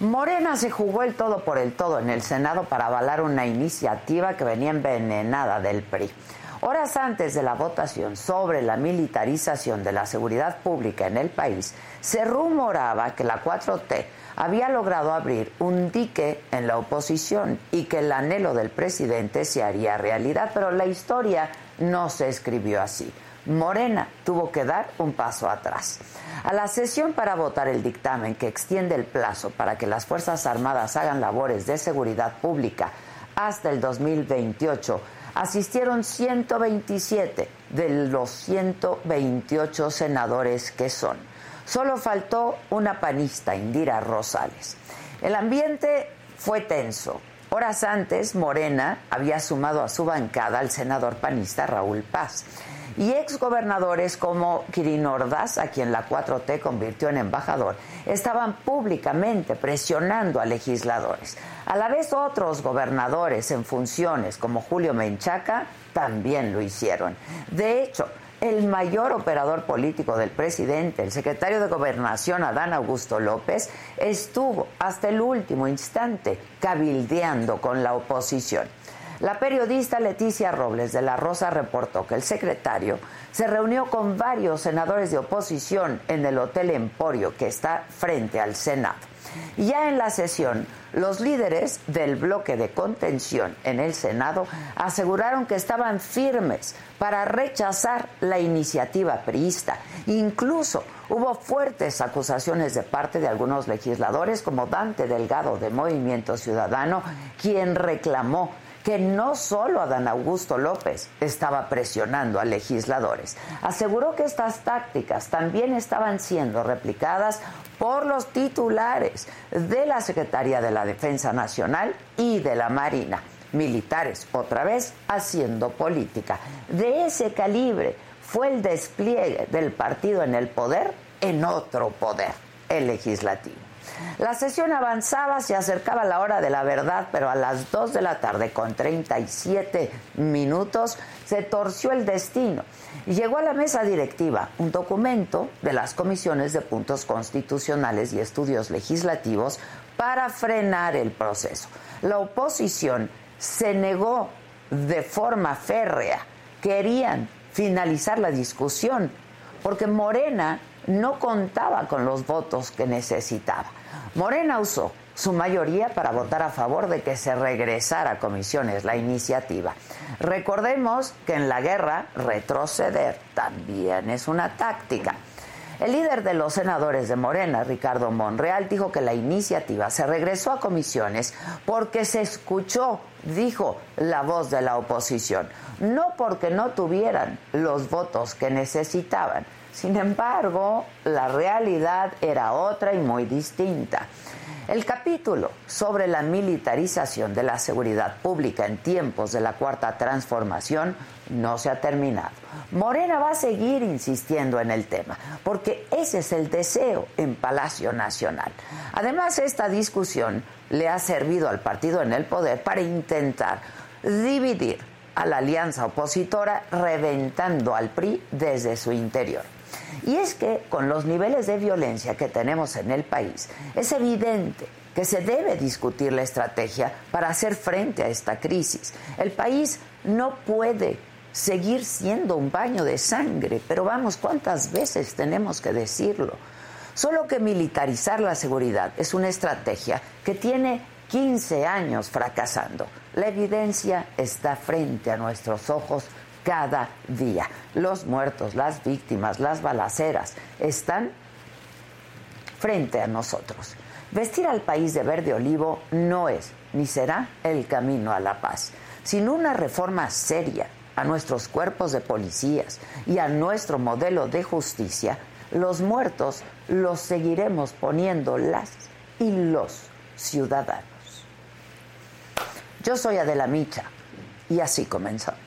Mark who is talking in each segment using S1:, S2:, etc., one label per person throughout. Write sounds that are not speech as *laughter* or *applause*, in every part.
S1: Morena se jugó el todo por el todo en el Senado para avalar una iniciativa que venía envenenada del PRI. Horas antes de la votación sobre la militarización de la seguridad pública en el país, se rumoraba que la 4T había logrado abrir un dique en la oposición y que el anhelo del presidente se haría realidad, pero la historia no se escribió así. Morena tuvo que dar un paso atrás. A la sesión para votar el dictamen que extiende el plazo para que las Fuerzas Armadas hagan labores de seguridad pública hasta el 2028, asistieron 127 de los 128 senadores que son. Solo faltó una panista, Indira Rosales. El ambiente fue tenso. Horas antes, Morena había sumado a su bancada al senador panista Raúl Paz y exgobernadores como Kirin Ordaz, a quien la 4T convirtió en embajador, estaban públicamente presionando a legisladores. A la vez otros gobernadores en funciones como Julio Menchaca también lo hicieron. De hecho, el mayor operador político del presidente, el secretario de Gobernación Adán Augusto López, estuvo hasta el último instante cabildeando con la oposición. La periodista Leticia Robles de La Rosa reportó que el secretario se reunió con varios senadores de oposición en el Hotel Emporio que está frente al Senado. Y ya en la sesión, los líderes del bloque de contención en el Senado aseguraron que estaban firmes para rechazar la iniciativa priista. Incluso hubo fuertes acusaciones de parte de algunos legisladores como Dante Delgado de Movimiento Ciudadano, quien reclamó que no solo Adán Augusto López estaba presionando a legisladores. Aseguró que estas tácticas también estaban siendo replicadas por los titulares de la Secretaría de la Defensa Nacional y de la Marina. Militares, otra vez, haciendo política. De ese calibre fue el despliegue del partido en el poder en otro poder, el legislativo. La sesión avanzaba, se acercaba la hora de la verdad, pero a las 2 de la tarde con 37 minutos se torció el destino. Llegó a la mesa directiva un documento de las comisiones de puntos constitucionales y estudios legislativos para frenar el proceso. La oposición se negó de forma férrea, querían finalizar la discusión, porque Morena no contaba con los votos que necesitaba. Morena usó su mayoría para votar a favor de que se regresara a comisiones la iniciativa. Recordemos que en la guerra retroceder también es una táctica. El líder de los senadores de Morena, Ricardo Monreal, dijo que la iniciativa se regresó a comisiones porque se escuchó, dijo, la voz de la oposición, no porque no tuvieran los votos que necesitaban. Sin embargo, la realidad era otra y muy distinta. El capítulo sobre la militarización de la seguridad pública en tiempos de la cuarta transformación no se ha terminado. Morena va a seguir insistiendo en el tema, porque ese es el deseo en Palacio Nacional. Además, esta discusión le ha servido al partido en el poder para intentar dividir a la alianza opositora, reventando al PRI desde su interior. Y es que con los niveles de violencia que tenemos en el país, es evidente que se debe discutir la estrategia para hacer frente a esta crisis. El país no puede seguir siendo un baño de sangre, pero vamos, ¿cuántas veces tenemos que decirlo? Solo que militarizar la seguridad es una estrategia que tiene 15 años fracasando. La evidencia está frente a nuestros ojos cada día. Los muertos, las víctimas, las balaceras están frente a nosotros. Vestir al país de verde olivo no es ni será el camino a la paz. Sin una reforma seria a nuestros cuerpos de policías y a nuestro modelo de justicia, los muertos los seguiremos poniendo las y los ciudadanos. Yo soy Adela Micha y así comenzamos.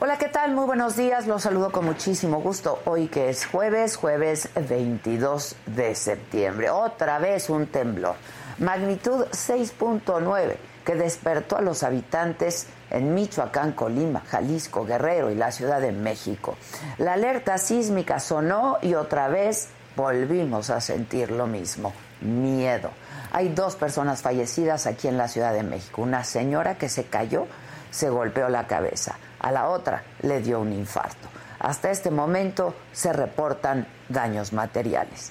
S1: Hola, ¿qué tal? Muy buenos días. Los saludo con muchísimo gusto hoy que es jueves, jueves 22 de septiembre. Otra vez un temblor. Magnitud 6.9 que despertó a los habitantes en Michoacán, Colima, Jalisco, Guerrero y la Ciudad de México. La alerta sísmica sonó y otra vez volvimos a sentir lo mismo, miedo. Hay dos personas fallecidas aquí en la Ciudad de México. Una señora que se cayó, se golpeó la cabeza. A la otra le dio un infarto. Hasta este momento se reportan daños materiales.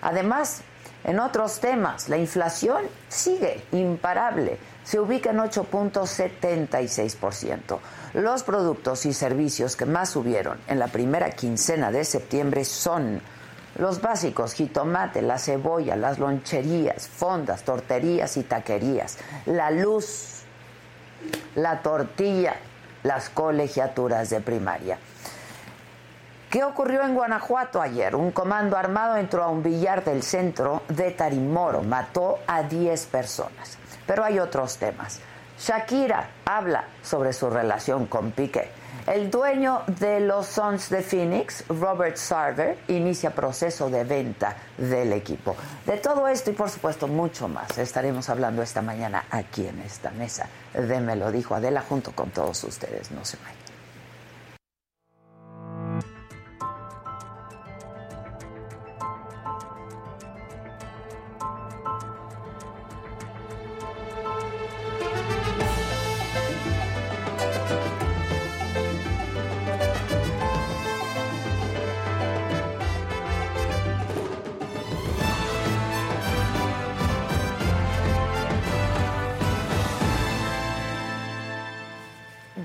S1: Además, en otros temas, la inflación sigue imparable. Se ubica en 8.76%. Los productos y servicios que más subieron en la primera quincena de septiembre son los básicos, jitomate, la cebolla, las loncherías, fondas, torterías y taquerías, la luz, la tortilla, las colegiaturas de primaria. ¿Qué ocurrió en Guanajuato ayer? Un comando armado entró a un billar del centro de Tarimoro, mató a 10 personas. Pero hay otros temas. Shakira habla sobre su relación con Piqué. El dueño de los Suns de Phoenix, Robert Sarver, inicia proceso de venta del equipo. De todo esto y por supuesto mucho más estaremos hablando esta mañana aquí en esta mesa de Me lo dijo Adela junto con todos ustedes. No se vayan.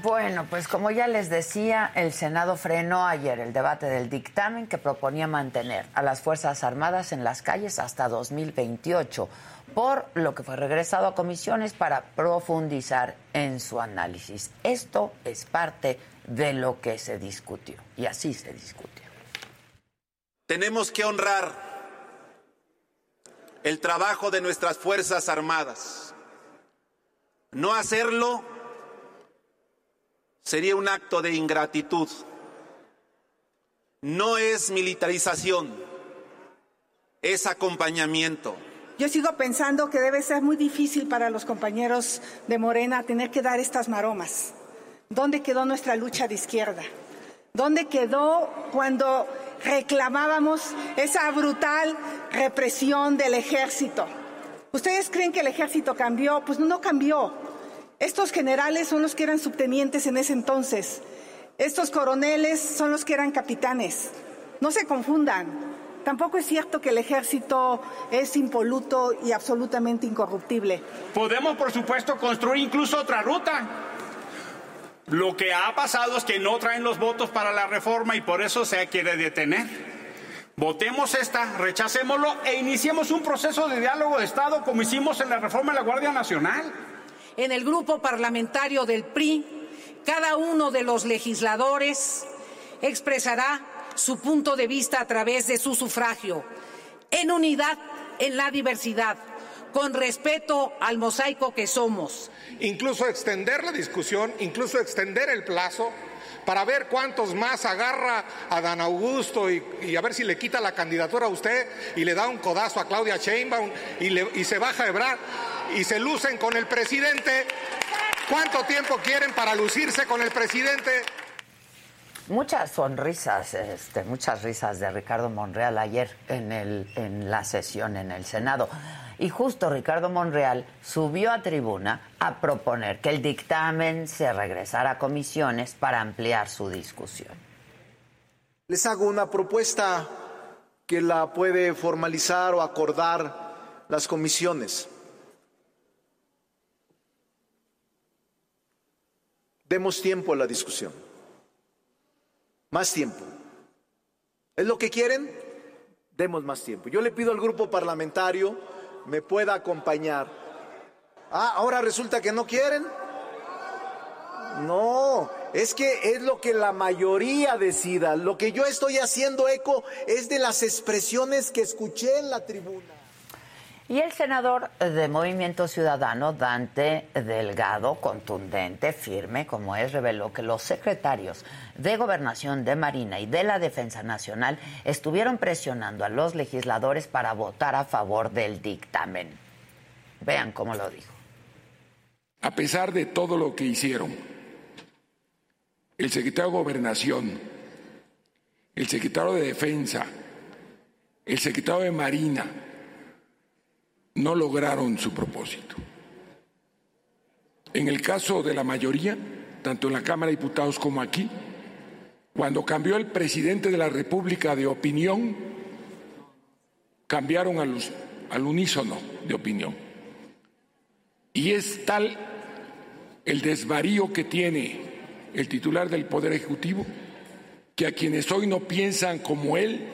S1: Bueno, pues como ya les decía, el Senado frenó ayer el debate del dictamen que proponía mantener a las Fuerzas Armadas en las calles hasta 2028, por lo que fue regresado a comisiones para profundizar en su análisis. Esto es parte de lo que se discutió y así se discutió.
S2: Tenemos que honrar el trabajo de nuestras Fuerzas Armadas. No hacerlo sería un acto de ingratitud. No es militarización, es acompañamiento.
S3: Yo sigo pensando que debe ser muy difícil para los compañeros de Morena tener que dar estas maromas. ¿Dónde quedó nuestra lucha de izquierda? ¿Dónde quedó cuando reclamábamos esa brutal represión del ejército? ¿Ustedes creen que el ejército cambió? Pues no cambió. Estos generales son los que eran subtenientes en ese entonces. Estos coroneles son los que eran capitanes. No se confundan. Tampoco es cierto que el ejército es impoluto y absolutamente incorruptible.
S4: Podemos, por supuesto, construir incluso otra ruta. Lo que ha pasado es que no traen los votos para la reforma y por eso se quiere detener. Votemos esta, rechacémoslo e iniciemos un proceso de diálogo de Estado como hicimos en la reforma de la Guardia Nacional
S5: en el grupo parlamentario del PRI, cada uno de los legisladores expresará su punto de vista a través de su sufragio, en unidad en la diversidad, con respeto al mosaico que somos.
S6: Incluso extender la discusión, incluso extender el plazo para ver cuántos más agarra a Dan Augusto y, y, a ver si le quita la candidatura a usted y le da un codazo a Claudia Sheinbaum y, le, y se baja a Ebrar y se lucen con el presidente. ¿Cuánto tiempo quieren para lucirse con el presidente?
S1: Muchas sonrisas, este, muchas risas de Ricardo Monreal ayer en, el, en la sesión en el Senado. Y justo Ricardo Monreal subió a tribuna a proponer que el dictamen se regresara a comisiones para ampliar su discusión.
S7: Les hago una propuesta que la puede formalizar o acordar las comisiones. Demos tiempo a la discusión. Más tiempo. ¿Es lo que quieren? Demos más tiempo. Yo le pido al grupo parlamentario me pueda acompañar. Ah, ahora resulta que no quieren. No, es que es lo que la mayoría decida. Lo que yo estoy haciendo eco es de las expresiones que escuché en la tribuna.
S1: Y el senador de Movimiento Ciudadano, Dante Delgado, contundente, firme como es, reveló que los secretarios de Gobernación, de Marina y de la Defensa Nacional estuvieron presionando a los legisladores para votar a favor del dictamen. Vean cómo lo dijo.
S8: a pesar de todo lo que hicieron, el secretario de Gobernación, el secretario de Defensa, el secretario de Marina, no lograron su propósito. En el caso de la mayoría, tanto en la Cámara de Diputados como aquí, cuando cambió el presidente de la República de opinión, cambiaron al, al unísono de opinión. Y es tal el desvarío que tiene el titular del Poder Ejecutivo que a quienes hoy no piensan como él,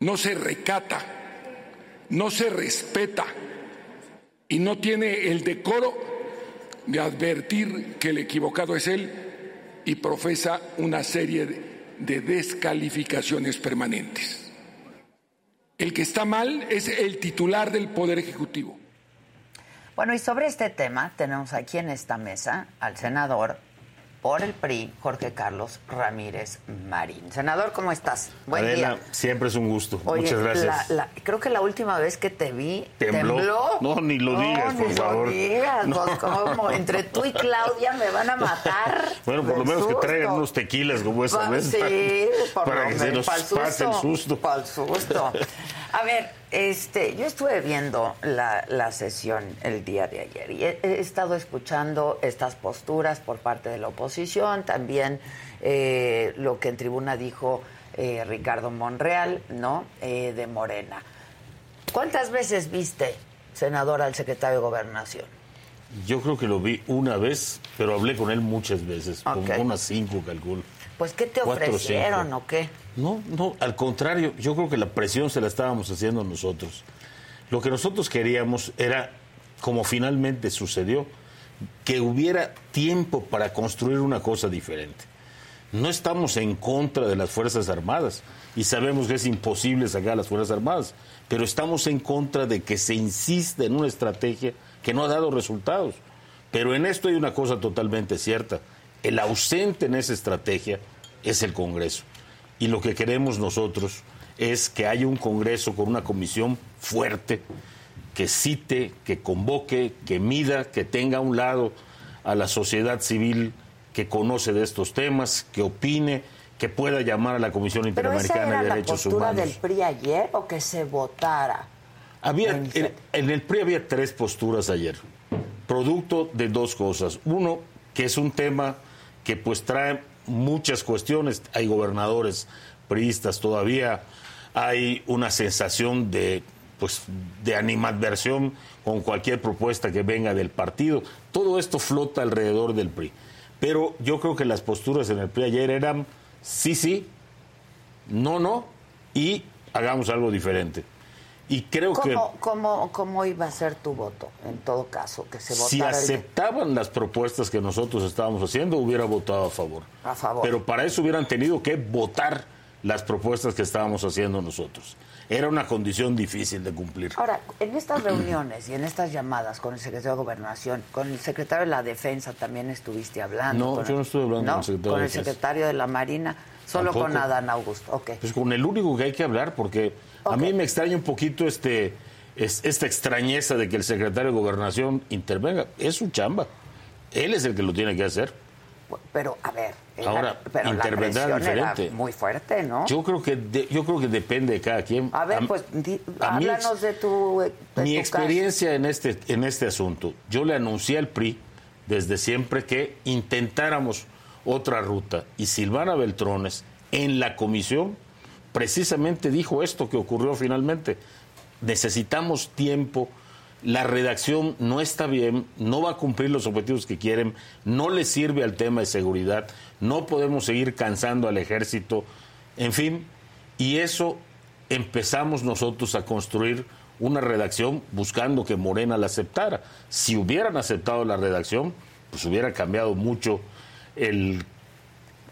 S8: no se recata, no se respeta y no tiene el decoro de advertir que el equivocado es él y profesa una serie de descalificaciones permanentes. El que está mal es el titular del Poder Ejecutivo.
S1: Bueno, y sobre este tema tenemos aquí en esta mesa al senador por el PRI, Jorge Carlos Ramírez Marín. Senador, ¿cómo estás? Buen
S9: Adela,
S1: día.
S9: siempre es un gusto.
S1: Oye,
S9: Muchas gracias.
S1: la- la- creo que la última vez que te vi,
S9: ¿Tembló?
S1: ¿tembló?
S9: No, ni lo digas,
S1: ni
S9: por
S1: lo
S9: favor.
S1: digas,
S9: No.
S1: pues, ¿cómo? Entre tú y Claudia me van a matar.
S9: *laughs* Bueno, por lo
S1: del
S9: menos que traigan
S1: susto.
S9: unos tequilas como esa
S1: Pa-
S9: vez. *laughs*
S1: Sí, por
S9: para
S1: lo
S9: que se
S1: menos,
S9: nos
S1: pa'l
S9: pase el susto.
S1: pa'l susto. A ver, este, yo estuve viendo la, la sesión el día de ayer y he, he estado escuchando estas posturas por parte de la oposición, también eh, lo que en tribuna dijo eh, Ricardo Monreal, ¿no? Eh, de Morena. ¿Cuántas veces viste, senador, al secretario de Gobernación?
S9: Yo creo que lo vi una vez, pero hablé con él muchas veces,
S1: Ok.
S9: como unas cinco, calculo.
S1: Pues, ¿qué te
S9: Cuatro,
S1: ofrecieron
S9: cinco.
S1: o qué?
S9: No, no, al contrario, yo creo que la presión se la estábamos haciendo nosotros. Lo que nosotros queríamos era, como finalmente sucedió, que hubiera tiempo para construir una cosa diferente. No estamos en contra de las Fuerzas Armadas y sabemos que es imposible sacar a las Fuerzas Armadas, pero estamos en contra de que se insista en una estrategia que no ha dado resultados. Pero en esto hay una cosa totalmente cierta. El ausente en esa estrategia es el Congreso. Y lo que queremos nosotros es que haya un Congreso con una comisión fuerte que cite, que convoque, que mida, que tenga a un lado a la sociedad civil que conoce de estos temas, que opine, que pueda llamar a la Comisión
S1: ¿Pero esa
S9: Interamericana
S1: era
S9: de
S1: la
S9: Derechos
S1: postura
S9: Humanos.
S1: del PRI ayer o que se votara?
S9: Había,
S1: En
S9: en,
S1: serio.
S9: en el PRI había tres posturas ayer, producto de dos cosas. Uno, que es un tema que pues trae muchas cuestiones. Hay gobernadores priistas todavía, hay una sensación de pues de animadversión con cualquier propuesta que venga del partido. Todo esto flota alrededor del PRI. Pero yo creo que las posturas en el PRI ayer eran sí, sí, no, no, y hagamos algo diferente. Y creo que...
S1: ¿Cómo, cómo, cómo iba a ser tu voto en todo caso? Que se
S9: si
S1: votara el-
S9: aceptaban las propuestas que nosotros estábamos haciendo, hubiera votado a favor.
S1: A favor.
S9: Pero para eso hubieran tenido que votar las propuestas que estábamos haciendo nosotros. Era una condición difícil de cumplir.
S1: Ahora, en estas reuniones y en estas llamadas con el secretario de Gobernación, con el secretario de la Defensa también estuviste hablando.
S9: No,
S1: con
S9: yo
S1: el-
S9: no estuve hablando con el secretario
S1: con el
S9: de Defensa.
S1: secretario de la Marina, solo
S9: Tampoco.
S1: con Adán Augusto. Ok.
S9: Pues con el único que hay que hablar, porque a
S1: Ok.
S9: mí me extraña un poquito este, es- esta extrañeza de que el secretario de Gobernación intervenga. Es su chamba. Él es el que lo tiene que hacer.
S1: Pero, a ver, era-
S9: Ahora,
S1: pero la
S9: intervendrá
S1: presión era
S9: diferente.
S1: muy fuerte, ¿no?
S9: Yo creo que de- yo creo que depende de cada quien.
S1: a ver,
S9: Am-
S1: pues, di-
S9: a mí ex-
S1: háblanos de tu... eh, de tu
S9: Mi
S1: caso.
S9: experiencia en este, en este asunto, yo le anuncié al PRI desde siempre que intentáramos otra ruta y Silvana Beltrones en la comisión precisamente dijo esto que ocurrió finalmente. Necesitamos tiempo, la redacción no está bien, no va a cumplir los objetivos que quieren, no le sirve al tema de seguridad, no podemos seguir cansando al ejército, en fin, y eso empezamos nosotros a construir una redacción buscando que Morena la aceptara. Si hubieran aceptado la redacción, pues hubiera cambiado mucho el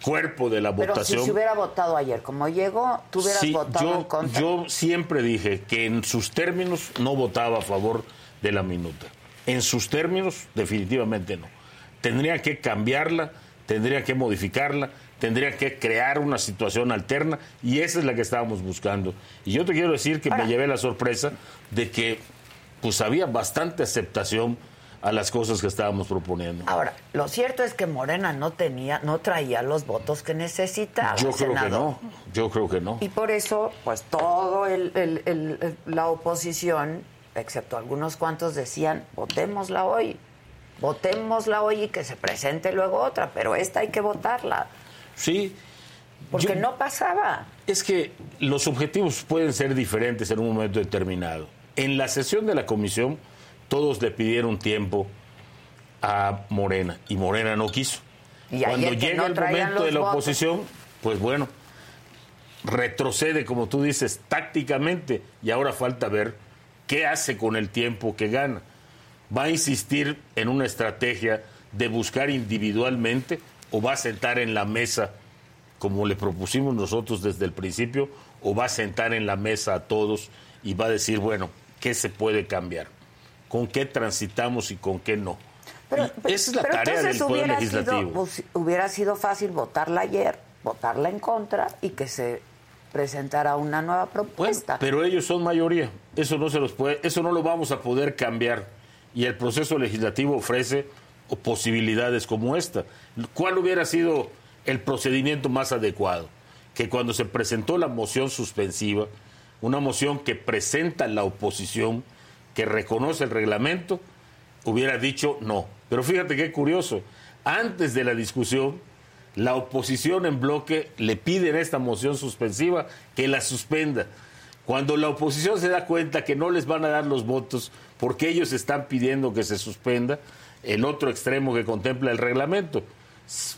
S9: cuerpo de la
S1: Pero
S9: votación.
S1: si se hubiera votado ayer, como llegó, tú hubieras
S9: Sí,
S1: votado
S9: yo,
S1: en contra.
S9: yo siempre dije que en sus términos no votaba a favor de la minuta. En sus términos, definitivamente no. Tendría que cambiarla, tendría que modificarla, tendría que crear una situación alterna y esa es la que estábamos buscando. Y yo te quiero decir que me llevé la sorpresa de que pues había bastante aceptación a las cosas que estábamos proponiendo.
S1: Ahora, lo cierto es que Morena no tenía, no traía los votos que necesitaba.
S9: Yo creo que
S1: senador.
S9: no, yo creo que no.
S1: Y por eso, pues todo el, el- el- el- la oposición, excepto algunos cuantos, decían, votémosla hoy, votémosla hoy y que se presente luego otra, pero esta hay que votarla,
S9: Sí,
S1: porque
S9: Yo-
S1: no pasaba.
S9: es que los objetivos pueden ser diferentes en un momento determinado. En la sesión de la comisión, todos le pidieron tiempo a Morena y Morena no quiso.
S1: Y
S9: Cuando
S1: ayer que
S9: llega
S1: no
S9: el
S1: traían
S9: momento
S1: los
S9: de la
S1: votos.
S9: oposición, pues bueno, retrocede, como tú dices, tácticamente y ahora falta ver qué hace con el tiempo que gana. ¿Va a insistir en una estrategia de buscar individualmente o va a sentar en la mesa, como le propusimos nosotros desde el principio, o va a sentar en la mesa a todos y va a decir, bueno, ¿qué se puede cambiar? ¿Con qué transitamos y con qué no? Y esa es la
S1: pero
S9: tarea del
S1: entonces
S9: Poder
S1: hubiera sido-
S9: Legislativo.
S1: pues, hubiera sido fácil votarla ayer, votarla en contra y que se presentara una nueva
S9: Bueno,
S1: propuesta.
S9: pero ellos son mayoría. Eso no se los puede, eso no lo vamos a poder cambiar. Y el proceso legislativo ofrece o- posibilidades como esta. ¿Cuál hubiera sido el procedimiento más adecuado? Que cuando se presentó la moción suspensiva, una moción que presenta la oposición, que reconoce el reglamento, hubiera dicho no. Pero fíjate qué curioso. Antes de la discusión, la oposición en bloque le pide en esta moción suspensiva que la suspenda. Cuando la oposición se da cuenta que no les van a dar los votos porque ellos están pidiendo que se suspenda, el otro extremo que contempla el reglamento, s-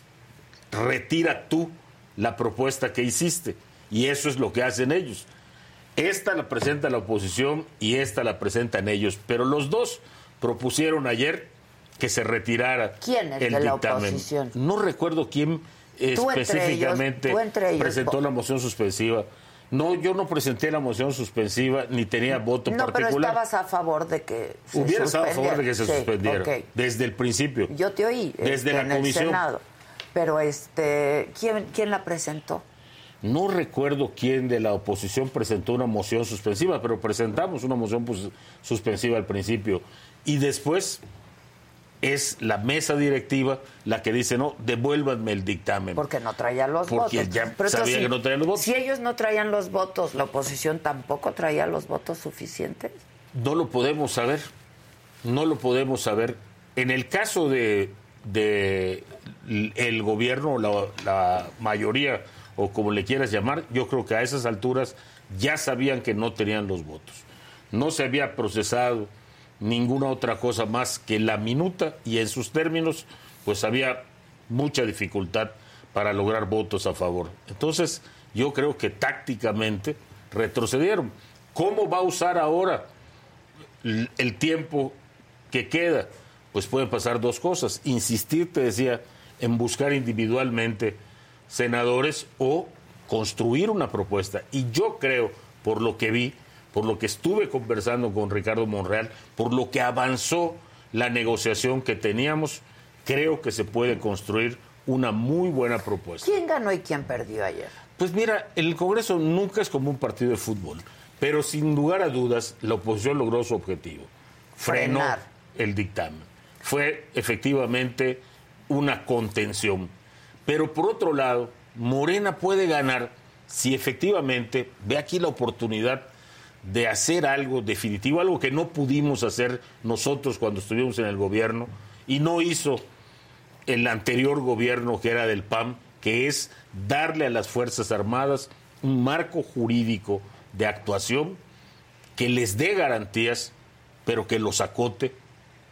S9: retira tú la propuesta que hiciste. Y eso es lo que hacen ellos. Esta la presenta la oposición y esta la presentan ellos. Pero los dos propusieron ayer que se retirara
S1: ¿Quiénes
S9: el
S1: de la
S9: dictamen.
S1: oposición?
S9: No recuerdo quién eh,
S1: Tú entre
S9: específicamente
S1: ellos, tú entre ellos,
S9: presentó
S1: Bo-
S9: la moción suspensiva. No, yo no presenté la moción suspensiva ni tenía voto
S1: no, pero
S9: particular.
S1: estabas a favor de que se
S9: Hubiera estado a favor
S1: suspendiera.
S9: de que se
S1: Sí,
S9: suspendiera
S1: ok.
S9: desde el principio.
S1: Yo te oí
S9: Desde
S1: este,
S9: la
S1: en
S9: comisión.
S1: el Senado. Pero este, ¿quién, quién la presentó?
S9: No recuerdo quién de la oposición presentó una moción suspensiva, pero presentamos una moción pues, suspensiva al principio. Y después es la mesa directiva la que dice, no, devuélvanme el dictamen.
S1: Porque no traía los
S9: Porque
S1: votos.
S9: ya
S1: entonces,
S9: sabía que no traía los votos.
S1: Si ellos no traían los votos, la oposición tampoco traía los votos suficientes.
S9: No lo podemos saber. No lo podemos saber. En el caso de, de l- el gobierno, la, la mayoría, o como le quieras llamar, yo creo que a esas alturas ya sabían que no tenían los votos. No se había procesado ninguna otra cosa más que la minuta y en sus términos, pues había mucha dificultad para lograr votos a favor. Entonces, yo creo que tácticamente retrocedieron. ¿Cómo va a usar ahora l- el tiempo que queda, pues pueden pasar dos cosas. Insistir, te decía, en buscar individualmente senadores o construir una propuesta. Y yo creo, por lo que vi, por lo que estuve conversando con Ricardo Monreal, por lo que avanzó la negociación que teníamos, creo que se puede construir una muy buena propuesta.
S1: ¿Quién ganó y quién perdió ayer?
S9: Pues mira, el Congreso nunca es como un partido de fútbol, pero sin lugar a dudas la oposición logró su objetivo. Frenó
S1: Frenar.
S9: el dictamen. Fue efectivamente una contención. Pero por otro lado, Morena puede ganar si efectivamente ve aquí la oportunidad de hacer algo definitivo, algo que no pudimos hacer nosotros cuando estuvimos en el gobierno y no hizo el anterior gobierno que era del PAN, que es darle a las Fuerzas Armadas un marco jurídico de actuación que les dé garantías, pero que los acote,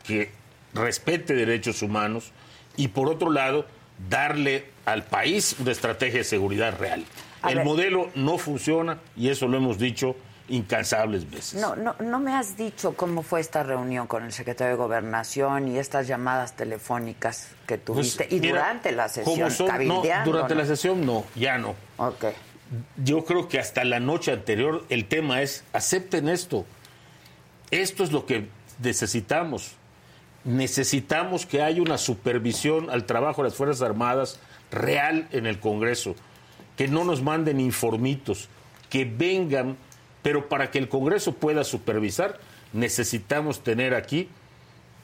S9: que respete derechos humanos y por otro lado, darle al país una estrategia de seguridad real.
S1: A
S9: el
S1: ver.
S9: modelo no funciona y eso lo hemos dicho incansables veces.
S1: No, no, no me has dicho cómo fue esta reunión con el secretario de Gobernación y estas llamadas telefónicas que
S9: Pues,
S1: tuviste. y
S9: mira,
S1: durante la
S9: como
S1: sesión,
S9: son- no,
S1: cabildeando,
S9: durante
S1: ¿no?
S9: la sesión no, ya no.
S1: Ok.
S9: yo creo que hasta la noche anterior el tema es, acepten esto. Esto es lo que necesitamos. Necesitamos que haya una supervisión al trabajo de las Fuerzas Armadas real en el Congreso, que no nos manden informitos, que vengan, pero para que el Congreso pueda supervisar, necesitamos tener aquí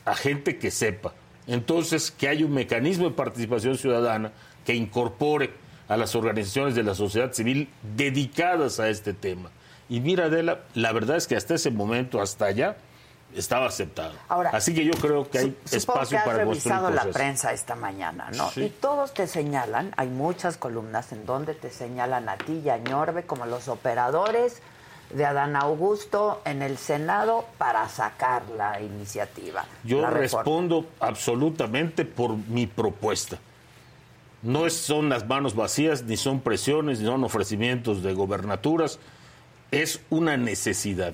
S9: a gente que sepa. Entonces, que haya un mecanismo de participación ciudadana que incorpore a las organizaciones de la sociedad civil dedicadas a este tema. Y mira, Adela, la verdad es que hasta ese momento, hasta allá, estaba aceptado.
S1: Ahora,
S9: Así que yo creo que hay
S1: Sup- supongo
S9: espacio
S1: que has
S9: para construir
S1: revisado la
S9: cosas.
S1: prensa esta mañana, ¿no?
S9: Sí.
S1: Y todos te señalan, hay muchas columnas en donde te señalan a ti y a Ñorbe como los operadores de Adán Augusto en el Senado para sacar la iniciativa.
S9: Yo
S1: la reforma.
S9: respondo absolutamente por mi propuesta. No es- son las manos vacías, ni son presiones, ni son ofrecimientos de gobernaturas. Es una necesidad.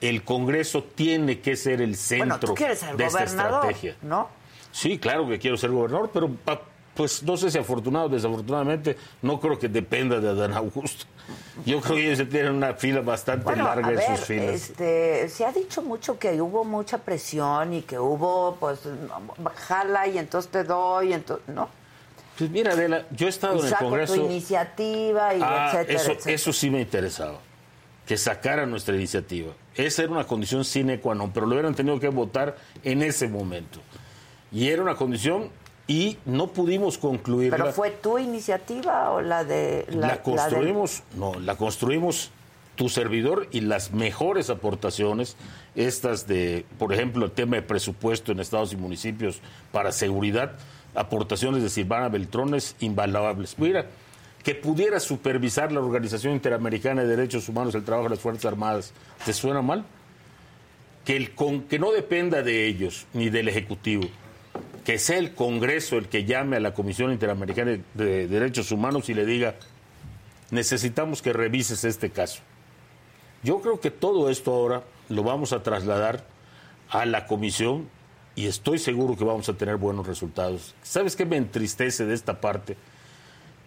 S9: El Congreso tiene que ser el centro
S1: Bueno, tú quieres ser
S9: de esta
S1: gobernador,
S9: estrategia.
S1: ¿no?
S9: Sí, claro que quiero ser gobernador, pero pa- pues no sé si afortunado o desafortunadamente, no creo que dependa de Adán Augusto. Yo creo que ellos tienen una fila bastante
S1: Bueno, a
S9: larga en
S1: ver,
S9: sus filas.
S1: este, se ha dicho mucho que hubo mucha presión y que hubo, pues, jala y entonces te doy, entonces, ¿no?
S9: Pues mira, Adela, yo he estado
S1: Y
S9: en el
S1: saco tu
S9: Congreso.
S1: iniciativa y
S9: Ah,
S1: etcétera,
S9: eso,
S1: etcétera.
S9: eso sí me interesaba, que sacara nuestra iniciativa. Esa era una condición sine qua non, pero lo hubieran tenido que votar en ese momento. Y era una condición y no pudimos concluirla.
S1: ¿Pero fue tu iniciativa o la de...
S9: la,
S1: de-
S9: construimos, no, la construimos tu servidor y las mejores aportaciones, estas de, por ejemplo, el tema de presupuesto en estados y municipios para seguridad, aportaciones de Silvana Beltrones invaluables. Mira, que pudiera supervisar la Organización Interamericana de Derechos Humanos el trabajo de las Fuerzas Armadas, ¿te suena mal? que, el con, que no dependa de ellos ni del Ejecutivo, que sea el Congreso el que llame a la Comisión Interamericana de Derechos Humanos y le diga, necesitamos que revises este caso. Yo creo que todo esto ahora lo vamos a trasladar a la Comisión y estoy seguro que vamos a tener buenos resultados. ¿Sabes qué me entristece de esta parte?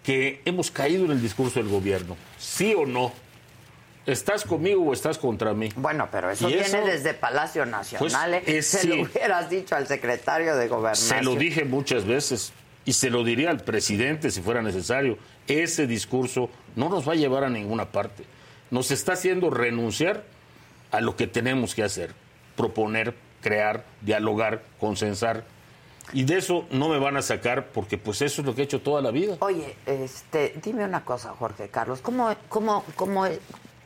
S9: Que hemos caído en el discurso del gobierno, sí o no. ¿Estás conmigo o estás contra mí?
S1: Bueno, pero eso
S9: Y
S1: viene
S9: eso-
S1: desde Palacio Nacional.
S9: Pues,
S1: ¿eh?
S9: eh,
S1: Se
S9: sí.
S1: lo hubieras dicho al secretario de Gobernación.
S9: Se lo dije muchas veces y se lo diría al presidente si fuera necesario. Ese discurso no nos va a llevar a ninguna parte. Nos está haciendo renunciar a lo que tenemos que hacer, proponer, crear, dialogar, consensar. Y de eso no me van a sacar porque pues eso es lo que he hecho toda la vida.
S1: Oye, este, dime una cosa, Jorge Carlos. ¿Cómo, cómo, cómo,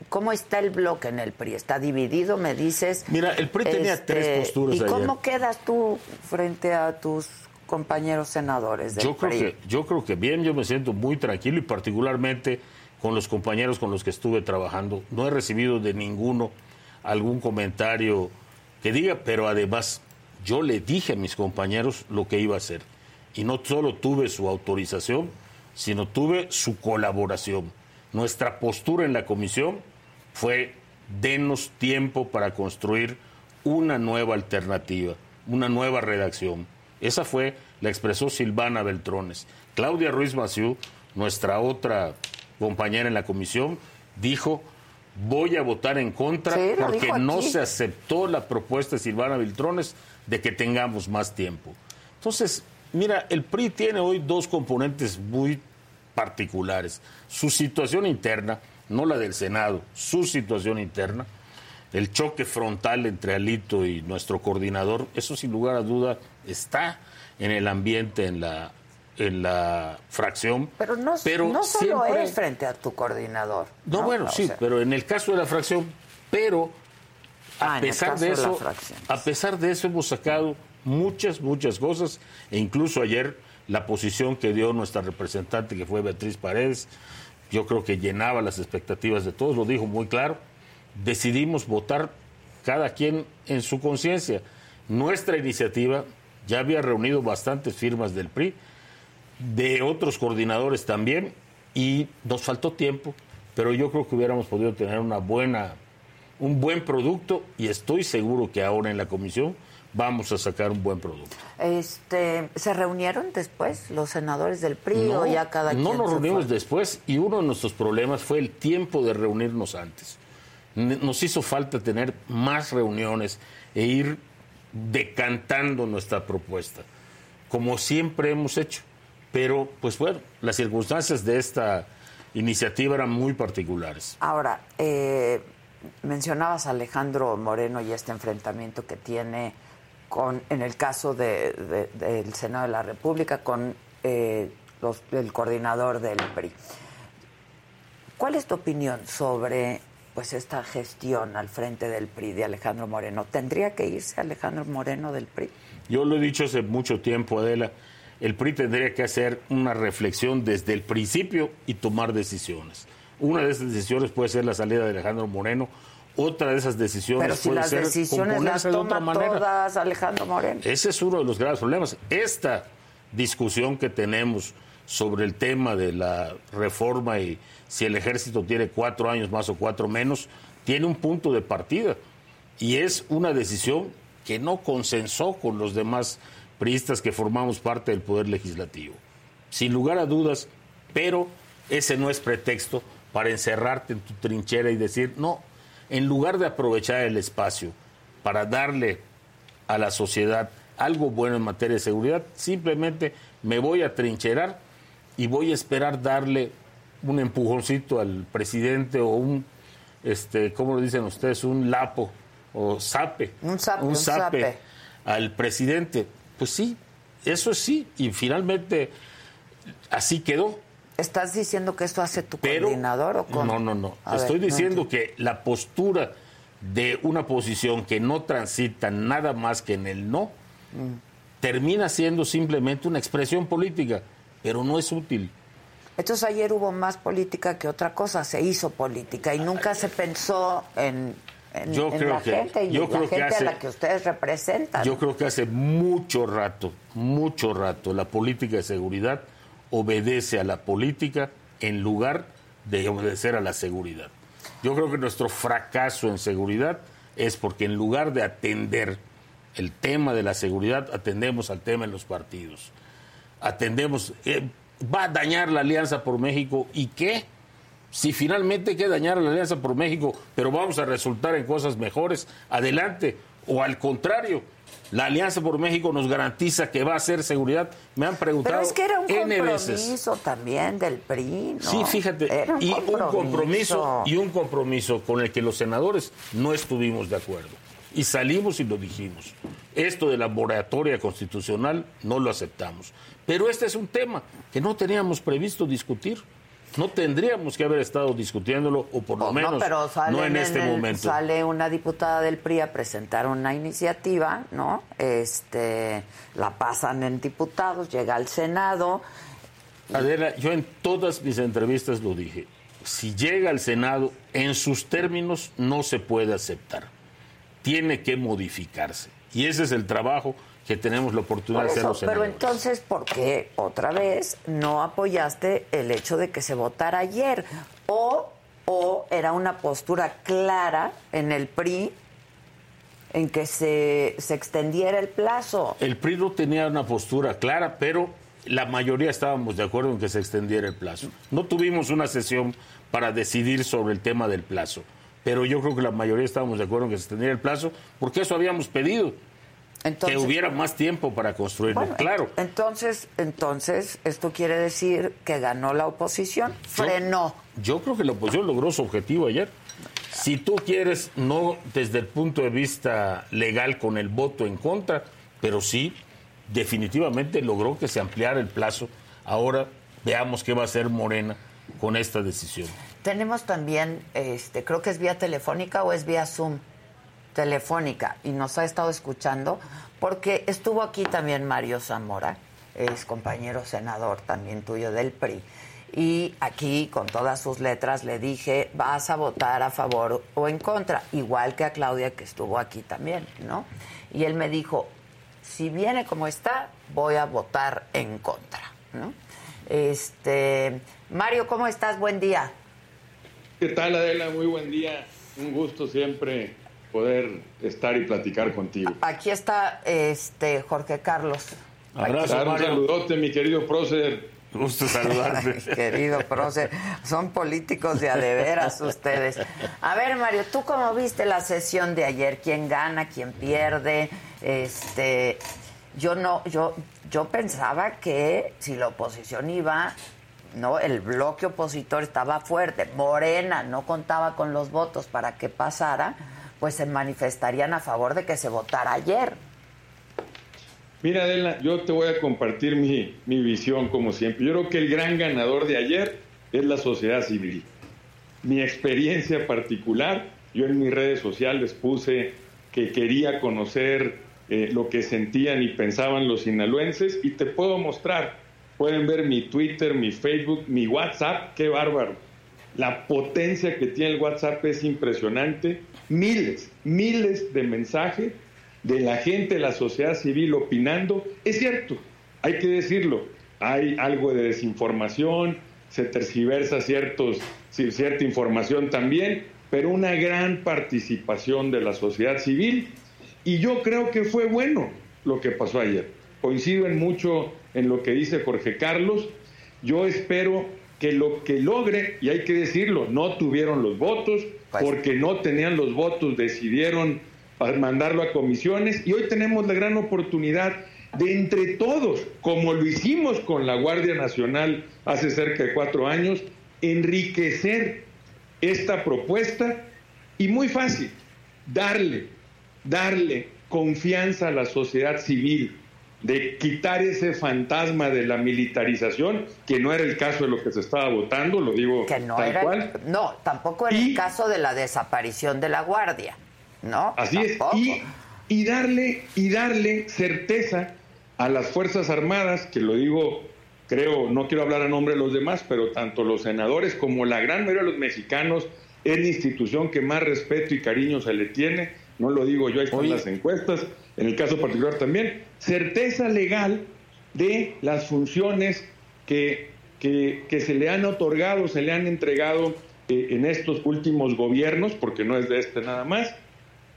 S1: cómo está el bloque en el PRI? ¿Está dividido, me dices? Este,
S9: Mira, el PRI tenía tres posturas
S1: ¿Y
S9: ayer.
S1: cómo quedas tú frente a tus compañeros senadores del
S9: Yo creo,
S1: PRI?
S9: que, yo creo que bien, yo me siento muy tranquilo y particularmente con los compañeros con los que estuve trabajando. No he recibido de ninguno algún comentario que diga, pero además yo le dije a mis compañeros lo que iba a hacer. Y no solo tuve su autorización, sino tuve su colaboración. Nuestra postura en la comisión fue denos tiempo para construir una nueva alternativa, una nueva redacción. Esa fue, la expresó Silvana Beltrones. Claudia Ruiz Maciú, nuestra otra compañera en la comisión, dijo, voy a votar en contra
S1: Sí, lo
S9: porque
S1: dijo
S9: no
S1: aquí.
S9: se aceptó la propuesta de Silvana Beltrones de que tengamos más tiempo. Entonces, mira, el PRI tiene hoy dos componentes muy particulares. Su situación interna, no la del Senado, su situación interna, el choque frontal entre Alito y nuestro coordinador, eso sin lugar a duda está en el ambiente, en la, en la fracción.
S1: Pero no, no solo
S9: siempre-
S1: es frente a tu coordinador.
S9: No, bueno,
S1: O
S9: sí,
S1: sea,
S9: pero en el caso de la fracción, pero
S1: Ah,
S9: a
S1: en el
S9: pesar
S1: caso
S9: de
S1: de la
S9: eso,
S1: fracción.
S9: a pesar de eso hemos sacado muchas, muchas cosas, e incluso ayer la posición que dio nuestra representante, que fue Beatriz Paredes, yo creo que llenaba las expectativas de todos, lo dijo muy claro, decidimos votar cada quien en su conciencia. Nuestra iniciativa ya había reunido bastantes firmas del PRI, de otros coordinadores también y nos faltó tiempo, pero yo creo que hubiéramos podido tener una buena un buen producto y estoy seguro que ahora en la comisión vamos a sacar un buen producto.
S1: Este, ¿Se reunieron después los senadores del PRI
S9: No,
S1: o ya cada
S9: no
S1: quien
S9: nos
S1: se
S9: reunimos
S1: fue?
S9: después y uno de nuestros problemas fue el tiempo de reunirnos antes. N- Nos hizo falta tener más reuniones e ir decantando nuestra propuesta, como siempre hemos hecho. Pero, pues bueno, las circunstancias de esta iniciativa eran muy particulares.
S1: Ahora, eh, mencionabas a Alejandro Moreno y este enfrentamiento que tiene con, en el caso de- de- del Senado de la República, con eh, los- el coordinador del PRI. ¿Cuál es tu opinión sobre pues esta gestión al frente del PRI de Alejandro Moreno? ¿Tendría que irse Alejandro Moreno del PRI?
S9: Yo lo he dicho hace mucho tiempo, Adela, el PRI tendría que hacer una reflexión desde el principio y tomar decisiones. Una de esas decisiones puede ser la salida de Alejandro Moreno, otra de esas decisiones
S1: Pero si
S9: puede
S1: las
S9: ser
S1: decisiones las
S9: componerse de otra
S1: toma
S9: manera.
S1: todas Alejandro Moreno.
S9: Ese es uno de los graves problemas. Esta discusión que tenemos sobre el tema de la reforma y si el ejército tiene cuatro años más o cuatro menos, tiene un punto de partida. Y es una decisión que no consensó con los demás priistas que formamos parte del Poder Legislativo. Sin lugar a dudas, pero ese no es pretexto para encerrarte en tu trinchera y decir, no, en lugar de aprovechar el espacio para darle a la sociedad algo bueno en materia de seguridad, simplemente me voy a trincherar y voy a esperar darle un empujoncito al presidente o un, este, ¿cómo lo dicen ustedes? Un lapo o zape.
S1: Un zape, un zape.
S9: al presidente. Pues sí, eso sí, y finalmente así quedó.
S1: ¿Estás diciendo que esto hace tu
S9: Pero-
S1: coordinador o cómo?
S9: No, no, no.
S1: A ver,
S9: Estoy
S1: no
S9: diciendo
S1: entiendo.
S9: que la postura de una posición que no transita nada más que en el no,
S1: Mm.
S9: termina siendo simplemente una expresión política, pero no es útil.
S1: Entonces ayer hubo más política que otra cosa, se hizo política y nunca se pensó en, en-
S9: Yo
S1: en
S9: creo
S1: la
S9: que-
S1: gente y
S9: yo
S1: la
S9: creo que
S1: gente
S9: hace-
S1: a la que ustedes representan.
S9: Yo creo que hace mucho rato, mucho rato, la política de seguridad obedece a la política en lugar de obedecer a la seguridad. Yo creo que nuestro fracaso en seguridad es porque en lugar de atender el tema de la seguridad, atendemos al tema en los partidos. Atendemos, eh, va a dañar la Alianza por México y qué? Si finalmente hay que dañar a la Alianza por México, pero vamos a resultar en cosas mejores, adelante. O al contrario, la Alianza por México nos garantiza que va a ser seguridad. Me han preguntado
S1: Pero es que era un
S9: N
S1: compromiso
S9: veces.
S1: también del PRI, ¿no?
S9: Sí, fíjate,
S1: Era
S9: y un compromiso y un compromiso con el que los senadores no estuvimos de acuerdo. Y salimos y lo dijimos. Esto de la moratoria constitucional no lo aceptamos. Pero este es un tema que no teníamos previsto discutir. No tendríamos que haber estado discutiéndolo, o por lo
S1: Pues No,
S9: menos no,
S1: pero salen
S9: en este
S1: el-
S9: momento.
S1: Sale una diputada del PRI a presentar una iniciativa, ¿no? Este, la pasan en diputados, llega al Senado.
S9: Adela, yo en todas mis entrevistas lo dije. Si llega al Senado, en sus términos no se puede aceptar. Tiene que modificarse. Y ese es el trabajo que tenemos la oportunidad
S1: Por
S9: de hacer
S1: eso,
S9: los
S1: pero
S9: senadores.
S1: entonces, ¿por qué otra vez no apoyaste el hecho de que se votara ayer? O, o era una postura clara en el PRI en que se, se extendiera el plazo.
S9: El PRI no tenía una postura clara, pero la mayoría estábamos de acuerdo en que se extendiera el plazo. No tuvimos una sesión para decidir sobre el tema del plazo, pero yo creo que la mayoría estábamos de acuerdo en que se extendiera el plazo, porque eso habíamos pedido,
S1: Entonces,
S9: que hubiera más tiempo para construirlo.
S1: Bueno,
S9: Pues, claro.
S1: ent- Entonces, entonces, esto quiere decir que ganó la oposición,
S9: Yo-
S1: frenó.
S9: Yo creo que la oposición logró su objetivo ayer. Si tú quieres, no desde el punto de vista legal con el voto en contra, pero sí, definitivamente logró que se ampliara el plazo. Ahora veamos qué va a hacer Morena con esta decisión.
S1: Tenemos también, este, creo que es vía telefónica o es vía Zoom, telefónica, y nos ha estado escuchando, porque estuvo aquí también Mario Zamora, es compañero senador también tuyo del PRI, y aquí con todas sus letras le dije, vas a votar a favor o en contra, igual que a Claudia que estuvo aquí también, ¿no? Y él me dijo, si viene como está, voy a votar en contra, ¿no? Este, Mario, ¿cómo estás? Buen día.
S10: ¿Qué tal, Adela? Muy buen día. Un gusto siempre poder estar y platicar contigo.
S1: Aquí está este Jorge Carlos,
S9: Abrazo,
S10: Dar un
S9: Mario.
S10: saludote, mi querido prócer.
S9: Gusto
S1: Ay, *laughs*
S9: saludarte.
S1: querido prócer. Son políticos de a de veras ustedes. A ver, Mario, ¿tú cómo viste la sesión de ayer? ¿Quién gana, quién pierde? Este, yo no, yo, yo pensaba que si la oposición iba, no, el bloque opositor estaba fuerte. Morena no contaba con los votos para que pasara, pues se manifestarían a favor de que se votara ayer.
S11: Mira, Adela, yo te voy a compartir mi, mi visión como siempre. Yo creo que el gran ganador de ayer es la sociedad civil. Mi experiencia particular, yo en mis redes sociales puse que quería conocer eh, lo que sentían y pensaban los sinaloenses y te puedo mostrar. Pueden ver mi Twitter, mi Facebook, mi WhatsApp, qué bárbaro. La potencia que tiene el WhatsApp es impresionante. Miles, miles de mensajes de la gente, de la sociedad civil opinando. Es cierto, hay que decirlo, hay algo de desinformación, se tergiversa ciertos, sí, cierta información también, pero una gran participación de la sociedad civil. Y yo creo que fue bueno lo que pasó ayer. Coincido en mucho en lo que dice Jorge Carlos. Yo espero que lo que logre, y hay que decirlo, no tuvieron los votos,
S1: Pues-
S11: porque no tenían los votos, decidieron pa- mandarlo a comisiones, y hoy tenemos la gran oportunidad de entre todos, como lo hicimos con la Guardia Nacional hace cerca de cuatro años, enriquecer esta propuesta y muy fácil, darle, darle confianza a la sociedad civil de quitar ese fantasma de la militarización, que no era el caso de lo que se estaba votando, lo digo
S1: Que no
S11: tal
S1: era.
S11: cual.
S1: No, tampoco era el
S11: Y-
S1: caso de la desaparición de la guardia. ¿No?
S11: Así es.
S1: Tampoco.
S11: Y, y darle, y darle certeza a las Fuerzas Armadas, que lo digo, creo, no quiero hablar a nombre de los demás, pero tanto los senadores como la gran mayoría de los mexicanos es la institución que más respeto y cariño se le tiene. No lo digo yo, ahí están
S9: Oye.
S11: las encuestas, en el caso particular también. Certeza legal de las funciones que, que, que se le han otorgado, se le han entregado eh, en estos últimos gobiernos, porque no es de este nada más,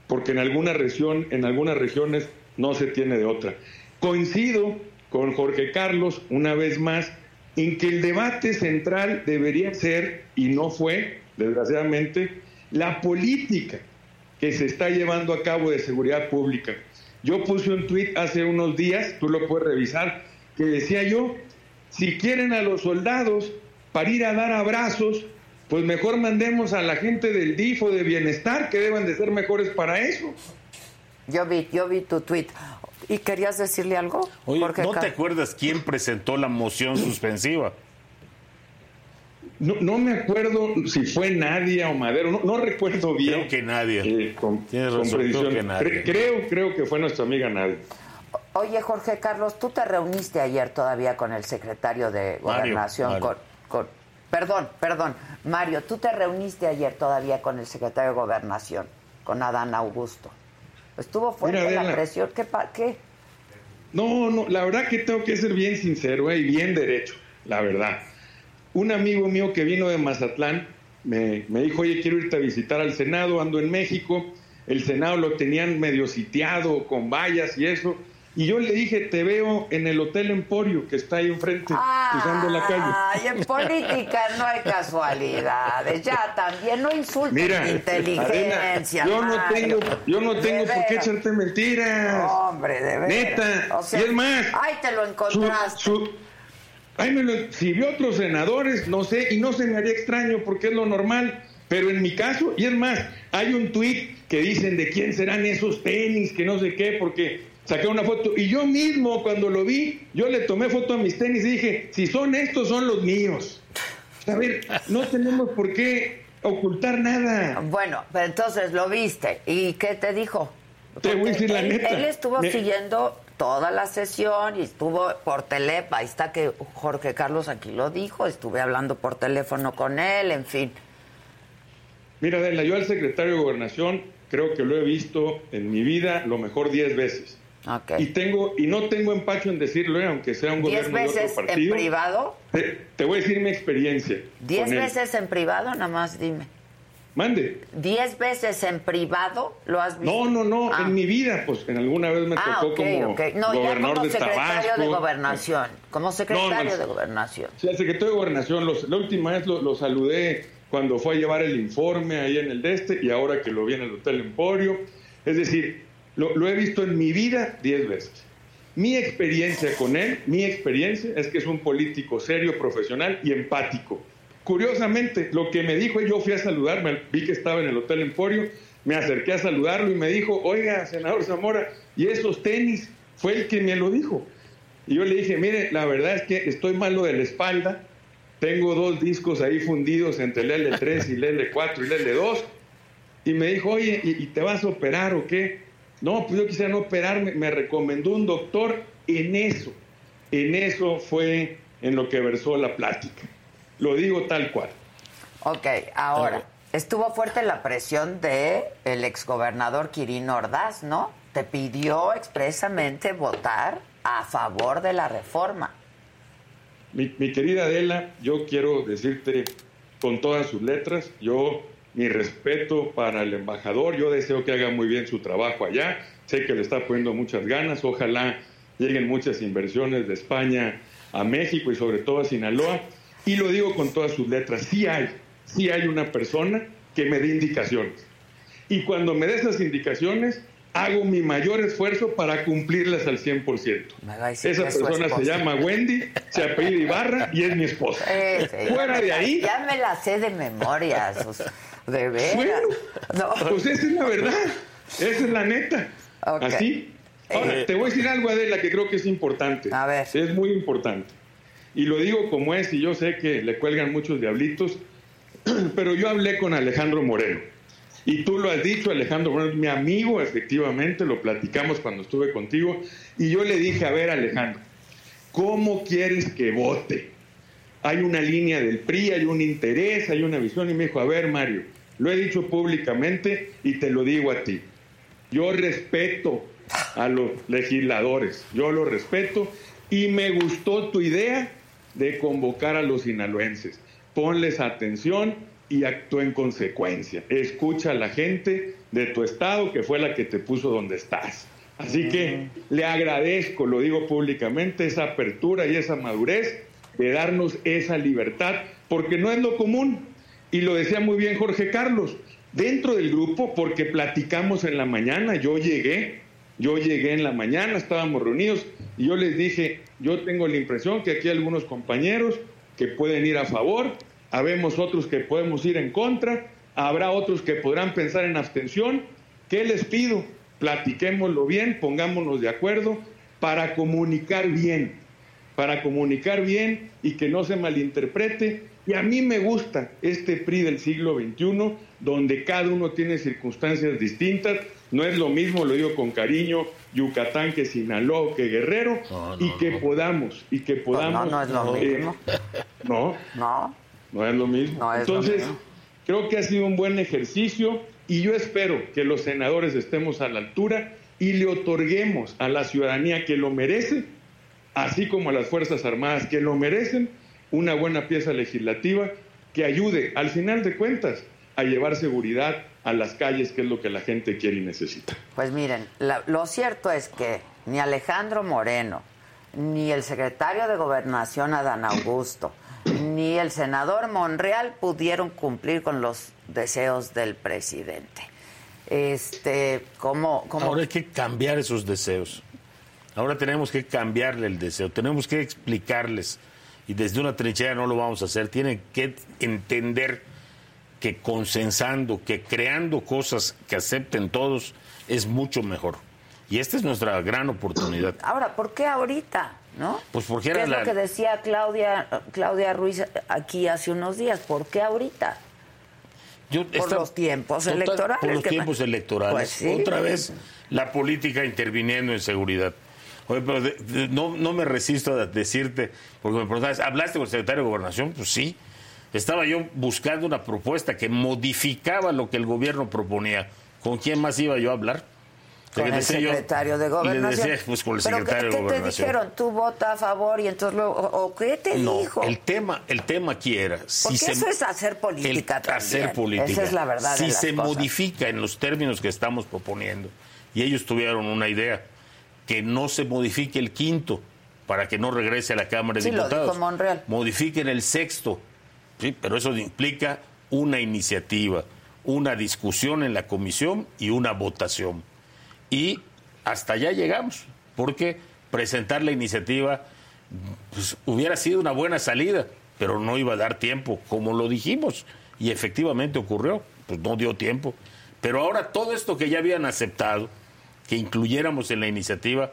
S11: porque en alguna región, en algunas regiones no se tiene de otra. Coincido con Jorge Carlos una vez más en que el debate central debería ser y no fue, desgraciadamente, la política que se está llevando a cabo de seguridad pública. Yo puse un tuit hace unos días, tú lo puedes revisar, que decía yo, si quieren a los soldados para ir a dar abrazos, pues mejor mandemos a la gente del DIF o de bienestar, que deban de ser mejores para eso.
S1: Yo vi, yo vi tu tweet. ¿Y querías decirle algo?
S9: Oye,
S1: Jorge
S9: ¿no
S1: Car-
S9: te acuerdas quién presentó la moción suspensiva?
S11: No, no me acuerdo si fue Nadia o Madero, no, no recuerdo bien.
S9: Creo que Nadia.
S11: Eh, con,
S9: Tienes
S11: con
S9: razón, creo
S11: precisión.
S9: que Nadia.
S11: Cre- creo, creo que fue nuestra amiga Nadia.
S1: Oye, Jorge Carlos, tú te reuniste ayer todavía con el secretario de
S9: Mario,
S1: Gobernación.
S9: Mario.
S1: Con, con- perdón, perdón. Mario, tú te reuniste ayer todavía con el secretario de Gobernación, con Adán Augusto. Estuvo fuerte
S11: Mira,
S1: la
S11: Adela.
S1: presión. ¿Qué? pa- qué?
S11: No, no, la verdad que tengo que ser bien sincero eh, y bien derecho, la verdad. Un amigo mío que vino de Mazatlán me, me dijo, oye, quiero irte a visitar al Senado, ando en México, el Senado lo tenían medio sitiado con vallas y eso, y yo le dije, te veo en el Hotel Emporio, que está ahí enfrente, cruzando la calle.
S1: Ay, en política no hay casualidades. Ya también no insultes mi inteligencia.
S11: Adela, yo no
S1: Mario.
S11: tengo, yo no
S1: De
S11: tengo por qué
S1: veras.
S11: echarte mentiras.
S1: Hombre, de veras.
S11: Neta. Y es más,
S1: Ay, te lo
S11: Su-
S1: encontraste.
S11: su- Ay, me lo- si vio otros senadores, no sé, y no se me haría extraño porque es lo normal, pero en mi caso, y es más, hay un tuit que dicen de quién serán esos tenis, que no sé qué, porque saqué una foto, y yo mismo cuando lo vi, yo le tomé foto a mis tenis y dije, si son estos, son los míos. A ver, no tenemos por qué ocultar nada.
S1: Bueno, pero entonces lo viste. ¿Y qué te dijo?
S11: Te voy a decir la
S1: él,
S11: neta.
S1: él estuvo
S11: Me-
S1: siguiendo toda la sesión y estuvo por teléfono. Ahí está que Jorge Carlos aquí lo dijo. Estuve hablando por teléfono con él, en fin.
S11: Mira, Adela, yo al secretario de Gobernación creo que lo he visto en mi vida lo mejor 10 veces.
S1: Ok.
S11: Y tengo y no tengo empacho en decirlo, eh, aunque sea un
S1: ¿Diez
S11: gobierno de otro
S1: veces en
S11: partido.
S1: privado?
S11: Te, te voy a decir mi experiencia.
S1: ¿Diez
S11: con él.
S1: veces en privado? Nada más dime.
S11: Mande.
S1: ¿Diez veces en privado lo has visto?
S11: No, no, no,
S1: Ah.
S11: en mi vida, pues en alguna vez me
S1: Ah,
S11: tocó
S1: ok,
S11: como
S1: ok. No, ya
S11: gobernador
S1: como
S11: de
S1: secretario
S11: Tabasco.
S1: de gobernación. Como secretario
S11: no.
S1: de gobernación.
S11: Sí, al secretario de Gobernación, los- la última vez lo, lo saludé cuando fue a llevar el informe ahí en el de este y ahora que lo vi en el Hotel Emporio. Es decir, lo, lo he visto en mi vida 10 veces. Mi experiencia con él, mi experiencia es que es un político serio, profesional y empático. Curiosamente, lo que me dijo, yo fui a saludarme, vi que estaba en el Hotel Emporio, me acerqué a saludarlo y me dijo, oiga, senador Zamora, ¿y esos tenis? fue el que me lo dijo. Y yo le dije, mire, la verdad es que estoy malo de la espalda, tengo dos discos ahí fundidos entre el L3 y el L4 y el L2. Y me dijo, oye, ¿y, y te vas a operar o qué? No, pues yo quisiera no operarme. Me recomendó un doctor en eso. En eso fue en lo que versó la plática. Lo digo tal cual.
S1: Ok, ahora, estuvo fuerte la presión de el exgobernador Quirino Ordaz, ¿no? Te pidió expresamente votar a favor de la reforma.
S11: Mi, mi querida Adela, yo quiero decirte con todas sus letras, yo mi respeto para el embajador, yo deseo que haga muy bien su trabajo allá, sé que le está poniendo muchas ganas, ojalá lleguen muchas inversiones de España a México y sobre todo a Sinaloa, y lo digo con todas sus letras, sí hay, sí hay una persona que me dé indicaciones, y cuando me dé esas indicaciones, hago mi mayor esfuerzo para cumplirlas al 100%.
S1: Me va a decir
S11: Esa
S1: que es su
S11: persona se
S1: esposa.
S11: llama Wendy, se apellida Ibarra y es mi esposa.
S1: Sí, sí, ya
S11: Fuera
S1: me
S11: de
S1: la-
S11: ahí,
S1: Ya me la sé
S11: *laughs*
S1: de memoria, sus- de veras.
S11: Bueno,
S1: No.
S11: pues esa es la verdad, esa es la neta.
S1: Ok.
S11: Así. Ahora,
S1: Eh.
S11: te voy a decir algo, Adela, que creo que es importante.
S1: A ver.
S11: Es muy importante. Y lo digo como es, y yo sé que le cuelgan muchos diablitos, *clears throat* pero yo hablé con Alejandro Moreno. Y tú lo has dicho, Alejandro Moreno, es mi amigo, efectivamente, lo platicamos cuando estuve contigo. Y yo le dije, a ver, Alejandro, ¿cómo quieres que vote? hay una línea del PRI, hay un interés, hay una visión. Y me dijo, a ver, Mario, lo he dicho públicamente y te lo digo a ti. Yo respeto a los legisladores, yo los respeto y me gustó tu idea de convocar a los sinaloenses. Ponles atención y actúa en consecuencia. Escucha a la gente de tu estado que fue la que te puso donde estás. Así que le agradezco, lo digo públicamente, esa apertura y esa madurez de darnos esa libertad, porque no es lo común. Y lo decía muy bien Jorge Carlos, dentro del grupo, porque platicamos en la mañana, yo llegué, yo llegué en la mañana, estábamos reunidos, y yo les dije, yo tengo la impresión que aquí hay algunos compañeros que pueden ir a favor, habemos otros que podemos ir en contra, habrá otros que podrán pensar en abstención. ¿Qué les pido? Platiquémoslo bien, pongámonos de acuerdo para comunicar bien para comunicar bien y que no se malinterprete. Y a mí me gusta este PRI del siglo XXI, donde cada uno tiene circunstancias distintas. No es lo mismo, lo digo con cariño, Yucatán que Sinaloa, que Guerrero, y que podamos, y que podamos...
S1: no es lo
S11: eh,
S1: mismo.
S11: no,
S1: No.
S11: no es lo mismo.
S1: No es lo
S11: Entonces,
S1: mismo.
S11: creo que ha sido un buen ejercicio y yo espero que los senadores estemos a la altura y le otorguemos a la ciudadanía que lo merece, así como a las Fuerzas Armadas que lo merecen, una buena pieza legislativa que ayude, al final de cuentas, a llevar seguridad a las calles, que es lo que la gente quiere y necesita.
S1: Pues miren, la- lo cierto es que ni Alejandro Moreno, ni el secretario de Gobernación Adán Augusto, ni el senador Monreal pudieron cumplir con los deseos del presidente. Este, como, como
S9: Ahora hay que cambiar esos deseos. Ahora tenemos que cambiarle el deseo. Tenemos que explicarles. Y desde una trinchera no lo vamos a hacer. Tienen que entender que consensando, que creando cosas que acepten todos, es mucho mejor. Y esta es nuestra gran oportunidad.
S1: Ahora, ¿por qué ahorita? ¿No?
S9: Pues porque era
S1: ¿Qué es
S9: la-
S1: lo que decía Claudia, Claudia Ruiz eh, aquí hace unos días. ¿Por qué ahorita?
S9: Yo esta-
S1: los tiempos
S9: total,
S1: electorales
S9: Por los
S1: que-
S9: tiempos electorales.
S1: Pues sí.
S9: Otra vez la política interviniendo en seguridad. Oye, pero de- de- no, no me resisto a decirte, porque me preguntabas, ¿hablaste con el secretario de Gobernación? Pues sí. Estaba yo buscando una propuesta que modificaba lo que el gobierno proponía. ¿Con quién más iba yo a hablar?
S1: Con
S9: Le
S1: el
S9: decía yo-
S1: secretario de
S9: le
S1: Gobernación.
S9: decía, pues, con el
S1: ¿Pero qué-
S9: secretario de
S1: qué, te
S9: Gobernación.
S1: dijeron? ¿Tú vota a favor y entonces luego... ¿O o qué te
S9: No,
S1: dijo?
S9: el tema, el tema aquí era. si
S1: Porque
S9: se-
S1: eso es hacer política
S9: el
S1: también. ¿eh?
S9: Hacer política.
S1: Esa es la verdad de
S9: Si
S1: las
S9: se
S1: cosas.
S9: modifica en los términos que estamos proponiendo, y ellos tuvieron una idea, que no se modifique el quinto para que no regrese a la Cámara
S1: Sí,
S9: de
S1: lo
S9: Diputados.
S1: dijo Monreal.
S9: Modifiquen el sexto. Sí, pero eso implica una iniciativa, una discusión en la comisión y una votación. Y hasta allá llegamos, porque presentar la iniciativa pues, hubiera sido una buena salida, pero no iba a dar tiempo, como lo dijimos, y efectivamente ocurrió, pues no dio tiempo. Pero ahora todo esto que ya habían aceptado, que incluyéramos en la iniciativa,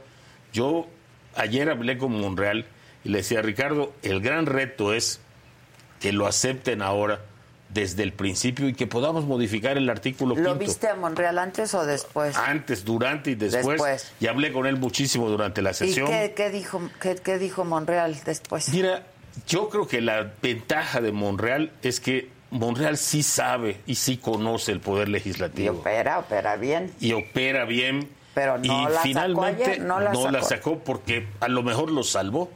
S9: Yo ayer hablé con Monreal y le decía, Ricardo, el gran reto es que lo acepten ahora desde el principio y que podamos modificar el
S1: ¿Lo
S9: artículo quinto.
S1: viste a Monreal antes o después?
S9: Antes, durante y después,
S1: Después.
S9: Y hablé con él muchísimo durante la
S1: ¿Y
S9: sesión.
S1: qué, qué dijo, qué, qué dijo Monreal después?
S9: Mira, yo creo que la ventaja de Monreal es que Monreal sí sabe y sí conoce el poder
S1: Y
S9: legislativo
S1: opera, opera bien.
S9: y opera bien.
S1: Pero no
S9: y
S1: la sacó
S9: finalmente
S1: ayer, no la sacó.
S9: sacó porque a lo mejor lo salvó.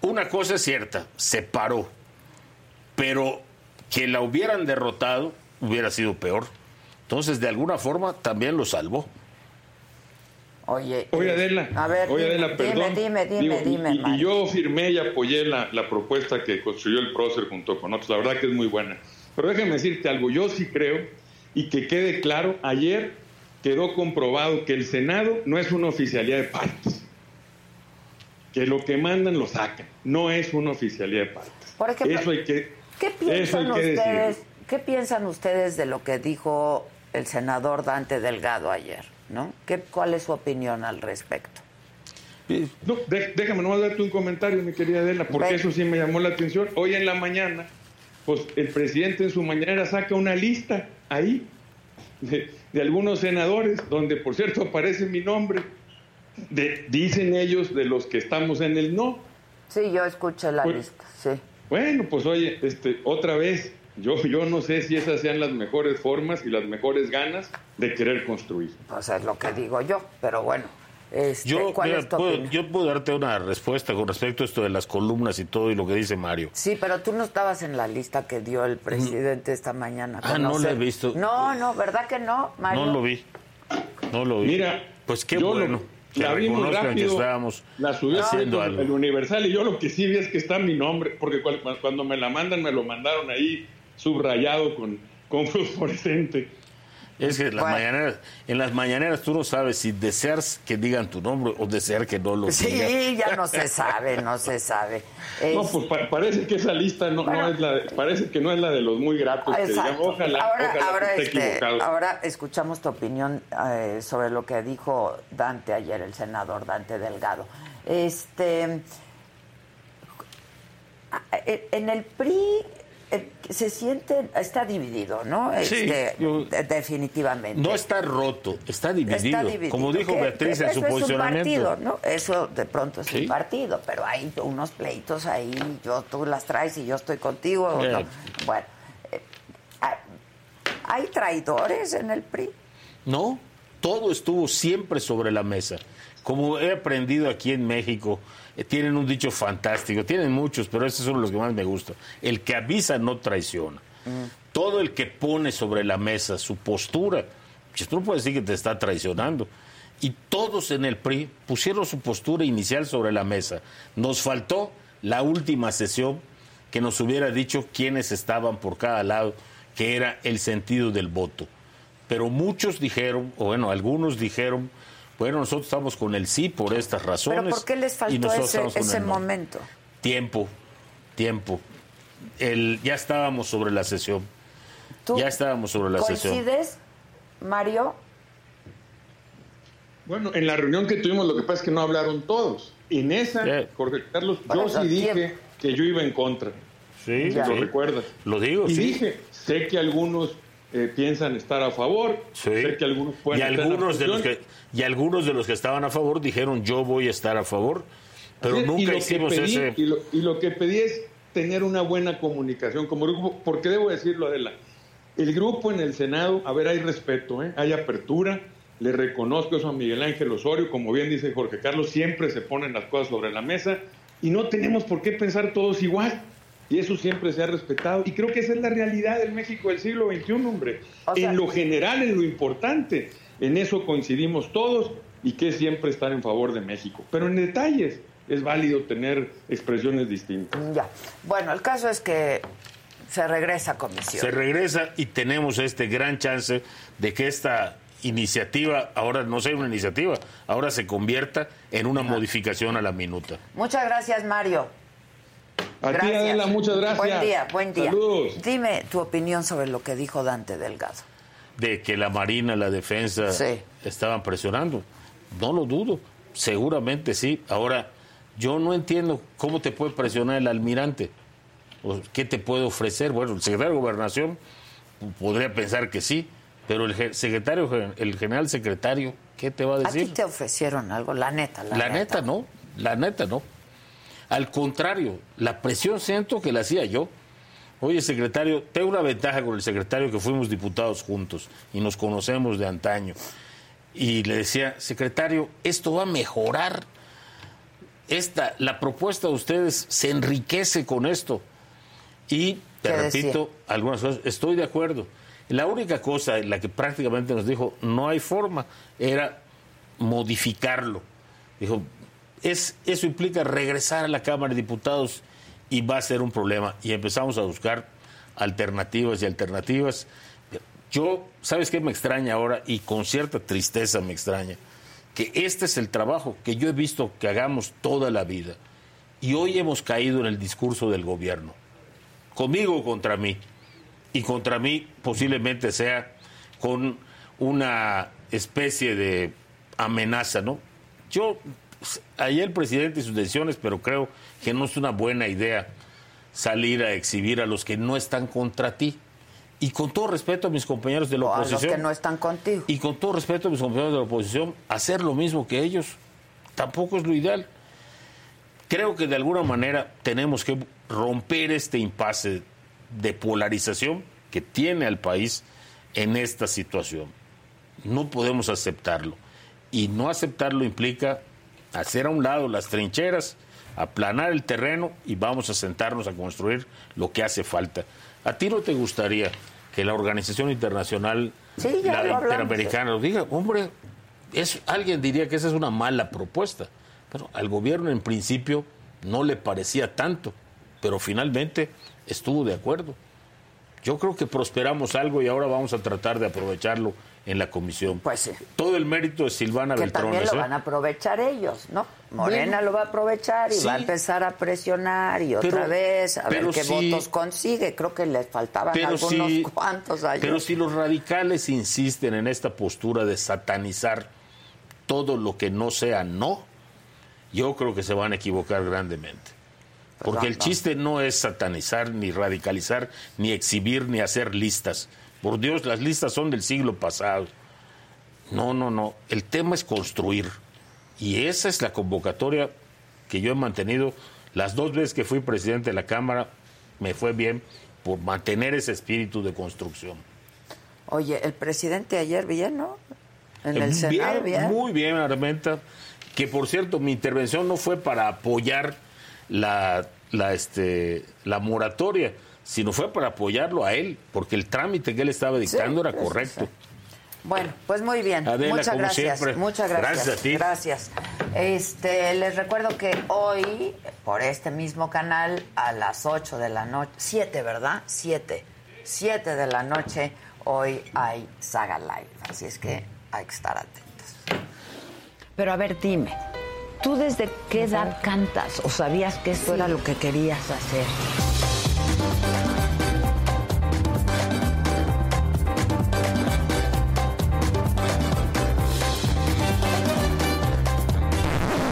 S9: Una cosa es cierta, se paró, pero que la hubieran derrotado hubiera sido peor. Entonces, de alguna forma, también lo salvó.
S1: Oye,
S11: Oye,
S1: y-
S11: Adela.
S1: a ver,
S11: oye,
S1: dime,
S11: Adela, perdón.
S1: dime, dime,
S11: Digo,
S1: dime,
S11: y-
S1: dime,
S11: y- y,
S1: Mario.
S11: yo firmé y apoyé la, la propuesta que construyó el prócer junto con otros. La verdad que es muy buena. Pero déjame decirte algo. Yo sí creo, y que quede claro, ayer quedó comprobado que el Senado no es una oficialía de partes. Que lo que mandan lo sacan. No es una oficialía de partes.
S1: Por ejemplo,
S11: eso hay que,
S1: ¿Qué
S11: eso hay
S1: piensan
S11: que decirlo.
S1: ustedes? ¿Qué piensan ustedes de lo que dijo el senador Dante Delgado ayer? ¿No? ¿Qué, ¿Cuál es su opinión al respecto?
S11: No, dé- déjame nomás darte un comentario, mi querida Adela, porque
S1: Ven.
S11: eso sí me llamó la atención. Hoy en la mañana, pues el presidente en su mañanera saca una lista ahí de, de algunos senadores, donde por cierto aparece mi nombre. De- dicen ellos de los que estamos en el no.
S1: Sí, yo escuché la
S11: Pues-
S1: lista, sí.
S11: Bueno, pues oye, este, otra vez, yo, yo no sé si esas sean las mejores formas y las mejores ganas de querer construir.
S1: O sea, Pues, es lo que digo yo, pero bueno. Este,
S9: Yo,
S1: ¿Cuál
S9: mira,
S1: es tu
S9: puedo,
S1: opinión?
S9: yo puedo darte una respuesta con respecto a esto de las columnas y todo y lo que dice Mario.
S1: Sí, pero tú no estabas en la lista que dio el presidente esta mañana.
S9: Ah, no
S1: conocer.
S9: la he visto.
S1: No, no, ¿verdad que no, Mario?
S9: No lo vi. No lo vi.
S11: Mira,
S9: pues qué
S11: yo lo-
S9: bueno. que
S11: la vi muy
S9: reconozcan que
S11: rápido.
S9: estábamos
S11: la subí
S9: haciendo
S11: Ah, el,
S9: algo.
S11: el Universal y yo lo que sí vi es que está mi nombre, porque cual- cuando, me la mandan me lo mandaron ahí subrayado con, con *laughs* fosforescente.
S9: Es que las
S1: Bueno.
S9: mañaneras- en las mañaneras tú no sabes si deseas que digan tu nombre o desear que no lo digan.
S1: Sí, ya no se sabe, no se sabe.
S11: No,
S1: Este,
S11: pues pa- parece que esa lista no, no
S1: Bueno.
S11: es la de- parece que no es la de los muy gratos. Que
S1: Exacto.
S11: digamos, ojalá,
S1: ahora,
S11: ojalá
S1: ahora,
S11: que esté
S1: este,
S11: equivocado.
S1: ahora escuchamos tu opinión eh, sobre lo que dijo Dante ayer, el senador Dante Delgado. Este, a- e- en el PRI eh, se siente, está dividido, ¿no?
S9: Sí,
S1: Este,
S9: yo-
S1: de- definitivamente.
S9: *laughs* No está roto, está dividido.
S1: Está dividido.
S9: Como dijo
S1: Que-
S9: Beatriz
S1: que
S9: en su
S1: eso es un
S9: posicionamiento.
S1: partido, ¿no? Eso de pronto es
S9: Sí.
S1: un partido, pero hay unos pleitos ahí, yo tú las traes y yo estoy contigo. o no.
S9: Eh.
S1: Bueno, eh, ¿hay- ¿hay traidores en el PRI?
S9: No, todo estuvo siempre sobre la mesa. Como he aprendido aquí en México, eh, tienen un dicho fantástico, tienen muchos, pero esos son los que más me gustan. El que avisa no traiciona. Todo el que pone sobre la mesa su postura, pues tú no puedes decir que te está traicionando. Y todos en el PRI pusieron su postura inicial sobre la mesa. Nos faltó la última sesión que nos hubiera dicho quiénes estaban por cada lado, que era el sentido del voto. Pero muchos dijeron, o bueno, algunos dijeron, bueno, nosotros estamos con el sí por estas razones.
S1: ¿Pero por qué les
S9: y
S1: faltó
S9: nosotros
S1: ese,
S9: estamos con
S1: ese
S9: el no.
S1: momento?
S9: Tiempo, tiempo. El, ya estábamos sobre la sesión.
S1: ¿Tú
S9: Ya estábamos sobre la sesión.
S1: coincides, Mario?
S11: Bueno, en la reunión que tuvimos lo que pasa es que no hablaron todos. En esa,
S9: Sí.
S11: Jorge Carlos,
S1: Por
S11: yo
S1: eso,
S11: sí dije
S1: tiempo.
S11: que yo iba en contra.
S9: Sí,
S1: Ya.
S11: ¿Lo
S9: sí.
S11: recuerdas?
S9: Lo digo,
S11: Y
S9: sí.
S11: dije, sé que algunos eh, piensan estar a favor,
S9: Sí.
S11: sé que algunos
S9: y
S11: pueden estar en
S9: algunos de los
S11: oposición.
S9: que y algunos de los que estaban a favor dijeron yo voy a estar a favor, pero
S11: Así es, y
S9: nunca
S11: lo que
S9: hicimos
S11: pedí-
S9: ese
S11: Y lo, y lo que pedí es tener una buena comunicación como grupo, porque debo decirlo, Adela, el grupo en el Senado, a ver, hay respeto, ¿eh? hay apertura, le reconozco eso a Miguel Ángel Osorio, como bien dice Jorge Carlos, siempre se ponen las cosas sobre la mesa y no tenemos por qué pensar todos igual. Y eso siempre se ha respetado. Y creo que esa es la realidad del México del siglo XXI, hombre.
S1: O sea-
S11: en lo general, en lo importante. En eso coincidimos todos y que siempre estar en favor de México. Pero en detalles es válido tener expresiones distintas.
S1: Ya. Bueno, el caso es que se regresa a comisión.
S9: Se regresa y tenemos este gran chance de que esta iniciativa ahora no sea una iniciativa, ahora se convierta en una modificación a la minuta.
S1: Muchas gracias, Mario.
S11: A ti, Adela, muchas gracias.
S1: Buen día, buen día.
S11: Saludos.
S1: Dime tu opinión sobre lo que dijo Dante Delgado.
S9: De que la Marina, la defensa
S1: Sí.
S9: estaban presionando. No lo dudo, Seguramente sí. Ahora, yo no entiendo cómo te puede presionar el almirante. O ¿Qué te puede ofrecer? Bueno, el secretario de Gobernación podría pensar que sí, pero el ge- secretario, gen- el general secretario, ¿qué te va a
S1: ¿A ti
S9: decir?
S1: te ofrecieron algo? La neta, la,
S9: La neta no, la neta no. Al contrario, la presión siento que la hacía yo. Oye, secretario, tengo una ventaja con el secretario que fuimos diputados juntos y nos conocemos de antaño. Y le decía, secretario, esto va a mejorar. Esta, la propuesta de ustedes se enriquece con esto. Y,
S1: ¿Qué
S9: te
S1: decía?
S9: repito, algunas cosas, estoy de acuerdo. La única cosa en la que prácticamente nos dijo, no hay forma, era modificarlo. Dijo, es, eso implica regresar a la Cámara de Diputados y va a ser un problema. Y empezamos a buscar alternativas y alternativas. Yo, ¿sabes qué me extraña ahora? Y con cierta tristeza me extraña. Que este es el trabajo que yo he visto que hagamos toda la vida. Y hoy hemos caído en el discurso del gobierno. Conmigo o contra mí. Y contra mí posiblemente sea con una especie de amenaza, ¿no? Yo, pues, allá el presidente y sus decisiones, pero creo que no es una buena idea salir a exhibir a los que no están contra ti. Y con todo respeto a mis compañeros de la
S1: O a los
S9: oposición.
S1: que no están contigo.
S9: Y con todo respeto a mis compañeros de la oposición, hacer lo mismo que ellos tampoco es lo ideal. Creo que de alguna manera tenemos que romper este impasse de polarización que tiene al país en esta situación. No podemos aceptarlo. Y no aceptarlo implica hacer a un lado las trincheras, aplanar el terreno y vamos a sentarnos a construir lo que hace falta. ¿A ti no te gustaría que la organización internacional,
S1: Sí, ya
S9: la
S1: lo hablamos.
S9: interamericana, lo diga? Hombre, es, alguien diría que esa es una mala propuesta, pero al gobierno en principio no le parecía tanto, pero finalmente estuvo de acuerdo. Yo creo que prosperamos algo y ahora vamos a tratar de aprovecharlo en la comisión.
S1: Pues sí.
S9: Todo el mérito de Silvana
S1: Que también
S9: Beltrones.
S1: lo
S9: ¿eh?
S1: van a aprovechar ellos, ¿no? Morena lo va a aprovechar y
S9: sí.
S1: va a empezar a presionar y otra
S9: Pero-
S1: vez a ver
S9: pero
S1: qué
S9: sí.
S1: votos consigue. Creo que les faltaban
S9: Pero
S1: algunos
S9: si-
S1: cuantos años.
S9: Pero si los radicales insisten en esta postura de satanizar todo lo que no sea no, yo creo que se van a equivocar grandemente. Porque el
S1: no.
S9: chiste no es satanizar, ni radicalizar, ni exhibir, ni hacer listas. Por Dios, las listas son del siglo pasado. No, no, no. El tema es construir. Y esa es la convocatoria que yo he mantenido. Las dos veces que fui presidente de la Cámara, me fue bien por mantener ese espíritu de construcción.
S1: Oye, el presidente ayer bien, ¿no? En el
S9: Eh, Bien,
S1: Senado bien.
S9: Muy bien, Armenta. Que por cierto, mi intervención no fue para apoyar la, la, este, la moratoria, sino fue para apoyarlo a él, porque el trámite que él estaba dictando era
S1: sí, sí,
S9: correcto.
S1: Bueno, pues muy bien.
S9: Adela,
S1: muchas
S9: como
S1: gracias.
S9: siempre,
S1: Muchas gracias.
S9: gracias a ti.
S1: Gracias. Este, les recuerdo que hoy, por este mismo canal, a las 8 de la noche, 7, ¿verdad? 7. 7 de la noche, hoy hay Saga Live. Así es que hay que estar atentos. Pero a ver, dime, ¿tú desde qué edad cantas o sabías que esto era lo que querías hacer?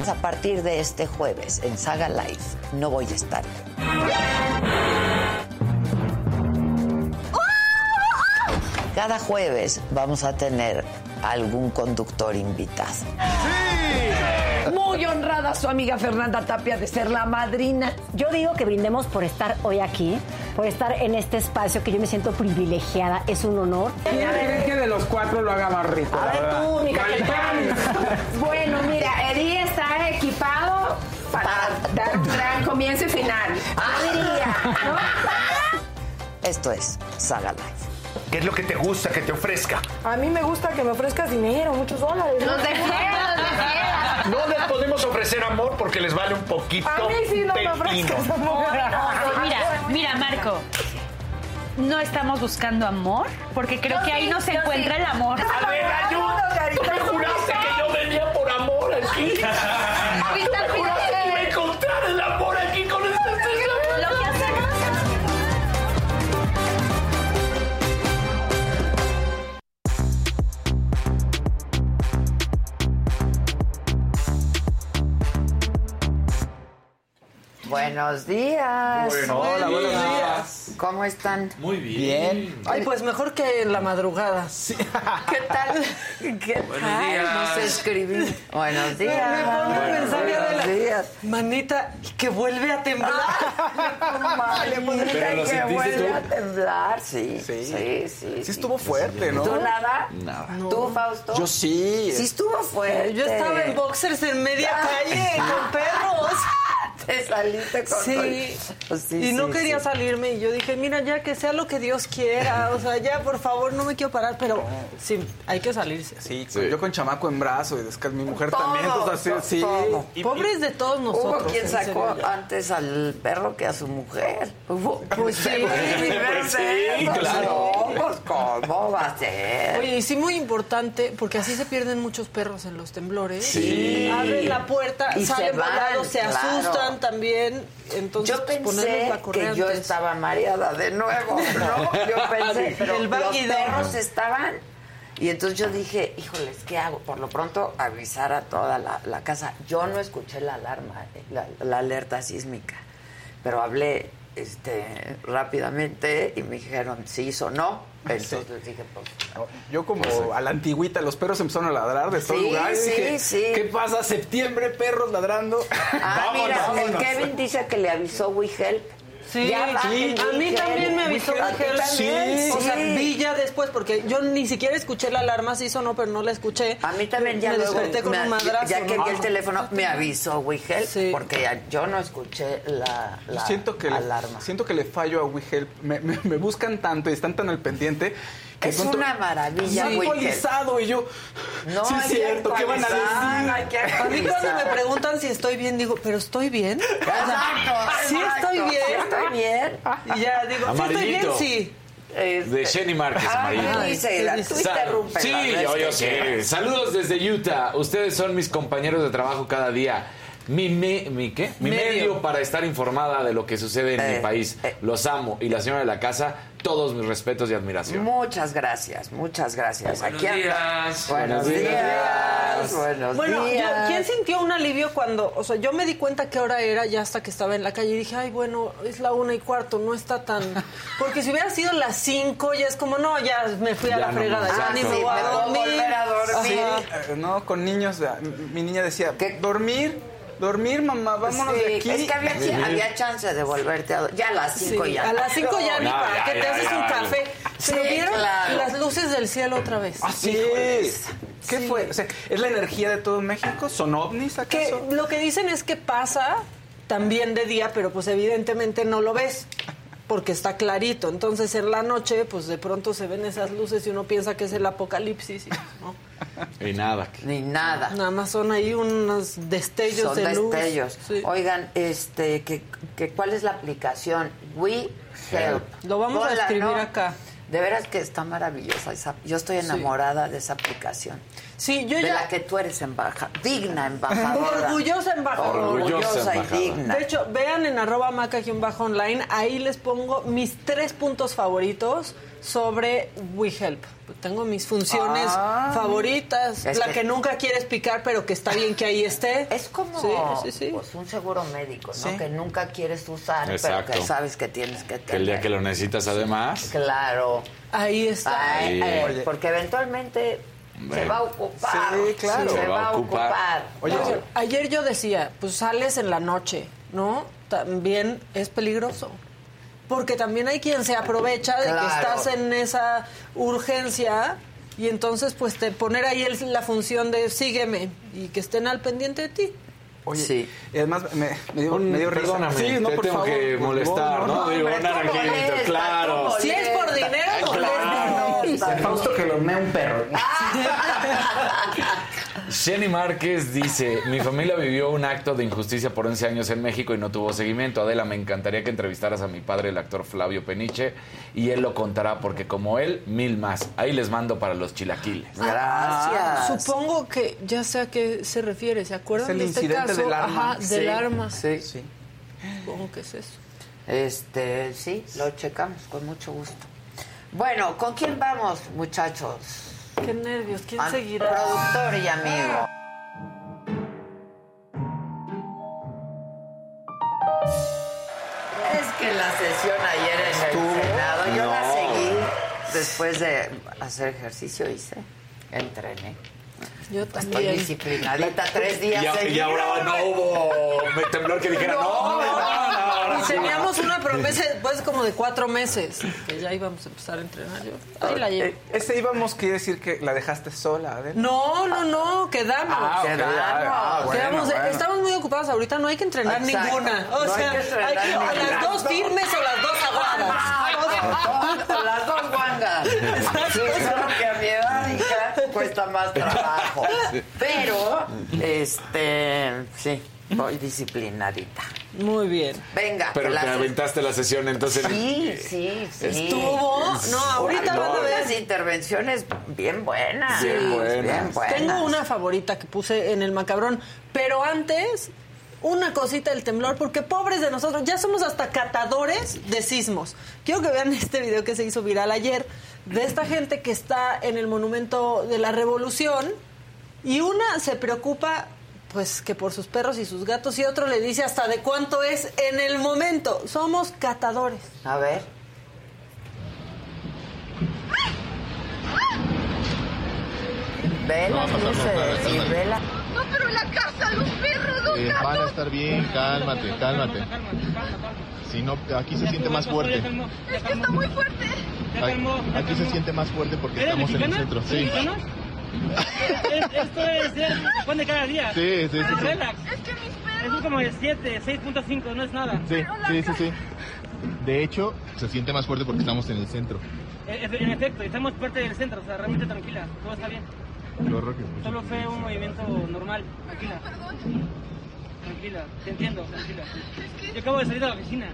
S1: A partir de este jueves en Saga Live no voy a estar. yo. Cada jueves vamos a tener algún conductor invitado.
S12: Muy honrada su amiga Fernanda Tapia de ser la madrina.
S11: Yo digo que brindemos por estar hoy aquí, por estar en este espacio que yo me siento privilegiada, es un honor.
S13: que de los cuatro lo haga más rico.
S11: A ver tú, mija, que tal.
S12: Bueno, mira, Edi está equipado para dar un gran comienzo y final.
S5: Ah.
S12: Yo diría,
S1: Esto es Saga Live.
S14: ¿Qué es lo que te gusta que te ofrezca?
S12: ¿no? A mí me gusta que me ofrezcas dinero, muchos dólares.
S14: Los de
S12: feo, los de
S14: No les podemos ofrecer amor porque les vale un poquito.
S12: A mí sí no me
S14: pepino.
S12: ofrezcas
S15: Oh,
S12: amor.
S15: Mira, mira, Marco. No estamos buscando amor, porque creo
S12: Yo
S15: que ahí
S12: sí,
S15: no se
S12: yo
S15: encuentra
S12: sí.
S15: el amor.
S14: A ver, ayúdame. *laughs* Tú me juraste que yo venía por
S13: *laughs*
S14: amor aquí. Tú me juraste que iba a encontrar el amor aquí con esta estrella.
S1: Buenos días.
S16: Bueno, hola, buenos días.
S1: ¿Cómo están?
S16: Muy
S1: bien.
S16: Ay, pues mejor que en la madrugada.
S1: ¿Qué tal? ¿Qué tal? No sé escribir. Buenos días.
S16: Me pone un mensaje de la-
S1: Manita, que vuelve a temblar. le pone
S16: Pero
S1: que
S16: lo sentiste
S1: vuelve
S16: tú.
S1: a temblar, sí. Sí, sí. Sí,
S16: estuvo fuerte,
S1: ¿Tú nada? ¿Tú, Fausto?
S16: Yo sí.
S1: Sí estuvo fuerte.
S17: Yo estaba en boxers en media
S1: Ah.
S17: calle con perros.
S1: Te saliste con
S17: Sí.
S1: Pues sí,
S17: y no
S1: sí,
S17: quería
S1: sí.
S17: salirme y yo dije, mira, ya que sea lo que Dios quiera, o sea, ya por favor no me quiero parar, pero sí, hay que salirse.
S16: Sí, yo con chamaco en brazo y después mi mujer
S17: Todo,
S16: también. Entonces,
S17: to-
S16: así, sí.
S17: todo.
S16: Y-
S17: Pobres de todos nosotros.
S1: Hubo quien
S17: en
S1: sacó
S17: serio, ya.
S1: antes al perro que a su mujer. Hubo, *laughs* pues
S17: sí,
S1: pues
S17: sí, claro.
S1: No, pues, ¿cómo va a ser?
S17: Oye, y sí muy importante, porque así se pierden muchos perros en los temblores.
S1: Sí.
S17: Abren la puerta,
S1: Y
S17: salen
S1: se van,
S17: volados, se
S1: claro.
S17: asustan también. Entonces,
S1: Yo
S17: pues,
S1: pensé
S17: ponerles la correa
S1: que yo
S17: antes.
S1: estaba mareada de nuevo, ¿no? Yo pensé, pero
S17: El
S1: los
S17: váguido.
S1: perros estaban... Y entonces yo dije, híjoles, ¿qué hago? Por lo pronto avisar a toda la, la casa. Yo no escuché la alarma, eh, la, la alerta sísmica, pero hablé este, rápidamente y me dijeron, sí sonó. Entonces dije, pues...
S16: Yo como a la antigüita, los perros empezaron a ladrar de todo
S1: Sí,
S16: lugar. y
S1: sí,
S16: dije,
S1: sí.
S16: ¿Qué pasa? Septiembre, perros ladrando. *laughs*
S1: Ah,
S16: Vámonos,
S1: mira, el
S16: vámonos.
S1: Kevin dice que le avisó We Help.
S17: Sí,
S1: Ya bajen
S17: sí.
S1: We
S17: a mí
S1: Help.
S17: también me
S1: We
S17: avisó
S1: Help. ¿A ti
S17: mujer.
S1: también?
S17: O sea,
S1: Sí.
S17: vi ya después, porque yo ni siquiera escuché la alarma, sí sonó, pero no la escuché. A mí
S1: también ya
S17: me
S1: luego
S17: desperté con
S1: me-
S17: un madrazo.
S1: Ya que
S17: ¿no?
S1: vi el teléfono, me avisó We Help, porque ya- yo no escuché la,
S16: Yo
S1: la
S16: siento que
S1: alarma.
S16: Le, siento que le fallo a WeHelp. Me, me- me buscan tanto y están tan al pendiente. Que
S1: Es
S16: de pronto-
S1: una maravilla,
S16: Sí,
S1: WeHelp.
S16: actualizado y yo.
S1: No,
S16: sí, es
S1: hay que
S16: cierto, ¿qué van a decir?
S1: actualizar, hay que
S17: A mí cuando me
S1: actualizar.
S17: preguntan si estoy bien, digo, pero estoy bien. O sea,
S1: Exacto,
S17: Sí
S1: exacto,
S17: estoy
S1: sí
S17: bien.
S1: estoy bien.
S17: Y ya digo, sí estoy bien,
S18: Amarillito.
S17: sí.
S18: De Jenny Márquez,
S17: Ah,
S18: Amarillito.
S17: ¿qué dice? La- tú
S18: Sa-
S17: interrúmpela,
S18: Sí,
S17: no es
S18: yo,
S17: que
S18: yo sé.
S17: quieras.
S18: Saludos desde Utah. Ustedes son mis compañeros de trabajo cada día. Mi, me- mi, ¿qué? mi medio.
S17: Medio. Eh,
S18: para estar informada de lo que sucede en mi país. Los amo. Y la señora de la casa, todos mis respetos y admiración.
S1: Muchas gracias, muchas gracias.
S18: Buenos
S1: Aquí anda.
S18: días.
S1: Buenos
S18: Buenos
S1: días. Buenos
S17: Bueno, yo-
S1: días.
S17: ¿quién sintió un alivio cuando, o sea, yo me di cuenta qué hora era ya hasta que estaba en la calle y dije, ay, bueno, es la una y cuarto, no está tan... Porque si hubiera sido las cinco, ya es como, no, ya me fui a
S16: Ya
S17: la
S16: no,
S17: fregada, ya
S1: Ah,
S16: exacto.
S17: ni me voy a dormir.
S16: Sí,
S17: Ajá.
S16: eh, no, con niños. eh, Mi niña decía, dormir, dormir, mamá, vámonos
S1: Sí,
S16: de aquí.
S1: Es que había, había chance de volverte a... Ya a las 5
S17: Sí,
S1: ya.
S17: A las 5 ya ni
S1: No,
S17: para que te
S1: ya,
S17: haces
S1: ya,
S17: un
S1: ya.
S17: café.
S1: Sí,
S17: Pero vieron
S1: claro.
S17: las luces del cielo otra vez.
S16: Ah, sí. ¿Qué fue? O sea, ¿es la energía de todo México? ¿Son ovnis
S17: Que
S16: acaso?
S17: lo que dicen es que pasa también de día, pero pues evidentemente no lo ves porque está clarito. Entonces en la noche, pues de pronto se ven esas luces y uno piensa que es el apocalipsis. y no,
S18: Y nada.
S1: Ni nada.
S17: Mm. nada más son ahí unos destellos
S1: Son
S17: de luz.
S1: destellos. Oigan, este, que, que ¿cuál es la aplicación? We Help.
S17: Lo vamos a
S1: Ponla,
S17: escribir
S1: ¿no?
S17: acá.
S1: De veras que está maravillosa esa. Yo estoy
S17: Sí.
S1: enamorada de esa aplicación.
S17: Sí, yo
S1: de
S17: ya-
S1: la que tú eres embajadora, digna embajadora.
S17: Orgullosa embajadora.
S1: Orgullosa y digna.
S17: De hecho, vean en arroba maca-online, ahí les pongo mis tres puntos favoritos sobre WeHelp. Tengo mis funciones
S1: Ah.
S17: favoritas,
S1: Es
S17: la
S1: que-
S17: que... nunca quieres picar, pero que está bien que ahí esté. Es como... Sí, sí, sí.
S1: Pues un seguro médico, ¿no?
S17: Sí.
S1: Que nunca quieres usar,
S18: Exacto.
S1: pero que sabes que tienes que tener.
S18: Que el día que lo necesitas, además.
S1: Claro.
S17: Ahí está.
S1: Ay,
S18: Sí.
S1: ay,
S18: Oye.
S1: porque eventualmente se
S18: Bueno.
S1: va a ocupar.
S17: Sí, claro.
S1: Se va a ocupar.
S17: Oye, ayer yo decía, pues sales en la noche, ¿no? También es peligroso. Porque también hay quien se aprovecha de
S1: Claro.
S17: que estás en esa urgencia y entonces pues te poner ahí el- la función de sígueme y que estén al pendiente de ti.
S16: Oye, y además me, me dio,
S18: Un-
S16: me dio risa.
S18: perdóname,
S16: sí, no,
S18: te
S16: por
S18: tengo
S16: favor.
S18: que molestar, ¿no? Digo, un naranjito, claro.
S17: Si es por dinero, molesta.
S18: Fausto que lo un perro. Jenny Márquez dice, mi familia vivió un acto de injusticia por 11 años en México y no tuvo seguimiento. Adela, me encantaría que entrevistaras a mi padre, el actor Flavio Peniche, y él lo contará porque como él, mil más. Ahí les mando para los chilaquiles.
S1: Ah,
S17: Supongo que ya sé a qué se refiere, ¿se acuerdan
S16: Es el
S17: de este
S16: incidente
S17: caso?
S16: del arma.
S17: Ajá, del
S16: Sí.
S17: arma.
S1: Sí.
S17: Supongo que es eso.
S1: Este, sí, lo checamos con mucho gusto. Bueno, ¿con quién vamos, muchachos?
S17: Qué nervios, ¿quién
S1: Am-
S17: seguirá?
S1: Productor y amigo. después de hacer ejercicio hice, entrené.
S17: Yo
S1: Estoy
S17: también.
S1: disciplinadita tres
S18: Y,
S1: días.
S18: a- Ah, y
S1: seguidos.
S18: ahora no hubo me temblor que dijera, no,
S17: Y teníamos una promesa después como de cuatro meses que ya íbamos a empezar a entrenar yo. Ahí la llevo.
S16: Ese Eh, este, íbamos quiere decir que la dejaste sola, Adela.
S17: No, no, no, quedamos.
S16: Ah, ok,
S17: quedamos.
S16: ah, bueno,
S17: Quedamos, eh,
S16: bueno.
S17: Estamos muy ocupados ahorita, no hay que entrenar
S16: Exacto.
S17: ninguna. O
S16: No hay
S17: sea,
S16: que entrenar
S17: hay que- o
S16: ninguna.
S17: las dos firmes o las dos
S1: *laughs*
S17: aguadas.
S1: Con las dos guangas. Sí, claro que a mi edad, hija, cuesta más *laughs* trabajo. Pero, este, sí, voy disciplinadita.
S17: Muy bien.
S1: Venga,
S18: *laughs* Pero
S1: las-
S18: te aventaste la sesión, entonces.
S1: Sí, sí, sí.
S17: Estuvo- no, ahorita
S1: Bueno,
S17: van a ver.
S1: unas intervenciones bien buenas.
S17: Sí.
S1: Bien buenas.
S17: Tengo una favorita que puse en el macabrón, pero antes una cosita del temblor, porque pobres de nosotros, ya somos hasta catadores de sismos. Quiero que vean *laughs* este video que se hizo viral ayer de esta gente que está en el monumento de la revolución y una se preocupa pues que por sus perros y sus gatos y otro le dice hasta de cuánto es en el momento. Somos catadores.
S1: A ver. Ve
S19: No va a pasar nada,
S1: las luces y
S19: cálmate.
S1: ve la-
S19: No, pero la casa, los perros, los
S20: Eh, van a
S19: gatos.
S20: estar bien, cálmate, cálmate. Si no, aquí se siente más fuerte.
S19: Es que está muy fuerte.
S20: Ay, Aquí se siente más fuerte porque
S19: ¿Eres
S20: estamos en el
S19: mexicana?
S20: centro. Sí,
S19: ¿Mexicana?
S21: Esto es el pan de cada día.
S20: Sí, sí, sí, sí.
S21: Relax. Es que mis perros. Es como de 7, 6.5, no es nada.
S20: sí, sí, sí, sí. De hecho, se siente más fuerte porque estamos en el centro.
S21: E- e- En efecto, estamos parte del centro, o sea, realmente tranquila, todo está bien.
S20: Qué horror que escucho.
S21: Solo fue un movimiento normal. Tranquila. Tranquila, te entiendo, tranquila. Yo acabo de salir de la oficina.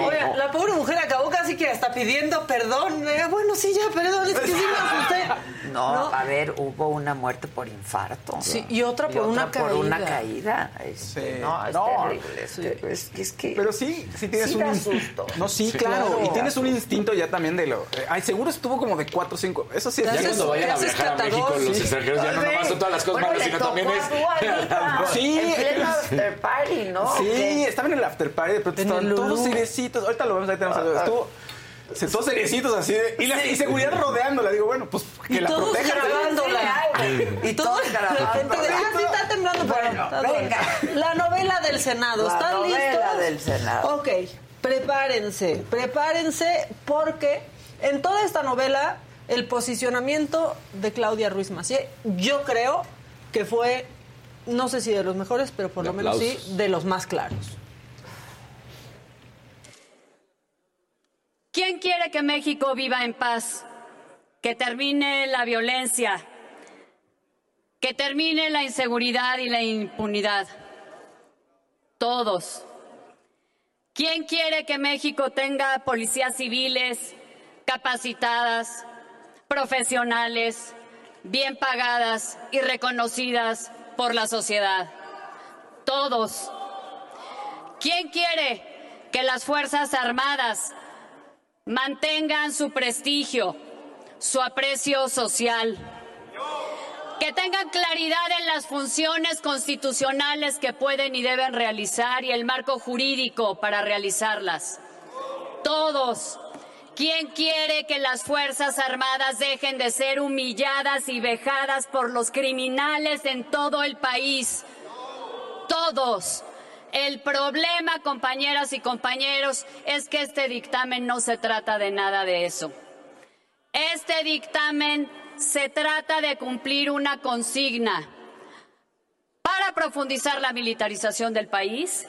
S17: Oiga, la pobre mujer acabó casi que hasta pidiendo perdón. Eh, bueno, sí, ya, perdón, es que sí me asusté.
S1: No,
S17: No.
S1: a ver, hubo una muerte por infarto.
S17: Sí, y otra por una
S1: por una
S17: caída.
S1: caída. Este, No, es terrible. es que- es que- es que-
S16: Pero sí, sí tienes
S1: sí
S16: un
S1: da
S16: in-
S1: susto.
S16: No, sí,
S1: Sí,
S16: claro.
S1: claro.
S16: Y tienes un instinto ya también de lo. eh, Ay, seguro estuvo como de 4 o 5. Eso sí,
S18: Ya
S16: es-
S18: cuando vayan a viajar a México, los extranjeros ya no nomás son todas las cosas malas, sino también es.
S16: Sí,
S17: *laughs*
S1: en
S16: es-
S1: pleno after party, ¿no?
S16: Sí,
S1: Que-
S16: estaban en el after party, de pronto
S1: En
S16: estaban
S1: el Lulú.
S16: todos seriecitos. Ahorita lo vemos, ahí
S17: Ah,
S16: tenemos. algo. Estuvo. se- Todos seriecitos así. de- y, la, y seguridad rodeándola. Digo, bueno, pues que
S17: Y
S16: la
S17: todos
S16: protejan.
S17: grabándola.
S1: Y todo
S17: Toda la gente de, ah, sí está temblando, pero está
S1: venga.
S17: bien. La novela del Senado,
S1: La
S17: ¿están listos?
S1: novela del Senado.
S17: Ok, prepárense, prepárense porque en toda esta novela el posicionamiento de Claudia Ruiz Macié, yo creo que fue, no sé si de los mejores, pero por
S18: De
S17: lo menos sí,
S18: aplausos.
S17: de los más claros.
S22: ¿Quién quiere que México viva en paz? Que termine la violencia, que termine la inseguridad y la impunidad. Todos. ¿Quién quiere que México tenga policías civiles capacitadas, profesionales, bien pagadas y reconocidas por la sociedad? Todos. ¿Quién quiere que las Fuerzas Armadas mantengan su prestigio, su aprecio social, que tengan claridad en las funciones constitucionales que pueden y deben realizar y el marco jurídico para realizarlas. Todos. ¿Quién quiere que las Fuerzas Armadas dejen de ser humilladas y vejadas por los criminales en todo el país? todos. El problema, compañeras y compañeros, es que este dictamen no se trata de nada de eso. Este dictamen se trata de cumplir una consigna para profundizar la militarización del país,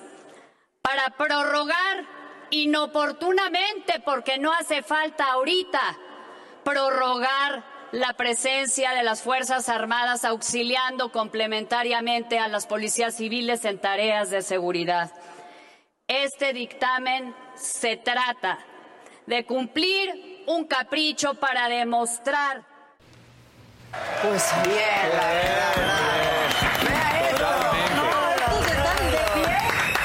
S22: para prorrogar inoportunamente, porque no hace falta ahorita, prorrogar la presencia de las Fuerzas Armadas auxiliando complementariamente a las policías civiles en tareas de seguridad. Este dictamen se trata de cumplir un capricho para demostrar
S17: Pues bien,
S1: la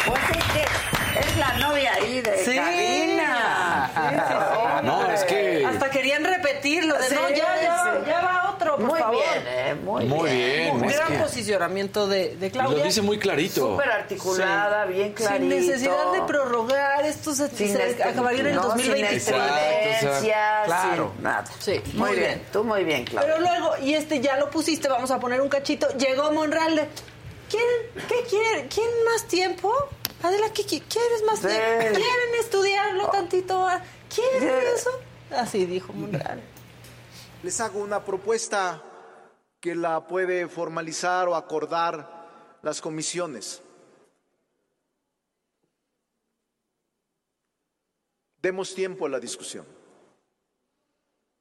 S1: Pues es que es la novia ahí de
S17: Sí.
S1: cabina.
S18: *laughs* No, es que.
S17: Hasta Pues querían repetirlo, de
S1: Sí,
S17: no, ya, ya,
S1: sí.
S17: ya va otro, por
S1: Muy
S17: favor.
S1: bien, eh, muy,
S18: Muy bien,
S17: Un
S18: es
S17: gran
S18: que-
S17: posicionamiento de, de
S18: Y
S17: Claudia.
S18: lo dice muy clarito.
S1: Súper articulada,
S17: Sí.
S1: bien clarito.
S17: Sin necesidad de prorrogar, esto se,
S1: Sin
S17: se
S1: este-
S17: acabaría en el
S1: no, sin
S17: 2023.
S1: estridencias,
S17: Claro.
S1: sin nada.
S17: Sí,
S1: muy
S17: muy
S1: bien.
S17: bien.
S1: Tú muy bien, Claudia.
S17: Pero luego, y este ya lo pusiste, vamos a poner un cachito. Llegó Monreal. ¿Quieren? ¿Qué quieren? ¿Quieren más tiempo? Adela, ¿qué, qui- quieres más
S1: Sí.
S17: tiempo? ¿Quieren estudiarlo tantito? más? ¿Quieren eso? Así dijo Monreal.
S7: Les hago una propuesta que la puede formalizar o acordar las comisiones. Demos tiempo a la discusión.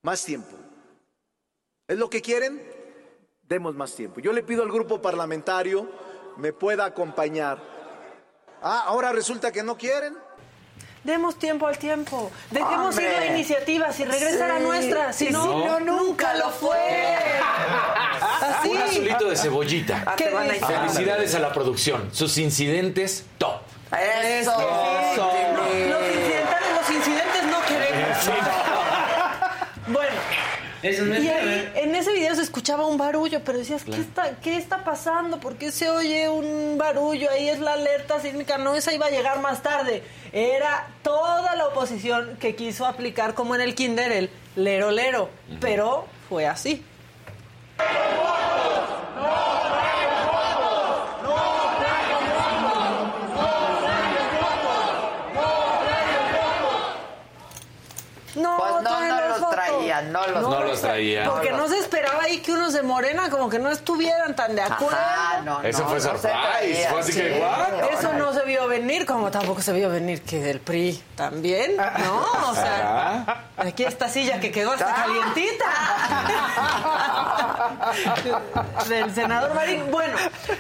S7: Más tiempo. ¿Es lo que quieren? Demos más tiempo. Yo le pido al grupo parlamentario me pueda acompañar. Ah, ahora resulta que no quieren.
S17: Demos tiempo al tiempo. Dejemos
S7: Hombre.
S17: ir la iniciativa si regresar a
S7: Sí.
S17: nuestra. Si
S7: Sí,
S17: no,
S7: sí, no,
S17: nunca lo fue. Así.
S18: Un azulito de cebollita.
S17: Ah, te van a
S1: echar.
S18: Felicidades a la producción. Sus incidentes, top.
S1: Eso.
S17: Eso. Los incidentales, los incidentes no queremos. bueno. Y ahí, en ese video se escuchaba un barullo, pero decías,
S14: Claro.
S17: ¿qué, está, ¿qué está pasando? ¿Por qué se oye un barullo? Ahí es la alerta sísmica, no, esa iba a llegar más tarde. Era toda la oposición que quiso aplicar como en el kinder el lero lero, pero fue así. No,
S1: Pues no,
S17: traen
S1: no
S17: la
S1: los
S17: foto.
S1: traían, no los
S18: No los traían.
S17: Porque no se esperaba ahí que unos de Morena como que no estuvieran tan de acuerdo.
S1: Ah,
S18: Eso fue surprise. fue así que, ¿what?
S17: Eso no se vio venir, como tampoco se vio venir que del PRI también, ¿no? O sea, aquí esta silla que quedó hasta
S1: Ah.
S12: *laughs*
S17: calientita del senador Marín. Bueno,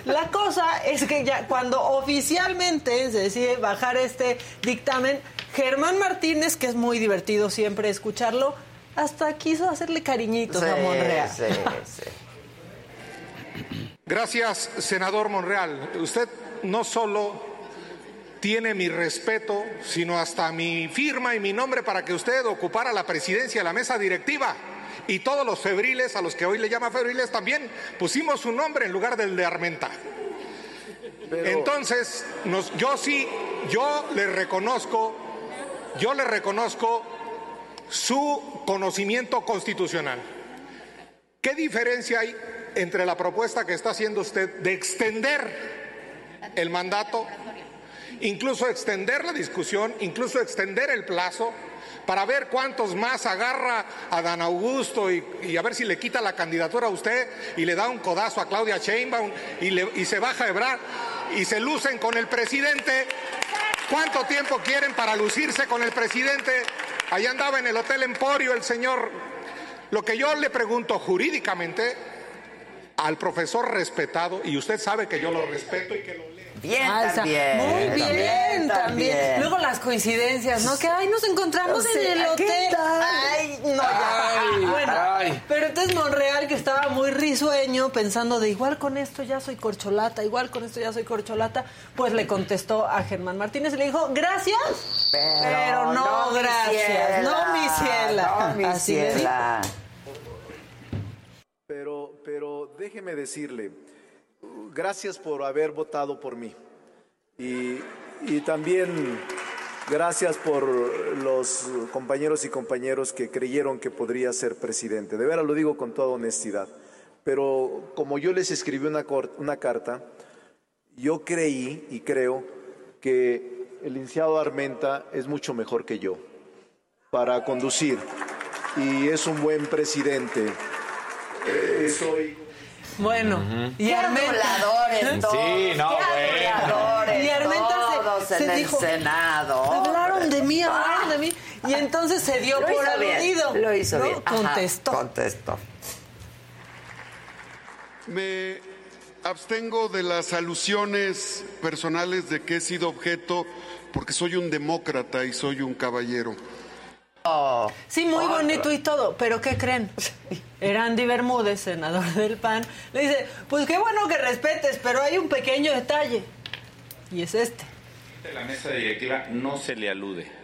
S17: la cosa es que ya cuando oficialmente se decide bajar este dictamen, Germán Martínez, que es muy divertido siempre escucharlo, hasta quiso hacerle cariñitos a Monreal.
S6: *clears throat* Gracias, senador Monreal. Usted no solo tiene mi respeto, sino hasta mi firma y mi nombre para que usted ocupara la presidencia de la mesa directiva. Y todos los febriles, a los que hoy le llama febriles, también pusimos su nombre en lugar del de Armenta. Entonces, nos- yo sí, yo le reconozco, yo le reconozco su conocimiento constitucional. ¿Qué diferencia hay entre la propuesta que está haciendo usted de extender el mandato, incluso extender la discusión, incluso extender el plazo, para ver cuántos más agarra a Dan Augusto y, y a ver si le quita la candidatura a usted y le da un codazo a Claudia Sheinbaum y, le- y se baja a Ebrard y se lucen con el presidente? ¿Cuánto tiempo quieren para lucirse con el presidente? Allá andaba en el Hotel Emporio el señor lo que yo le pregunto jurídicamente al profesor respetado, y usted sabe que yo lo respeto y que lo leo.
S1: Bien,
S17: Ah, está- Muy bien, también, Luego las coincidencias, ¿no? Que, ay, nos encontramos
S1: Sí,
S17: en el
S1: ¿qué
S17: hotel.
S1: tal?
S17: Ay, no, ya.
S1: Ay,
S17: Ah, bueno,
S1: ay.
S17: pero entonces Monreal, que estaba muy risueño, pensando de igual con esto ya soy corcholata, igual con esto ya soy corcholata, pues le contestó a Germán Martínez y le dijo, gracias, pero, no,
S1: mi
S17: gracias, no mi ciela.
S1: No, mi
S17: Así le dijo.
S1: ciela.
S7: Pero, pero déjeme decirle, uh, gracias por haber votado por mí. Y, y también gracias por los uh, compañeros y compañeros que creyeron que podría ser presidente. De veras lo digo con toda honestidad. Pero como yo les escribí una, cor- una carta, yo creí y creo que el licenciado Armenta es mucho mejor que yo para conducir y es un buen presidente. Eh, soy
S17: Bueno, y Armenta.
S1: Aduladores, todos.
S17: Sí, no,
S1: qué
S17: bueno.
S1: aduladores,
S17: Y Armenta se-
S1: todos
S17: se
S1: en
S17: dijo,
S1: el Senado. Ah.
S17: Hablaron de mí, hablaron de mí. Y entonces se dio
S1: Lo
S17: por
S1: hizo bien,
S17: aludido.
S1: Lo hizo
S17: ¿no?
S1: bien. Ajá,
S17: Contestó.
S1: contestó.
S2: Me abstengo de las alusiones personales de que he sido objeto porque soy un demócrata y soy un caballero.
S1: Ah,
S17: Sí, muy bonito y todo, pero ¿qué creen? Era Andy Bermúdez, senador del PAN, le dice, pues qué bueno que respetes, pero hay un pequeño detalle, y es este.
S3: De la mesa directiva no se le alude.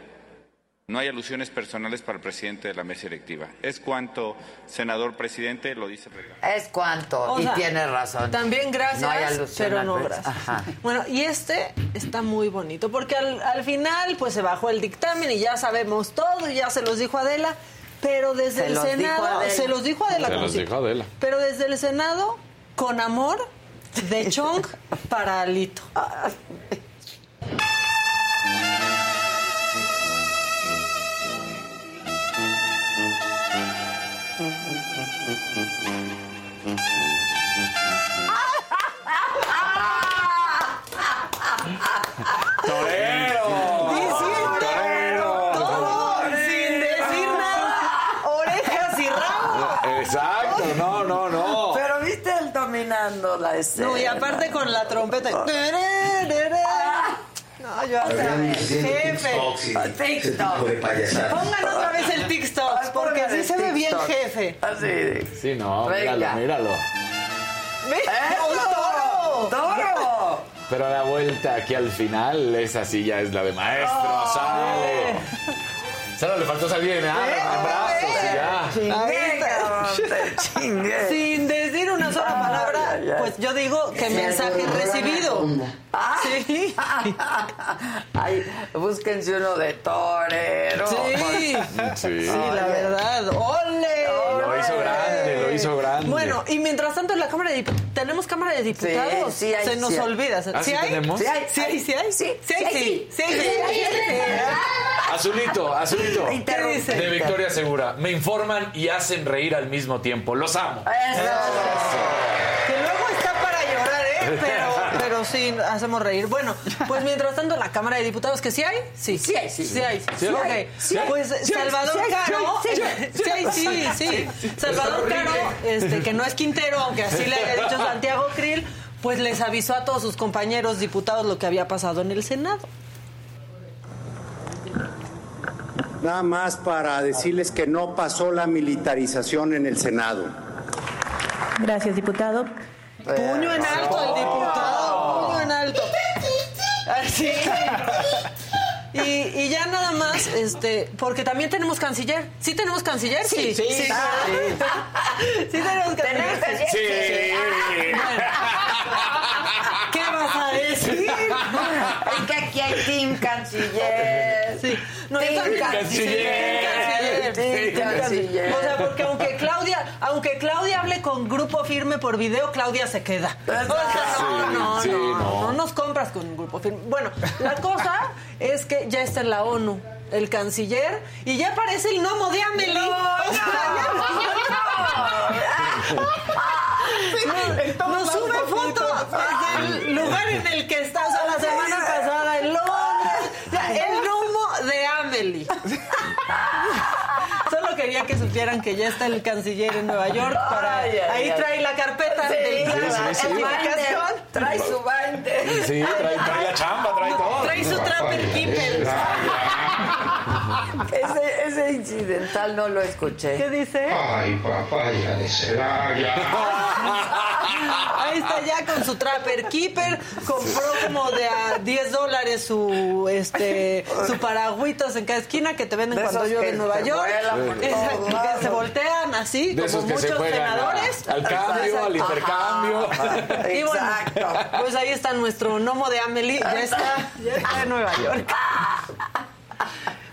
S3: No hay alusiones personales para el presidente de la mesa directiva. Es cuanto, senador presidente, lo dice el reglamento.
S1: Es cuanto,
S17: O
S1: y
S17: sea,
S1: tienes razón.
S17: También gracias,
S1: No hay alusión
S17: pero
S1: al
S17: no
S1: pres-
S17: gracias.
S1: Ajá.
S17: Bueno, y este está muy bonito, porque al, al final pues se bajó el dictamen y ya sabemos todo, y ya se los dijo Adela, pero desde
S18: Se
S17: el
S18: los dijo
S17: Senado,
S18: Adela.
S17: se los dijo Adela,
S18: Se
S17: como
S18: los
S17: si-
S18: dijo Adela.
S17: pero desde el Senado, con amor, de Chong para Alito.
S14: Sin decir
S17: nada. Orejas y
S18: Ah. Exacto, no, no, no.
S1: Pero viste el dominando la escena.
S17: No, y aparte con la trompeta. No, yo hasta...
S4: Habían diciendo
S17: Jefe. ah,
S4: TikToks y ese tipo de payasadas.
S17: Pongan otra vez el TikTok, porque así se ve bien, jefe.
S1: Así.
S18: Sí, no,
S17: Ah, Venga.
S18: míralo, míralo.
S17: ¡Ve! ¡Un toro!
S1: ¡Toro!
S18: Pero la vuelta aquí al final, esa sí ya es la de maestro,
S17: Oh, eh.
S18: sale. Solo le faltó salir en ala, en brazos
S17: eh.
S18: y ya.
S17: Ahí está. Sin decir una sola palabra, pues yo digo que
S1: Me
S17: mensaje
S1: acordó la
S17: recibido.
S1: vagabunda.
S17: Sí.
S1: Ay, búsquense uno de torero.
S17: Sí.
S18: Sí.
S17: Sí, la verdad. ¡Ole!
S18: Lo hizo grande, lo hizo grande.
S17: Bueno, y mientras tanto en la Cámara de Dip- ¿Tenemos Cámara de Diputados?
S1: sí hay,
S17: Se nos
S1: sí hay.
S17: olvida.
S18: ¿Ah, sí
S17: hay?
S18: tenemos?
S17: ¿Sí hay? ¿Sí hay? ¿Sí hay? ¿Sí hay? ¿Sí sí, sí,
S18: Azulito, azulito.
S17: ¿Qué dice?
S18: De Victoria Segura. Me informan y hacen reír al mismo tiempo. Los amo.
S17: Que luego está para llorar, ¿eh? Pero, pero sí, hacemos reír. Bueno, pues mientras tanto, la Cámara de Diputados, ¿que sí hay? Sí. Sí hay, sí. hay.
S14: Sí hay.
S17: Ok.
S14: Sí hay.
S17: Pues
S14: Sí hay.
S17: Salvador
S14: Sí hay.
S17: Caro.
S14: Sí
S17: Sí,
S14: hay. Sí hay.
S17: sí, sí.
S14: Sí, sí.
S17: Salvador
S14: Está
S17: Caro,
S14: horrible.
S17: este, que no es Quintero, aunque así le haya
S14: *laughs*
S17: dicho Santiago Krill, pues les avisó a todos sus compañeros diputados lo que había pasado en el Senado.
S23: Nada más para decirles que no pasó la militarización en el Senado.
S24: Gracias, diputado.
S17: Puño en alto el diputado, puño en alto. Así. Y, y ya nada más, este, porque también tenemos canciller. ¿Sí tenemos canciller? *laughs* Sí.
S14: Sí, sí,
S17: Ah. Sí
S14: ¿Tenemos
S17: tenemos canciller.
S14: canciller? Sí.
S17: Bueno. ¿Qué vas a decir?
S1: Es que aquí hay Team Canciller.
S17: Sí. No,
S1: team
S17: yo también-
S1: Canciller.
S17: Team Canciller. O sea, porque aunque Claudia, aunque Claudia hable con grupo firme por video, Claudia se queda. O sea, no,
S14: Ah, Sí,
S17: no,
S14: sí,
S17: no,
S14: no.
S17: no nos compras con un grupo firme. Bueno, la cosa es que ya está en la ONU el canciller y ya parece el gnomo de Amelie. O sea, ya- No, Nos sube fotos desde el lugar en el que estás o sea, la semana pasada en Londres. O sea, El gnomo de
S1: *laughs*
S17: Amelie. Solo quería que supieran que ya está el canciller en Nueva York para
S1: Ay, ay,
S17: ahí
S1: ay.
S17: trae la carpeta
S1: Sí,
S17: del plan
S1: claro,
S17: de
S1: el binder,
S17: comunicación.
S1: Trae su binder.
S18: Sí, trae, trae la chamba, trae todo.
S17: Trae su trapper keeper.
S1: Ese, ese incidental no lo escuché.
S17: ¿Qué dice?
S4: Ay, papaya de
S17: Ahí está ya con su trapper keeper, compró como de a 10 dólares su este su paragüitas en cada esquina que te venden
S1: De
S17: cuando
S1: esos
S17: llueve
S1: que
S17: en Nueva
S1: se
S17: York.
S1: vuelan por
S17: Exacto,
S1: todos lados.
S17: que se voltean así,
S18: De
S17: como
S18: esos que se
S17: muchos
S18: juegan a-
S17: senadores.
S18: al cambio, al
S17: Exacto.
S18: intercambio.
S17: Ajá. Y bueno, pues ahí está nuestro gnomo de Amelie, ya está, ya está en Nueva York.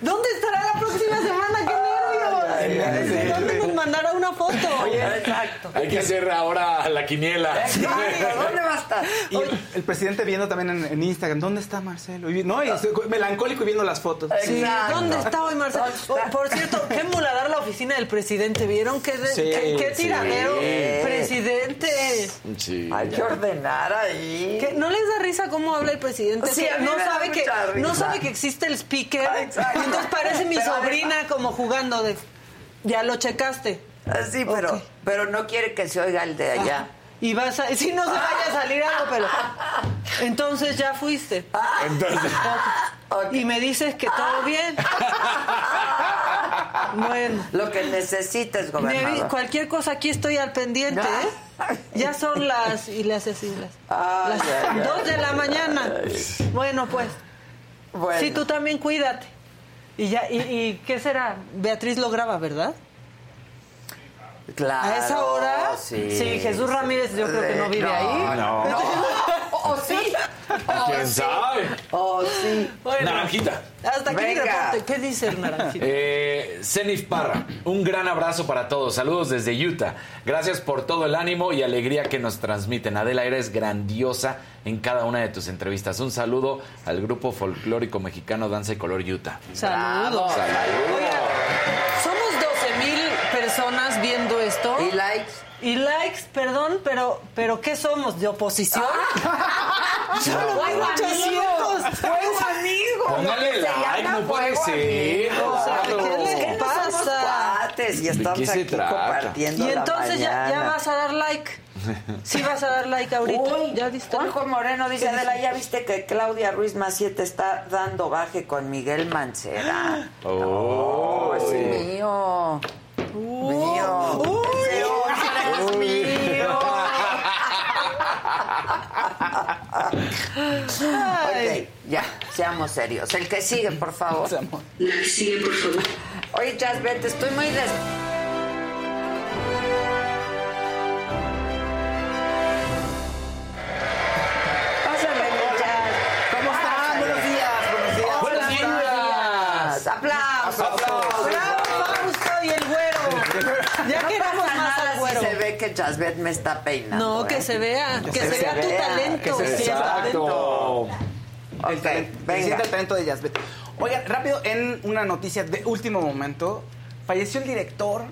S17: ¿Dónde estará la próxima semana? ¡Qué nervios! ¿Dónde nos mandará una foto?
S18: Hay que hacer ahora la quiniela.
S1: ¿Dónde va a estar?
S16: Y el, el presidente viendo también en, en Instagram, ¿dónde está Marcelo? Y vi- no, y estoy co- melancólico y viendo las fotos.
S17: Ah. Sí, ¿dónde está hoy Marcelo? Oh, por cierto, qué muladar la oficina del presidente. ¿Vieron qué, de-
S16: Sí,
S17: qué, qué
S16: sí.
S17: tiradero? Presidente.
S18: Sí.
S1: Hay que ordenar ahí.
S17: ¿Qué? ¿No les da risa cómo habla el presidente?
S1: Sí,
S17: O sea,
S1: a mí
S17: no,
S1: me da
S17: sabe que,
S1: mucha risa.
S17: no sabe que existe el speaker.
S1: exacto.
S17: Y entonces parece mi
S1: Pero
S17: sobrina como jugando de... Ya lo checaste.
S1: Ah, Sí, pero, pero no quiere que se oiga el de allá.
S17: Y vas a... Si no se vaya a salir algo,
S1: *laughs*
S17: pero... Entonces ya fuiste.
S18: Entonces-
S17: Ok. Y me dices que todo bien. Bueno.
S1: Lo que necesites,
S17: Me avi-
S1: gobernador.
S17: cualquier cosa aquí estoy al
S1: *laughs*
S17: pendiente, ¿eh? Ya son las y las asesinas. Las
S1: ay, ay.
S17: dos de la mañana. Bueno, pues.
S1: Bueno.
S17: Sí, tú también cuídate. Y ya, y, y qué será? Beatriz lo graba, ¿verdad?
S1: Claro.
S17: ¿A esa hora?
S1: Ah, Sí,
S17: Sí, Jesús Ramírez yo creo que no vive ahí. *laughs*
S18: No.
S1: O sí.
S18: ¿Quién sabe?
S1: O
S17: Oh,
S1: sí.
S18: Naranjita.
S17: Hasta aquí mi
S1: Venga.
S17: reporte. ¿Qué dice el naranjito?
S18: *laughs* Eh, Zenif Parra, un gran abrazo para todos. Saludos desde Utah. Gracias por todo el ánimo y alegría que nos transmiten. Adela, eres grandiosa en cada una de tus entrevistas. Un saludo al grupo folclórico mexicano Danza y Color Utah.
S17: Saludos. Oigan, somos 12 mil personas viendo esto.
S1: Y likes.
S17: Y likes, perdón, pero, pero ¿qué somos? ¿De oposición?
S1: Ah.
S17: *laughs* Solo hay
S14: Fuego amigos,
S17: muchos
S14: fuego amigos. Póngale like, no puede ser, claro.
S1: Es que no somos cuates y
S14: qué
S1: estamos
S14: se
S1: aquí
S14: trata?
S1: compartiendo
S17: Y
S1: la
S17: entonces ya, ya
S1: mañana.
S17: vas a dar like. Sí vas a dar like ahorita.
S1: Uy,
S17: ya diste.
S1: Juanjo Moreno dice,
S17: ¿Qué dice?
S1: Adela, ¿ya viste que Claudia Ruiz Maciete está dando baje con Miguel Mancera?
S18: Oh,
S1: Es mío. Mío. Ese hombre es mío. Ok, ya, seamos serios. El que sigue, por favor. La que sigue, por favor. Oye, Jasbet, estoy muy des... Pásale, muchas. ¿Cómo están? Buenos días, buenos días.
S14: Buenos días.
S1: Aplausos.
S14: Aplausos.
S1: Bravo,
S17: Fausto y el güero. Ya
S1: no
S17: queremos
S1: pasa
S17: más
S1: nada
S17: al güero.
S1: si se ve que Jasbet me está peinando.
S17: No, que
S1: ¿eh?
S17: se vea, que se vea tu talento.
S1: que se
S17: sí, el talento.
S1: Ok,
S16: Se
S1: venga.
S16: siente el talento de Jasbet. Oigan, rápido, en una noticia de último momento, falleció el director.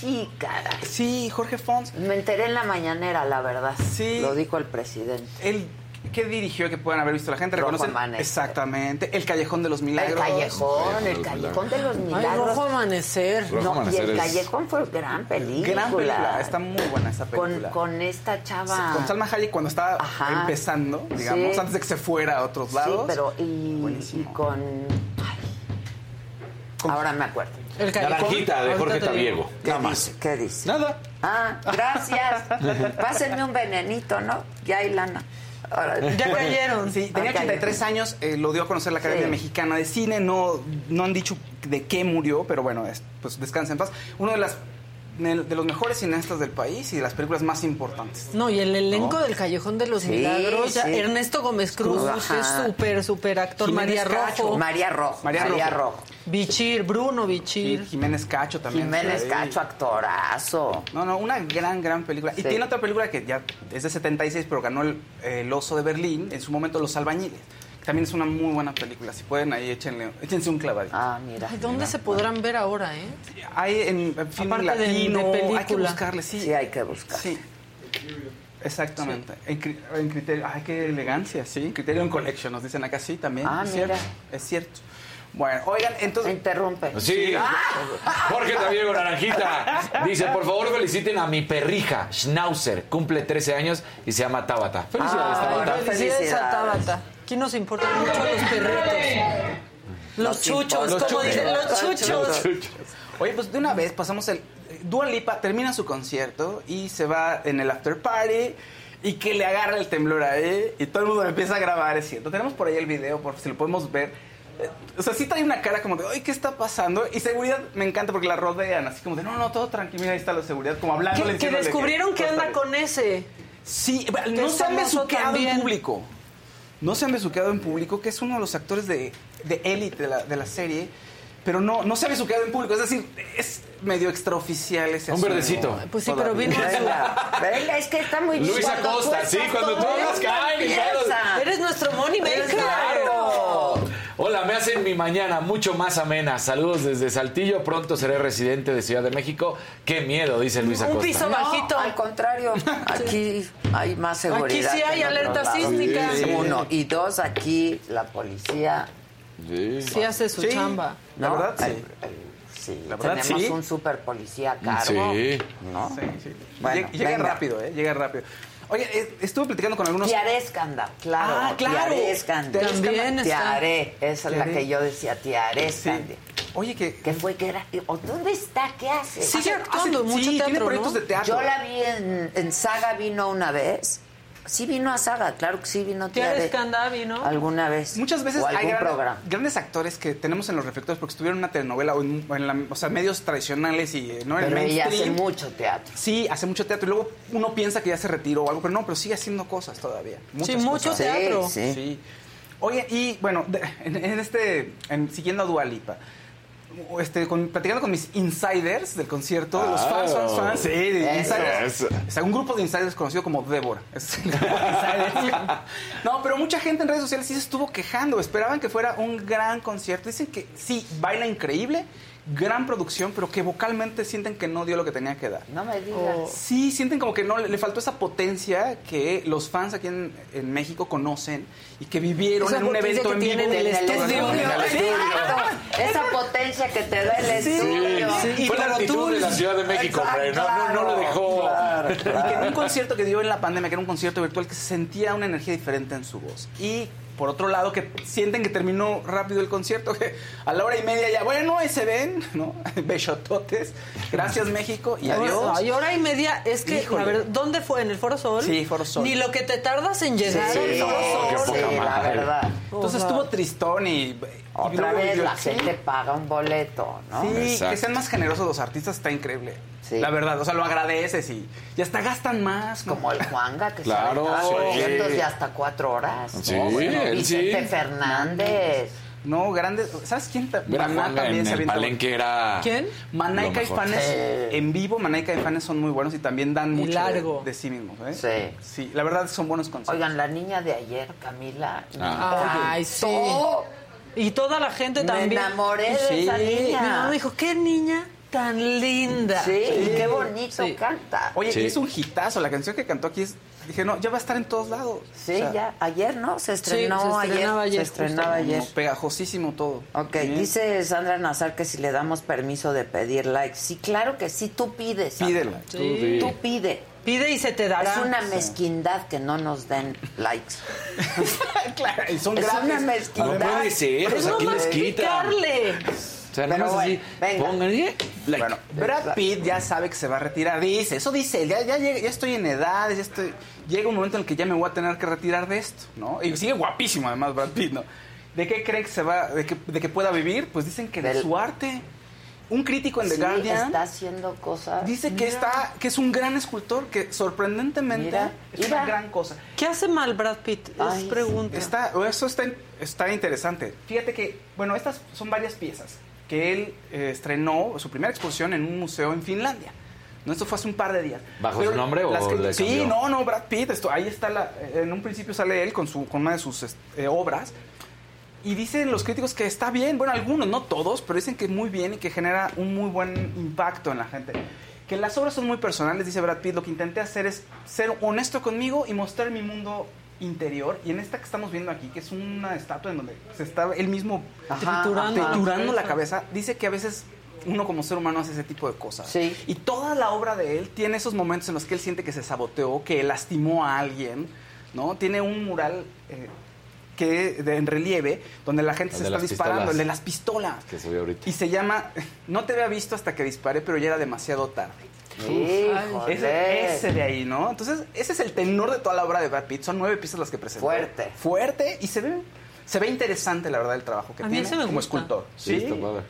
S1: Sí, cara.
S16: Sí, Jorge Fons.
S1: Me enteré en la mañanera, la verdad.
S16: Sí.
S1: Lo dijo el presidente.
S16: Él que dirigió que puedan haber visto la gente,
S1: Rojo
S16: reconocen
S1: Amanecer.
S16: exactamente, El Callejón de los Milagros.
S1: El callejón, el
S16: Milagros.
S1: callejón de los
S17: Ay,
S1: milagros.
S17: rojo amanecer.
S1: No, y
S16: Amanecer
S1: el
S16: es-
S1: callejón fue gran película.
S16: Gran película, está muy buena esa
S1: con,
S16: película.
S1: con esta chava.
S16: Sí, con Salma Hayek cuando estaba
S1: Ajá.
S16: empezando, digamos,
S1: Sí.
S16: antes de que se fuera a otros
S1: Sí,
S16: lados.
S1: pero y, y con... ay, Ahora me acuerdo.
S17: El
S18: Naranjita de Jorge Tabiego.
S1: ¿Qué
S18: Nada más.
S1: dice? ¿Qué dice?
S16: Nada.
S1: Ah, gracias. Pásenme un venenito, ¿no? Ya hay lana. Ah, Ahora-
S16: Ya cayeron. Sí, tenía
S1: Ok.
S16: 83 años, eh, lo dio a conocer la Academia
S1: Sí.
S16: Mexicana de Cine, no, no han dicho de qué murió, pero bueno, es- pues descansa en paz. Uno de las de los mejores cineastas del país y de las películas más importantes.
S17: No, y el elenco
S16: ¿No?
S17: del Callejón de los
S16: Sí,
S17: Milagros, ya
S16: sí.
S17: Ernesto Gómez Pues Cruz,
S16: Ajá.
S17: es súper, súper actor,
S16: Jiménez
S17: María Rojo,
S16: Cacho.
S1: María Rojo.
S16: María Rojo.
S17: Bichir, Bruno Bichir.
S16: Sí, Jiménez Cacho también.
S1: Jiménez
S16: Sí.
S1: Cacho, actorazo.
S16: No, no, una gran, gran película.
S1: Sí.
S16: Y tiene otra película que ya es de 76, pero ganó el, el Oso de Berlín, en su momento Los Albañiles. También es una muy buena película. Si pueden, ahí échenle, échense un clavadito.
S1: Ah, mira.
S17: Ay, ¿Dónde se podrán ver ahora, eh?
S16: Hay en, en film
S17: Aparte de- de
S16: latino, hay que
S17: película.
S16: buscarle, sí.
S1: Sí, hay que buscar.
S16: Sí. Exactamente. En, cri- en criterio, ay, qué elegancia, sí. Criterion Collection, nos dicen acá, sí, también.
S1: Ah,
S16: es
S1: mira.
S16: cierto. Es cierto. Bueno, oigan, entonces. Ah.
S1: Interrumpe.
S18: Sí. Jorge Tabiego Naranjita dice, por favor feliciten a mi perrija, Schnauzer, cumple 13 años y se llama Tabata. Felicidades,
S17: Ay,
S18: Tabata.
S17: Felicidades a Tabata. Aquí nos importan mucho los perritos. Los chuchos,
S16: Los
S17: como
S16: chuchos.
S17: dicen, los
S16: Los
S17: chuchos.
S16: chuchos. Oye, pues de una vez pasamos el. Dua Lipa termina su concierto y se va en el after party y que le agarra el temblor a él y todo el mundo empieza a grabar, es cierto. Tenemos por ahí el video, por si lo podemos ver. Eh, O sea, sí trae una cara como de, ay, ¿qué está pasando? Y seguridad me encanta porque la rodean, así como de, no, no, todo tranquilo, ahí está la seguridad, como hablando.
S17: Que, que descubrieron que anda con ese.
S16: Sí, eh,
S17: Que
S16: no
S17: es
S16: se han
S17: famoso
S16: besuqueado
S17: también.
S16: en público. No se han besuqueado en público, que es uno de los actores de de élite de, la, de la serie. Pero no, no se ha besuqueado en público. Es decir, es medio extraoficial ese
S18: Un verdecito.
S17: Pues sí, pero vino
S1: Venga, venga, es que está muy Pues, bien.
S18: Luis
S1: Cuando
S18: Acosta,
S1: tú
S18: sí,
S1: estás
S18: cuando tú
S1: todo
S18: hablas,
S1: esto
S18: caen y todos-
S1: empieza.
S17: Eres nuestro money maker.
S1: Claro.
S18: Hola, me hacen mi mañana mucho más amena. Saludos desde Saltillo. Pronto seré residente de Ciudad de México. Qué miedo, dice Luis Acosta.
S17: Un piso bajito.
S1: Al contrario, aquí hay más seguridad.
S17: Aquí sí hay
S1: que en otros
S17: alerta
S1: lados.
S17: sísmica.
S1: Sí. Uno. Y dos, aquí la policía.
S17: Sí hace su
S16: Sí.
S17: chamba.
S16: La
S1: ¿no?
S16: verdad, sí.
S1: Ay, ay, sí.
S16: La verdad,
S1: Tenemos
S16: sí.
S1: un super policía a cargo.
S18: Sí.
S1: ¿no?
S16: Sí, sí.
S1: Bueno,
S16: Llega- llega
S1: venga.
S16: rápido, ¿eh? Llega rápido. Oye, eh, estuve platicando con algunos...
S1: Tiaré anda, claro.
S16: Ah, claro.
S1: Tiaré Escanda.
S16: Tiaré Escanda.
S17: También está.
S1: Tiaré, esa es la
S16: Tiaré.
S1: que yo decía, Tiaré
S16: Sí.
S1: Escanda.
S16: Oye, que...
S1: ¿Qué fue que era? ¿O ¿Dónde está? ¿Qué hace?
S17: Sí,
S16: Hace-
S17: actuando,
S16: hace-
S17: mucho
S16: sí,
S17: teatro,
S16: tiene proyectos
S17: ¿no?
S16: de teatro.
S1: Yo la vi en, en Saga vino una vez Sí vino a Saga, claro que sí vino
S17: Tía
S1: tía
S17: de
S1: de-
S17: Escandavi, ¿no?
S1: alguna vez.
S16: Muchas veces
S1: o algún
S16: hay gran-
S1: programa.
S16: grandes actores que tenemos en los reflectores porque estuvieron en una telenovela o en, en la- o sea, medios tradicionales y eh, no en el
S1: Pero ella hace
S16: mainstream.
S1: mucho teatro.
S16: Sí, hace mucho teatro. Y luego uno piensa que ya se retiró o algo, pero no, pero sigue haciendo cosas todavía. Muchas
S1: mucho
S16: cosas.
S1: teatro. Sí, sí.
S16: Oye, y bueno, de- *laughs* en, en este, en- siguiendo a Dualipa. Este, con- platicando con mis insiders del concierto, los fans, fans,
S1: Ah,
S16: fans, sí, de
S14: Eso.
S16: insiders.
S14: Eso.
S16: O sea, un grupo de insiders conocido como Débora. *laughs* Es el grupo de insiders. no, pero mucha gente en redes sociales sí se estuvo quejando. Esperaban que fuera un gran concierto. Dicen que sí, baila increíble, gran producción, pero que vocalmente sienten que no dio lo que tenía que dar.
S1: No me digas.
S16: Sí, sienten como que no, le le faltó esa potencia que los fans aquí en, en México conocen y que vivieron
S1: Esa
S16: en un
S1: potencia
S16: evento
S1: que
S16: en vivo.
S1: tienen en el estudio.
S16: En el estudio.
S1: Exacto. Esa potencia que te da el estudio.
S18: Fue la actitud de la Ciudad de México, hombre. No, no, no lo dejó.
S16: Y que
S18: *laughs*
S16: en un concierto que dio en la pandemia, que era un concierto virtual, que se sentía una energía diferente en su voz. Y por otro lado, que sienten que terminó rápido el concierto, *laughs* que a la hora y media ya, bueno, ahí se ven, *laughs* ¿no? Bellototes. Gracias, México, y adiós.
S17: Ay, hora y media, es que,
S16: Híjole.
S17: a ver, ¿dónde fue? ¿En el Foro Sol?
S16: Sí, Foro Sol.
S17: Ni lo que te tardas en llegar
S16: Sí,
S17: al
S16: no, qué
S17: Foro Sol.
S16: poca madre.
S17: Ojalá.
S16: Entonces estuvo tristón y. y
S1: Otra
S16: luego
S1: vez
S16: yo-
S1: la gente paga un boleto, ¿no?
S16: Sí, que sean más generosos los artistas está increíble.
S1: Sí.
S16: La verdad, o sea, lo agradeces y, y hasta gastan más. Como
S1: el Juanga, que
S16: Claro,
S1: se aventaba
S16: sí.
S1: conciertos de hasta cuatro horas.
S16: Sí,
S1: No, bueno,
S16: él sí.
S1: Vicente Fernández.
S16: No, grandes. ¿Sabes quién? ta-
S18: Ver a
S16: Maná
S18: Juanga
S16: también
S18: en
S16: se
S18: el
S16: avienta-
S18: palenque era...
S16: ¿Quién? Maná y
S18: lo mejor.
S16: Caifanes en vivo, Maná y Caifanes son muy buenos y también dan mucho de-
S1: largo.
S16: De, sí mismos. ¿eh? Sí. la verdad son buenos conciertos.
S1: Oigan, la niña de ayer, Camila.
S16: Ah.
S17: Ay, sí.
S1: todo.
S17: Y toda la gente
S1: Me
S17: también.
S1: enamoré de esa niña.
S17: Mi mamá me dijo, qué niña tan linda.
S1: Sí, y qué bonito canta.
S16: Oye, y es un hitazo. La canción que cantó aquí es. Dije, no, ya va a estar en todos lados.
S1: Sí, ya. Ayer, ¿no? Se estrenó
S16: se estrenaba
S1: ayer.
S16: ayer,
S1: Se estrenaba
S16: justo.
S1: ayer.
S16: Como Pegajosísimo todo.
S1: Ok,
S16: Bien.
S1: dice Sandra Nazar que si le damos permiso de pedir like. Sí, claro que sí, tú pides. Sandra.
S16: Pídela, tú Sí.
S1: Tú,
S16: di.
S1: pide.
S17: Pide y se te dará.
S1: Es una mezquindad que no nos den likes.
S16: *laughs* claro, y son
S1: es
S16: gratis.
S1: una mezquindad.
S18: No puede ser, Pero o sea, no ¿quién les más quita? picarle. O sea, nada
S16: Pero
S18: más así,
S16: bueno,
S1: venga.
S18: pongan, ¿eh? Like.
S16: Brad Pitt ya sabe que se va a retirar, dice, eso dice, él, ya, ya, llega- ya estoy en edades, ya estoy, llega un momento en el que ya me voy a tener que retirar de esto, ¿no? Y sigue guapísimo además Brad Pitt, ¿no? ¿De qué creen que se va, de que, de que pueda vivir? Pues dicen que de
S1: Del-
S16: su arte. Un crítico en The
S1: Sí,
S16: Guardian
S1: está haciendo cosas.
S16: dice que
S1: Mira.
S16: está, que es un gran escultor, que sorprendentemente
S1: Mira,
S16: es una gran cosa.
S17: ¿Qué hace mal Brad Pitt? Es
S16: Ay,
S17: pregunta.
S16: Está, eso está, está interesante. Fíjate que, bueno, estas son varias piezas que él eh, estrenó su primera exposición en un museo en Finlandia. No, esto fue hace un par de días.
S18: ¿Bajo su nombre o
S16: las
S18: le
S16: Sí,
S18: cambió?
S16: no, no, Brad Pitt. Esto, ahí está, la, en un principio sale él con, su, con una de sus est- eh, obras. Y dicen los críticos que está bien, bueno, algunos, no todos, pero dicen que muy bien y que genera un muy buen impacto en la gente. Que las obras son muy personales, dice Brad Pitt, lo que intenté hacer es ser honesto conmigo y mostrar mi mundo interior. Y en esta que estamos viendo aquí, que es una estatua en donde se está él mismo
S1: Ajá,
S16: triturando,
S1: ajá.
S16: triturando la cabeza, dice que a veces uno como ser humano hace ese tipo de cosas. Y toda la obra de él tiene esos momentos en los que él siente que se saboteó, que lastimó a alguien, ¿no? Tiene un mural... eh, que de- en relieve donde la gente
S18: El
S16: se
S18: de
S16: está
S18: las
S16: disparando,
S18: pistolas.
S16: el de las pistolas.
S18: Que subí ahorita.
S16: Y se llama *laughs* No te había visto hasta que disparé, pero ya era demasiado tarde.
S1: Híjole.
S16: ese, ese de ahí, ¿no? Entonces, ese es el tenor de toda la obra de Brad Pitt. Son nueve piezas las que presentó.
S1: Fuerte.
S16: Fuerte y se ve, se ve interesante, la verdad, el trabajo que
S17: A mí
S16: tiene
S17: ese me
S16: como
S17: gusta.
S16: escultor.
S18: Sí, está padre.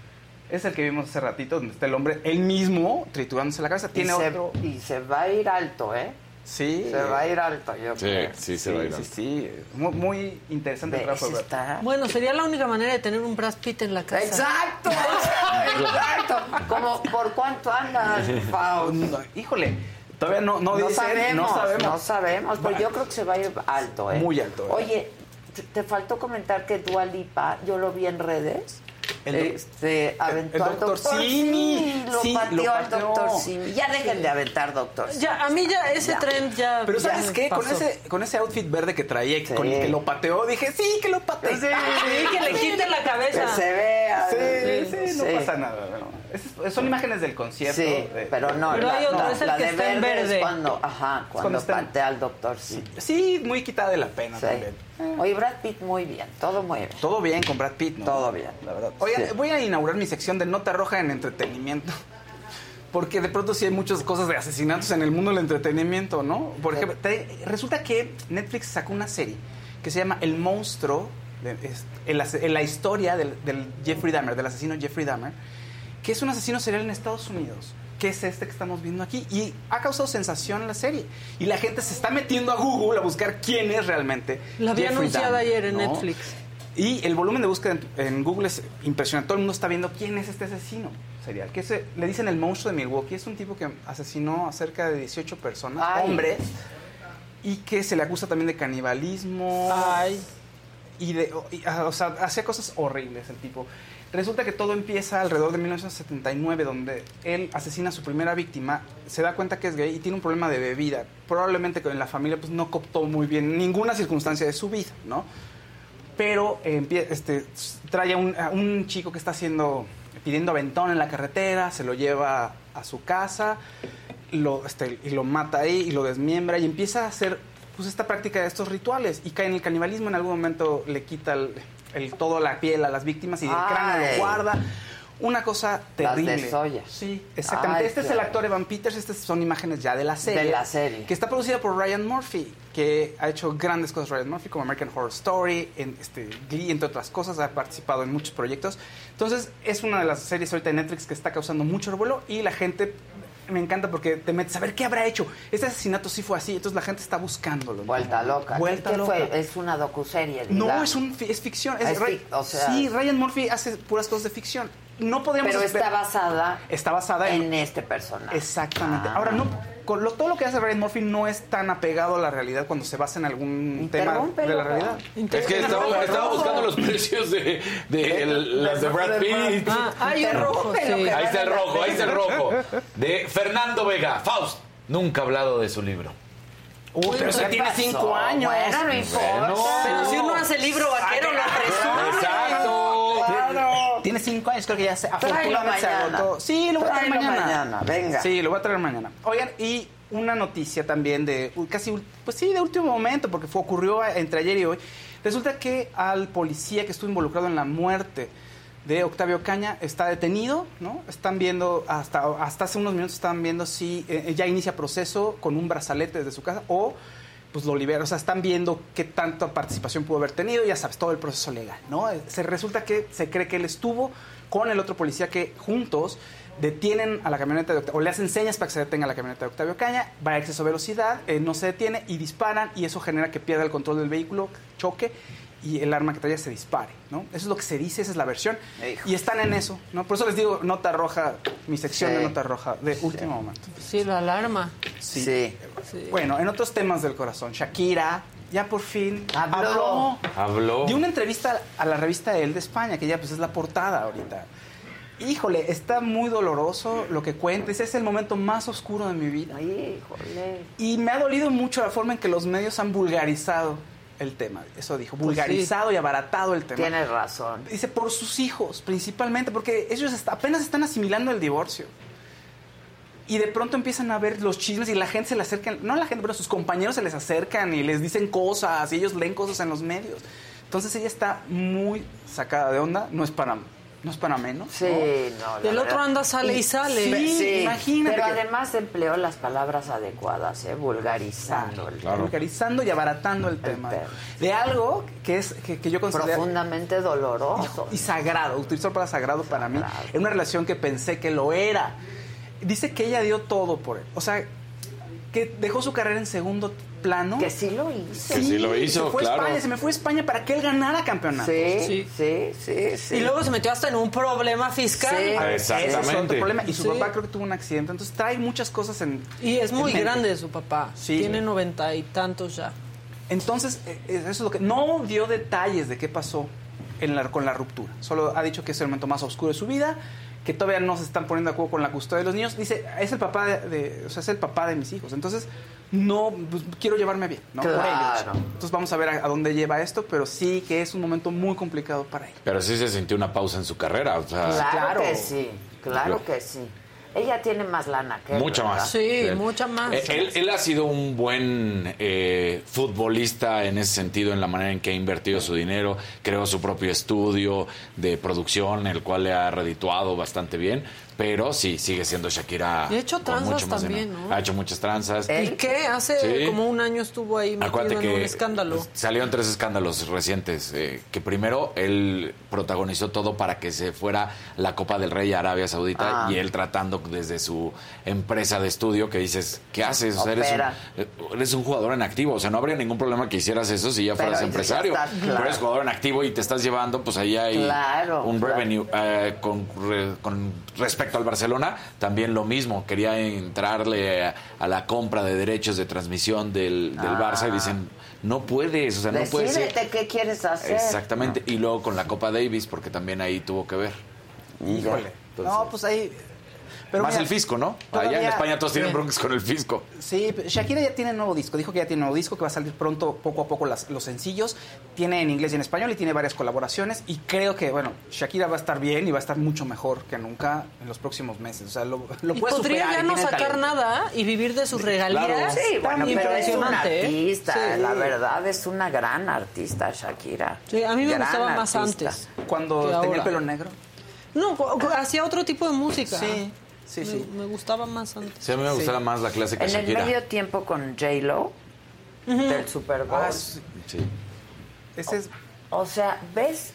S16: Es el que vimos hace ratito, donde está el hombre él mismo triturándose la cabeza.
S1: Y
S16: Tiene
S1: se,
S16: otro.
S1: y se va a ir alto, ¿eh?
S16: Sí.
S1: Se va a ir alto, yo
S18: Sí,
S1: creo.
S18: sí, se va a ir.
S16: Eh, Sí, sí. Muy, muy interesante el
S1: Ve,
S16: trabajo de
S1: ese
S16: Brad
S1: está
S17: Bueno, sería la única manera de tener un Brad Pitt en la casa. *laughs*
S1: Exacto, exacto. Como por cuánto andas, Pau.
S16: No, híjole, todavía no, no,
S1: No
S16: dice,
S1: sabemos,
S16: no sabemos.
S1: no sabemos, pero yo creo que se va a ir alto, ¿eh?
S16: Muy alto, ¿eh?
S1: Oye, te- te faltó comentar que Dua Lipa, yo lo vi en redes.
S16: El doc-
S1: este, aventó
S16: el
S1: al
S16: doctor
S1: doctor
S16: Simi.
S1: Simi, lo
S16: Sí,
S1: pateó
S16: lo
S1: al
S16: pateó.
S1: doctor Simi. Ya dejen de aventar doctor Simi.
S17: Ya, a mí ya ese
S1: Ya.
S17: tren ya.
S16: Pero
S17: ya
S16: ¿sabes
S17: me
S16: qué? Con
S17: pasó.
S16: ese, con ese outfit verde que traía, y con el que lo pateó, dije, sí, que lo pateé. Sí,
S17: Sí, que le quite la cabeza.
S1: Que se vea.
S16: sí, sí, no
S1: Sí.
S16: pasa nada. no. Es- son imágenes del concierto.
S1: Sí,
S16: de-
S1: pero no,
S17: Pero
S1: la,
S17: hay otro,
S1: no,
S17: es el
S1: la
S17: que
S1: de
S17: está en
S1: verde es
S17: verde.
S1: cuando, ajá, cuando,
S16: cuando está en-
S1: patea al doctor Simi.
S16: Sí, muy quitada de la pena
S1: Sí.
S16: también.
S1: Oye, Brad Pitt muy bien, todo muy bien.
S16: Todo bien con Brad Pitt, ¿no?
S1: Todo bien.
S16: La verdad. Oye,
S1: Sí.
S16: voy a inaugurar mi sección de nota roja en entretenimiento. *laughs* Porque de pronto sí hay muchas cosas de asesinatos en el mundo del entretenimiento, ¿no? Por ejemplo, te- resulta que Netflix sacó una serie que se llama El monstruo, de- es- en la, en la historia del, del Jeffrey Dahmer, del asesino Jeffrey Dahmer, que es un asesino serial en Estados Unidos, que es este que estamos viendo aquí. Y ha causado sensación en la serie. Y la gente se está metiendo a Google a buscar quién es realmente.
S17: La había
S16: Jeffrey
S17: anunciado
S16: Dahmer,
S17: ayer en
S16: ¿no?
S17: Netflix.
S16: Y el volumen de búsqueda en, en Google es impresionante. Todo el mundo está viendo quién es este asesino serial. Que se, le dicen el monstruo de Milwaukee. Es un tipo que asesinó a cerca de 18 personas,
S17: Ay.
S16: hombres, y que se le acusa también de canibalismo. Y de, o- y, ah, o sea, hacía cosas horribles el tipo. Resulta que todo empieza alrededor de 1979, donde él asesina a su primera víctima, se da cuenta que es gay y tiene un problema de bebida. Probablemente que en la familia pues, no cooptó muy bien ninguna circunstancia de su vida, ¿no? pero eh, empie- este, s- trae a un, a un chico que está haciendo, pidiendo aventón en la carretera, se lo lleva a su casa lo, este, y lo mata ahí y lo desmiembra y empieza a hacer pues, esta práctica de estos rituales y cae en el canibalismo, en algún momento le quita el, el- todo la piel a las víctimas y el cráneo
S1: Ay.
S16: lo guarda. Una cosa terrible.
S1: desolla.
S16: Sí, exactamente.
S1: Ay,
S16: este es
S1: qué
S16: el actor Evan Peters, estas son imágenes ya de la serie.
S1: De la serie.
S16: Que está producida por Ryan Murphy, que ha hecho grandes cosas Ryan Murphy, como American Horror Story, en este, Glee, entre otras cosas, ha participado en muchos proyectos. Entonces, es una de las series ahorita de Netflix que está causando mucho revuelo y la gente me encanta porque te metes a ver qué habrá hecho. Este asesinato sí fue así, entonces la gente está buscándolo. Vuelta loca. Vuelta
S1: ¿Qué
S16: loca.
S1: fue? Es una docuserie,
S16: No,
S1: digamos.
S16: es, un, fi- es ficción. Es
S1: Es
S16: Ray-
S1: fic- o sea-
S16: sí, Ryan Murphy hace puras cosas de ficción. No podríamos
S1: Pero está
S16: esperar-
S1: basada
S16: Está basada en,
S1: este personaje. Ah.
S16: Exactamente. Ahora, no, con lo- todo lo que hace Ryan Murphy no es tan apegado a la realidad cuando se basa en algún tema
S1: Interrúmpelo,
S16: de la
S1: cabrón.
S16: realidad.
S18: Es que estaba, estaba buscando los precios de, de el- las de Brad Pitt.
S17: Ah, hay un rojo. sí.
S18: Ahí está el rojo, ahí está el rojo. De Fernando Vega. Faust, nunca ha hablado de su libro.
S16: Uy, pero se tiene cinco años.
S1: Bueno, no importa.
S18: Bueno.
S17: Pero si uno hace libro vaquero, lo presume.
S18: Exacto.
S16: Tiene cinco años, creo que ya se
S1: Tráelo
S16: afortunadamente se
S1: mañana.
S16: agotó. Sí, lo voy a traer
S1: Tráelo
S16: mañana.
S1: mañana, venga.
S16: Sí, lo voy a traer mañana. Oigan, y una noticia también de u- casi, ul- pues sí, de último momento, porque fue, ocurrió a- entre ayer y hoy. Resulta que al policía que estuvo involucrado en la muerte de Octavio Caña está detenido, ¿no? Están viendo, hasta, hasta hace unos minutos estaban viendo si eh, ya inicia proceso con un brazalete desde su casa o pues lo liberan. O sea, están viendo qué tanta participación pudo haber tenido, ya sabes, todo el proceso legal, ¿no? Eh, Se resulta que se cree que él estuvo con el otro policía que juntos detienen a la camioneta de Octavio, o le hacen señas para que se detenga la camioneta de Octavio Caña, va a exceso de velocidad, eh, no se detiene y disparan y eso genera que pierda el control del vehículo, choque y el arma que traía se dispare, ¿no? Eso es lo que se dice, esa es la versión. Y están en eso, ¿no? Por eso les digo, nota roja, mi sección
S1: Sí.
S16: de nota roja, de último momento.
S17: Sí, la alarma.
S16: Sí.
S17: Sí.
S16: Eh, Bueno, en otros temas del corazón, Shakira ya por fin
S1: Ah,
S16: habló.
S18: Habló.
S16: Dio una entrevista a la revista El de España, que ya pues es la portada ahorita. Híjole, está muy doloroso lo que cuenta. Ese es el momento más oscuro de mi vida.
S1: Híjole.
S16: Y me ha dolido mucho la forma en que los medios han vulgarizado el tema. Eso dijo,
S1: Pues
S16: vulgarizado y abaratado el tema.
S1: Tienes razón.
S16: Dice, por sus hijos, principalmente, porque ellos hasta- apenas están asimilando el divorcio. Y de pronto empiezan a ver los chismes y la gente se le acerca, no la gente, pero sus compañeros se les acercan y les dicen cosas y ellos leen cosas en los medios. Entonces ella está muy sacada de onda, no es para, no es para menos.
S1: Sí, no.
S16: Y
S1: la
S16: el otro anda, sale y sale.
S1: Sí,
S16: Sí, imagínate
S1: Pero
S16: que-
S1: además empleó las palabras adecuadas, ¿eh? vulgarizando. el-
S16: vulgarizando y abaratando el tema. De algo que es que, que yo considero
S1: Profundamente doloroso.
S16: y sagrado, utilizó la palabra sagrado para mí, en una relación que pensé que lo era. Dice que ella dio todo por él. O sea, que dejó su carrera en segundo plano.
S1: Que sí lo hizo.
S18: Que sí lo hizo,
S16: se fue
S18: claro.
S16: A España, se me fue a España para que él ganara campeonato.
S1: Sí, sí, sí, sí.
S17: Y luego se metió hasta en un problema fiscal.
S18: Ah, Exactamente.
S16: Ese es otro problema. Y su
S17: Sí.
S16: papá creo que tuvo un accidente. Entonces trae muchas cosas en.
S17: Y es muy
S16: en mente.
S17: grande su papá.
S16: Sí.
S17: Tiene noventa y tantos ya.
S16: Entonces, eh, eh, eso es lo que. No dio detalles de qué pasó en la- con la ruptura. Solo ha dicho que es el momento más oscuro de su vida, que todavía no se están poniendo de acuerdo con la custodia de los niños. Dice, es el papá de, de- o sea, es el papá de mis hijos. Entonces, no pues, quiero llevarme bien, ¿no? Por ellos.
S1: Claro.
S16: Entonces vamos a ver a, a dónde lleva esto, pero sí que es un momento muy complicado para él. pues,
S18: Pero sí se sintió una pausa en su carrera. O sea,
S1: Claro, que sí, claro que sí. Ella tiene más lana que él,
S18: Mucha
S1: ¿verdad?
S18: más. Eh, eh, Él, él ha sido un buen eh, futbolista en ese sentido, en la manera en que ha invertido su dinero, creó su propio estudio de producción, el cual le ha redituado bastante bien, pero sí, sigue siendo Shakira.
S17: Y ha hecho
S18: con
S17: tranzas
S18: mucho más
S17: también,
S18: dinero.
S17: ¿no?
S18: Ha hecho muchas tranzas.
S17: ¿Y qué? Hace
S18: Sí.
S17: como un año estuvo ahí metido
S18: Acuérdate
S17: en
S18: que
S17: un escándalo.
S18: pues, salieron tres escándalos recientes. eh, que primero él protagonizó todo para que se fuera la Copa del Rey a Arabia Saudita
S1: Ah.
S18: y él tratando desde su empresa de estudio que dices, ¿qué haces? O sea, eres,
S1: Opera.
S18: un, eh, eres un jugador en activo. O sea, no habría ningún problema que hicieras eso si ya
S1: Pero
S18: fueras
S1: ya
S18: empresario.
S1: está,
S18: Pero
S1: claro.
S18: eres jugador en activo y te estás llevando, pues ahí hay
S1: Claro,
S18: un
S1: claro.
S18: revenue. eh, con, re- con respecto al Barcelona, también lo mismo. Quería entrarle a, a la compra de derechos de transmisión del, del
S1: Ah.
S18: Barça y dicen, no puedes, o sea, no puedes. ir".
S1: Decídete qué quieres hacer.
S18: Exactamente. Y luego con la Copa Davis, porque también ahí tuvo que ver.
S1: Híjole.
S16: No, pues ahí. pero
S18: Más
S16: mira,
S18: el fisco, ¿no? Allá en
S16: todavía-
S18: España todos tienen
S16: Sí.
S18: broncas con el fisco.
S16: Sí, Shakira ya tiene nuevo disco. Dijo que ya tiene nuevo disco, que va a salir pronto, poco a poco, las- los sencillos. Tiene en inglés y en español y tiene varias colaboraciones. Y creo que, bueno, Shakira va a estar bien y va a estar mucho mejor que nunca en los próximos meses. O sea, lo, lo
S17: Y
S16: puede
S17: podría
S16: superar
S17: ya
S16: y
S17: no
S16: tiene
S17: sacar
S16: talento.
S17: nada y vivir de sus regalías.
S1: Sí, bueno, pero es una
S17: Impresionante, ¿eh?
S1: artista.
S17: Sí.
S1: La verdad es una gran artista, Shakira.
S17: Sí, a mí me
S1: Gran
S17: gustaba más
S1: artista.
S17: antes. Cuando que tenía el ahora. pelo
S16: negro.
S17: No, cu- cu- hacía otro tipo de música.
S1: Sí,
S16: sí,
S1: sí.
S17: Me, me gustaba más antes.
S18: Sí, a mí me
S1: Sí.
S18: gustaba más la clásica
S1: En el
S18: Shakira.
S1: medio tiempo con J-Lo del Super Bowl.
S18: Ah, sí. Sí. Ese es-
S1: O sea, ¿ves?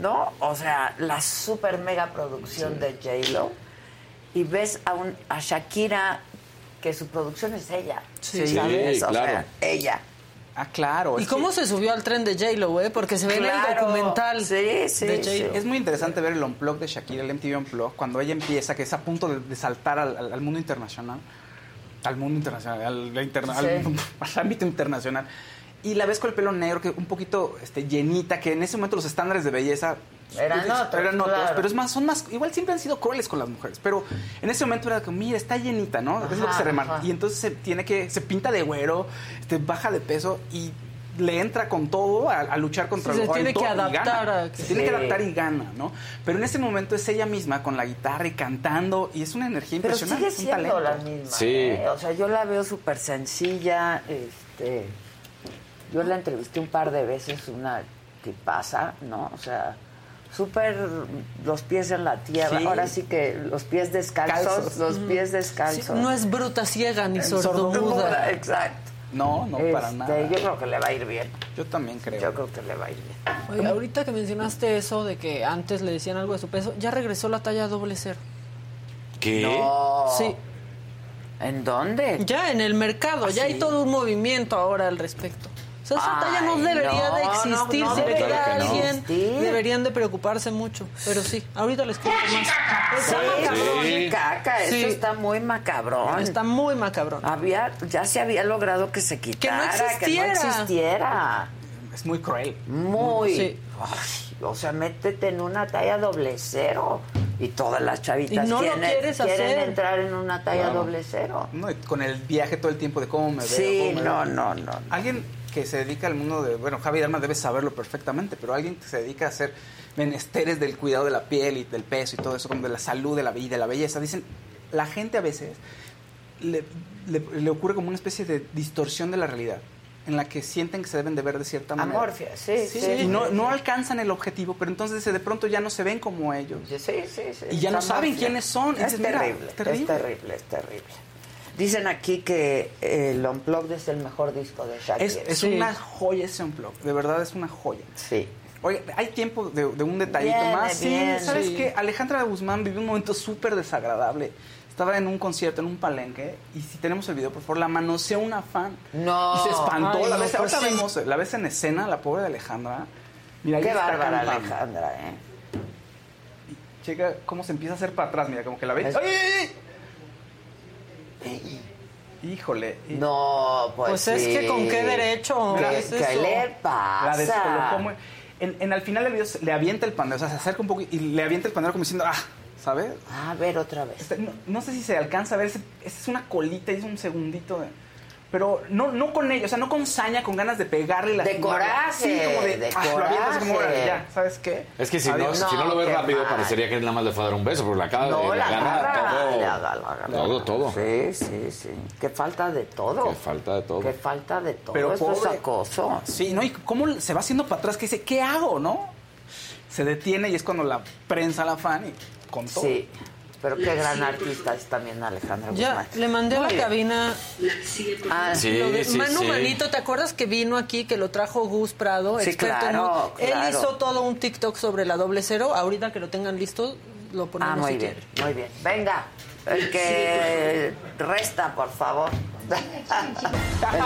S1: ¿No? O sea, la super mega producción de J-Lo. Y ves a, un, a Shakira, que su producción es ella.
S17: Sí. Sí,
S1: ¿sabes? O
S17: claro.
S1: sea, ella.
S16: Ah, claro.
S17: ¿Y
S16: es
S17: cómo se subió al tren de J-Lo, eh? Porque se ve en el
S16: Claro.
S17: documental de J-Lo.
S16: Es muy interesante ver el unplug de Shakira, el MTV unplug, cuando ella empieza, que es a punto de, de saltar al, al- al mundo internacional, al mundo internacional, al, la interna-
S17: Sí.
S16: al- *laughs* al ámbito internacional, y la ves con el pelo negro, que un poquito este, llenita, que en ese momento los estándares de belleza pues,
S1: Eran otros,
S16: eran
S1: claro.
S16: pero es más, son más, igual siempre han sido crueles con las mujeres, pero en ese momento era que, mira, está llenita, ¿no? es lo que
S1: Ajá,
S16: se remarca.
S1: ajá.
S16: Y entonces se tiene que, se pinta de güero, este, baja de peso y le entra con todo a, a luchar contra
S17: Sí, se
S16: el
S17: tiene
S16: todo
S17: que
S16: y gana.
S17: adaptar a-
S16: Se tiene que
S17: Sí.
S16: adaptar y gana, ¿no? Pero en ese momento es ella misma con la guitarra y cantando y es una energía
S1: Pero
S16: impresionante.
S1: sigue
S16: es un
S1: siendo la
S16: talento.
S1: misma.
S18: Sí.
S1: ¿eh? O sea, yo la veo súper sencilla. Este, yo la entrevisté un par de veces, una que pasa, ¿no? O sea, súper los pies en la tierra.
S17: Sí.
S1: Ahora sí que los pies descalzos,
S17: Calzos.
S1: los
S17: Ujú.
S1: pies descalzos.
S17: Sí, no es bruta ciega ni
S1: Eh,
S17: sordomuda.
S1: Exacto.
S16: No, no, para
S1: Este,
S16: nada.
S1: Yo creo que le va a ir bien.
S16: Yo también creo.
S1: Yo creo que le va a ir bien.
S17: Oye, ahorita que mencionaste eso de que antes le decían algo de su peso, ya regresó la talla doble cero.
S18: ¿Qué?
S1: Sí. ¿En dónde? ¿Ah,
S17: Ya en el mercado, ya hay todo un movimiento ahora al respecto. O sea, esa talla no
S1: Ay,
S17: debería
S1: no,
S17: de
S1: no,
S17: existir,
S1: no
S17: si le
S1: debería
S17: queda a
S1: de
S17: alguien,
S1: existir.
S17: deberían de preocuparse mucho. Pero sí, ahorita les cuento más.
S1: Sí,
S17: Está macabrón.
S1: sí, caca,
S17: Sí.
S1: eso está muy macabrón.
S17: Está muy macabrón.
S1: Había, ya se había logrado que se quitara,
S17: existiera.
S1: existiera.
S16: Es muy cruel.
S1: Muy.
S17: Sí.
S1: Ay, o sea, métete en una talla doble cero. Y todas las chavitas
S16: Y no lo
S1: quieren,
S16: quieres
S1: quieren
S16: hacer.
S1: entrar en una talla
S16: Claro.
S1: doble cero.
S16: No, y con el viaje todo el tiempo de cómo me veo.
S1: Sí,
S16: cómo me
S1: no,
S16: veo.
S1: no, no.
S16: Alguien que se dedica al mundo de, bueno, Javi Dalma debe saberlo perfectamente, pero alguien que se dedica a hacer menesteres del cuidado de la piel y del peso y todo eso, como de la salud, de la vida, de la belleza, dicen, la gente a veces le, le- le ocurre como una especie de distorsión de la realidad en la que sienten que se deben de ver de cierta manera.
S1: Amorfia, sí, sí.
S16: y no, no alcanzan el objetivo, pero entonces de pronto ya no se ven como ellos.
S1: Sí, sí, sí.
S16: Y ya no
S1: Está
S16: saben
S1: mafia.
S16: quiénes son. Y
S1: Es
S16: dices, mira,
S1: terrible,
S16: es terrible.
S1: es terrible, es terrible. Dicen aquí que eh, el Unplugged es el mejor disco de Shakira.
S16: Es, es una joya ese unplug, de verdad es una joya.
S1: Sí.
S16: Oye, hay tiempo de, de un detallito
S1: Viene,
S16: más. Sí,
S1: viene.
S16: ¿sabes
S1: Sí.
S16: qué? Alejandra Guzmán vivió un momento súper desagradable. Estaba en un concierto, en un palenque, y si tenemos el video, por favor, la manoseó una fan.
S1: No.
S16: Y se espantó.
S1: Ay,
S16: la,
S1: no,
S16: ves,
S1: pues
S16: ahorita
S1: sí.
S16: vemos, la ves en escena, la pobre de Alejandra. Mira, ahí
S1: Qué
S16: está
S1: bárbara
S16: cantando.
S1: Alejandra, ¿eh?
S16: Checa cómo se empieza a hacer para atrás, mira, como que la ves.
S1: Es-
S16: ¡Ay, ay, ay! Híjole. y-
S1: No, pues,
S17: Pues es que
S1: sí.
S17: con qué derecho.
S1: ¿Qué,
S17: es
S1: qué
S17: eso?
S1: le pasa?
S16: La descolocó muy- En, en al final del video se- le avienta el pandero, o sea, se acerca un poco y le avienta el pandero como diciendo, ah, ¿sabes?
S1: A ver otra vez.
S16: Este, no, no sé si se alcanza a ver, ese- esa es una colita y es un segundito de... pero no, no con ellos, o sea, no con saña, con ganas de pegarle la
S1: De coraje,
S16: Sí, como de,
S1: de
S16: "Ah, lo avientas como,
S1: coraje.
S16: "Órale, ya, ¿sabes qué?
S18: Es que si no,
S16: Adiós".
S18: si no lo ves
S16: qué
S18: rápido,
S16: mal.
S18: parecería que él nada más le fue a dar un beso, pero la acaba
S1: No,
S18: de
S1: la
S18: agarrar
S1: agarra,
S18: todo.
S1: la agarra, la agarra.
S18: Todo, todo.
S1: Sí, sí, sí. Qué falta de todo. Qué
S18: falta de todo.
S1: Qué falta de todo.
S16: Pero
S1: Eso es
S16: pobre.
S1: acoso.
S16: Sí, ¿no? Y cómo se va haciendo para atrás que dice, ¿qué hago, no? Se detiene y es cuando la prensa la fan y con todo.
S1: Sí. Pero qué gran artista es también Alejandra
S17: Ya,
S1: Guzmán.
S17: le mandé a la
S1: Oye,
S17: cabina. Ah,
S1: Sí,
S17: lo de-
S1: sí,
S17: Manu
S1: sí.
S17: Manito, ¿te acuerdas que vino aquí, que lo trajo Gus Prado?
S1: Sí,
S17: experto en
S1: claro,
S17: mu- Él
S1: claro.
S17: hizo todo un TikTok sobre la doble cero. Ahorita que lo tengan listo, lo ponemos
S1: Ah, muy
S17: si
S1: bien,
S17: quieren.
S1: muy bien. Venga, el que resta, por favor. El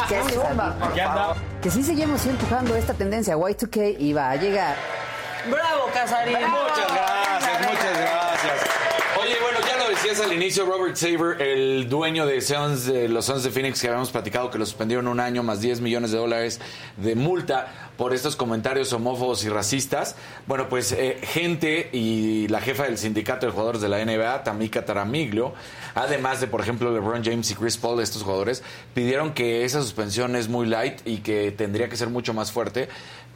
S1: que suma, por favor.
S5: Que sí seguimos empujando esta tendencia Y2K y va a llegar.
S17: ¡Bravo, Casarín!
S18: Muchas gracias, muchas gracias. Oye, bueno, ya lo decías al inicio, Robert Saber, el dueño de, Suns, de los Suns de Phoenix, que habíamos platicado que lo suspendieron un año más 10 millones de dólares de multa por estos comentarios homófobos y racistas. Bueno, pues eh, gente y la jefa del sindicato de jugadores de la NBA, Tamika Taramiglio, además de, por ejemplo, LeBron James y Chris Paul, estos jugadores, pidieron que esa suspensión es muy light y que tendría que ser mucho más fuerte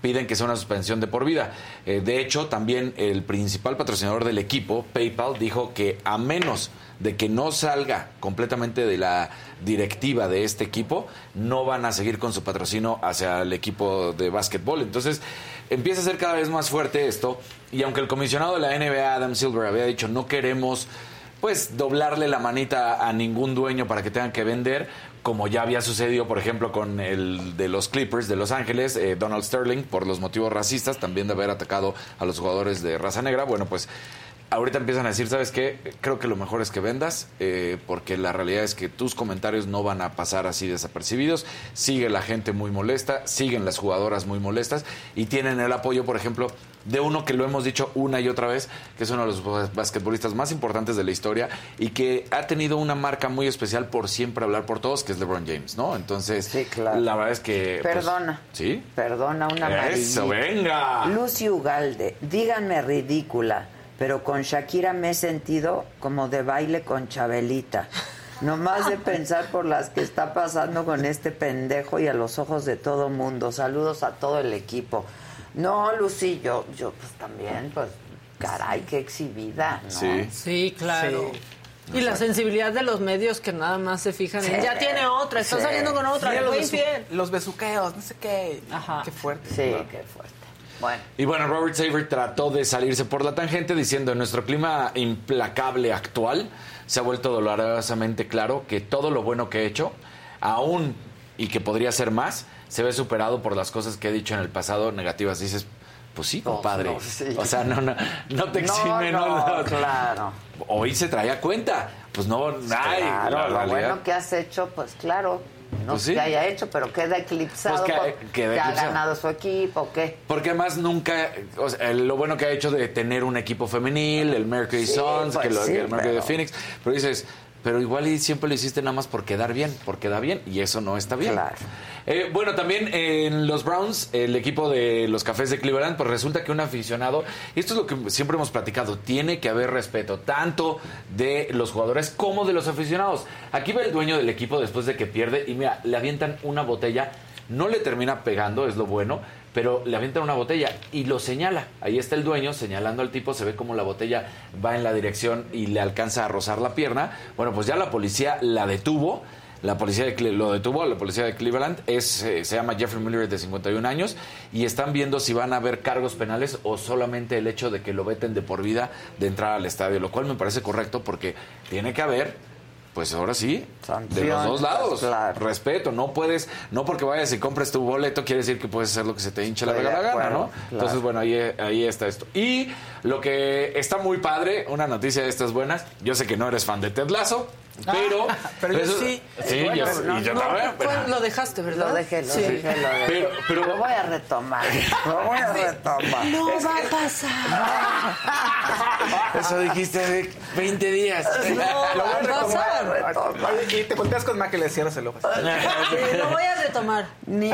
S18: piden que sea una suspensión de por vida. Eh, de hecho, también el principal patrocinador del equipo, PayPal, dijo que a menos de que no salga completamente de la directiva de este equipo, no van a seguir con su patrocinio hacia el equipo de básquetbol. Entonces, empieza a ser cada vez más fuerte esto. Y aunque el comisionado de la NBA, Adam Silver, había dicho no queremos pues doblarle la manita a ningún dueño para que tengan que vender, como ya había sucedido, por ejemplo, con el de los Clippers de Los Ángeles, eh, Donald Sterling, por los motivos racistas, también de haber atacado a los jugadores de raza negra. Bueno, pues ahorita empiezan a decir, ¿sabes qué? Creo que lo mejor es que vendas, eh, porque la realidad es que tus comentarios no van a pasar así desapercibidos. Sigue la gente muy molesta, siguen las jugadoras muy molestas y tienen el apoyo, por ejemplo, de uno que lo hemos dicho una y otra vez, que es uno de los bas- basquetbolistas más importantes de la historia y que ha tenido una marca muy especial por siempre hablar por todos, que es LeBron James, ¿no? Entonces, la verdad es que... pues,
S1: Perdona.
S18: ¿Sí?
S1: Perdona una
S18: Eso,
S1: amarillita.
S18: venga.
S1: Lucy Ugalde, díganme ridícula, pero con Shakira me he sentido como de baile con Chabelita. Nomás de pensar por las que está pasando con este pendejo y a los ojos de todo mundo. Saludos a todo el equipo. No, Lucy, yo, yo pues también, pues, caray, qué exhibida, ¿no?
S18: Sí.
S17: Sí, claro.
S1: Sí.
S17: Y la sensibilidad de los medios que nada más se fijan en,
S1: Sí.
S17: ya tiene otra, está
S1: Sí.
S17: saliendo con otra,
S1: Sí,
S17: le
S1: los
S17: fue
S1: de su-
S17: infiel.
S16: Los besuqueos, no sé qué. Ajá. Qué fuerte.
S1: Sí, qué fuerte. Bueno.
S18: Y bueno, Robert Saber trató de salirse por la tangente diciendo, en nuestro clima implacable actual, se ha vuelto dolorosamente claro que todo lo bueno que he hecho, aún y que podría ser más, se ve superado por las cosas que he dicho en el pasado negativas. Dices, pues sí, compadre.
S1: no, sí.
S18: O sea, no, no, no te
S1: No,
S18: exime, no,
S1: no, claro.
S18: Hoy se traía cuenta. Pues no, ay, la
S1: Claro, lo
S18: realidad.
S1: bueno que has hecho, pues claro, no
S18: Pues
S1: sé
S18: sí.
S1: que haya hecho, pero queda eclipsado
S18: Pues que-
S1: por-
S18: queda
S1: que ha
S18: eclipsado.
S1: ganado su equipo, ¿qué?
S18: Porque además nunca, o sea, el- lo bueno que ha hecho de tener un equipo femenil, el Mercury
S1: Sí,
S18: Suns,
S1: pues
S18: que lo-
S1: sí,
S18: que el Mercury
S1: pero-
S18: de Phoenix, pero dices, pero igual y siempre lo hiciste nada más por quedar bien, por quedar bien, y eso no está bien. Eh, bueno, también en los Browns, el equipo de los Cafés de Cleveland, pues resulta que un aficionado, y esto es lo que siempre hemos platicado, tiene que haber respeto tanto de los jugadores como de los aficionados. Aquí va el dueño del equipo después de que pierde y mira, le avientan una botella, no le termina pegando, es lo bueno, pero le avientan una botella y lo señala. Ahí está el dueño señalando al tipo, se ve como la botella va en la dirección y le alcanza a rozar la pierna. Bueno, pues ya la policía la detuvo. La policía de Cle- lo detuvo, la policía de Cleveland es, eh, se llama Jeffrey Miller de 51 años y están viendo si van a haber cargos penales o solamente el hecho de que lo veten de por vida de entrar al estadio, lo cual me parece correcto porque tiene que haber, pues ahora sí, de los dos lados, respeto, no puedes, no porque vayas y compres tu boleto quiere decir que puedes hacer lo que se te hinche la
S1: Estoy de
S18: gana,
S1: acuerdo,
S18: ¿no?
S1: claro.
S18: Entonces, bueno, ahí, ahí está esto. Y lo que está muy padre, una noticia de estas buenas, yo sé que no eres fan de Ted Lasso,
S17: *laughs*
S1: *laughs*
S18: pero...
S17: Pero yo
S18: eso-
S17: sí.
S18: Sí,
S17: Bueno,
S18: yo,
S17: no,
S18: y yo
S17: no,
S18: también,
S17: fue-
S18: pero-
S17: Lo dejaste, ¿verdad?
S1: Lo dejé, lo
S17: Sí.
S1: dejé, lo dejé.
S18: Pero-
S1: Lo voy a
S18: *laughs*
S1: retomar, lo voy a retomar.
S17: No
S1: Es
S17: va
S1: que-
S17: a pasar.
S18: Eso dijiste hace 20 días.
S16: No,
S17: Lo voy a retomar.
S16: Y y te volteas con más que le cierras el ojo.
S17: Sí, lo voy a retomar.
S1: Ni,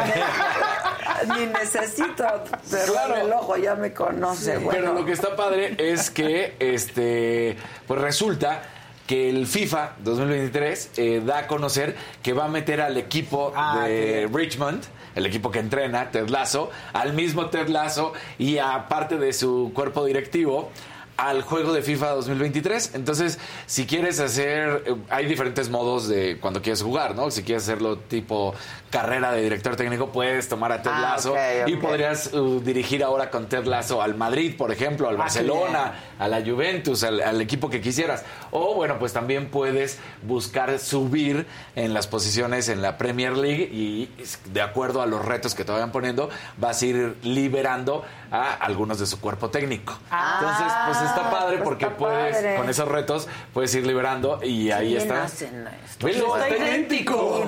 S1: ni necesito cerrar el ojo, ya me conoce,
S18: Pero
S1: bueno.
S18: lo que está padre es que, este, pues resulta que el FIFA 2023 eh, da a conocer que va a meter al equipo
S1: Ah,
S18: de Richmond, el equipo que entrena, Ted Lasso, al mismo Ted Lasso y aparte de su cuerpo directivo al juego de FIFA 2023. Entonces, si quieres hacer, eh, hay diferentes modos de cuando quieres jugar, ¿no? Si quieres hacerlo tipo carrera de director técnico, puedes tomar a Ted
S1: Ah,
S18: Lasso
S1: ok,
S18: y
S1: ok.
S18: podrías uh, dirigir ahora con Ted Lasso al Madrid, por ejemplo, al
S1: Ah, qué
S18: Barcelona, a la Juventus, al, al equipo que quisieras. O bueno, pues también puedes buscar subir en las posiciones en la Premier League y es- de acuerdo a los retos que te vayan poniendo, vas a ir liberando a algunos de su cuerpo técnico. Entonces, pues está padre porque puedes,
S1: Ah, padre.
S18: con esos retos, puedes ir liberando y ahí
S1: ¿Quién
S18: está.
S1: hacen esto?
S18: Velo, está idéntico.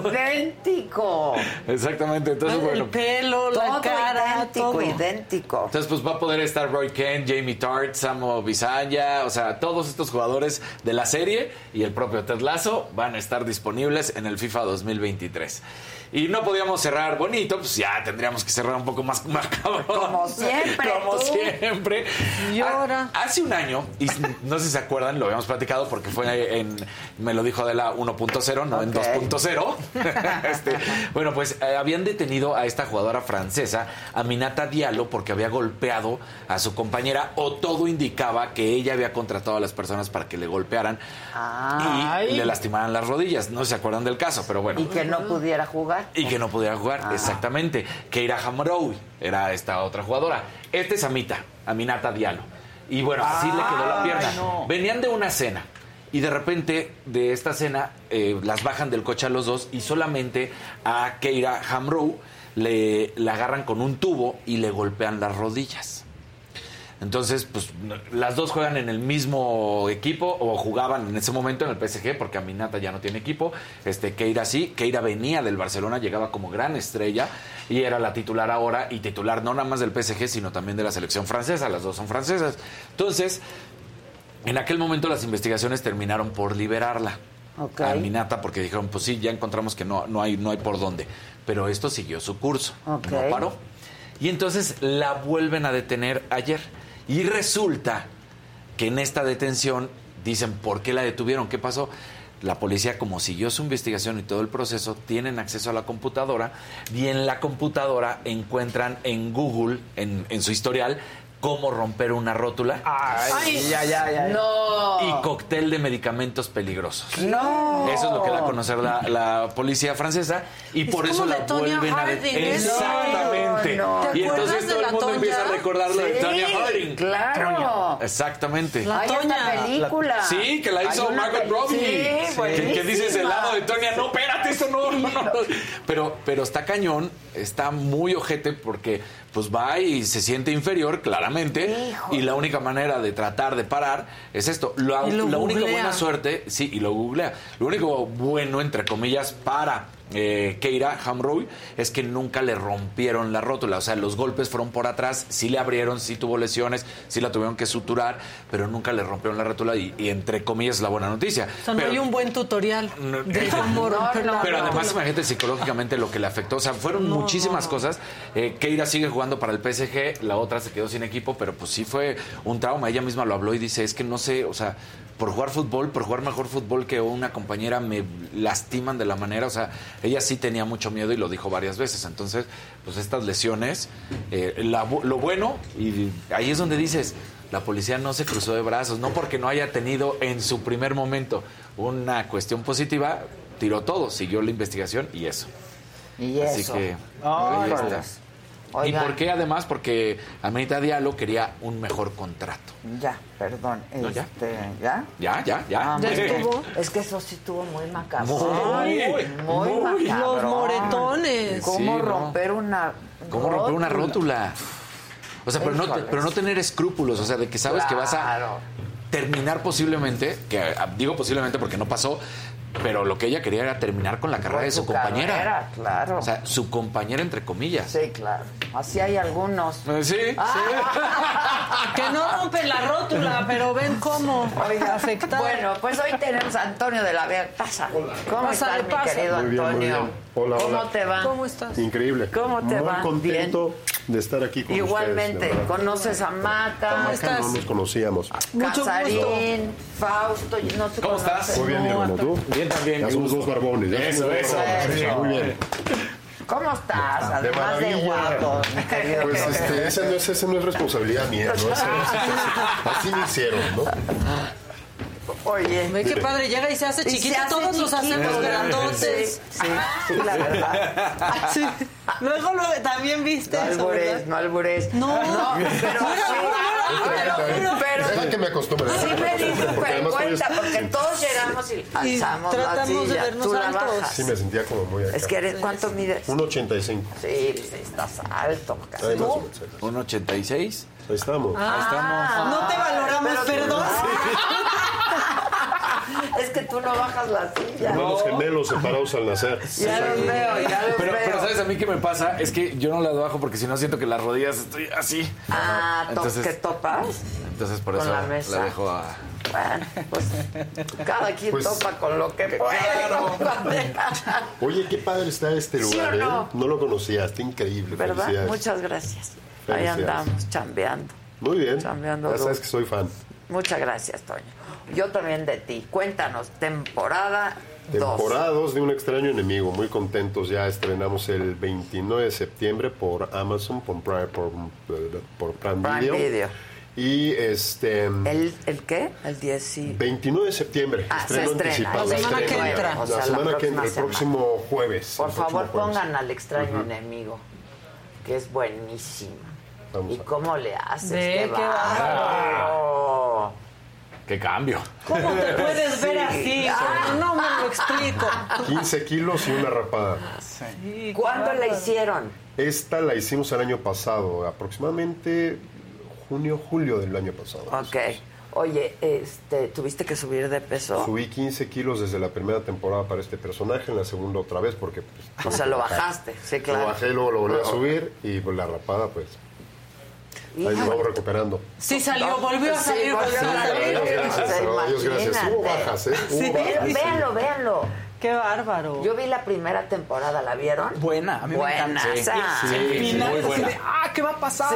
S1: Idéntico.
S18: Exactamente, entonces bueno.
S1: pelo,
S17: la cara,
S1: idéntico,
S17: todo.
S1: idéntico.
S18: Entonces, pues va a poder estar Roy Kent, Jamie Tart, Samo Bisaya, o sea, todos estos jugadores de la serie y el propio Ted Lasso van a estar disponibles en el FIFA 2023. Y no podíamos cerrar bonito, pues ya tendríamos que cerrar un poco más *laughs* macabro. Como
S1: siempre,
S18: Como
S1: tú.
S18: siempre. Ha- Hace un año, y no sé si se acuerdan, lo habíamos platicado porque fue en, me lo dijo Adela 1.0, no en 2.0. *laughs* Este, bueno, pues eh, habían detenido a esta jugadora francesa, Aminata Diallo, porque había golpeado a su compañera o todo indicaba que ella había contratado a las personas para que le golpearan y le lastimaran las rodillas. No se acuerdan del caso, pero bueno.
S1: Y que no pudiera jugar.
S18: Y que no pudiera jugar, exactamente. Keira Hamroui era esta otra jugadora. Este es Amita, Aminata Diallo. Y bueno, así le quedó la pierna. Venían de una cena. Y de repente, de esta cena, eh, las bajan del coche a los dos y solamente a Keira Hamroui le, la agarran con un tubo y le golpean las rodillas. Entonces, pues no- las dos juegan en el mismo equipo o jugaban en ese momento en el PSG porque Aminata ya no tiene equipo. Este Keira sí, Keira venía del Barcelona, llegaba como gran estrella y era la titular ahora y titular no nada más del PSG, sino también de la selección francesa, las dos son francesas. Entonces, en aquel momento las investigaciones terminaron por liberarla
S1: Ok.
S18: a Aminata porque dijeron, pues sí, ya encontramos que no, no hay no hay por dónde, pero esto siguió su curso,
S1: Ok.
S18: no paró. Y entonces la vuelven a detener ayer. Y resulta que en esta detención dicen por qué la detuvieron, qué pasó. La policía, como siguió su investigación y todo el proceso, tienen acceso a la computadora y en la computadora encuentran en Google, en, en su historial, cómo romper una rótula.
S16: Ay, ya, ya, ya.
S18: Y cóctel de medicamentos peligrosos.
S1: Oh. No.
S18: Eso es lo que da a conocer la, la policía francesa y
S1: Es
S18: por eso
S1: como
S18: la
S1: la Tonya
S18: vuelven a
S1: Harding,
S18: detener.
S1: ¿eh?
S18: Exactamente.
S1: No, no. ¿Te
S18: Y entonces
S1: acuerdas de
S18: todo
S1: la
S18: el mundo
S1: Tonya?
S18: empieza a recordar lo de
S1: Sí,
S18: Tonya Harding.
S1: claro.
S18: Tonya. Exactamente.
S1: La Hay Tonya. esta película.
S18: sí, que la
S1: Hay
S18: hizo
S1: una
S18: Margot
S1: peli-
S18: Robbie.
S1: Sí,
S18: que, que dices el
S1: buenísima.
S18: lado de Tonya, no, espérate, eso no, no, no. *laughs* Pero, pero está cañón, está muy ojete porque pues va y se siente inferior, claramente. Y la única manera de tratar de parar es esto. La,
S8: Y lo
S18: la única
S8: googlea.
S18: buena suerte, sí, y lo googlea. Lo único bueno, entre comillas, para eh, Keira Hamroy es que nunca le rompieron la rótula. O sea, los golpes fueron por atrás, sí le abrieron, sí tuvo lesiones, sí la tuvieron que suturar, pero nunca le rompieron la rótula y, y entre comillas, es la buena noticia.
S17: O sea, no
S18: Pero-
S17: hay un buen tutorial de cómo romper la
S18: pero además,
S17: rótula.
S18: imagínate psicológicamente lo que le afectó. O sea, fueron muchísimas cosas. Eh, Keira sigue jugando para el PSG, la otra se quedó sin equipo, pero pues sí fue un trauma. Ella misma lo habló y dice: Es que no sé, o sea, por jugar fútbol, por jugar mejor fútbol que una compañera, me lastiman de la manera. O sea, ella sí tenía mucho miedo y lo dijo varias veces. Entonces, pues estas lesiones, eh, la bu- lo bueno, y ahí es donde dices. La policía no se cruzó de brazos, no porque no haya tenido en su primer momento una cuestión positiva, tiró todo, siguió la investigación y eso.
S1: Y
S18: Así
S1: eso.
S18: que
S1: Ay,
S18: ahí está.
S1: híjoles.
S18: ¿Y
S1: Oigan.
S18: por qué además? Porque Amelita Diallo quería un mejor contrato.
S1: Ya, perdón.
S18: No, ya.
S1: este, ¿Ya?
S18: Ya, ya, ya.
S1: Ah,
S18: Sí.
S1: muy bien. Es que eso sí estuvo muy macabro.
S18: Muy,
S1: muy,
S18: muy.
S1: macabro.
S18: Los moretones.
S1: ¿Cómo
S18: Sí, no.
S1: romper una
S18: ¿Cómo romper una rótula? O sea, pero no,
S1: Híjoles.
S18: pero no tener escrúpulos, o sea, de que sabes que vas a terminar posiblemente, que ah, digo posiblemente porque no pasó, pero lo que ella quería era terminar con la carrera de su, compañera.
S1: carrera, claro.
S18: O sea, su compañera entre comillas.
S1: Sí, claro. Así hay algunos. Ah.
S18: Eh, Sí,
S17: *laughs* Que no rompen la rótula, pero ven cómo afecta.
S1: Bueno, pues hoy tenemos a Antonio de la Vega. Pasa. ¿Cómo estás,
S17: Pásale,
S1: mi
S17: pasa.
S1: querido
S17: Muy
S1: Antonio?
S17: bien, muy bien.
S1: ¿Cómo te va?
S17: ¿Cómo estás?
S9: Increíble.
S1: ¿Cómo te
S9: Muy
S1: va?
S9: contento,
S8: de estar aquí con
S1: Igualmente,
S8: ustedes. de verdad.
S1: conoces a Maca,
S8: Acá no nos conocíamos.
S1: Casarín, Fausto, y no se
S8: ¿Cómo
S1: conocen.
S8: estás? Muy bien, mi hermano. ¿Tú?
S18: Bien también.
S8: Ya somos dos barbones. ya
S18: Eso,
S8: somos dos
S18: eso.
S8: barbones, Muy bien.
S1: ¿Cómo estás? Además de,
S8: maravilla.
S1: guapo, mi querido.
S8: Pues este, esa no es, esa no es responsabilidad mía, ¿no?
S1: *laughs*
S8: Esa- esa- esa- así me hicieron, ¿no?
S1: Oye.
S17: Ve qué padre, llega y se hace
S1: Y se
S17: chiquito.
S1: hace
S17: Todos los
S1: chiquito.
S17: hacemos
S1: Sí,
S17: grandotes.
S1: Sí, sí, la verdad.
S17: Sí. Luego lo, también viste
S1: No
S17: eso,
S1: albures,
S17: ¿verdad?
S1: no albures.
S17: No,
S1: pero-
S8: Deja que me acostumbre.
S1: Sí me dijo,
S8: Porque
S1: pero
S8: además
S1: cuenta,
S8: hoy es-
S1: porque todos llegamos y alzamos la
S17: tratamos de
S1: silla,
S17: vernos
S1: tú la
S17: altos.
S1: bajas.
S8: Sí, me sentía como muy acá.
S1: Es que eres, ¿cuánto mides?
S8: Un 85.
S1: Sí, pues estás alto. casi.
S8: Ahí más o
S1: ¿Tú?
S8: menos, ahí más.
S18: ¿Un 86?
S8: Ahí estamos.
S1: Ah.
S17: No te valoramos, perdón.
S1: *laughs* Es que tú no bajas la silla.
S8: Hermanos gemelos separados al nacer.
S1: Ya los veo, ya los
S18: Pero,
S1: veo.
S18: pero ¿sabes a mí qué me pasa? Es que yo no las bajo porque si no siento que las rodillas estoy así.
S1: Ah, to-
S18: Entonces-
S1: ¿que topas?
S18: Entonces por
S1: Con
S18: eso
S1: la mesa.
S18: dejo a...
S1: Bueno, pues cada quien
S8: Pues-
S1: topa con lo que puede.
S8: Oye, qué padre está este
S1: ¿Sí
S8: lugar,
S1: o no?
S8: ¿eh? No lo conocía, está increíble.
S1: ¿Verdad?
S8: Felicidades.
S1: Muchas gracias. Ahí
S8: Felicidades.
S1: andamos, chambeando.
S8: Muy bien.
S1: Chambeando
S8: Ya
S1: duro.
S8: sabes que soy fan.
S1: Muchas gracias, Toño. Yo también de ti. Cuéntanos, temporada 2.
S8: Temporadas de un extraño enemigo, muy contentos ya estrenamos el 29 de septiembre por Amazon, por Prime, por, por Prime
S1: Prime
S8: Video.
S1: Video.
S8: Y este
S1: ¿El, ¿El qué? El 10 y...
S8: 29 de septiembre,
S1: Ah, se
S8: estreno
S1: estrena.
S8: anticipado.
S1: La semana
S8: estreno.
S1: que entra. O sea,
S8: La
S1: la
S8: semana que entra, el
S1: próxima
S8: próximo jueves.
S1: Por
S8: el próximo
S1: favor,
S8: jueves.
S1: pongan al extraño
S8: Ujú.
S1: enemigo, que es buenísima.
S8: Vamos
S1: ¿Y
S8: a-
S1: cómo le haces?
S17: Ve, qué
S1: bárbaro.
S18: ¡Qué cambio!
S17: ¿Cómo te puedes ver así?
S1: Sí.
S17: Ah, no me lo explico.
S8: 15 kilos y una rapada.
S1: ¿Cuándo la hicieron?
S8: Esta la hicimos el año pasado, aproximadamente junio, julio del año pasado.
S1: Ok. Oye, este, ¿tuviste que subir de peso?
S8: Subí 15 kilos desde la primera temporada para este personaje, en la segunda otra vez porque... pues,
S1: O sea, lo bajaste, sí, claro.
S8: Lo bajé, luego lo volví a
S1: Ajá.
S8: subir y pues, la rapada, pues, ahí
S1: Híjole.
S8: lo vamos recuperando.
S17: Sí salió, volvió a
S1: Sí,
S17: salir,
S1: volvió a
S17: volvió
S1: salir.
S17: a salir.
S8: Dios gracias,
S1: Sí,
S8: oh, Dios gracias.
S1: imagínate.
S8: Hubo bajas, ¿eh? Hubo
S1: Sí,
S8: bajas.
S1: ve- véanlo, véanlo.
S17: Qué bárbaro.
S1: Yo vi la primera temporada, ¿la vieron?
S16: Buena, a mí me encanta.
S1: Buena, esa.
S16: Y el final
S18: muy
S16: es así
S18: buena.
S16: de, ah, ¿qué va a pasar?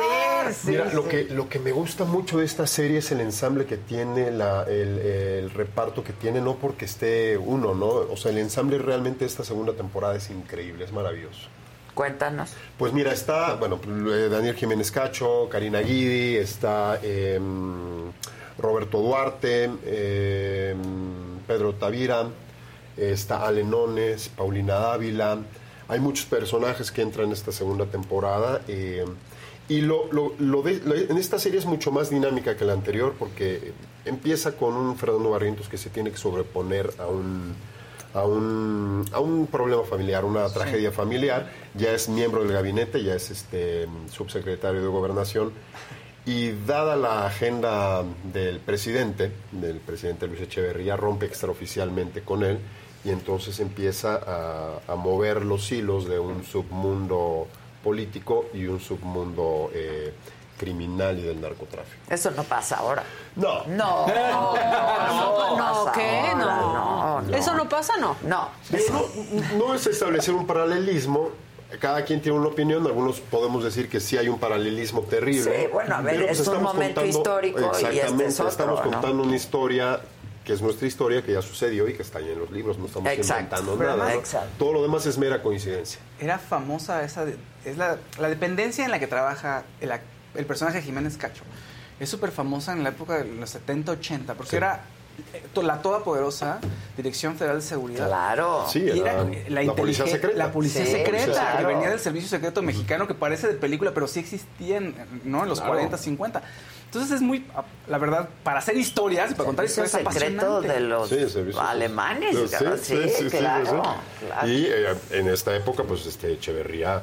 S1: Sí, sí,
S8: Mira, lo
S1: sí.
S8: que, lo que me gusta mucho de esta serie es el ensamble que tiene, la, el, el reparto que tiene, no porque esté uno, ¿no? O sea, el ensamble realmente de esta segunda temporada es increíble, es maravilloso.
S1: Cuéntanos.
S8: Pues mira, está, bueno, eh, Daniel Jiménez Cacho, Karina Guidi, está eh, Roberto Duarte, eh, Pedro Tavira, está Alenones, Paulina Dávila. Hay muchos personajes que entran en esta segunda temporada. eh, y lo, lo- lo de- lo- en esta serie es mucho más dinámica que la anterior porque empieza con un Fernando Barrientos que se tiene que sobreponer a un, a un, a un problema familiar, una tragedia familiar. Ya es miembro del gabinete, ya es este subsecretario de gobernación. Y dada la agenda del presidente, del presidente Luis Echeverría, rompe extraoficialmente con él y entonces empieza a, a mover los hilos de un submundo político y un submundo eh, criminal y del narcotráfico.
S1: Eso no pasa ahora.
S8: No,
S1: No, no, no,
S17: *laughs* No,
S1: pasa
S17: ¿qué?
S1: ahora,
S17: No.
S1: no.
S17: Eso no pasa, ¿no?
S1: No,
S8: Digo, no, no es establecer un paralelismo. Cada quien tiene una opinión, algunos podemos decir que sí hay un paralelismo terrible.
S1: Sí, bueno, a ver,
S8: pero, pues,
S1: es un
S8: estamos
S1: momento histórico y este es
S8: Exactamente,
S1: otro,
S8: estamos
S1: ¿no?
S8: contando una historia que es nuestra historia, que ya sucedió y que está ahí en los libros, no estamos
S1: Exacto.
S8: inventando
S1: Pero
S8: nada.
S1: además-
S8: ¿no?
S1: Exacto.
S8: Todo lo demás es mera coincidencia.
S16: Era famosa esa, de- es la, la dependencia en la que trabaja el, ac- el personaje de Jiménez Cacho. Es súper famosa en la época de los 70, 80, porque
S8: Sí.
S16: era eh, to- la todopoderosa Dirección Federal de Seguridad.
S1: claro.
S8: Sí,
S16: Y era
S8: era
S16: la,
S8: la policía
S16: inteligen-
S8: secreta.
S16: La policía
S1: Sí,
S16: secreta,
S1: policía
S16: que
S1: secreta.
S16: venía del Servicio Secreto Mexicano, que parece de película, pero sí existían, ¿no? En los
S1: Claro.
S16: 40, 50. Entonces es muy, ah, la verdad, para hacer historias y para contar
S1: Es el
S16: historias es
S1: secreto
S16: apasionante.
S1: de los
S8: Sí, servicios.
S1: alemanes,
S8: Sí,
S1: claro,
S8: sí, sí, sí, sí,
S1: claro,
S8: sí.
S1: claro.
S8: Y eh, en esta época, pues este Echeverría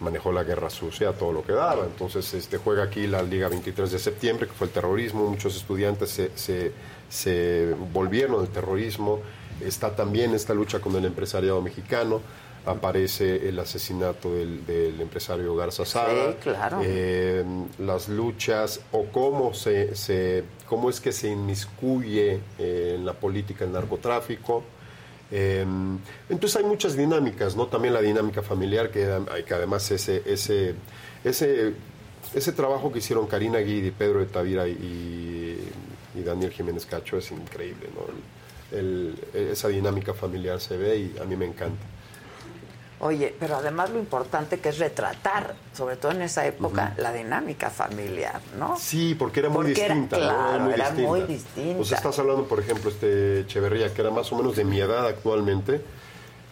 S8: manejó la guerra sucia a todo lo que daba. Entonces este juega aquí la Liga 23 de septiembre, que fue el terrorismo. Muchos estudiantes se, se, se volvieron del terrorismo. Está también esta lucha con el empresariado mexicano. Aparece el asesinato del, del empresario Garza Sada.
S1: Sí, claro.
S8: Eh, las luchas o cómo se, se- cómo es que se inmiscuye eh, en la política el narcotráfico Eh, entonces hay muchas dinámicas, ¿no? También la dinámica familiar, que, hay que además ese, ese, ese, ese trabajo que hicieron Karina Guidi, Pedro de Tavira y, y Daniel Jiménez Cacho es increíble, ¿no? El- el- esa dinámica familiar se ve y a mí me encanta.
S1: Oye, pero además lo importante que es retratar, sobre todo en esa época, la dinámica familiar, ¿no?
S8: Sí, porque era muy
S1: Porque era-
S8: distinta. ¿no?
S1: claro, era muy
S8: O sea, estás hablando, por ejemplo, este Echeverría, que era más o menos de mi edad actualmente,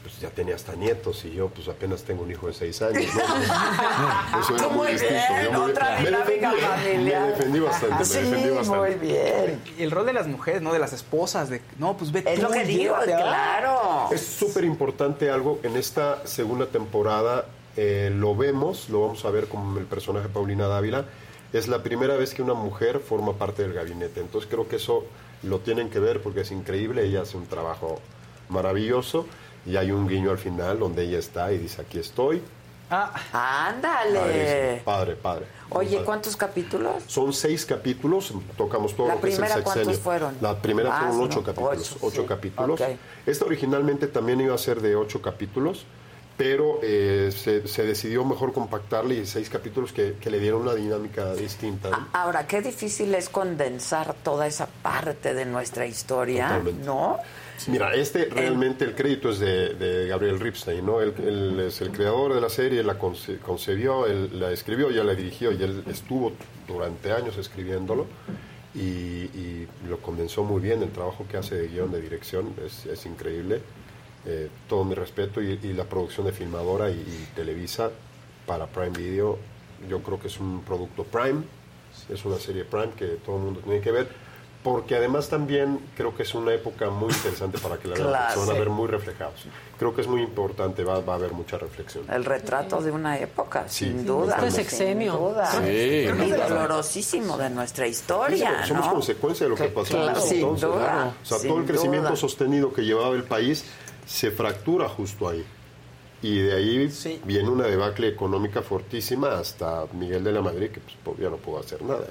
S8: pues ya tenía hasta nietos y yo pues apenas tengo un hijo de seis años.
S1: *laughs*
S8: ¿no? Eso era
S1: Tú muy
S8: muy distinto.
S1: bien,
S8: yo muy-
S1: otra
S8: *laughs* me
S1: dinámica
S8: defendí,
S1: familiar.
S8: Me defendí bastante,
S1: Sí,
S8: me defendí bastante.
S16: Y el rol de las mujeres, ¿no? De las esposas, de no, pues ve tú y llévate a-
S8: Es súper importante algo en esta segunda temporada. eh, lo vemos, lo vamos a ver con el personaje Paulina Dávila. Es la primera vez que una mujer forma parte del gabinete. Entonces creo que eso lo tienen que ver porque es increíble. Ella hace un trabajo maravilloso. Y hay un guiño al final donde ella está y dice, aquí estoy. Ah. Padrísimo,
S1: Ándale.
S8: Padre, padre.
S1: Oye,
S8: Padre.
S1: ¿cuántos capítulos?
S8: Son seis capítulos, tocamos todo
S1: ¿La
S8: lo que es el
S1: primera cuántos
S8: sexenio.
S1: fueron?
S8: La primera
S1: Más,
S8: fueron
S1: ¿no?
S8: ocho capítulos.
S1: Ocho,
S8: Ocho,
S1: sí.
S8: capítulos.
S1: Ok.
S8: Esta originalmente también iba a ser de ocho capítulos, pero eh, se, se decidió mejor compactarle y seis capítulos que, que le dieron una dinámica distinta. ¿no?
S1: Ahora, qué difícil es condensar toda esa parte de nuestra historia,
S8: Totalmente.
S1: ¿no?
S8: Mira, este realmente el crédito es de, de Gabriel Ripstein, ¿no? Él, él es el creador de la serie, la conce- concebió, él la escribió, ya la dirigió y él estuvo durante años escribiéndolo y, y lo condensó muy bien. El trabajo que hace de guión, de dirección, es, es increíble. Eh, todo mi respeto y, y la producción de Filmadora y, y Televisa para Prime Video, yo creo que es un producto Prime, es una serie Prime que todo el mundo tiene que ver. Porque además también creo que es una época muy interesante para que la vean, porque se van a
S1: Clase.
S8: ver muy reflejados. Creo que es muy importante, va, va a haber mucha reflexión.
S1: El retrato de una época,
S8: Sí.
S1: sin duda.
S8: Este
S17: sexenio.
S1: Sin duda.
S8: Creo que-
S1: y
S8: creo que-
S1: dolorosísimo de nuestra historia,
S8: Somos
S1: ¿no?
S8: consecuencia de lo que pasó.
S1: claro,
S8: entonces,
S1: sin duda,
S8: claro. O sea,
S1: sin
S8: todo el crecimiento
S1: duda.
S8: sostenido que llevaba el país se fractura justo ahí. Y de ahí viene una debacle económica fortísima hasta Miguel de la Madrid, que pues, po- ya no pudo hacer nada.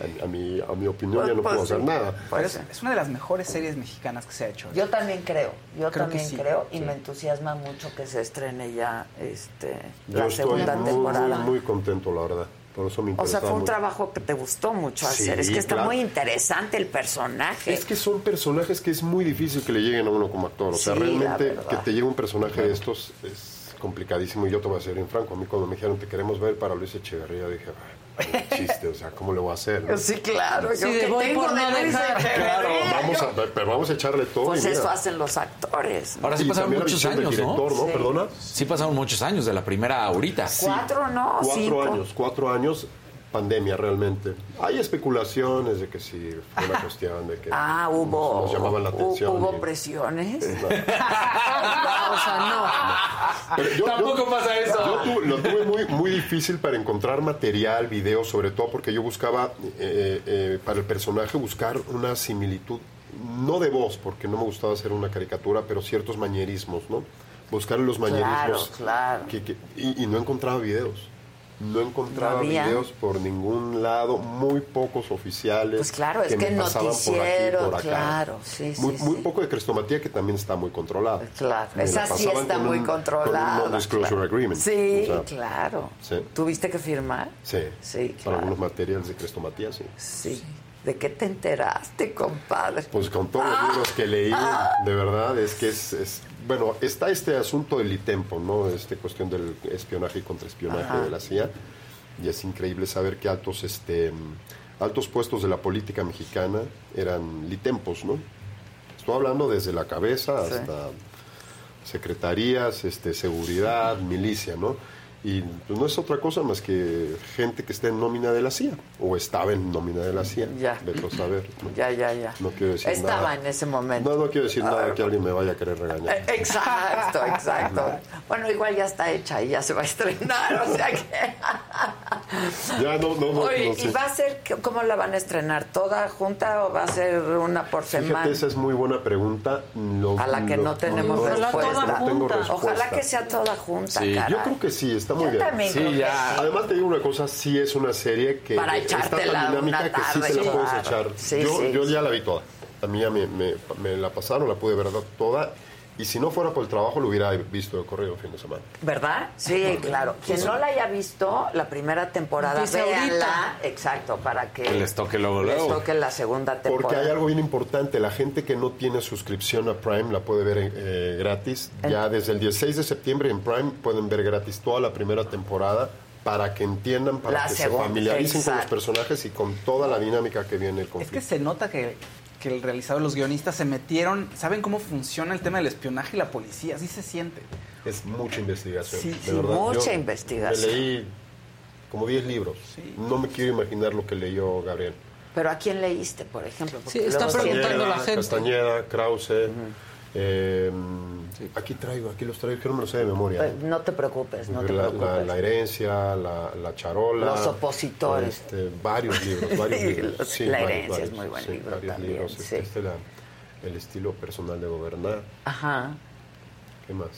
S8: A, a mi, a mi
S1: Pues,
S8: opinión, ya no pudo hacer nada.
S16: Pero es, es una de las mejores series mexicanas que se ha hecho.
S1: Yo también creo, yo
S16: Creo que
S1: también
S16: sí.
S1: creo y
S16: Sí.
S1: me entusiasma mucho que se estrene ya este
S8: Yo
S1: la
S8: estoy
S1: segunda
S8: muy,
S1: temporada.
S8: Muy, muy contento, la verdad. Por eso me
S1: o sea,
S8: interesaba
S1: fue un
S8: mucho.
S1: trabajo que te gustó mucho
S8: Sí,
S1: hacer. Es que está
S8: claro.
S1: muy interesante el personaje.
S8: Es que son personajes que es muy difícil que le lleguen a uno como actor. O sea,
S1: Sí, la
S8: realmente
S1: verdad.
S8: que te llegue un personaje de estos es complicadísimo. Y yo te voy a ser bien franco. A mí cuando me dijeron, te queremos ver para Luis Echeverría, dije, "Ay,
S1: *laughs*
S8: qué chiste, o sea, ¿cómo le voy a hacer? no?"
S1: Sí, claro.
S17: Sí, de voy por no dejar.
S8: Claro, vamos a, pero vamos a echarle todo.
S1: Pues
S8: y mira.
S1: eso hacen los actores. ¿no?
S18: Ahora sí
S8: Y
S18: pasaron
S8: también la
S18: muchos
S8: visión del
S18: años,
S8: director, ¿no?
S18: Sí.
S8: Perdona.
S18: Sí pasaron muchos años, de la primera a ahorita.
S1: Cuatro, ¿no?
S8: Cuatro
S1: Cinco.
S8: años, cuatro años, pandemia realmente. Hay especulaciones de que sí, fue una cuestión de que
S1: Ah, hubo.
S8: nos llamaban la
S1: hu-
S8: atención.
S1: Hubo *laughs*
S8: y-
S1: presiones.
S8: *laughs*
S17: O sea,
S8: Pero yo-
S18: Tampoco
S8: yo-
S18: pasa eso.
S8: Yo tuve- lo tuve muy, muy difícil para encontrar material, video, sobre todo porque yo buscaba eh, eh, para el personaje buscar una similitud, no de voz, porque no me gustaba hacer una caricatura, pero ciertos mañerismos, ¿no? Buscar los mañerismos.
S1: Claro, claro.
S8: que- que- y, y no encontraba videos. No encontraba
S1: No había.
S8: videos por ningún lado, muy pocos oficiales.
S1: Pues claro, es que,
S8: me pasaban por aquí,
S1: noticiero,
S8: por acá.
S1: claro. Sí, sí,
S8: Muy,
S1: sí.
S8: muy poco de crestomatía que también está muy controlada.
S1: Claro,
S8: Me la
S1: esa sí
S8: pasaban
S1: está
S8: con
S1: muy
S8: un- Con
S1: controlada.
S8: un non-disclosure
S1: claro.
S8: agreement.
S1: Sí,
S8: O sea,
S1: claro.
S8: Sí.
S1: ¿Tuviste que firmar?
S8: Sí.
S1: Sí,
S8: Para
S1: claro.
S8: algunos materiales de crestomatía, sí.
S1: Sí. ¿De qué te enteraste, compadre? Ah.
S8: Pues con todos los libros que leí, de verdad, es que es, es- Bueno, está este asunto del ITEMPO, ¿no? Esta cuestión del espionaje y contraespionaje
S1: Ajá.
S8: de la CIA. Y es increíble saber que altos, este, altos puestos de la política mexicana eran litempos, ¿no? Estoy hablando desde la cabeza
S1: Sí.
S8: hasta secretarías, este, seguridad, milicia, ¿no? Y pues, no es otra cosa más que gente que está en nómina de la CIA o estaba en nómina de la CIA.
S1: Mm, Ya.
S8: Vete a saber. ¿no?
S1: Ya, ya, ya.
S8: No quiero decir
S1: Estaba
S8: nada.
S1: en ese momento. Ah. Eh,
S8: No, no quiero decir nada que alguien me vaya a querer regañar.
S1: Exacto, exacto. Bueno, igual ya está hecha y ya se va a estrenar, o sea que...
S8: *laughs* Ya, no, *laughs* no, no.
S1: Oye,
S8: no
S1: ¿y
S8: sé.
S1: va a ser, que- cómo la van a estrenar? ¿Toda junta o va a ser una por semana?
S8: Fíjate, esa es muy buena pregunta. Lo-
S1: A la que
S8: lo-
S1: no tenemos
S8: no-
S1: respuesta.
S8: no tengo respuesta.
S1: Ojalá que sea toda junta,
S8: Sí,
S1: caray.
S8: yo creo que sí, está muy
S1: Yo
S8: bien.
S1: también Sí, creo que ya. sí.
S8: Además te digo una cosa, sí es una serie que
S1: Para
S8: está tan
S1: echártela
S8: dinámica
S1: una
S8: que sí te
S1: tarde,
S8: la puedes
S1: claro.
S8: echar.
S1: Sí,
S8: yo,
S1: sí.
S8: yo ya la vi toda. A mí ya me, me- me la pasaron, la pude ver toda Y si no fuera por el trabajo, lo hubiera visto de corrido un fin de semana.
S1: ¿Verdad? Sí, claro. Quien no la haya visto, la primera temporada,
S8: Dice ahorita.
S1: véanla. Exacto, para que
S18: Que les toque luego,
S1: les
S18: luego.
S1: toque la segunda temporada.
S8: Porque hay algo bien importante, la gente que no tiene suscripción a Prime la puede ver eh, gratis. Ya desde el 16 de septiembre en Prime pueden ver gratis toda la primera temporada para que entiendan, para
S16: La
S8: que
S16: segunda,
S8: se familiaricen con los
S16: exacto.
S8: personajes y con toda la dinámica que viene
S16: Es
S8: el
S16: que
S8: conflicto.
S16: se nota que, que el realizador, los guionistas se metieron, saben cómo funciona el tema del espionaje y la policía, así se siente. *laughs*
S8: Es, mucha investigación.
S16: Sí,
S8: de
S16: sí,
S8: verdad.
S16: mucha
S8: Yo
S16: investigación.
S8: me leí como 10 libros. No me quiero imaginar lo que leyó Gabriel.
S1: Pero ¿a quién leíste, por ejemplo? Porque
S17: Sí, está
S1: luego siempre-
S17: preguntando la gente.
S8: Castañeda, Krause. eh, Aquí traigo, aquí los traigo, que no me lo sé de memoria.
S1: Eh, No te preocupes, no te
S8: Pues la, la-
S1: preocupes.
S8: la herencia, la, la charola.
S1: Los opositores.
S8: este, varios libros,
S1: *laughs*
S8: varios
S1: Sí,
S8: libros.
S1: los- la
S8: varios,
S1: herencia
S8: varios,
S1: es muy buen
S8: sí,
S1: libro
S8: varios
S1: también,
S8: libros. Este,
S1: sí.
S8: este era el estilo personal de gobernar.
S1: Ajá.
S8: ¿Qué más?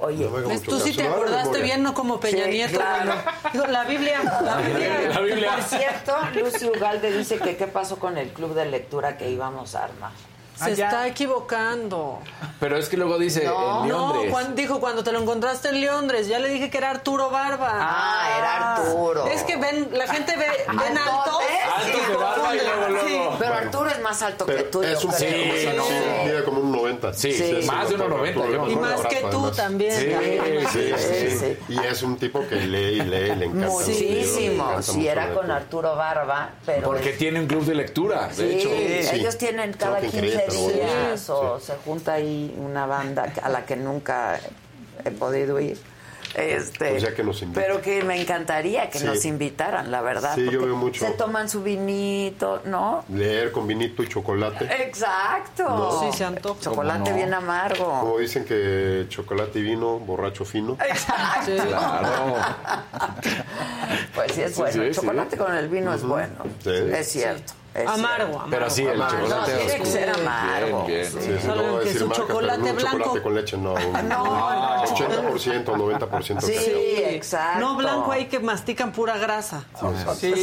S1: Oye,
S8: No me haga
S17: Pues
S8: mucho
S17: tú sí
S8: caso,
S17: te
S8: no hago
S17: acordaste
S8: memoria.
S17: bien, no como Peña
S1: Sí,
S17: Nieto.
S1: claro.
S17: bueno. Digo, la Biblia, la Biblia.
S1: Que, Por cierto, Lucy Ugalde dice que qué pasó con el club de lectura que íbamos a armar.
S17: Se está equivocando.
S18: Pero es que luego dice
S17: No,
S18: en Londres.
S17: cuan- dijo cuando te lo encontraste en Londres, ya le dije que era Arturo Barba. Ah,
S1: era Arturo.
S17: Es que ven, la gente
S1: *laughs*
S17: ve, ven alto.
S8: Ah,
S1: Altos de barba y luego, luego. Sí, pero Arturo es más alto que tú,
S8: Es
S1: yo
S8: un
S1: creo.
S8: sí,
S1: Sí,
S8: sí,
S1: sí.
S8: mide como un 90.
S18: Sí, más de
S8: un
S18: 1,90, yo me
S17: Y más que tú también.
S8: Sí, sí, sí,
S1: Sí,
S8: sí. Y es un tipo que lee y lee, le encanta. los libros, le
S1: Muchísimo.
S8: encanta
S1: Si
S8: mucho
S1: era
S8: leer.
S1: con Arturo Barba, pero...
S18: Porque tiene un club de lectura, de
S1: Sí,
S18: hecho.
S1: ellos tienen cada
S18: Creo que
S1: 15
S18: en Querétaro, bueno,
S1: días o se junta ahí una banda a la que nunca he podido ir. Este,
S8: Pues ya que nos inviten.
S1: Pero que me encantaría que
S8: Sí.
S1: nos invitaran, la verdad.
S8: Sí, yo
S1: porque
S8: veo mucho.
S1: Se toman su vinito, ¿no?
S8: Leer con vinito y chocolate.
S1: Exacto.
S8: No. Sí,
S17: se antoja.
S1: Chocolate
S8: ¿Cómo no?
S1: bien amargo.
S8: Como dicen que chocolate y vino, borracho fino.
S1: Exacto. *laughs* Pues sí, es
S8: Sí,
S1: bueno.
S8: sí,
S1: El
S8: sí.
S1: chocolate con el vino es bueno.
S8: Sí.
S1: Es cierto. es
S17: Amargo,
S1: cierto.
S17: amargo. Pero sí, el
S1: Amargo.
S17: chocolate
S1: No, tiene que
S17: oscuro.
S1: ser amargo.
S8: Bien, bien.
S1: Sí.
S8: Sí, sí, no
S17: Solo
S8: voy a
S17: que
S8: decir
S17: su
S8: marcas, pero
S17: chocolate
S8: un chocolate
S17: blanco.
S8: con
S1: *laughs*
S8: leche no. un-
S17: No,
S8: Ah,
S17: no.
S8: 80%, 90%
S17: Sí,
S8: cacao.
S1: exacto.
S17: No blanco ahí que mastican pura grasa.
S1: Sí.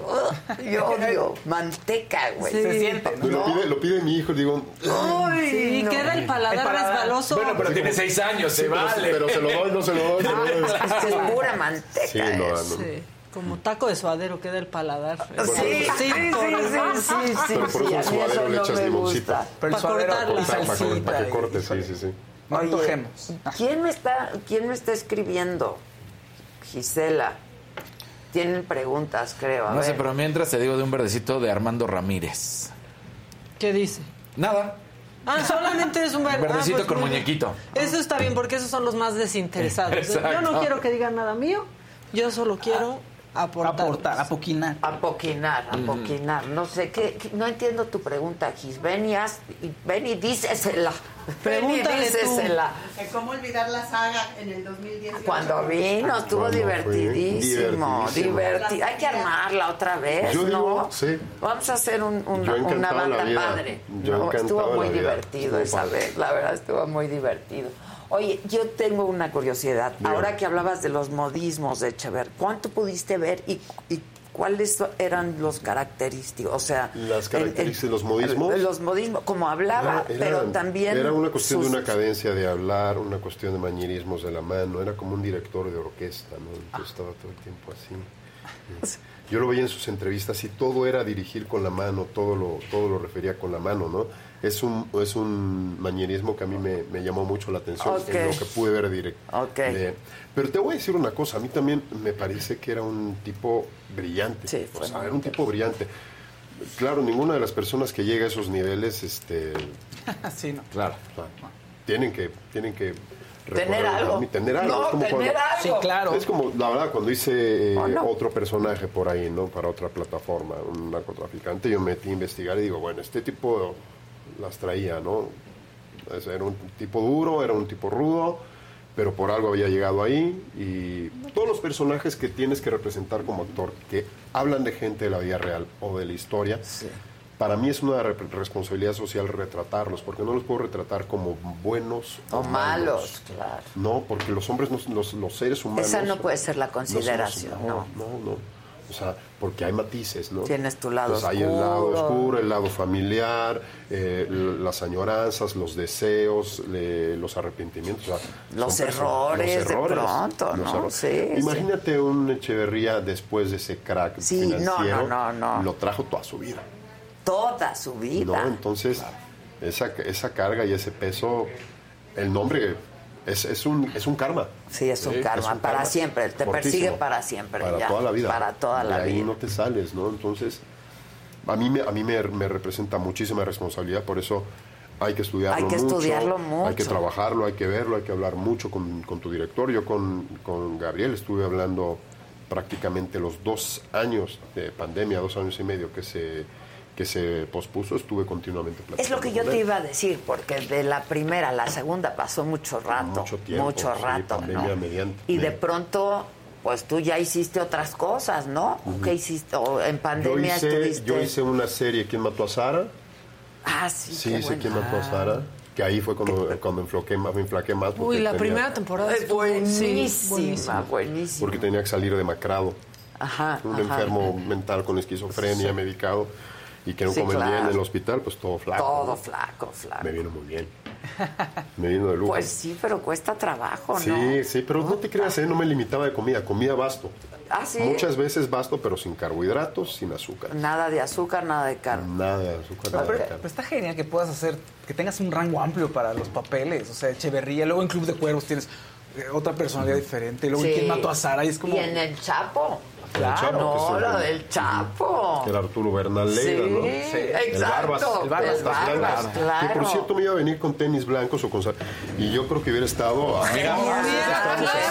S1: Ugh, Yo odio manteca, güey.
S17: Sí. Se siente,
S8: Lo, pide, lo pide mi hijo y digo,
S1: Ay,
S17: Sí,
S1: no.
S17: que era el paladar,
S8: *laughs*
S17: resbaloso.
S18: Bueno, pero tiene seis años,
S8: Sí,
S18: se
S8: pero-
S18: vale.
S8: pero se lo doy, no se lo
S17: *laughs*
S8: doy, se lo doy.
S1: Ah,
S17: Ah,
S1: Es que es pura manteca.
S8: Sí, no, no.
S17: Sí, como taco de suadero queda el paladar.
S1: Sí, sí, sí, sí, sí,
S8: Pero por
S1: sí, a mí
S8: eso al
S1: eso
S8: suadero le
S1: no
S8: echas
S1: me
S8: limoncito.
S1: gusta.
S16: Pero el
S8: Para
S16: suadero
S8: cortar,
S16: y
S8: para- para-
S16: salsita
S8: Para que
S16: y-
S8: corte, sí, sí, sí.
S16: No
S1: Oye,
S16: antojemos.
S1: ¿quién me está, quién me está escribiendo? Gisela. Tienen preguntas, creo. A
S18: No sé,
S1: ver.
S18: pero mientras te digo de un verdecito de Armando Ramírez.
S17: ¿Qué dice?
S18: Nada,
S17: Ah, solamente es un ver-
S18: verdecito
S17: ah, pues
S18: con
S17: muy bien.
S18: muñequito.
S17: Eso está bien porque esos son los más desinteresados. *laughs*
S18: Exacto.
S17: Yo no quiero que digan nada mío, yo solo quiero aportar. Aportar,
S16: apoquinar.
S1: Apoquinar, apoquinar. No sé, ¿qué, qué- no entiendo tu pregunta, Gis. Ven y, haz- y- ven y dícesela. Ven y
S9: Pregúntale
S1: dícesela.
S9: tú. ¿Cómo olvidar la saga en el 2018?
S1: Cuando vino, estuvo
S8: Cuando fue
S1: divertidísimo.
S8: divertidísimo.
S1: diverti- Hay que armarla otra vez,
S8: Yo
S1: ¿no?
S8: digo, sí.
S1: Vamos a hacer un- un-
S8: Yo encantado
S1: una
S8: de la
S1: banda
S8: vida.
S1: padre.
S8: Yo
S1: No,
S8: encantado
S1: estuvo
S8: de
S1: muy
S8: la vida.
S1: divertido
S8: Estuvo
S1: esa
S8: padre.
S1: vez, la verdad estuvo muy divertido. Oye, yo tengo una curiosidad.
S8: Dígame.
S1: Ahora que hablabas de los modismos de Echever, ¿cuánto pudiste ver y, y cuáles eran los característicos? O sea,
S8: Las
S1: en- en-
S8: características, los modismos.
S1: Los modismos, como hablaba,
S8: Era-
S1: pero
S8: era-
S1: también.
S8: Era una cuestión
S1: sus-
S8: de una cadencia de hablar, una cuestión de manierismos de la mano, era como un director de orquesta, ¿no? Entonces estaba todo el tiempo así.
S1: *laughs*
S8: Yo lo veía en sus entrevistas y todo era dirigir con la mano, todo lo, todo lo refería con la mano, ¿no? Es un, es un manierismo que a mí me, me llamó mucho la atención
S1: Ok.
S8: en lo que pude ver directo. Eh, pero te voy a decir una cosa, a mí también me parece que era un tipo brillante. o sea, era un tipo brillante. Claro, ninguna de las personas que llega a esos niveles, este,
S16: Así no.
S8: claro, o sea, tienen que, tienen que
S16: Tener
S8: recorrer el
S16: algo.
S8: camino, tener algo.
S16: No,
S8: es como
S16: tener
S8: cuando-
S16: algo. Sí, claro.
S8: Es como la verdad cuando hice eh,
S16: ¿O no?
S8: otro personaje por ahí, no, para otra plataforma, un narcotraficante, yo me metí a investigar y digo, bueno, este tipo las traía, no. Es- Era un tipo duro, era un tipo rudo, pero por algo había llegado ahí y todos los personajes que tienes que representar como actor, que hablan de gente de la vida real o de la historia, para mí es una re- responsabilidad social retratarlos, porque no los puedo retratar como buenos o,
S1: O malos, claro.
S8: No, porque los hombres, no- los, los seres humanos...
S1: Esa no puede ser la
S8: no somos-
S1: consideración, no.
S8: no, no. O sea, porque hay matices, ¿no?
S1: Tienes tu lado
S8: Pues hay el lado
S1: oscuro.
S8: oscuro, el lado familiar, eh, l- las añoranzas, los deseos, le- los arrepentimientos. o sea,
S1: Los
S8: son personas-
S1: errores de pronto,
S8: los
S1: ¿no?
S8: errores.
S1: Sí,
S8: Imagínate un Echeverría después de ese crack
S1: Sí, no,
S8: financiero.
S1: no, no, no.
S8: Lo trajo toda su vida.
S1: Toda su vida.
S8: ¿no? Entonces, esa, esa carga y ese peso, el nombre es, es, un, es un karma.
S1: Sí, es un karma, para siempre, te persigue para siempre,
S8: Para
S1: ya,
S8: toda la vida.
S1: para toda la
S8: De ahí
S1: vida.
S8: no te sales, ¿no? Entonces, a mí, me, a mí me, me representa muchísima responsabilidad, por eso hay que estudiarlo
S1: Hay que
S8: mucho,
S1: estudiarlo
S8: Hay que
S1: mucho.
S8: trabajarlo, hay que verlo, hay que hablar mucho con, con tu director. Yo con, con Gabriel estuve hablando prácticamente los dos años de pandemia, dos años y medio que se que se pospuso, estuve continuamente platicando.
S1: Es lo que yo
S8: con
S1: te
S8: él.
S1: iba a decir, porque de la primera a la segunda pasó mucho rato, mucho,
S8: tiempo, sí,
S1: rato,
S8: pandemia
S1: ¿no?
S8: mediante.
S1: Y de pronto, pues tú ya hiciste otras cosas, ¿no? ¿O ¿Qué hiciste? ¿O en
S8: Yo
S1: pandemia
S8: hice,
S1: estuviste?
S8: yo hice una serie, ¿Quién mató a Sara?
S1: Ah, sí,
S8: Sí,
S1: qué
S8: hice
S1: buena.
S8: ¿Quién mató a Sara? Que ahí fue cuando, cuando enfloqué más, me inflaqué más.
S17: Uy,
S8: porque
S17: la
S8: tenía-
S17: primera temporada
S1: Es
S17: estuvo-
S1: buenísima,
S17: sí, buenísima.
S1: buenísima.
S8: Porque tenía que salir demacrado.
S1: Ajá,
S8: Un
S1: ajá.
S8: enfermo mental con esquizofrenia,
S1: Sí.
S8: medicado, y que no
S1: Sí,
S8: comen bien
S1: claro.
S8: en el hospital, pues todo flaco.
S1: Todo
S8: ¿no?
S1: flaco, flaco.
S8: Me vino muy bien. Me vino de lujo.
S1: Pues sí, pero cuesta trabajo, ¿no?
S8: Sí, sí, pero no te creas, ¿eh? no me limitaba de comida, comía basto.
S1: Ah, sí.
S8: Muchas veces basto, pero sin carbohidratos, sin azúcar.
S1: Nada de azúcar, nada de carne.
S8: Nada de azúcar,
S16: No,
S8: nada de
S16: pero,
S8: carne.
S16: pero está genial que puedas hacer, que tengas un rango amplio para los papeles. O sea, Echeverría, luego en Club de Cuervos tienes eh, otra personalidad diferente. Luego en
S1: Sí.
S16: ¿Quién mató a Sara? Y es como...
S1: Y en el Chapo.
S8: En el
S1: Claro,
S8: Chapo, que es el-
S1: lo del Chapo.
S8: Que era Arturo Bernal Leiva,
S1: Sí,
S8: ¿no?
S1: sí,
S8: El
S1: exacto,
S8: Barbas.
S1: el Barbas,
S8: Blancas.
S1: claro.
S8: Que por cierto me iba a venir con tenis blancos o con... sal- Y yo creo que hubiera estado... Ah, mira,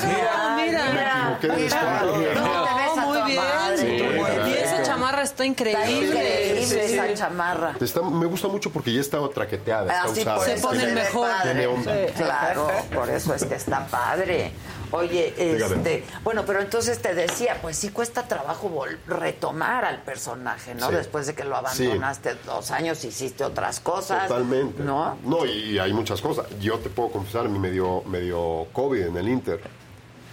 S17: Mira,
S8: me equivoqué de escoger.
S17: No, muy bien.
S8: Sí,
S17: y
S8: caray.
S17: esa chamarra está increíble.
S1: Está increíble
S17: Sí.
S1: esa chamarra.
S8: Está- me gusta mucho porque ya está traqueteada, está
S1: Así
S8: usada.
S1: Ah, por
S17: Se
S1: eso
S17: ponen
S1: ve
S17: mejor.
S1: padre.
S8: Tiene onda.
S1: Sí, Claro, por eso es que está padre. Oye,
S8: Dígame.
S1: este, bueno, pero entonces te decía, pues sí cuesta trabajo vol- retomar al personaje, ¿no?
S8: Sí.
S1: Después de que lo
S8: Sí.
S1: abandonaste dos años, hiciste otras cosas.
S8: Totalmente.
S1: ¿No?
S8: No, y, y hay muchas cosas. Yo te puedo confesar, a mí me dio, me dio COVID en el Inter.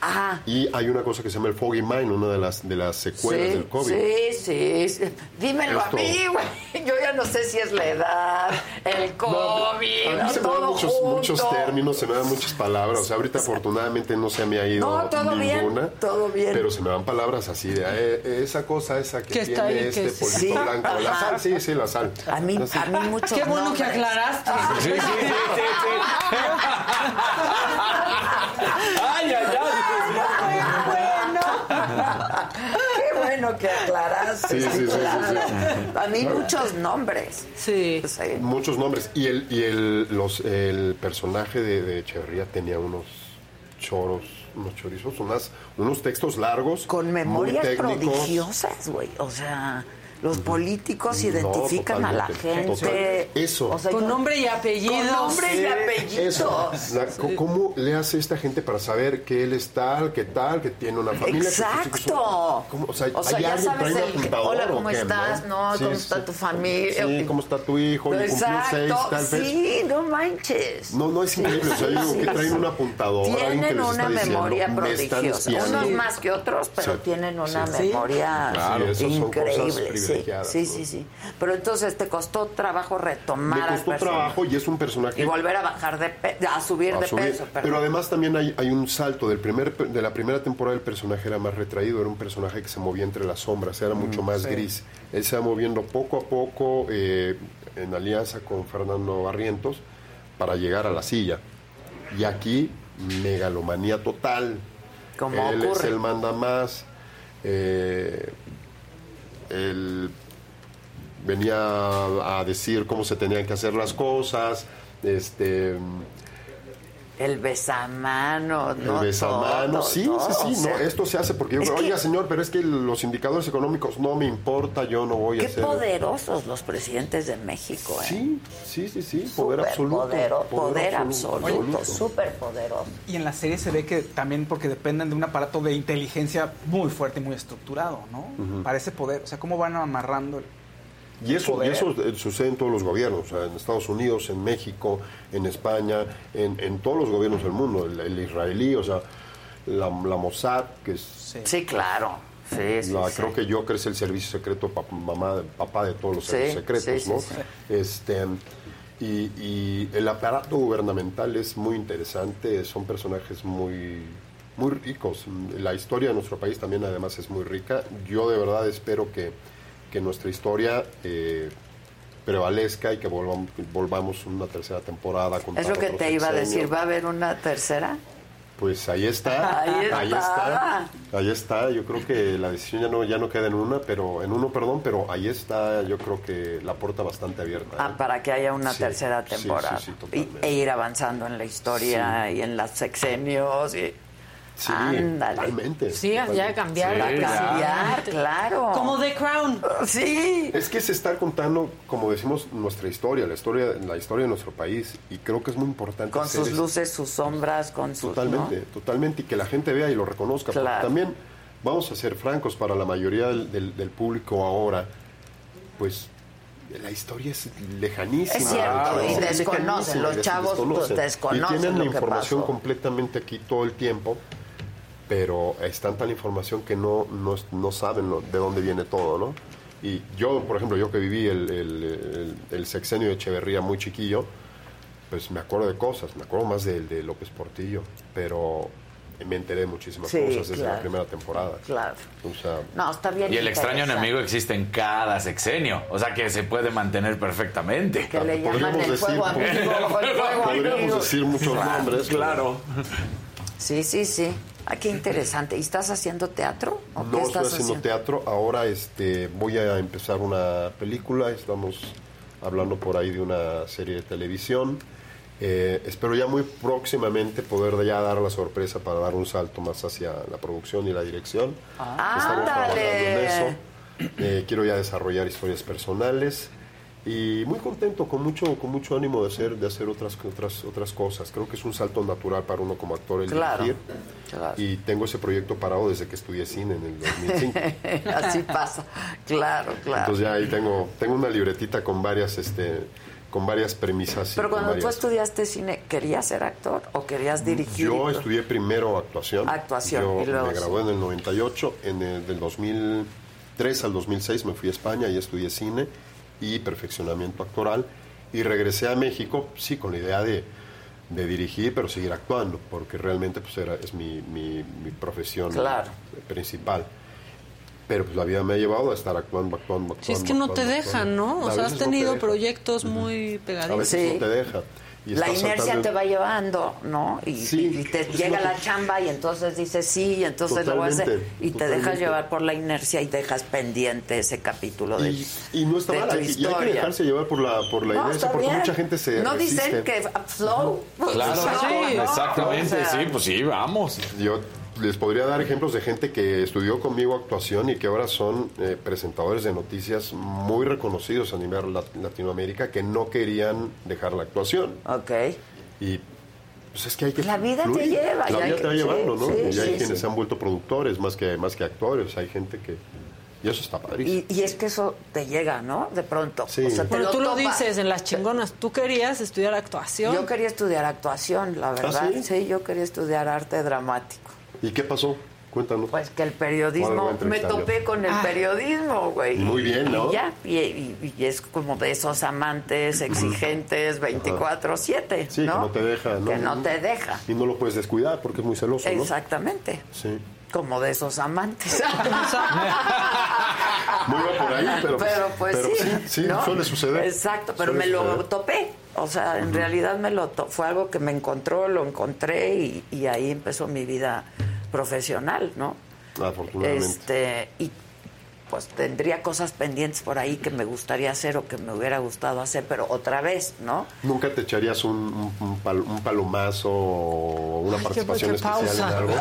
S1: Ajá.
S8: Y hay una cosa que se llama el Foggy Mind, una de las, de las secuelas
S1: sí,
S8: del COVID.
S1: Sí, sí, sí. Dímelo
S8: Esto-
S1: a mí, güey. Yo ya no sé si es la edad, el COVID,
S8: A mí se me dan
S1: todo
S8: muchos,
S1: junto.
S8: muchos términos, se me dan muchas palabras. O sea, ahorita afortunadamente no se me ha ido
S1: No, todo bien,
S8: ninguna.
S1: todo bien.
S8: Pero se me dan palabras así de eh, esa cosa, esa que
S1: Que
S8: tiene
S1: está ahí, que
S8: este
S1: sí.
S8: polvito
S1: Sí,
S8: blanco. La
S1: ajá. *laughs*
S8: sal, sí, sí, la sal.
S1: A mí,
S8: Así.
S1: a mí mucho.
S17: Qué bueno que aclaraste. Sí, sí, sí,
S14: Ay, ay,
S1: Qué bueno que aclaraste.
S8: Sí, sí, sí, sí, sí.
S1: A mí muchos nombres.
S17: Sí.
S8: Muchos nombres. Y el, y el, los, el personaje de, de Echeverría tenía unos choros, unos chorizos, unas, unos textos largos. Con
S1: Memorias prodigiosas, güey. O sea, los políticos
S8: No,
S1: identifican a la
S8: totalmente,
S1: gente.
S8: total- eso.
S1: O sea,
S17: Con
S1: yo-
S17: nombre y apellido.
S1: Con nombre y
S17: Sí.
S1: apellido.
S8: Eso. La- co- ¿Cómo le hace esta gente para saber que él es tal, que tal, que tiene una familia? que sus hijos
S1: Exacto.
S8: son- ¿Cómo? O sea,
S1: O sea,
S8: ¿hay
S1: ya
S8: alguien
S1: sabes
S8: trae un
S1: el que,
S8: apuntador
S1: hola,
S8: o
S1: ¿cómo
S8: qué,
S1: estás? No, ¿cómo está tu familia?
S8: Sí, ¿cómo está tu hijo? ¿Le cumplió seis,
S1: Exacto.
S8: tal vez?
S1: Sí, no manches.
S8: No, no es increíble. O sea, yo digo
S1: Sí,
S8: que traen
S1: sí.
S8: un apuntador, alguien que
S1: Tienen
S8: les
S1: una
S8: está diciendo,
S1: memoria
S8: "Me están
S1: prodigiosa.
S8: espiando".
S1: Unos más que otros, pero
S8: Sí.
S1: tienen una
S8: Sí.
S1: memoria
S8: Claro, esas son cosas
S1: increíble. Sí,
S8: privilegiadas,
S1: sí,
S8: ¿no?
S1: sí, sí. Pero entonces te costó trabajo retomar
S8: Me
S1: al
S8: costó
S1: personaje
S8: trabajo y es un personaje...
S1: y volver a bajar de pe- a subir
S8: a
S1: de
S8: subir.
S1: peso. perdón.
S8: Pero además también hay, hay un salto. Del primer, per- de la primera temporada el personaje era más retraído, era un personaje que se movía entre las sombras, era mucho más
S16: sí.
S8: gris. Él se va moviendo poco a poco eh, en alianza con Fernando Barrientos para llegar a la silla. Y aquí, megalomanía total.
S1: Como
S8: Él es
S1: ocurre.
S8: el manda más. eh, el venía a decir cómo se tenían que hacer las cosas, este
S1: El besamano,
S8: el
S1: ¿no? ¿eh?
S8: besamano,
S1: Todo,
S8: sí,
S1: todo,
S8: sí, sí,
S1: o sea,
S8: no, esto se hace porque yo
S1: es
S8: digo,
S1: que-
S8: oiga señor, pero es que los indicadores económicos no me importa, yo no voy a
S1: Qué
S8: hacer.
S1: poderosos los presidentes de México, ¿eh?
S8: Sí, sí, sí, sí, poder
S1: Súper
S8: absoluto.
S1: podero- poder absoluto,
S8: absoluto.
S1: súper poderoso.
S16: Y en la serie se ve que también porque dependen de un aparato de inteligencia muy fuerte y muy estructurado, ¿no?
S8: Ujú.
S16: Para ese poder. O sea, cómo van amarrando el...
S8: Y eso, y
S16: Poder.
S8: eso eh, sucede en todos los gobiernos, o sea, en Estados Unidos, en México, en España, en, en todos los gobiernos del mundo, el, el israelí, o sea, la, la Mossad, que es
S1: Sí, claro. Sí, sí,
S8: La-
S1: sí.
S8: Creo que Joker es el servicio secreto, pa- mamá, papá de todos los
S1: Sí,
S8: servicios secretos,
S1: sí,
S8: ¿no?
S1: sí,
S8: Este, y, y el aparato gubernamental es muy interesante, son personajes muy, muy ricos. La historia de nuestro país también además es muy rica. Yo de verdad espero que, que nuestra historia eh, prevalezca y que volvamos, volvamos una tercera temporada. con
S1: Es lo que
S8: otro
S1: te iba a
S8: sexenio.
S1: decir, ¿va a haber una tercera?
S8: Pues ahí
S1: *laughs*
S8: está,
S1: Ahí está.
S8: ahí está, ahí está. Yo creo que la decisión ya no ya no queda en una, pero en uno, perdón, pero ahí está. Yo creo que la puerta bastante abierta. ¿eh?
S1: Ah, para que haya una
S8: Sí,
S1: tercera
S8: sí, sí,
S1: temporada.
S8: sí,
S1: Y- e ir avanzando en la historia
S8: Sí.
S1: y en las sexenios. Y...
S8: Sí,
S1: Ándale.
S8: totalmente.
S1: Sí, ya
S8: totalmente.
S1: cambiar Sí, la claro. presidenta. claro.
S17: Como The Crown.
S1: *laughs* Sí.
S8: Es que se está contando, como decimos, nuestra historia, la historia, la historia de nuestro país, y creo que es muy importante.
S1: Con
S8: hacer
S1: sus
S8: esto.
S1: luces, sus sombras, con sus...
S8: Totalmente,
S1: ¿no?
S8: totalmente, y que la gente vea y lo reconozca.
S1: Claro.
S8: Porque también, vamos a ser francos, para la mayoría del, del- del público ahora, pues la historia es lejanísima.
S1: Es cierto, y
S8: Es
S1: desconocen,
S8: lejanísima,
S1: los
S8: y des-
S1: chavos, pues, desconocen
S8: Y tienen
S1: lo
S8: la
S1: que
S8: información
S1: pasó.
S8: completamente aquí todo el tiempo, pero es tanta la información que no, no, es- no saben lo- de dónde viene todo, ¿no? Y yo, por ejemplo, yo que viví el, el- el- el sexenio de Echeverría muy chiquillo, pues me acuerdo de cosas, me acuerdo más de, de López Portillo, pero me enteré de muchísimas
S1: Sí,
S8: cosas desde
S1: claro.
S8: la primera temporada.
S1: Claro.
S8: O sea,
S1: No, está bien.
S18: Y el extraño
S1: interesante.
S18: enemigo existe en cada sexenio, o sea que se puede mantener perfectamente.
S1: Que le llaman
S8: Podríamos
S1: el fuego
S18: *laughs*
S8: decir,
S1: amigo,
S8: *laughs*
S1: el fuego
S8: podríamos
S1: amigo.
S8: decir muchos nombres, pero-
S18: Claro.
S1: Sí, sí, sí. Ah, qué interesante. ¿Y estás haciendo teatro? ¿O
S8: no
S1: qué
S8: estoy
S1: estás
S8: haciendo teatro, ahora este voy a empezar una película, estamos hablando por ahí de una serie de televisión. Eh, espero ya muy próximamente poder ya dar la sorpresa para dar un salto más hacia la producción y la dirección.
S1: Ah.
S8: Estamos trabajando en
S1: Ándale.
S8: eso. Eh, quiero ya desarrollar historias personales y muy contento con mucho con mucho ánimo de hacer de hacer otras otras otras cosas. Creo que es un salto natural para uno como actor el
S1: Claro,
S8: dirigir.
S1: claro.
S8: Y tengo ese proyecto parado desde que estudié cine en el 2005.
S1: *laughs* Así pasa. Claro, claro.
S8: Entonces ya ahí tengo tengo una libretita con varias este con varias premisas. y
S1: Pero
S8: con
S1: cuando tú
S8: varias-
S1: estudiaste cine, ¿querías ser actor o querías dirigir?
S8: Yo estudié primero actuación.
S1: Actuación,
S8: Yo
S1: y luego
S8: me
S1: sí.
S8: gradué en el 98, en el del 2003 al 2006 me fui a España y estudié cine y perfeccionamiento actoral y regresé a México, sí, con la idea de, de dirigir, pero seguir actuando, porque realmente pues era, es mi, mi- mi profesión
S1: Claro.
S8: principal. Pero pues la vida me ha llevado a estar actuando, actuando, actuando.
S17: Si es que no te
S8: actuando,
S17: dejan,
S8: actuando.
S17: ¿no? O
S8: A
S17: sea, has
S8: veces no te
S17: tenido
S8: dejan.
S17: proyectos muy
S8: A
S17: pegadizos.
S8: veces no te deja. Y
S1: La
S8: estás
S1: inercia
S8: saltando-
S1: te va llevando, ¿no? Y, y te
S8: es
S1: llega
S8: lo
S1: la
S8: que-
S1: chamba y entonces dices sí, y entonces lo voy a hacer.
S8: Totalmente,
S1: Y te dejas
S8: totalmente.
S1: llevar por la inercia y dejas pendiente ese capítulo de.
S8: Y, y no está
S1: de
S8: mal,
S1: tu
S8: hay, que- y hay que
S1: historia.
S8: dejarse llevar por la, por la
S1: No,
S8: inercia,
S1: está
S8: porque
S1: bien.
S8: mucha gente se
S1: No dicen
S8: resiste.
S1: que ah, flow.
S18: Claro,
S1: flow,
S18: sí,
S1: ¿no?
S18: exactamente,
S1: O sea,
S18: sí, pues sí, vamos.
S8: Yo les podría dar ejemplos de gente que estudió conmigo actuación y que ahora son eh, presentadores de noticias muy reconocidos a nivel lat- Latinoamérica que no querían dejar la actuación.
S1: Ok.
S8: Y pues es que hay que
S1: La vida te
S8: fluir.
S1: lleva,
S8: La
S1: y hay
S8: vida
S1: que-
S8: te va
S1: sí,
S8: llevando, ¿no?
S1: sí,
S8: y hay
S1: sí,
S8: quienes
S1: sí.
S8: se han vuelto productores más que, más que actores. Hay gente que... Y eso está padrísimo.
S1: Y, y es que eso te llega, ¿no? De pronto.
S8: Sí.
S1: O sea, te
S17: Pero tú lo
S1: topas.
S17: dices en las chingonas. Tú querías estudiar actuación.
S1: Yo quería estudiar actuación, la verdad.
S8: ¿Ah, sí?
S1: yo quería estudiar arte dramático.
S8: ¿Y qué pasó? Cuéntanos.
S1: Pues que el
S8: Ahora
S1: periodismo,
S8: voy a
S1: me
S8: entrevistarlo.
S1: topé con el periodismo, güey.
S8: Muy bien, ¿no?
S1: Y ya, y, y- y es como de esos amantes exigentes 24-7,
S8: Sí,
S1: ¿no?
S8: que no te deja, ¿no?
S1: Que no te deja.
S8: Y no lo puedes descuidar porque es muy celoso, Pues, ¿no?
S1: Exactamente.
S8: Sí.
S1: Como de esos amantes.
S8: *laughs* Muy va por ahí, pero,
S1: Pero pues sí.
S8: sí,
S1: ¿no?
S8: suele suceder.
S1: Exacto, pero
S8: Suele
S1: me lo
S8: suceder.
S1: topé. O sea, en realidad me lo to- fue algo que me encontró, lo encontré y, y ahí empezó mi vida profesional, ¿no?
S8: Afortunadamente.
S1: Este, y pues tendría cosas pendientes por ahí que me gustaría hacer o que me hubiera gustado hacer, pero otra vez, ¿no?
S8: ¿Nunca te echarías un, un- un pal- un palomazo o una participación
S1: qué *laughs*
S8: especial en algo?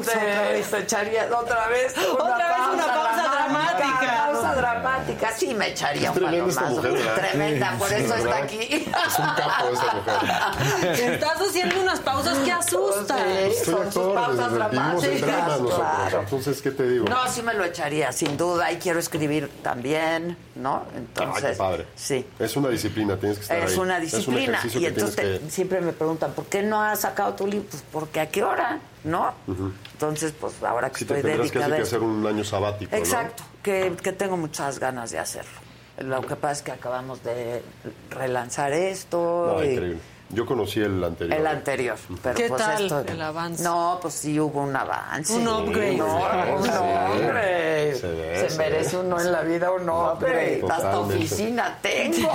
S1: Este, se echaría otra vez una pausa.
S17: Otra vez una pausa dramática.
S1: Pausa dramática. Sí, me echaría un
S8: Es tremenda esta
S1: palomazo.
S8: mujer, ¿verdad?
S1: Tremenda, por
S8: Sí,
S1: eso está
S8: ¿verdad?
S1: aquí.
S8: Es un capo esa mujer.
S17: Te *laughs* estás haciendo unas pausas que asustan.
S8: Soy
S1: Son sus
S8: actor,
S1: pausas
S8: vivimos en
S1: dramáticas,
S8: dramas nosotros.
S1: claro.
S8: Entonces, ¿qué te digo?
S1: No, sí me lo echaría, sin duda. Y quiero escribir también, ¿no? Entonces,
S8: Ay, qué padre. Sí. Es una disciplina, tienes que estar ahí.
S1: es una disciplina.
S8: ejercicio
S1: y
S8: que
S1: entonces
S8: tienes
S1: te- siempre me preguntan, ¿por qué no has sacado tu libro? Pues porque a qué hora, ¿no?
S8: que- Ujú.
S1: Entonces, pues ahora que
S8: Sí, te
S1: estoy
S8: tendrás casi
S1: dedicada
S8: que
S1: a esto.
S8: hacer un año sabático, ¿no?
S1: Exacto, que, que tengo muchas ganas de hacerlo. Lo que pasa es que acabamos de relanzar esto.
S8: No,
S1: y-
S8: increíble. Yo conocí el anterior.
S1: El anterior. Pero
S17: ¿Qué
S1: pues
S17: tal
S1: esto-
S17: el avance?
S1: No, pues sí hubo un avance.
S17: Un upgrade.
S1: No, un
S17: Sí.
S1: upgrade.
S17: Se
S1: Se,
S17: ve, se
S1: merece
S17: ve.
S1: uno en la vida un upgrade. Hasta
S17: totalmente.
S1: oficina tengo.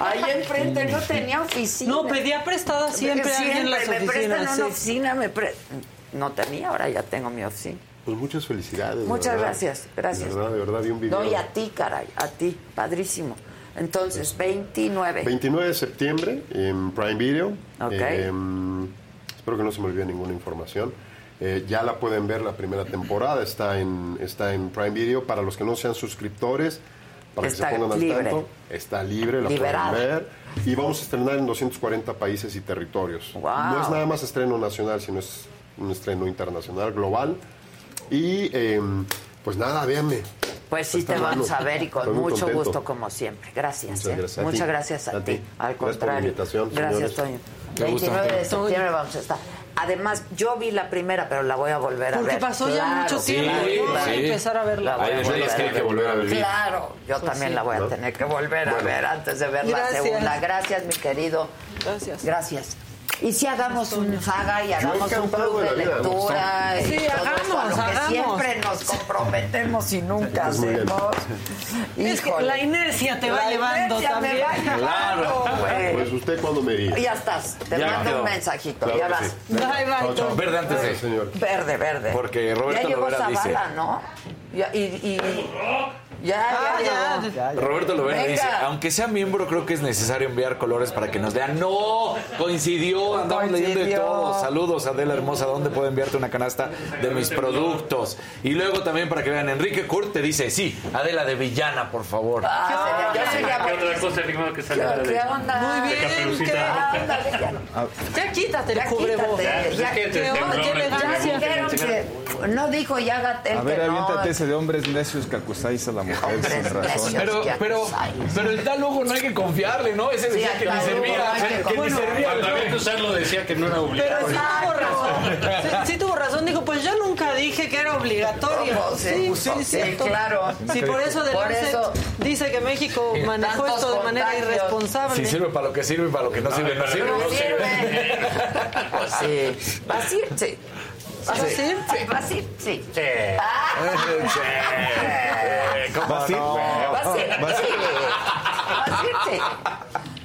S1: Ahí enfrente no tenía oficina.
S17: No, pedía prestada siempre, a alguien en las
S1: me prestan
S17: oficinas.
S1: una
S17: sí.
S1: oficina, me pre- No tenía, ahora ya tengo mi oficina.
S8: Pues muchas felicidades.
S1: Muchas
S8: de verdad.
S1: gracias, gracias.
S8: De verdad, de verdad, vi un video.
S1: No, y a ti, caray, a ti, padrísimo. Entonces,
S8: Pues,
S1: 29.
S8: 29 de septiembre en Prime Video.
S1: Ok.
S8: Eh, espero que no se me olvide ninguna información. Eh, ya la pueden ver la primera temporada, está en, está en Prime Video. Para los que no sean suscriptores, para
S1: Está
S8: que se pongan al
S1: libre.
S8: tanto, está libre, la
S1: Liberada.
S8: pueden ver. Y vamos a estrenar en 240 países y territorios. No es nada más estreno nacional, sino es un estreno internacional, global. Y eh, pues nada, véanme.
S1: Pues sí
S8: Está
S1: te
S8: malo.
S1: van a ver y con
S8: Estoy muy
S1: mucho
S8: contento.
S1: gusto como siempre. Gracias.
S8: Muchas
S1: ¿eh?
S8: gracias a
S1: Muchas
S8: ti.
S1: gracias a,
S8: A
S1: ti.
S8: ti.
S1: Al
S8: Gracias por la
S1: contrario.
S8: invitación,
S1: gracias,
S8: señores.
S1: Toño.
S8: Qué gusto,
S1: 29 de
S8: Toño.
S1: septiembre vamos a estar. Además, yo vi la primera, pero la voy a volver a ver.
S17: Porque pasó ya mucho tiempo, yo voy a empezar a verla.
S1: La voy
S17: Hay
S1: a
S17: muchas
S1: volver
S17: que
S1: a
S17: hay
S1: ver.
S17: que volver a vivir.
S1: Claro, yo
S17: Pues
S1: también
S17: sí.
S1: la voy a
S17: ¿No?
S1: tener que volver a
S17: Bueno.
S1: ver antes de ver la
S17: Gracias.
S1: segunda. Gracias, mi querido.
S17: Gracias.
S1: Gracias. Y si hagamos un saga y
S17: Yo
S1: hagamos un
S17: encantado
S1: club
S17: de
S1: de
S17: la vida, ¿no?
S1: lectura. y
S17: Sí,
S1: todo eso,
S17: hagamos,
S1: a lo que
S17: hagamos.
S1: Siempre nos comprometemos y nunca
S17: Muy bien.
S1: hacemos.
S8: *laughs*
S17: Es que
S1: Híjole.
S17: la inercia te va
S1: La
S17: llevando
S1: inercia me
S17: también.
S1: va llevando, güey.
S8: Pues usted cuando me diga.
S1: Ya estás, te
S8: Ya
S1: mando
S8: quedó.
S1: un mensajito,
S8: Claro
S1: ya
S8: que
S1: vas.
S8: sí. Bye, bye. Chao, chao. Verde antes de- Señor.
S1: Verde, verde.
S18: Porque Roberto
S1: ya llegó
S18: Lovera dice-
S1: Zavala, ¿no? Ya, y, y- ya,
S17: Ah,
S1: ya, llegó.
S18: Roberto Lovera
S1: Venga.
S18: dice, aunque sea miembro, creo que es necesario enviar colores para que nos lean. ¡No! Coincidió, andamos leyendo de
S1: Coincidió.
S18: todo. Saludos, Adela Hermosa, ¿dónde puedo enviarte una canasta de mis productos? Y luego también para que vean, Enrique Kurt te dice, sí, Adela de Villana, por favor.
S1: Ah, sería- yo sería-
S10: ¿Qué otra cosa firmado que salió
S1: ¿Qué onda?
S10: Muy bien, Caperucita.
S1: ¿qué- ándale, ya.
S17: Ya quítate el
S1: Ya
S17: cubrebocas.
S1: quítate,
S10: pues es que te- te
S1: qué
S10: embromé, te
S1: elegancia.
S10: embromé,
S1: Ya dijeron
S10: te
S1: que- No dijo ya Gatel
S12: A ver,
S1: que no.
S12: aviéntate ese de hombres necios que acusáis a la mujer sin razón.
S18: Pero, pero, pero el tal lujo no hay que confiarle, ¿no? Ese
S12: Sí,
S18: decía que
S12: al
S18: ni
S12: tal Hugo
S18: servía.
S12: no hay que
S18: que ni
S12: confiarle.
S18: servía.
S10: Cuando había que usarlo decía que no era obligado.
S17: Pero sí *laughs* tuvo razón. Sí, sí tuvo razón. Dijo, pues yo nunca dije que era obligatorio.
S1: No, pues, sí,
S17: Sí,
S1: pues,
S17: sí,
S1: sí,
S17: cierto.
S1: claro.
S17: Sí, por eso de
S1: Por eso-
S17: dice que México manejó
S1: *laughs* Tantos
S17: esto de manera
S1: contagios.
S17: irresponsable.
S18: Si sirve para lo que sirve y para lo que no sirve, no
S1: para
S18: sirve.
S1: lo que no sirve. Pues
S18: *laughs*
S1: sí. ¿Vas a ir? Sí.
S17: ¿Vas a ir?
S1: Sí, ¿Vas a ir? Sí. Ah.
S18: ¿Vas a ir?
S1: ¿Vas a ir? Sí. ¿Vas a ir? Sí.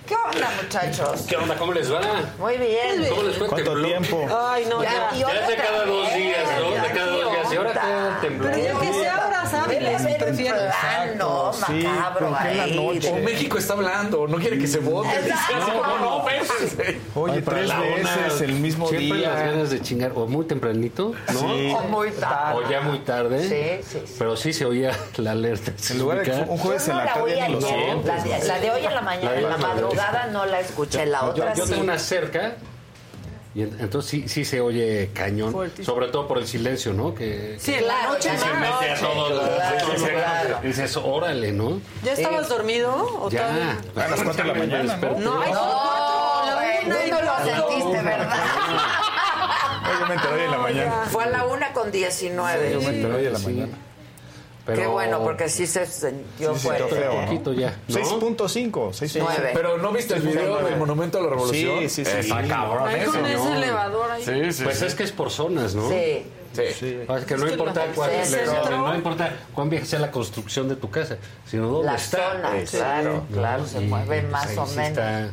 S1: ¿Qué onda, muchachos?
S10: ¿Qué onda? ¿Cómo les va?
S1: Muy bien.
S10: ¿Cómo les fue el
S12: ¿Cuánto
S10: temblor?
S12: tiempo?
S17: Ay, no, ya.
S10: Ya es de cada dos días, ¿no? De cada dos días. Y ahora queda el temblor.
S17: Pero ya que sea horas hábiles, prefiero.
S12: Oh,
S1: No, macabro ahí.
S18: O México está hablando, no quiere que se vote. *laughs*
S1: Exacto.
S18: No, no, ves.
S12: Oye,
S10: Ay, para
S12: tres
S10: la una,
S12: veces el mismo
S10: Siempre
S12: día.
S10: las ganas de chingar, o muy tempranito, ¿no?
S12: Sí.
S1: O muy tarde.
S10: O ya muy tarde.
S1: Sí, sí, sí.
S10: Pero sí se oía la alerta.
S12: En lugar de que
S10: sísmica.
S12: un jueves
S1: Yo
S12: en
S1: no
S12: la
S1: la oí
S12: tarde ni lo
S1: ayer, la
S12: sientes.
S1: de, la de hoy en la mañana,
S10: La de
S1: en la
S10: hoy en la
S1: madrugada no la escuché, la
S10: Yo-
S1: otra
S10: yo,
S1: sí.
S10: tengo una cerca y en- entonces sí, sí se oye cañón, sobre todo por el silencio, ¿no? Que,
S17: Sí,
S10: que
S17: en la noche
S10: se
S17: más.
S10: mete a todos los-
S1: Claro,
S10: todos los-
S1: claro.
S10: Dices, órale, ¿no?
S17: ¿Ya
S1: Eh,
S17: estabas dormido? ¿O todavía?
S10: Ya. A las 4 de la mañana.
S17: No, ay,
S1: No,
S17: cuatro, la una
S1: güey,
S17: y
S1: tú no lo
S17: cuarto.
S1: sentiste, ¿verdad?
S12: Yo me enteré hoy en la mañana.
S1: Fue a la una con
S12: Yo me
S1: 19.
S12: enteré hoy en la mañana.
S1: Qué bueno, porque sí se sintió
S12: Sí, sí,
S1: fuerte.
S12: feo, ¿no?
S10: poquito ya, ¿no?
S12: 6.5. 6.5.
S1: Nueve.
S18: Pero no viste el video del Monumento a la Revolución.
S12: Sí, sí, sí.
S18: Está
S12: Sí.
S18: cabrón
S17: Ay,
S18: eso.
S17: con ese
S10: no.
S17: elevador ahí.
S18: Sí, sí,
S10: Pues
S18: sí.
S10: es que es por zonas, ¿no?
S1: Sí.
S18: Sí.
S10: Ah, Es que no
S17: Es que
S10: importa
S17: la-
S10: cuál,
S1: sí,
S10: le-
S1: sí.
S10: no importa cuán vieja sea la construcción de tu casa, sino dónde
S1: La
S10: está.
S1: zona,
S10: Sí.
S1: claro,
S10: No,
S1: claro, se
S10: y,
S1: mueve
S10: pues,
S1: más
S10: ahí
S1: o
S10: sí
S1: menos.
S10: Está, sí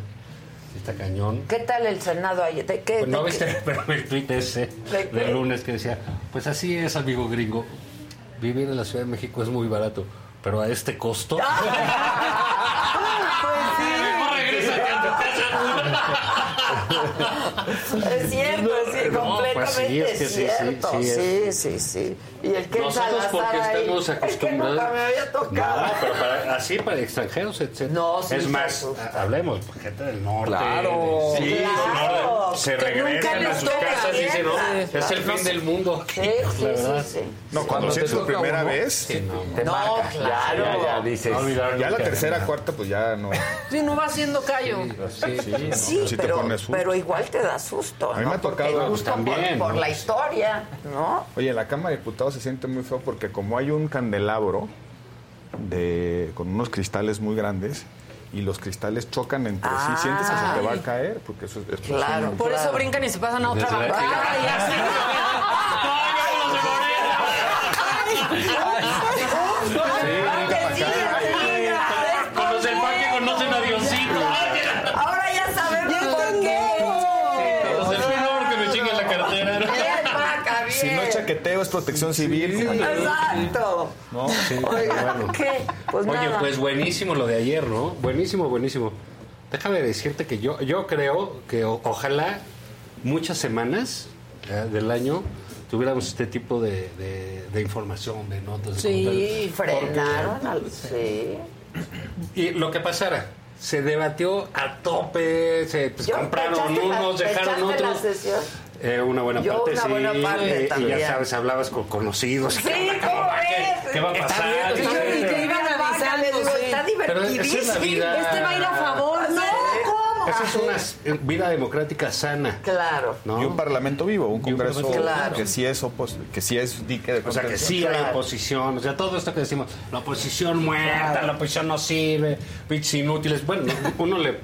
S10: está cañón.
S1: ¿Qué tal el Senado ayer? ¿De qué?
S10: Pues no
S1: de qué?
S10: viste *laughs* pero el tuit ese
S1: ¿De qué?
S10: del lunes que decía, pues así es, amigo gringo, vivir en la Ciudad de México es muy barato, pero a
S1: *laughs*
S10: este costo...
S1: Ah, pues sí. Es cierto, sí,
S10: No,
S1: completamente
S10: pues sí, es que sí, sí,
S1: cierto.
S10: sí,
S1: Sí, sí,
S10: es.
S1: sí, Y el que
S10: Nosotros
S1: Salazar
S10: porque
S1: ahí,
S10: estamos
S1: el que
S10: acostumbrados.
S1: nunca me había tocado.
S10: No, pero para- así para extranjeros, etc.
S1: sí
S10: es
S1: se
S10: más, hablemos, pues, gente del norte.
S18: Claro.
S10: del- sí,
S18: Claro.
S10: del norte,
S18: Que
S10: se
S18: nunca
S10: regresan a
S18: les
S10: sus
S18: toca.
S10: casas y dicen, no,
S18: Sí,
S10: es
S18: claro.
S10: el fin del mundo.
S1: Sí, sí,
S10: la verdad.
S1: sí, sí.
S12: No, cuando,
S18: Cuando
S12: si
S18: te
S12: es tu
S18: toca
S12: primera
S18: uno,
S12: vez,
S18: Te
S1: No,
S18: marca. Ya,
S1: claro.
S18: Ya, ya, dices.
S12: No olvidar ya la
S18: nunca.
S12: tercera, cuarta, pues ya no.
S17: Sí, no va haciendo callo.
S18: Sí, sí, no.
S1: Sí,
S12: Sí te
S1: pero,
S12: pone susto.
S1: pero igual te da susto.
S12: A mí
S1: ¿no?
S12: me ha
S1: Porque
S12: tocado,
S1: justo
S12: pues, también,
S1: por, por
S12: ¿no?
S1: la historia, ¿no?
S12: Oye, en la Cámara de Diputados se siente muy feo porque como hay un candelabro de, con unos cristales muy grandes y los cristales chocan entre
S17: Ah.
S12: sí, sientes que se te va a caer porque eso es...
S1: Claro.
S17: Por eso brincan y se pasan a otra
S12: Desde-
S17: bancada y así.
S14: Con los del parque conocen a Diosito.
S1: Ahora ya sabemos por Pues qué.
S14: Los del menor que me chingan la cartera.
S12: Si no es chaqueteo, es protección civil.
S1: Exacto.
S12: No,
S1: *laughs*
S10: sí, bueno.
S1: ¿Qué? Pues
S10: Oye,
S1: nada.
S10: pues buenísimo lo de ayer, ¿no? Buenísimo, buenísimo. Déjame decirte que yo, yo creo que o- ojalá muchas semanas eh, del año tuviéramos este tipo de, de- de información, de notas. de
S1: Sí,
S10: comentarios.
S1: frenaron al. Sí.
S10: Porque- y lo que pasara, se debatió a tope, se pues,
S1: Yo-
S10: compraron
S1: ¿te echaste la-
S10: unos,
S1: te
S10: dejaron
S1: echaste la
S10: otros.
S1: sesión?
S10: Eh, una buena
S1: Yo
S10: parte,
S1: una
S10: sí.
S1: buena parte
S10: eh, y
S1: también.
S10: ya sabes, hablabas con conocidos. Ah,
S1: Sí, ¿cómo ves?
S10: ¿Qué va a pasar?
S1: Y yo- y te iban avisando,
S17: Le digo,
S1: sí.
S17: está
S10: Pero esa es la
S17: divertidísimo.
S10: vida.
S17: Este va a ir a favor. No, ¿cómo?
S10: Esa es una s- eh, vida democrática sana.
S1: Claro.
S12: Y un parlamento vivo, un congreso
S10: parlamento vivo. Claro.
S12: que sí es opos- que sí es dique de
S10: O sea, que sí
S12: contención.
S10: hay oposición. O sea, todo esto que decimos, la oposición muerta, la oposición no sirve, pinches inútiles. Bueno, uno le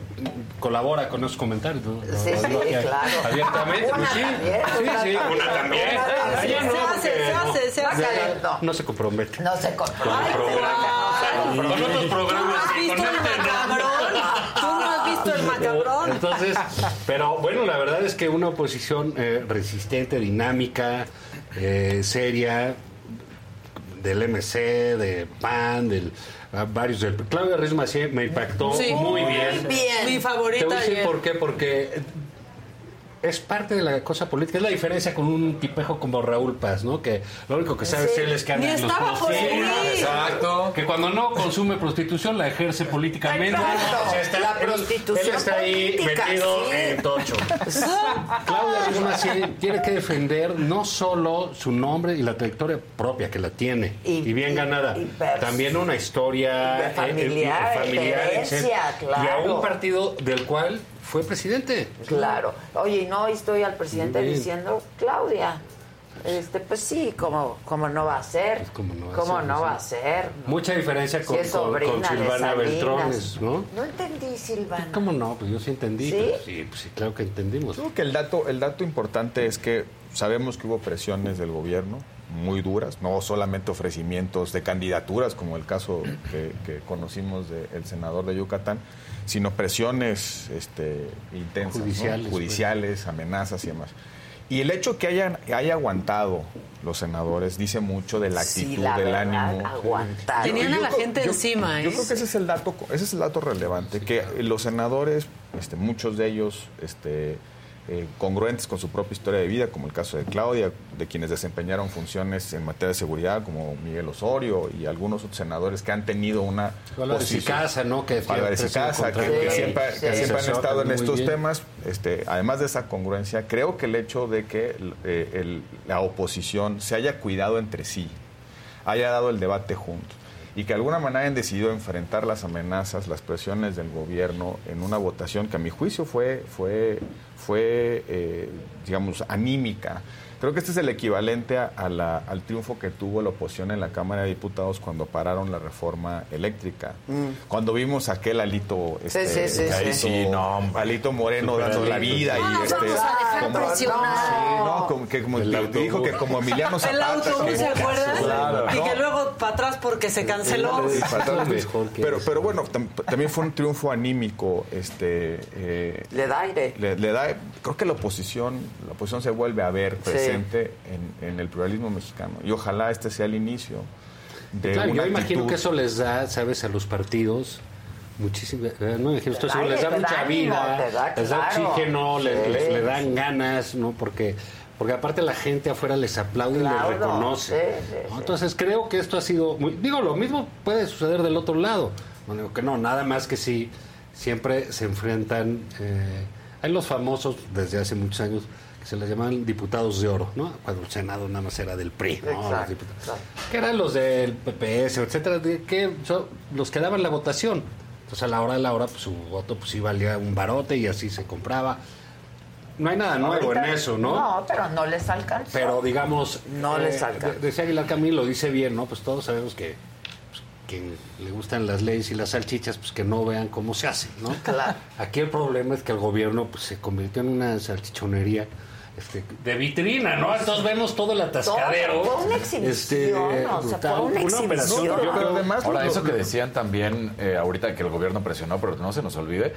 S10: colabora con esos comentarios. ¿no?
S1: Sí,
S10: Lo-
S1: sí,
S10: lo- lo-
S1: claro.
S10: Abiertamente.
S1: Una
S10: pues sí,
S1: también, una
S10: sí, sí,
S1: también.
S10: una también.
S1: Una
S10: Allá
S1: también.
S10: no,
S1: Se hace,
S10: porque
S1: se hace,
S10: no.
S1: se hace. Calentó.
S10: No se compromete.
S1: No se compró.
S10: Con el programa.
S14: Con otros programas que
S17: ¿Viste el
S14: conectan.
S17: macabrón? ¿Tú no has visto el macabrón?
S10: Entonces, pero bueno, la verdad es que una oposición eh, resistente, dinámica, eh, seria, del MC, de PAN, del a varios del Claudia Ruiz Macié me impactó
S17: Sí.
S10: muy bien.
S17: Mi
S10: Te voy a
S17: favorita
S10: decir
S17: ayer.
S10: por qué, porque es parte de la cosa política, es la diferencia con un tipejo como Raúl Paz, ¿no? Que lo único que sabe
S17: Sí.
S10: hacer es que
S17: Ni
S10: anda en los
S17: estaba por
S10: prostíbulos.
S17: ahí.
S10: Exacto. Que cuando no consume prostitución la ejerce políticamente.
S1: Exacto.
S10: O sea, está-
S1: La
S10: él-
S1: prostitución
S10: Él está ahí
S1: política,
S10: metido
S1: sí.
S10: en tocho. Claudia Ruiz Macié tiene que defender no solo su nombre y la trayectoria propia que la tiene
S1: Y-
S10: y, bien
S1: y-
S10: ganada,
S1: y pers-
S10: también una historia
S1: de familiar,
S10: eh, eh, familiar,
S1: herencia,
S10: etcétera.
S1: claro.
S10: y a un partido del cual fue presidente.
S1: Claro. Oye, y no hoy estoy al presidente
S10: Bien.
S1: diciendo, Claudia, este, pues sí, como, como no va a ser.
S10: como Pues, no va a
S1: Como
S10: ser,
S1: no
S10: sí.
S1: va a ser.
S10: Mucha diferencia con,
S1: Si es
S10: con- con
S1: sobrina de
S10: Silvana
S1: Salinas.
S10: Beltrones, ¿no?
S1: No entendí, Silvana.
S10: ¿Cómo no? Pues yo sí entendí.
S1: ¿Sí?
S10: pero sí, pues sí, claro que entendimos.
S12: Creo que el dato, el dato importante es que sabemos que hubo presiones del gobierno muy duras, no solamente ofrecimientos de candidaturas, como el caso que, que conocimos del senador de Yucatán, sino presiones este, intensas, ¿no?
S10: Judiciales, pues.
S12: Judiciales, amenazas y demás. Y el hecho que hayan haya aguantado los senadores dice mucho de la
S1: Sí,
S12: actitud,
S1: la
S12: del
S1: verdad,
S12: ánimo.
S1: aguantaron.
S12: Yo-
S17: Tenían a
S12: yo
S17: la
S12: creo-
S17: gente
S12: yo-
S17: encima,
S12: Yo
S17: ¿eh?
S12: creo que ese es el dato, ese es el dato relevante, que los senadores, este, muchos de ellos, este, eh, congruentes con su propia historia de vida, como el caso de Claudia, de quienes desempeñaron funciones en materia de seguridad, como Miguel Osorio y algunos otros senadores que han tenido una
S10: Álvarez y Casa, ¿no? Que
S12: Álvarez y
S10: siempre ha sido
S12: Casa, que,
S10: contrario.
S12: que
S10: Sí,
S12: siempre,
S10: sí.
S12: que siempre han
S10: Asesor
S12: estado en
S10: muy
S12: estos
S10: bien.
S12: temas. Este, además de esa congruencia, creo que el hecho de que eh, el- la oposición se haya cuidado entre sí, haya dado el debate juntos y que de alguna manera hayan decidido enfrentar las amenazas, las presiones del gobierno en una votación que a mi juicio fue, fue, fue eh, digamos, anímica. Creo que este es el equivalente a- a la- al triunfo que tuvo la oposición en la Cámara de Diputados cuando pararon la reforma eléctrica.
S1: Mm.
S12: Cuando vimos aquel alito, este,
S1: sí, sí, sí.
S12: alito,
S1: Sí,
S12: alito Moreno dando la vida y
S1: nos
S12: este,
S1: vamos a dejar
S12: como-
S1: presionar.
S12: Sí, no, como que como
S10: El
S12: te- te
S10: autobús.
S12: dijo que como Emiliano Zapata,
S17: *laughs* El autobús,
S12: que-
S17: ¿se acuerdan?
S12: Claro.
S17: Y que
S12: No,
S17: luego para atrás porque se canceló.
S12: Sí, para atrás,
S10: Mejor
S12: pues.
S10: que
S12: pero, pero bueno, tam- también fue un triunfo anímico. Este, eh,
S1: Le da aire.
S12: le, le da, creo que la oposición, la oposición se vuelve a ver
S1: Sí.
S12: presente en, en el pluralismo mexicano. Y ojalá este sea el inicio de
S10: Claro,
S12: una
S10: yo imagino
S12: actitud-
S10: que eso les da, sabes, a los partidos Muchísimo. eh, No, dije, esto
S1: Te da
S10: seguro les da
S1: aire, te
S10: mucha
S1: da ánimo,
S10: vida,
S1: te da,
S10: les da
S1: claro.
S10: oxígeno, les,
S1: Sí.
S10: les- le dan ganas, ¿no? Porque, porque aparte la gente afuera les aplaude y
S1: Claro,
S10: les reconoce.
S1: sí, sí,
S10: ¿no?
S1: sí.
S10: Entonces creo que esto ha sido. muy- digo, lo mismo puede suceder del otro lado. No digo que no, nada más que si siempre se enfrentan. eh, hay los famosos desde hace muchos años que se les llaman diputados de oro, ¿no? Cuando el Senado nada más era del PRI, ¿no? Los
S1: Exacto,
S10: diputados que eran los del PPS, etcétera, de que son los que daban la votación. Entonces a la hora de la hora pues, su voto pues sí valía un barote y así se compraba. No hay nada nuevo en
S1: Ahorita-
S10: eso, ¿no?
S1: No, pero no les alcanza.
S10: Pero digamos, eh,
S1: No les alcanza.
S10: de- decía Aguilar Camilo, dice bien, ¿no? Pues todos sabemos que pues, quien le gustan las leyes y las salchichas, pues que no vean cómo se hace, ¿no?
S1: Claro.
S10: Aquí el problema es que el gobierno pues, se convirtió en una salchichonería este, de vitrina, ¿no? Entonces vemos todo el atascadero.
S1: Todo, fue una
S10: este,
S1: exhibición, o sea, fue una exhibición.
S10: yo creo-
S18: Ahora,
S10: lo-
S18: eso que
S10: lo-
S18: decían también eh, ahorita que el gobierno presionó, pero no se nos olvide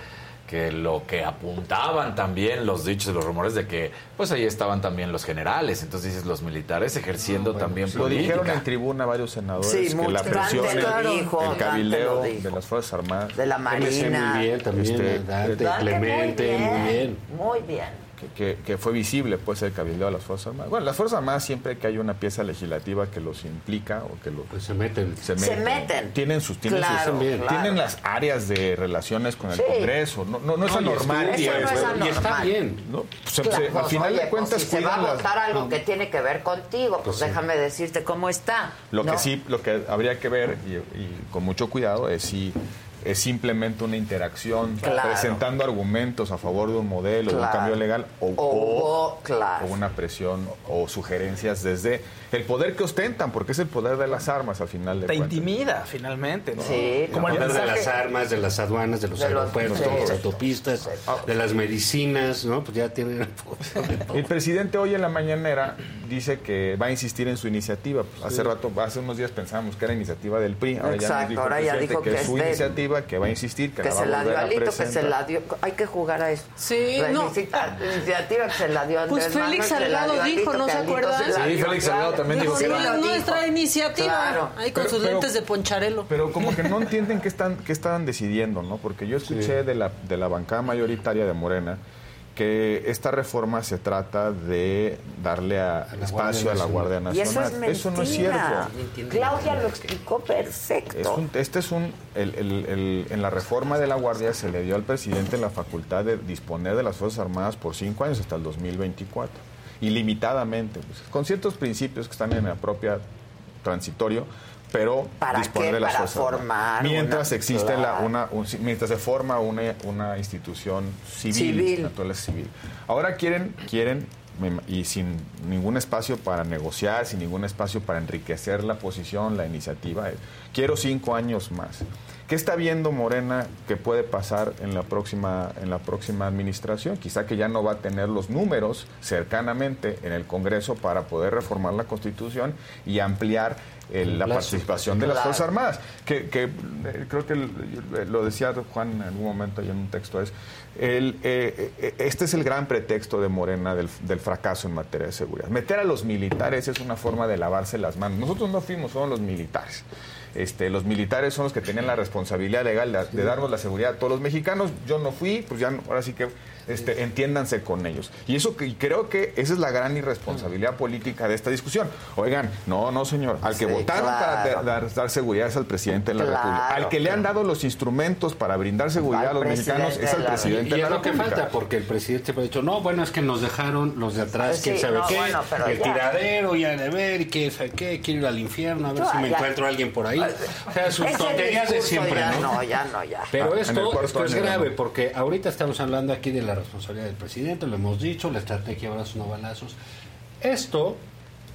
S18: que lo que apuntaban también los dichos y los rumores de que pues ahí estaban también los generales, entonces dices los militares ejerciendo también
S12: Ah, pues Lo
S18: política.
S12: dijeron en tribuna varios senadores
S18: Sí,
S12: que
S18: mucho.
S12: la
S18: Dante
S12: presión,
S18: lo
S12: el,
S18: dijo,
S12: el
S18: Dante
S12: cabileo
S18: lo
S12: de las Fuerzas Armadas,
S1: De la Marina.
S10: muy bien también,
S12: Este, eh,
S10: Dante,
S1: Dante,
S10: Este, Clemente, muy
S1: muy
S10: bien.
S1: bien. Muy bien.
S12: que, que- que fue visible pues el cabileo de las Fuerzas Armadas. Bueno, las Fuerzas Armadas siempre que hay una pieza legislativa que los implica o que lo,
S10: Pues se meten.
S12: Se
S1: Se
S12: meten.
S1: meten.
S12: Tienen sus, tienen sus-
S1: Claro,
S12: tienen
S1: claro.
S12: las áreas de relaciones con el
S1: Sí.
S12: Congreso. No, no, no es
S10: No, y
S12: anormal.
S10: estudian, Eso no es
S12: pues,
S10: y está anormal. bien.
S12: ¿no? Se-
S1: Claro,
S12: se- eh, al
S1: pues,
S12: final
S1: oye,
S12: de cuentas
S1: pues, si se va
S12: cuidan
S1: a
S12: las-
S1: votar algo
S12: no.
S1: que tiene que ver contigo, pues,
S12: Pues sí.
S1: déjame decirte cómo está.
S12: Lo
S1: ¿no?
S12: que sí, lo que habría que ver y, y con mucho cuidado es si es simplemente una interacción
S1: Claro.
S12: presentando argumentos a favor de un modelo, de un
S1: Claro.
S12: cambio legal o,
S1: o- claro.
S12: o una presión o sugerencias desde el poder que ostentan, porque es el poder de las armas al final de
S16: Te
S12: cuentas.
S16: intimida finalmente, ¿no?
S1: Sí,
S10: Como el poder de
S1: *laughs*
S10: las armas, de las aduanas, de los
S16: De los-
S10: aeropuertos,
S16: sí.
S10: de las autopistas, de las medicinas, ¿no? Pues ya tienen...
S12: El presidente hoy en la mañanera dice que va a insistir en su iniciativa. Pues, Hace
S10: Sí.
S12: rato, hace unos días pensábamos que era iniciativa del PRI. Ahora ya
S1: Exacto,
S12: nos dijo el
S1: ahora ya
S12: presidente
S1: dijo que
S12: es
S1: es
S12: su
S1: de él.
S12: iniciativa, que va a insistir, que,
S1: Que
S12: la va a
S1: se la dio
S12: volver a
S1: Alito, que se
S12: presentar.
S1: la dio. Hay que jugar a eso.
S17: Sí,
S1: la
S17: no.
S1: inicia- la iniciativa que se la dio
S17: Pues
S1: Andrés Manuel,
S17: Félix
S1: se la dio
S17: Salgado
S1: Alito,
S17: dijo, ¿no
S1: que
S17: se
S1: Alito
S17: acuerdan?
S1: la
S18: Sí, Félix
S1: dio, claro.
S18: Salgado también dijo
S17: Dijo,
S18: que
S17: no,
S18: era-
S17: es nuestra iniciativa.
S1: Claro.
S17: Ahí con
S12: Pero-
S17: sus
S12: pero-
S17: lentes de poncharelo.
S12: Pero como que no entienden qué están, qué están decidiendo, ¿no? Porque yo escuché de, la, de la bancada mayoritaria de Morena que esta reforma se trata de darle a- espacio a la Guardia
S1: Y eso es
S12: Nacional.
S1: mentira.
S12: no es cierto.
S1: Claudia lo explicó perfecto.
S12: Es un- este es un. el- el- el- en la reforma de la Guardia se le dio al presidente la facultad de disponer de las Fuerzas Armadas por cinco años hasta el 2024, ilimitadamente, pues, con ciertos principios que están en la propia transitorio, pero
S1: ¿Para
S12: disponer
S1: qué?
S12: de las
S1: Para
S12: Fuerzas Armadas.
S1: formar
S12: Mientras
S1: una-
S12: existe la,
S1: claro.
S12: una, un- mientras se forma una, una institución civil,
S1: Civil.
S12: naturaleza civil. Ahora quieren, quieren me ima- y sin ningún espacio para negociar, sin ningún espacio para enriquecer la posición, la iniciativa. eh, Quiero cinco años más. ¿Qué está viendo Morena que puede pasar en la próxima en la próxima administración? Quizá que ya no va a tener los números cercanamente en el Congreso para poder reformar la Constitución y ampliar eh, la
S10: plazo.
S12: participación de las
S10: Claro.
S12: Fuerzas Armadas. Armadas, que, que, eh, creo que el- eh, lo decía Juan en algún momento ahí en un texto, es el, eh, eh, este es el gran pretexto de Morena del, del fracaso en materia de seguridad. Meter a los militares es una forma de lavarse las manos. Nosotros no fuimos, fueron los militares. Este, los militares son los que tenían la responsabilidad legal de, de darnos la seguridad a todos los mexicanos. Yo no fui, pues ya no- ahora sí que este, entiéndanse con ellos. Y eso que y creo que esa es la gran irresponsabilidad política de esta discusión. Oigan, no, no, señor, al que
S1: Mm. Sí,
S12: votaron para
S1: claro.
S12: de- dar, dar seguridad es al presidente de la
S1: Claro,
S12: República. Al que le han dado los instrumentos para brindar seguridad a los mexicanos es al presidente
S10: Y
S12: de
S10: es
S12: la
S10: lo que
S12: República.
S10: falta, porque el presidente siempre ha dicho, no, bueno, es que nos dejaron los de atrás,
S1: Sí,
S10: quién sabe
S1: no,
S10: qué,
S1: bueno, pero
S10: el
S1: ya.
S10: tiradero, ya de ver, y qué, sabe qué, quiero ir al infierno, a ver
S1: No,
S10: si me
S1: ya.
S10: encuentro a alguien por ahí. O sea, sus
S1: Ese
S10: tonterías de
S1: discurso
S10: siempre,
S1: ya
S10: ¿no?
S1: No, ya no, ya.
S10: Pero
S12: Ah, en el
S10: esto,
S12: cuarto
S10: esto es
S12: año,
S10: grave
S12: ¿no?
S10: porque ahorita estamos hablando aquí de la responsabilidad del presidente, lo hemos dicho, la estrategia abrazos no balazos. Esto,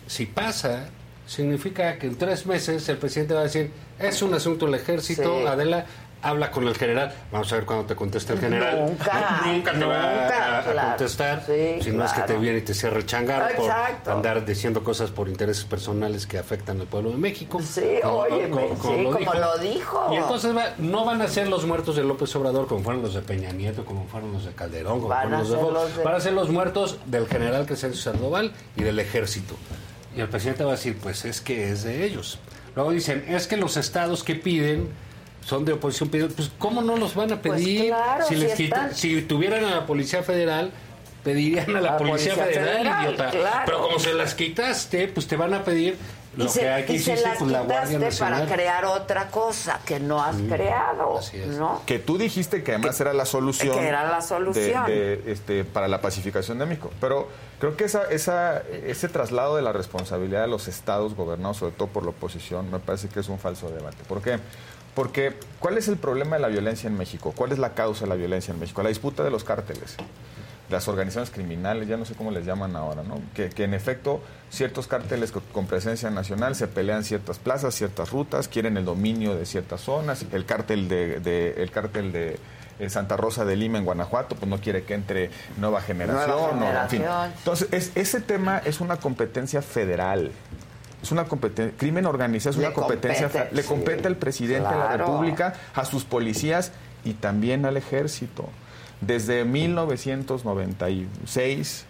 S10: si pasa, significa que en tres meses el presidente va a decir, es un asunto del ejército,
S1: Sí.
S10: Adela, habla con el general, vamos a ver cuándo te contesta el general.
S1: Nunca,
S10: nunca te va a-
S1: nunca,
S10: a, a
S1: claro.
S10: contestar,
S1: Sí,
S10: si no es que te
S1: claro.
S10: viene y te cierra el changar por
S1: Exacto.
S10: andar diciendo cosas por intereses personales que afectan al pueblo de México.
S1: Sí, óyeme, sí, como lo dijo.
S10: Y entonces va- no van a ser los muertos de López Obrador como fueron los de Peña Nieto, como fueron los de Calderón, como
S1: Van a
S10: fueron los de
S1: ser
S10: Fox.
S1: los de-
S10: Van a ser los muertos del general Crescencio Sandoval y del ejército. Y el presidente va a decir, pues es que es de ellos. Luego dicen, es que los estados que piden son de oposición, piden- pues ¿cómo no los van a
S1: Pues
S10: pedir?
S1: claro,
S10: si,
S1: si
S10: les quita-
S1: están-
S10: si tuvieran a la Policía Federal, pedirían a la, Policía, Federal, idiota.
S1: claro.
S10: Pero como se las quitaste, pues te van a pedir lo
S1: y se,
S10: que aquí
S1: y se
S10: hiciste
S1: las
S10: con la Guardia
S1: quitaste
S10: Nacional.
S1: para crear otra cosa que no has creado, ¿no?
S12: Que tú dijiste que además era la solución.
S1: que era la
S12: de-
S1: solución.
S12: de, este, para la pacificación de México. Pero creo que esa, esa, ese traslado de la responsabilidad de los estados gobernados, sobre todo por la oposición, me parece que es un falso debate. ¿Por qué? Porque, ¿cuál es el problema de la violencia en México? ¿Cuál es la causa de la violencia en México? La disputa de los cárteles las organizaciones criminales, ya no sé cómo les llaman ahora, ¿no? Que, que en efecto ciertos cárteles co- con presencia nacional se pelean ciertas plazas, ciertas rutas, quieren el dominio de ciertas zonas. El cártel de, de- el cártel de eh, Santa Rosa de Lima en Guanajuato, pues no quiere que entre nueva generación.
S1: Nueva
S12: o- en fin.
S1: generación.
S12: Entonces, es- ese tema es una competencia federal. Es una competencia, crimen organizado es
S1: Le
S12: una competencia, fe-
S1: compete,
S12: le
S1: sí.
S12: compete al presidente de la
S1: Claro.
S12: República, a sus policías y también al ejército. Desde 1996,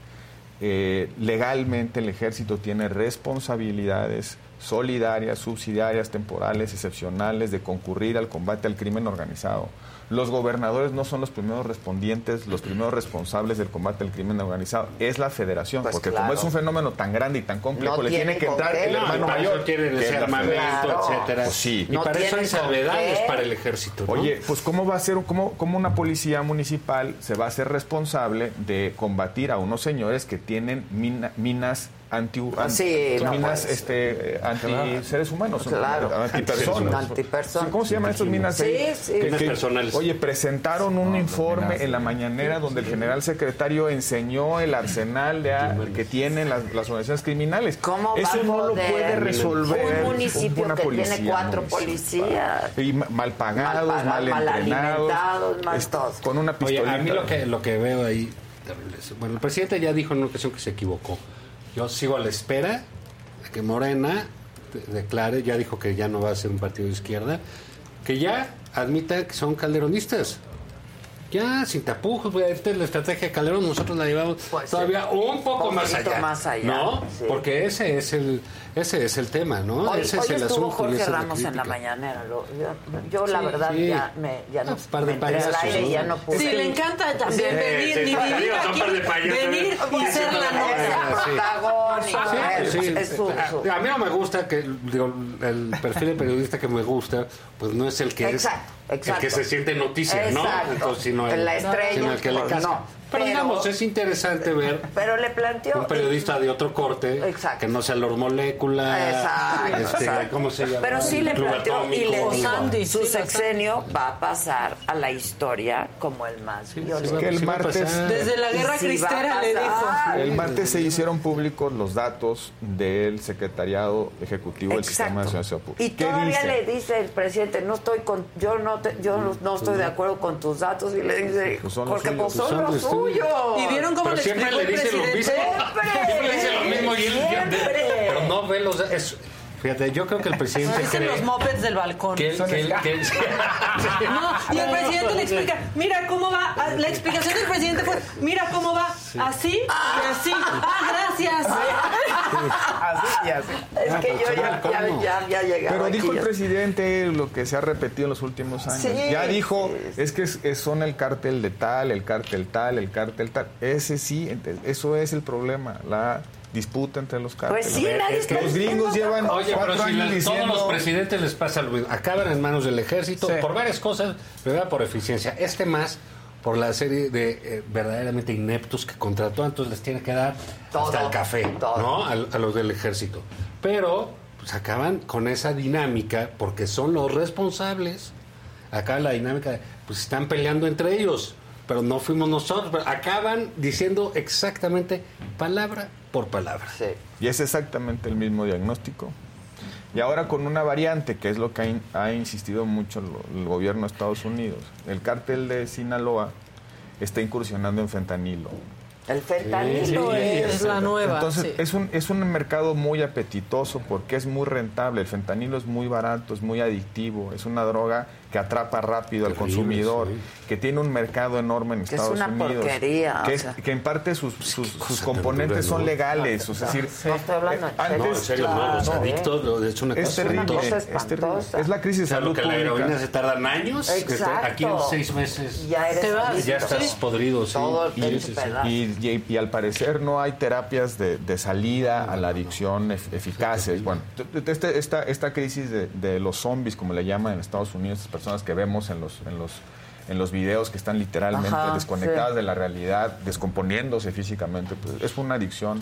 S12: eh, legalmente el ejército tiene responsabilidades solidarias, subsidiarias, temporales, excepcionales de concurrir al combate al crimen organizado. Los gobernadores no son los primeros respondientes, los primeros responsables del combate al crimen organizado, es la federación,
S1: Pues
S12: porque
S1: claro.
S12: como es un fenómeno tan grande y tan complejo,
S1: No
S12: le tiene
S1: tienen
S12: que
S1: con
S12: entrar
S1: qué.
S12: el
S1: No, y
S12: hermano
S10: para eso
S12: mayor.
S10: tienen
S12: que es
S10: ese
S12: la
S10: armamento,
S12: federación.
S10: etcétera.
S12: Pues sí.
S10: Y para eso hay salvedades para el ejército. ¿no?
S12: Oye, pues cómo va a ser, cómo, cómo una policía municipal se va a ser responsable de combatir a unos señores que tienen mina- minas anti
S1: Ah, sí,
S12: an-
S1: no
S12: minas
S1: puede
S12: este eh, anti seres humanos,
S1: Claro.
S12: antipersonas.
S1: *laughs* Antipersonas.
S12: ¿Cómo se llaman estas minas? ahí?
S1: Sí, sí.
S12: Que-
S1: Minas
S12: que-
S1: personales.
S12: Oye, presentaron un informe
S1: minas.
S12: en la mañanera donde el general secretario enseñó el arsenal de, a- que tienen las, las organizaciones criminales.
S1: ¿Cómo va
S12: Eso
S1: a
S12: no lo
S1: poder
S12: puede resolver
S1: un municipio
S12: una
S1: que tiene
S12: policía
S1: cuatro
S12: municipal?
S1: policías?
S12: Y ma- mal pagados,
S1: Mal
S12: mal,
S1: pagados, mal
S12: entrenados.
S1: alimentados, mal
S12: es-
S1: todos.
S12: Con una
S10: Oye,
S12: pistolita.
S10: a mí lo que, lo que veo ahí, bueno, el presidente ya dijo en una ocasión que se equivocó. Yo sigo a la espera de que Morena de- declare, ya dijo que ya no va a ser un partido de izquierda, que ya admita que son calderonistas. Ya, sin tapujos, güey, esta es la estrategia de Calderón, nosotros la llevamos todavía
S1: Pues sí.
S10: un poco más
S1: Poquito
S10: allá.
S1: más allá,
S10: ¿No?
S1: sí.
S10: Porque ese es el, ese es el tema, ¿no?
S1: Hoy,
S10: ese
S1: hoy
S10: es el
S1: estuvo
S10: asunto. y
S1: Jorge
S10: esa es la
S1: Ramos en la
S10: crítica.
S1: mañanera. lo- yo yo, la
S10: Sí,
S1: verdad
S10: sí. Ah,
S1: ya, me, ya no,
S10: par de
S1: me entré al
S10: payasos,
S1: aire y
S10: ¿no?
S1: ya no pude.
S17: Sí, le encanta también
S1: Sí,
S17: venir,
S1: sí,
S17: ni
S1: sí,
S17: vivir
S1: sí, son
S17: aquí,
S1: par de payasos,
S17: venir
S1: Sí,
S17: y ser
S1: sí,
S17: la
S1: sí,
S17: novia.
S1: sí. Protagónico, es-
S10: Sí, sí.
S1: es su- su-
S10: A, a mí no me gusta que digo, el perfil de periodista que me gusta, pues no es el que
S1: Exacto,
S10: es
S1: exacto.
S10: el que se siente noticia,
S1: Exacto.
S10: ¿no? Entonces, sino el,
S1: La estrella,
S10: sino el que le
S1: pues,
S10: casca.
S1: no.
S10: Pero,
S1: Pero-
S10: digamos, es interesante ver
S1: Pero le planteó.
S10: un periodista de otro corte que no sea Lord Molécula,
S1: Exacto,
S10: este,
S1: exacto.
S10: ¿cómo se llama?
S1: Pero sí le
S10: Club
S1: planteó y
S10: Atómico.
S1: le dijo,
S17: Sandy,
S1: su
S17: sí,
S1: sexenio va a pasar a la historia como el más
S12: Es
S1: violento.
S12: que el martes,
S17: Desde la guerra
S1: Y sí va a
S17: cristera le dijo.
S1: pasar.
S12: el martes se hicieron públicos los datos del Secretariado Ejecutivo del Sistema Nacional de Seguridad Pública.
S1: Y
S12: ¿Qué
S1: todavía
S12: dice?
S1: le dice el presidente, no estoy con, yo no, te- yo no- no estoy de acuerdo con tus datos y le dice,
S12: Pues son los
S1: porque
S12: suyos.
S1: pues son,
S12: Pues son
S1: los
S12: los
S1: suyos.
S17: ¿Y vieron cómo
S10: Pero
S17: le
S10: siempre
S17: explicó
S10: le
S17: el
S10: dice lo
S17: presidente?
S10: mismo. Siempre le dice lo mismo y él-
S1: Siempre.
S10: pero no ve los es- Fíjate, yo creo que el presidente
S17: Dicen
S10: cree
S17: los mopeds del balcón.
S10: que él- que él-
S17: *laughs*
S10: que él-
S17: No, y el presidente le explica, mira cómo va, Ah, la explicación del presidente fue, mira cómo va, así y así. Ah, gracias. *laughs*
S1: Ah,
S12: Ah,
S1: Es que yo ya, ya, ya, ya llegaba
S12: Pero dijo
S1: aquí,
S12: el
S1: yo-
S12: presidente lo que se ha repetido en los últimos años.
S1: Sí.
S12: ya dijo, es que es- es- son el cártel de tal, el cártel tal, el cártel tal. Ese sí, ente- eso es el problema, la disputa entre los cárteles.
S1: Pues sí, nadie está
S12: Eh, Los gringos
S1: diciendo
S12: llevan
S10: Oye,
S12: cuatro
S10: pero si
S12: años
S10: la-
S12: diciendo...
S10: todos los presidentes les pasa lo mismo. Acaban en manos del ejército por varias cosas, ¿verdad? Por eficiencia. Este más por la serie de eh, verdaderamente ineptos que contrató, entonces les tiene que dar
S1: Todo,
S10: hasta el café,
S1: todo.
S10: ¿no? Al- A, los del ejército. Pero pues acaban con esa dinámica porque son los responsables. Acá la dinámica de, pues están peleando entre ellos, pero no fuimos nosotros. Pero acaban diciendo exactamente palabra por palabra.
S12: Y es exactamente el mismo diagnóstico. Y ahora con una variante, que es lo que ha, in- ha insistido mucho lo- el gobierno de Estados Unidos. El cártel de Sinaloa está incursionando en fentanilo.
S1: El fentanilo
S12: Sí,
S1: es,
S12: sí, sí. Entonces, es, un, es un mercado muy apetitoso porque es muy rentable. El fentanilo es muy barato, es muy adictivo, es una droga que atrapa rápido al consumidor, que tiene un mercado enorme en
S1: Que es
S12: Estados
S1: una
S12: Unidos,
S1: porquería,
S12: que,
S1: o
S12: es-
S1: sea.
S12: que en parte sus, sus- sus componentes
S10: dura,
S12: son
S10: ¿no?
S12: legales, o sea, es decir,
S1: Ah, No estoy hablando en
S12: antes-
S10: No, en serio, no, los adictos lo- es una
S12: es
S10: cosa
S12: terrible,
S10: espantosa.
S12: es terrible. Es la crisis de
S10: O sea, lo
S12: salud
S10: que la
S12: pública.
S10: heroína se tardan años, que está- aquí en seis meses
S1: Ya eres
S10: te vas.
S1: adicto.
S10: Ya estás podrido, sí.
S1: Todo el
S12: Y,
S1: pinche pedazo.
S12: y- y- y al parecer no hay terapias de, de salida a la adicción ef- eficaces. Bueno, este- esta, esta crisis de, de los zombies, como le llaman en Estados Unidos, estas personas que vemos en los, en los, en los videos que están literalmente
S11: Ajá,
S12: desconectadas
S11: sí.
S12: de la realidad, descomponiéndose físicamente, pues, es una adicción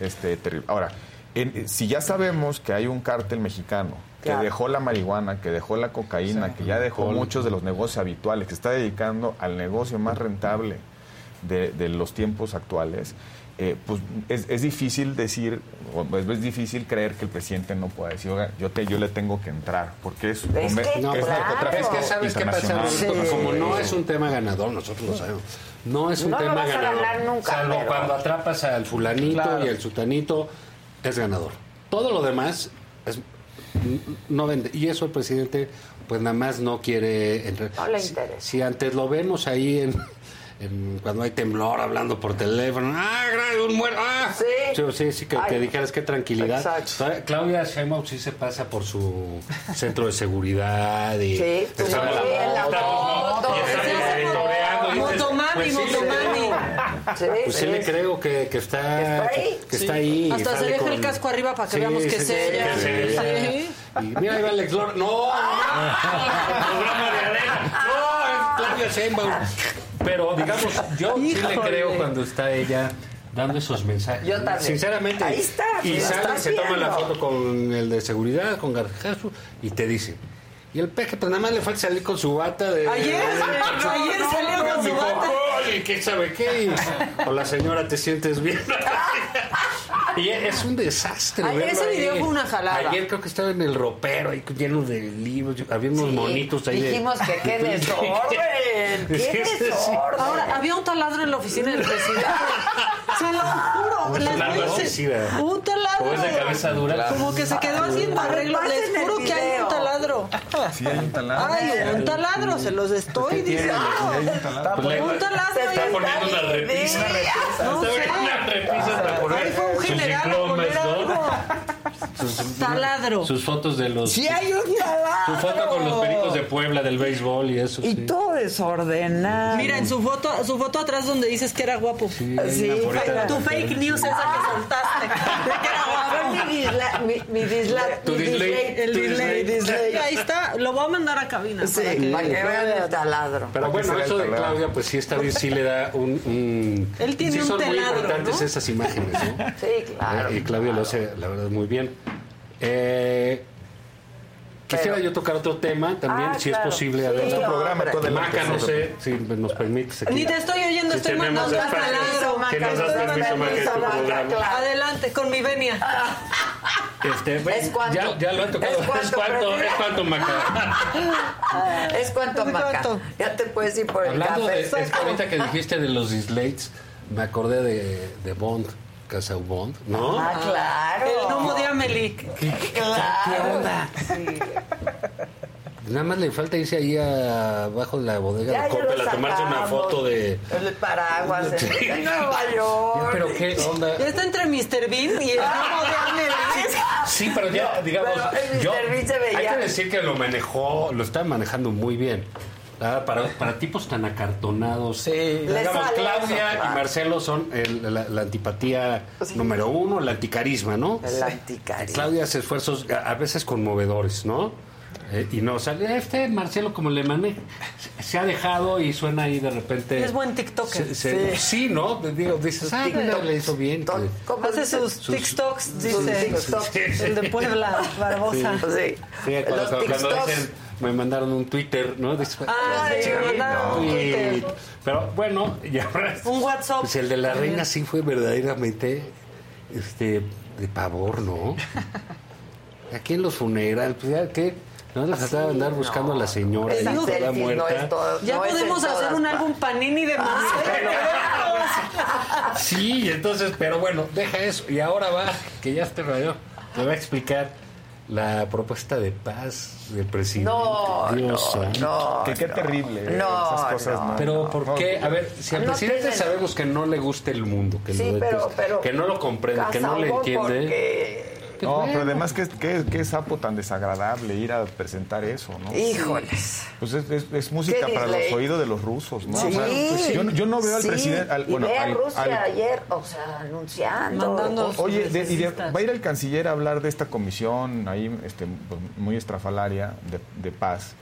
S12: este, terrible. Ahora, en- si ya sabemos que hay un cártel mexicano que
S11: Claro.
S12: dejó la marihuana, que dejó la cocaína, que ya dejó muchos de los negocios habituales, que se está dedicando al negocio más rentable de, de los tiempos actuales, eh, pues es, es difícil decir, o es, es difícil creer que el presidente no pueda decir, oiga, yo, te, yo le tengo que entrar, porque es,
S10: Es
S12: come-
S10: que,
S12: es
S10: claro.
S12: narcotráfico
S10: Es que ¿sabes qué pasa,
S12: internacional.
S10: Roberto?
S12: Sí.
S10: Como no es un tema ganador, nosotros lo sabemos. No es un
S12: No lo
S10: tema
S12: vas a
S10: ganador.
S12: ganar nunca,
S10: salvo
S12: pero-
S10: cuando atrapas al fulanito
S12: Claro.
S10: y al sutanito, es ganador. Todo lo demás es- n- no vende. Y eso el presidente, pues nada más no quiere. entrar.
S1: No le
S10: Si-
S1: interesa.
S10: Si, antes lo vemos ahí en, en- cuando hay temblor hablando por teléfono, ¡ah, gracias, un muerto! ¡ah! Sí, sí, sí, que, que
S1: Ay.
S10: dijeras qué tranquilidad. Sa- Claudia Sheinbaum sí se pasa por su centro de seguridad y
S1: Sí,
S10: se
S1: tú
S10: sale a la
S1: sí, en la
S10: moto,
S1: moto,
S10: y está
S1: sí, hace como-
S10: monitoreando, y dices, pues sí,
S17: motomami.
S1: Sí,
S10: Pues sí le creo que, que está, que, que está ahí.
S17: Hasta se
S10: sale
S17: deja el
S10: con-
S17: casco arriba para que
S10: Sí,
S17: veamos que
S10: sí,
S17: es
S10: sí,
S17: ella.
S10: que es ella.
S17: Sí.
S10: Y mira, ahí va Alex Lora. ¡No! programa de arena. ¡No! Es Claudia Sheinbaum. Pero, digamos, yo sí le
S1: Híjole.
S10: creo cuando está ella dando esos mensajes.
S1: Yo también.
S10: Sinceramente.
S1: Ahí está,
S10: Y
S1: lo
S10: sale,
S1: estás
S10: se toma la
S1: viendo.
S10: foto con el de seguridad, con Garjasu, y te dice... Y el peje, pues nada más le falta salir con su bata de...
S17: *laughs* Ayer,
S10: *laughs* de-
S17: ayer salió con
S10: mi
S17: su bata.
S10: cocol, y quién sabe qué. O la señora, ¿te sientes bien? *laughs* Y es un desastre.
S17: Ay,
S10: verlo
S17: ese video
S10: ahí.
S17: fue una jalada.
S10: Ayer creo que estaba en el ropero, ahí lleno de libros. Había unos
S17: Sí,
S10: monitos ahí. *laughs* de-
S17: dijimos que qué
S1: desorden, qué
S10: Sí, sí, sí.
S1: desorden.
S17: Ahora, había un taladro en la oficina del
S10: *laughs*
S17: presidente. Se lo juro.
S10: Un
S17: las
S10: taladro
S17: veces-
S10: suicida.
S17: Un taladro.
S10: O es de cabeza dura. Ah,
S17: Como que se quedó haciendo arreglo. Les
S1: Pasen el
S17: juro que hay un
S1: video.
S17: taladro.
S12: Sí, hay un taladro.
S17: Ay, un taladro, se los
S10: Pues,
S17: estoy diciendo. Un taladro.
S10: Está
S17: ahí está.
S10: poniendo una repisa.
S17: No
S10: Está
S17: sé.
S10: poniendo una repisa hasta poner
S17: Ahí fue un
S10: sus
S17: general a poner
S10: diplomas, ¿no?
S17: algo.
S10: Sus-
S17: Taladro.
S10: Sus fotos de los...
S1: Sí hay un taladro.
S10: Su foto con los pericos de Puebla del béisbol y eso.
S1: Y
S10: sí.
S1: todo desordenado.
S17: Mira, en su foto, su foto atrás donde dices que era guapo.
S10: hay Sí, una Ah. bonita-
S17: tu fake *laughs* news esa que soltaste. De que era guapo.
S1: Mi disla- mi- mi disla-
S17: Tu
S1: mi
S17: dislay,
S1: dislay,
S17: el
S1: tu
S17: dislay.
S1: dislay.
S17: Ahí está, lo voy a mandar a cabina.
S12: este
S1: Sí,
S17: para que-
S1: para que vean el taladro.
S10: Pero bueno,
S12: será
S10: eso
S12: el
S10: de
S12: taladro?
S10: Claudia, pues sí está bien, sí le da un... un-
S17: Él tiene
S10: sí
S17: un
S10: son muy
S17: taladro,
S10: importantes
S17: ¿no?
S10: esas imágenes, *laughs* ¿no? Eh,
S1: Sí, claro.
S10: y Claudia lo hace, la verdad, muy bien. Eh, quisiera yo tocar otro tema también,
S17: Ah,
S10: si
S17: claro.
S10: es posible. a
S17: Sí,
S10: ver.
S17: Es un programa, hombre. todo el
S10: Maca,
S17: otro.
S10: no sé si nos permites aquí.
S17: Ni te estoy oyendo,
S10: Si
S17: estoy
S10: tenemos
S17: mandando al
S10: espacio.
S17: taladro.
S10: Si nos das
S17: Estoy
S10: permiso,
S17: mandando
S10: Maca,
S17: al
S10: es tu
S17: taladro.
S10: programa.
S17: Adelante, con mi venia.
S1: Ah,
S10: Este, ven,
S1: Es cuanto.
S10: Ya, ya lo han tocado.
S1: Es cuanto,
S10: *laughs* Es cuanto,
S1: prefiero.
S10: es cuanto, Maca.
S1: Es cuanto
S17: Es
S1: maca.
S17: cuanto.
S1: Ya te puedes ir por el
S10: Hablando de,
S1: café.
S10: es que ahorita que dijiste de los dislates, me acordé de, de Bond, Casau Bond, ¿no?
S1: Ah, claro.
S17: El gnomo de Amelie.
S1: Claro.
S10: Nada más le falta irse ahí abajo de la bodega
S1: Ya,
S10: de
S1: ya lo
S10: Coppel a tomarse una
S1: sacamos.
S10: foto de...
S1: El paraguas en-
S10: Sí.
S1: en Nueva York.
S10: *laughs* Pero qué onda.
S17: Ya está entre Mr. Bean y el gnomo de Amelie.
S1: Ah,
S10: Sí, pero ya, digamos,
S1: pero el
S10: yo,
S1: Mr. Bean se veía.
S10: hay que decir que lo manejó, lo está manejando muy bien. Ah, Para, para tipos tan acartonados.
S1: Le
S10: Digamos,
S1: sale
S10: Claudia
S1: eso, claro.
S10: y Marcelo son el- la, la antipatía número uno, el anticarisma, ¿no?
S1: El anticarisma.
S10: Claudia hace esfuerzos a, a veces conmovedores, ¿no? Eh, y no sale. Este Marcelo, como le maneja, se- se ha dejado y suena ahí de repente.
S17: Es buen TikToker.
S10: se- se-
S17: Sí.
S10: sí. ¿no? Digo, dices, ah, mira, le hizo bien. que-
S17: Hace sus TikToks, dice.
S1: TikToks.
S17: El de Puebla,
S1: *laughs*
S17: Barbosa.
S1: Sí.
S10: Sí, cuando,
S1: Los
S10: cuando
S1: TikToks.
S10: dicen, me mandaron un Twitter, ¿no? Dice,
S17: Ah,
S10: "Ay,
S17: sí, me mandaron un
S10: tweet".
S17: Twitter.
S10: Pero bueno, ya habrás-
S17: Un WhatsApp.
S10: Pues el de la reina sí fue verdaderamente este de pavor, ¿no? Aquí en los funerales, pues ya que no les faltaba andar buscando a la señora
S1: Esas
S10: ahí toda
S1: selfies no
S10: muerta.
S1: es todo-
S17: Ya
S1: no es en
S17: podemos
S1: todas
S17: hacer un
S1: partes. Ah,
S17: álbum panini de Marcelo.
S10: Ah, Sí, entonces, pero bueno, deja eso. Y ahora va, que ya te rayó, te va a explicar la propuesta de paz del presidente.
S1: No,
S10: Dios
S1: no,
S10: santo.
S1: no,
S12: Que qué
S1: no.
S12: terrible, eh,
S1: No,
S12: esas cosas,
S1: no,
S12: ¿no?
S10: Pero ¿por
S12: No,
S10: qué?
S12: no.
S10: A ver, si al
S1: No
S10: presidente
S1: tienen-
S10: sabemos que no le gusta el mundo, que,
S1: Sí,
S10: lo
S1: pero-
S10: detesta,
S1: pero-
S10: que no lo comprende, que no le
S1: Casaubon, ¿por
S10: entiende.
S12: No,
S10: bueno.
S12: pero además, ¿qué, qué, qué sapo tan desagradable ir a presentar eso, ¿no?
S1: Híjoles.
S12: Pues es, es- es música
S1: ¿Qué
S12: para los
S1: disley?
S12: oídos de los rusos, ¿no?
S1: Sí.
S12: O sea, pues, yo, yo no veo al
S1: Sí.
S12: presidente. al-
S1: y
S12: bueno,
S1: ve a
S12: al-
S1: Rusia
S12: al-
S1: ayer, o sea, anunciando.
S12: O- Oye, de- y de- va a ir el canciller a hablar de esta comisión ahí este, pues, muy estrafalaria de, de paz.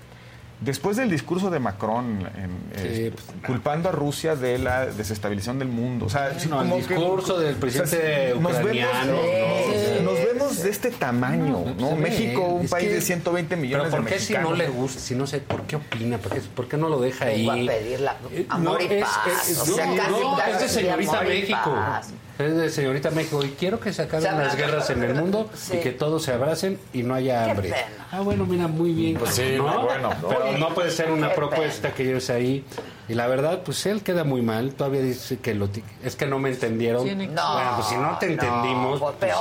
S12: Después del discurso de Macron en- eh,
S10: pues,
S12: culpando a Rusia de la desestabilización del mundo. O sea, sí,
S10: No, el
S12: como que-
S10: discurso del presidente
S12: nos
S10: ucraniano,
S12: Vemos,
S10: ¿no?
S12: nos-
S10: Sí.
S12: nos vemos de este tamaño, ¿no?
S10: Se ve,
S12: México, un
S10: es
S12: país
S10: que-
S12: de 120 millones
S10: Pero ¿por
S12: de
S10: qué si
S12: mexicanos.
S10: no le gusta? Si no sé, ¿por qué opina? ¿Por qué, por qué no lo deja ahí?
S1: Vengo a pedir la-
S10: Eh,
S1: amor y
S10: es-
S1: paz,
S10: es-
S1: o
S10: no,
S1: sea, casi,
S10: no,
S1: casi
S10: es de señorita
S1: amor y
S10: México.
S1: paz.
S10: Es de señorita México. Y quiero que se acaben
S1: Se
S10: las
S1: abraza-
S10: guerras en el mundo
S1: Sí.
S10: y que todos se abracen y no haya hambre. Ah, bueno, mira, muy bien.
S18: Pues sí,
S10: ¿no?
S18: bueno,
S10: Pero no puede ser una
S18: Qué
S10: propuesta que lleves ahí. Y la verdad, pues él queda muy mal. Todavía dice que lo ti- es que no me entendieron.
S1: Tiene que-
S10: bueno, pues si no te
S1: No,
S10: entendimos.
S1: pues,
S10: pues,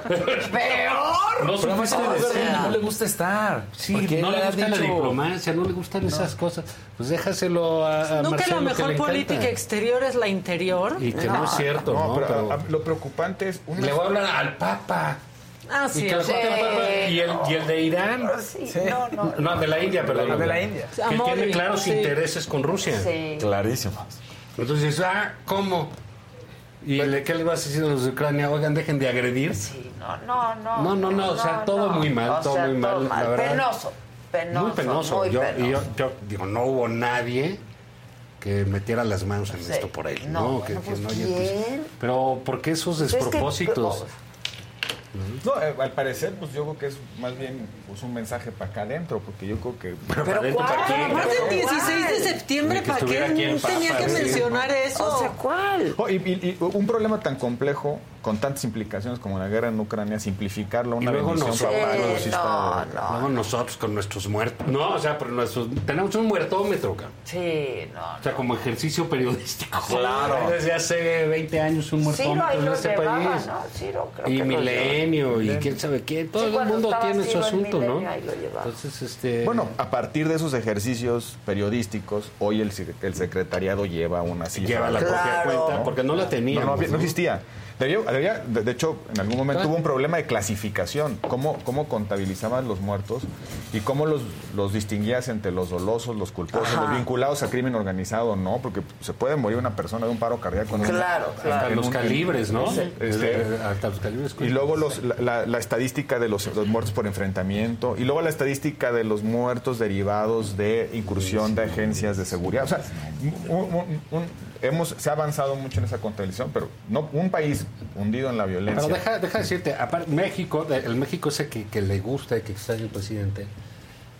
S10: *laughs*
S1: peor, peor.
S18: No
S10: Pero
S18: supiste
S10: vamos a
S18: decir,
S10: ver.
S18: no le gusta estar.
S10: Sí,
S18: Porque
S10: no
S18: él
S10: le
S18: ha
S10: gusta la
S18: dicho-
S10: diplomacia, no le gustan esas cosas. Pues déjaselo a, a
S17: No que la
S10: Marcelo,
S17: mejor
S10: le encanta.
S17: política exterior es la interior.
S10: Y que no, es cierto, ¿no?
S12: pero,
S10: Pero-
S12: a- a- lo preocupante es... una-
S10: Le voy a hablar al Papa.
S17: Ah,
S10: y,
S17: sí.
S10: que al
S17: sí.
S10: Papa- y, el, y el de Irán.
S1: Ah, No, no.
S10: No, de la India, perdón.
S18: De la India.
S10: Que
S17: Amor,
S10: tiene claros
S17: sí.
S10: intereses con Rusia.
S1: Sí.
S18: Clarísimo.
S10: Entonces, ah, ¿cómo? ¿Y le- qué le vas a decir a los de Ucrania? Oigan, dejen de agredir.
S1: No, no, no.
S10: No, no, no, o sea, todo muy mal,
S1: O
S10: todo
S1: sea,
S10: muy mal, la verdad.
S1: Penoso, penoso.
S10: muy penoso.
S1: muy
S10: yo,
S1: penoso.
S10: Yo, yo digo, no hubo nadie que metiera las manos en
S1: Sí.
S10: esto por él.
S1: No,
S10: No,
S1: bueno,
S10: que, que
S1: pues,
S10: no haya- pues,
S1: ¿quién?
S10: pero ¿por qué esos
S1: Pues es que-
S10: despropósitos?
S12: No, eh, al parecer, pues yo creo que es más bien pues, un mensaje para acá adentro, porque yo creo que...
S10: para adentro, ¿para
S17: Pero
S10: quién?
S17: aparte el 16 de
S12: Ni
S17: septiembre,
S12: que
S17: ¿para
S12: estuviera aquí
S17: qué
S12: el Papa,
S17: tenía que
S12: sí.
S17: mencionar eso?
S1: O sea, ¿cuál?
S12: Oh, y, y- y un problema tan complejo, con tantas implicaciones como la guerra en Ucrania, simplificarlo a
S10: Y
S12: una
S10: luego
S12: bendición papal,
S10: nosotros,
S12: sí está-
S10: luego nosotros con nuestros muertos. No, o sea, pero nuestros, tenemos un muertómetro, cabrón.
S1: Sí, no.
S10: O sea, como ejercicio periodístico.
S1: *laughs* Claro.
S10: Desde hace 20 años un
S1: Ciro
S10: muertómetro
S1: ahí
S10: en
S1: lo
S10: este
S1: llevaba,
S10: país.
S1: ¿no? Ciro creo
S10: Y
S1: que lo
S10: milenio, y
S12: Milenio.
S10: quién sabe quién. Todo el
S1: cuando
S10: mundo
S1: estaba
S10: tiene su
S1: Ciro en
S10: asunto, ¿no?
S1: Milenio, ahí lo llevaba.
S10: Entonces, este.
S12: Bueno, a partir de esos ejercicios periodísticos, hoy el, se- el secretariado lleva una cifra.
S10: lleva la propia
S1: Claro.
S10: cuenta, porque no la tenía.
S12: No, no, había- no existía. Debió- había- de, de hecho, en algún momento hubo un problema de clasificación. ¿Cómo, cómo contabilizaban los muertos y cómo los, los distinguías entre los dolosos, los culposos,
S1: Ajá.
S12: los vinculados a crimen organizado? No, porque se puede morir una persona de un paro cardíaco. en un-
S1: Claro, claro.
S12: en
S10: Hasta
S12: un-
S10: los
S12: en-
S10: calibres, ¿no?
S12: Sí.
S10: Este, Hasta los calibres.
S12: Y luego los- la, la- la estadística de los, los muertos por enfrentamiento, y luego la estadística de los muertos derivados de incursión de agencias de seguridad. O sea, un- un- un- hemos, se ha avanzado mucho en esa contabilización, pero no un país hundido en la violencia.
S10: Pero deja, deja de decirte, aparte, México, el México ese que, que le gusta y que extraña el presidente,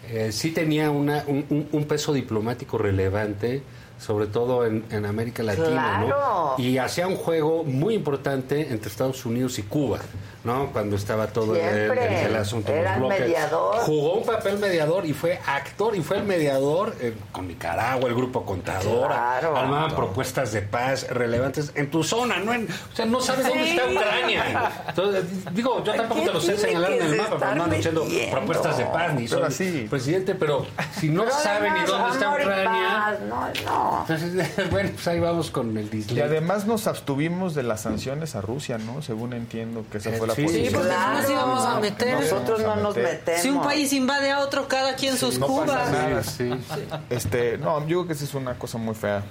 S10: eh, sí tenía una, un, un- un peso diplomático relevante, sobre todo en, en América Latina,
S1: Claro.
S10: ¿no? Y hacía un juego muy importante entre Estados Unidos y Cuba, ¿no? Cuando estaba todo el, el-
S1: Siempre.
S10: el asunto. de
S1: Era
S10: los
S1: el
S10: bloques.
S1: mediador.
S10: Jugó un papel mediador y fue actor y fue el mediador eh, con Nicaragua, el grupo contador.
S1: Claro.
S10: Armaban propuestas de paz relevantes en tu zona, no en, o sea, no sabes Pues, dónde está
S1: Sí.
S10: Ucrania. Entonces, digo, yo tampoco
S1: ¿Qué
S10: te lo sé
S1: tiene
S10: señalar
S1: que
S10: en el mapa,
S1: estar
S10: pero no ando echando
S1: metiendo?
S10: propuestas de paz ni
S12: Pero
S10: soy
S12: así.
S10: presidente, pero si no
S1: Pero
S10: sabe ni
S1: además,
S10: dónde está
S1: amor y
S10: Ucrania,
S1: paz, No, no.
S10: entonces, *laughs* bueno, pues ahí vamos con el
S12: Y
S10: dislike.
S12: además nos abstuvimos de las sanciones a Rusia, ¿no? Según entiendo que esa
S10: Eh,
S12: fue la
S10: sí.
S12: posición.
S10: Sí, porque
S1: Claro.
S17: nos íbamos a meter.
S1: Nosotros no nos metemos.
S17: Si un país invade a otro, cada quien sus
S12: no pasa
S17: cubas.
S12: nada.
S10: Sí, sí.
S12: Este, no, yo creo que esa es una cosa muy fea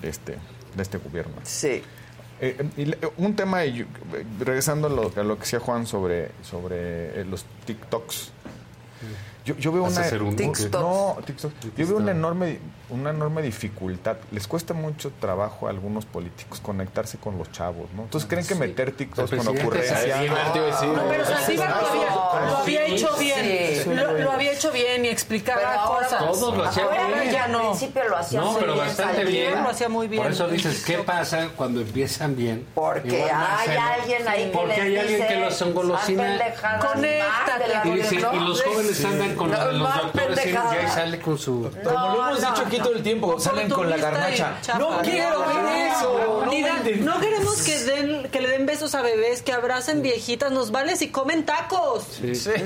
S12: de este, de este gobierno.
S1: Sí.
S12: Eh, eh, y le- eh, un tema, y yo- eh, regresando a lo, a lo que decía Juan sobre, sobre eh, los TikToks. Yo, yo veo
S10: ¿Vas a
S12: una.
S10: hacer uno?
S1: TikToks.
S12: No, TikToks. Yo veo una enorme, una enorme dificultad. Les cuesta mucho trabajo a algunos políticos conectarse con los chavos, ¿no? Entonces creen que meter TikToks
S10: El
S12: con
S10: presidente
S12: ocurrencia. Ah,
S10: Saldívar, te iba a decir.
S17: No, Ah, pero Saldívar lo había, lo había hecho bien.
S1: Sí.
S17: Lo, lo había hecho bien y explicaba
S1: Pero ahora
S17: cosas.
S10: Todos lo hacían
S17: ahora
S10: bien.
S17: ya
S1: Al
S17: no.
S1: principio lo hacía
S10: No,
S1: muy
S10: pero
S1: bien,
S10: bastante
S1: Saldívar.
S10: bien.
S17: lo hacía muy bien.
S10: Por eso dices, ¿qué pasa cuando empiezan bien?
S1: Porque
S10: Igual
S1: hay
S10: Marcelo.
S1: alguien ahí que
S10: Porque
S1: les
S10: hay alguien
S1: dice,
S10: que los
S1: "Haz
S10: engolosina.
S1: pendejadas más de la
S10: Y,
S1: vida",
S10: sí,
S1: ¿no?
S10: y los jóvenes
S1: Sí.
S10: andan con
S1: No,
S10: los, los
S1: más
S10: doctores y
S1: pendejadas.
S10: ahí sale con su...
S18: Como lo hemos
S1: No,
S18: dicho aquí
S1: no.
S18: todo el tiempo, salen con la
S17: Oportunista y
S18: garnacha.
S17: chafa.
S18: No quiero ver eso.
S17: Ni
S18: me
S17: da-
S18: inter-
S17: no queremos que, den, que le den besos abrazos a bebés, que abracen viejitas, nos vale si comen tacos.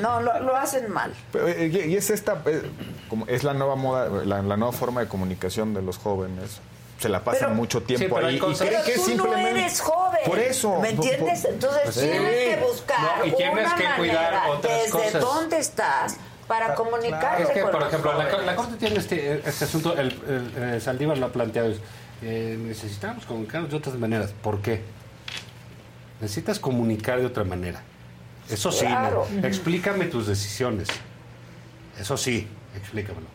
S1: No, lo, lo hacen mal.
S12: Pero, eh, Y y es esta, eh, como es la nueva moda, la, la nueva forma de comunicación de los jóvenes. Se la pasan
S1: Pero-
S12: mucho tiempo
S1: Sí, pero hay
S12: ahí.
S1: cosas-
S12: creen
S1: Pero tú no eres joven.
S12: Por eso.
S1: ¿Me
S12: por- por-
S1: entiendes? Entonces
S12: Pues sí.
S1: tienes que buscar
S12: No, y tienes
S1: una
S12: que
S1: manera
S12: cuidar otras
S1: desde
S10: cosas.
S1: dónde estás para comunicarte
S10: Es que,
S1: con
S10: por
S1: los
S10: ejemplo, la,
S1: jóvenes.
S10: la Corte tiene este, este asunto, el, el, eh, Saldívar lo ha planteado, es, eh, necesitamos comunicarnos de otras maneras. ¿Por qué? Necesitas comunicar de otra manera. Eso sí,
S14: Claro.
S10: ¿no? explícame tus decisiones. Eso sí, explícamelo.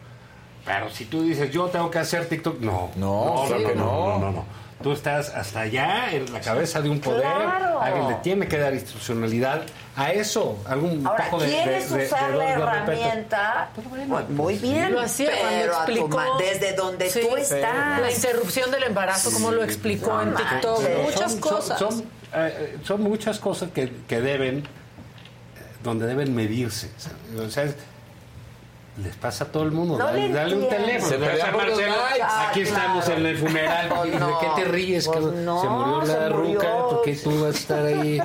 S10: Pero si tú dices, yo tengo que hacer TikTok, no. No,
S18: claro que no.
S10: no, no, no. Tú estás hasta allá en la cabeza de un poder.
S1: Claro.
S10: Alguien le tiene que dar institucionalidad a eso. Algún
S1: Ahora,
S10: poco de, de-
S1: ¿quieres
S10: de- de
S1: usar la
S10: dos de repente.
S1: herramienta? Pues, muy
S10: pues,
S1: bien,
S10: Lo hacía
S1: pero
S10: cuando
S1: a tu
S10: explicó-
S1: ma- desde donde
S10: Sí.
S1: tú
S10: Sí.
S1: estás.
S10: La
S17: interrupción del embarazo,
S10: como
S17: lo explicó
S1: No
S17: en TikTok,
S1: manches.
S17: muchas
S10: Son-
S17: cosas.
S10: Son, son, eh, son muchas cosas que, que deben, eh, donde deben medirse. ¿sabes? O sea, es- les pasa a todo el mundo.
S14: No
S10: dale
S14: le
S10: dale un
S14: entiendo.
S10: teléfono.
S14: Se
S10: le
S14: me
S10: das a
S14: dan pocos
S10: Marcelo,
S14: likes.
S10: Aquí
S14: Ah,
S10: estamos
S14: claro.
S10: en el funeral.
S14: Pues
S10: ¿De
S14: no. pues
S10: qué te ríes? que se murió
S17: se murió.
S10: la ruca. ¿Por qué tú vas a
S14: *laughs*
S10: estar ahí?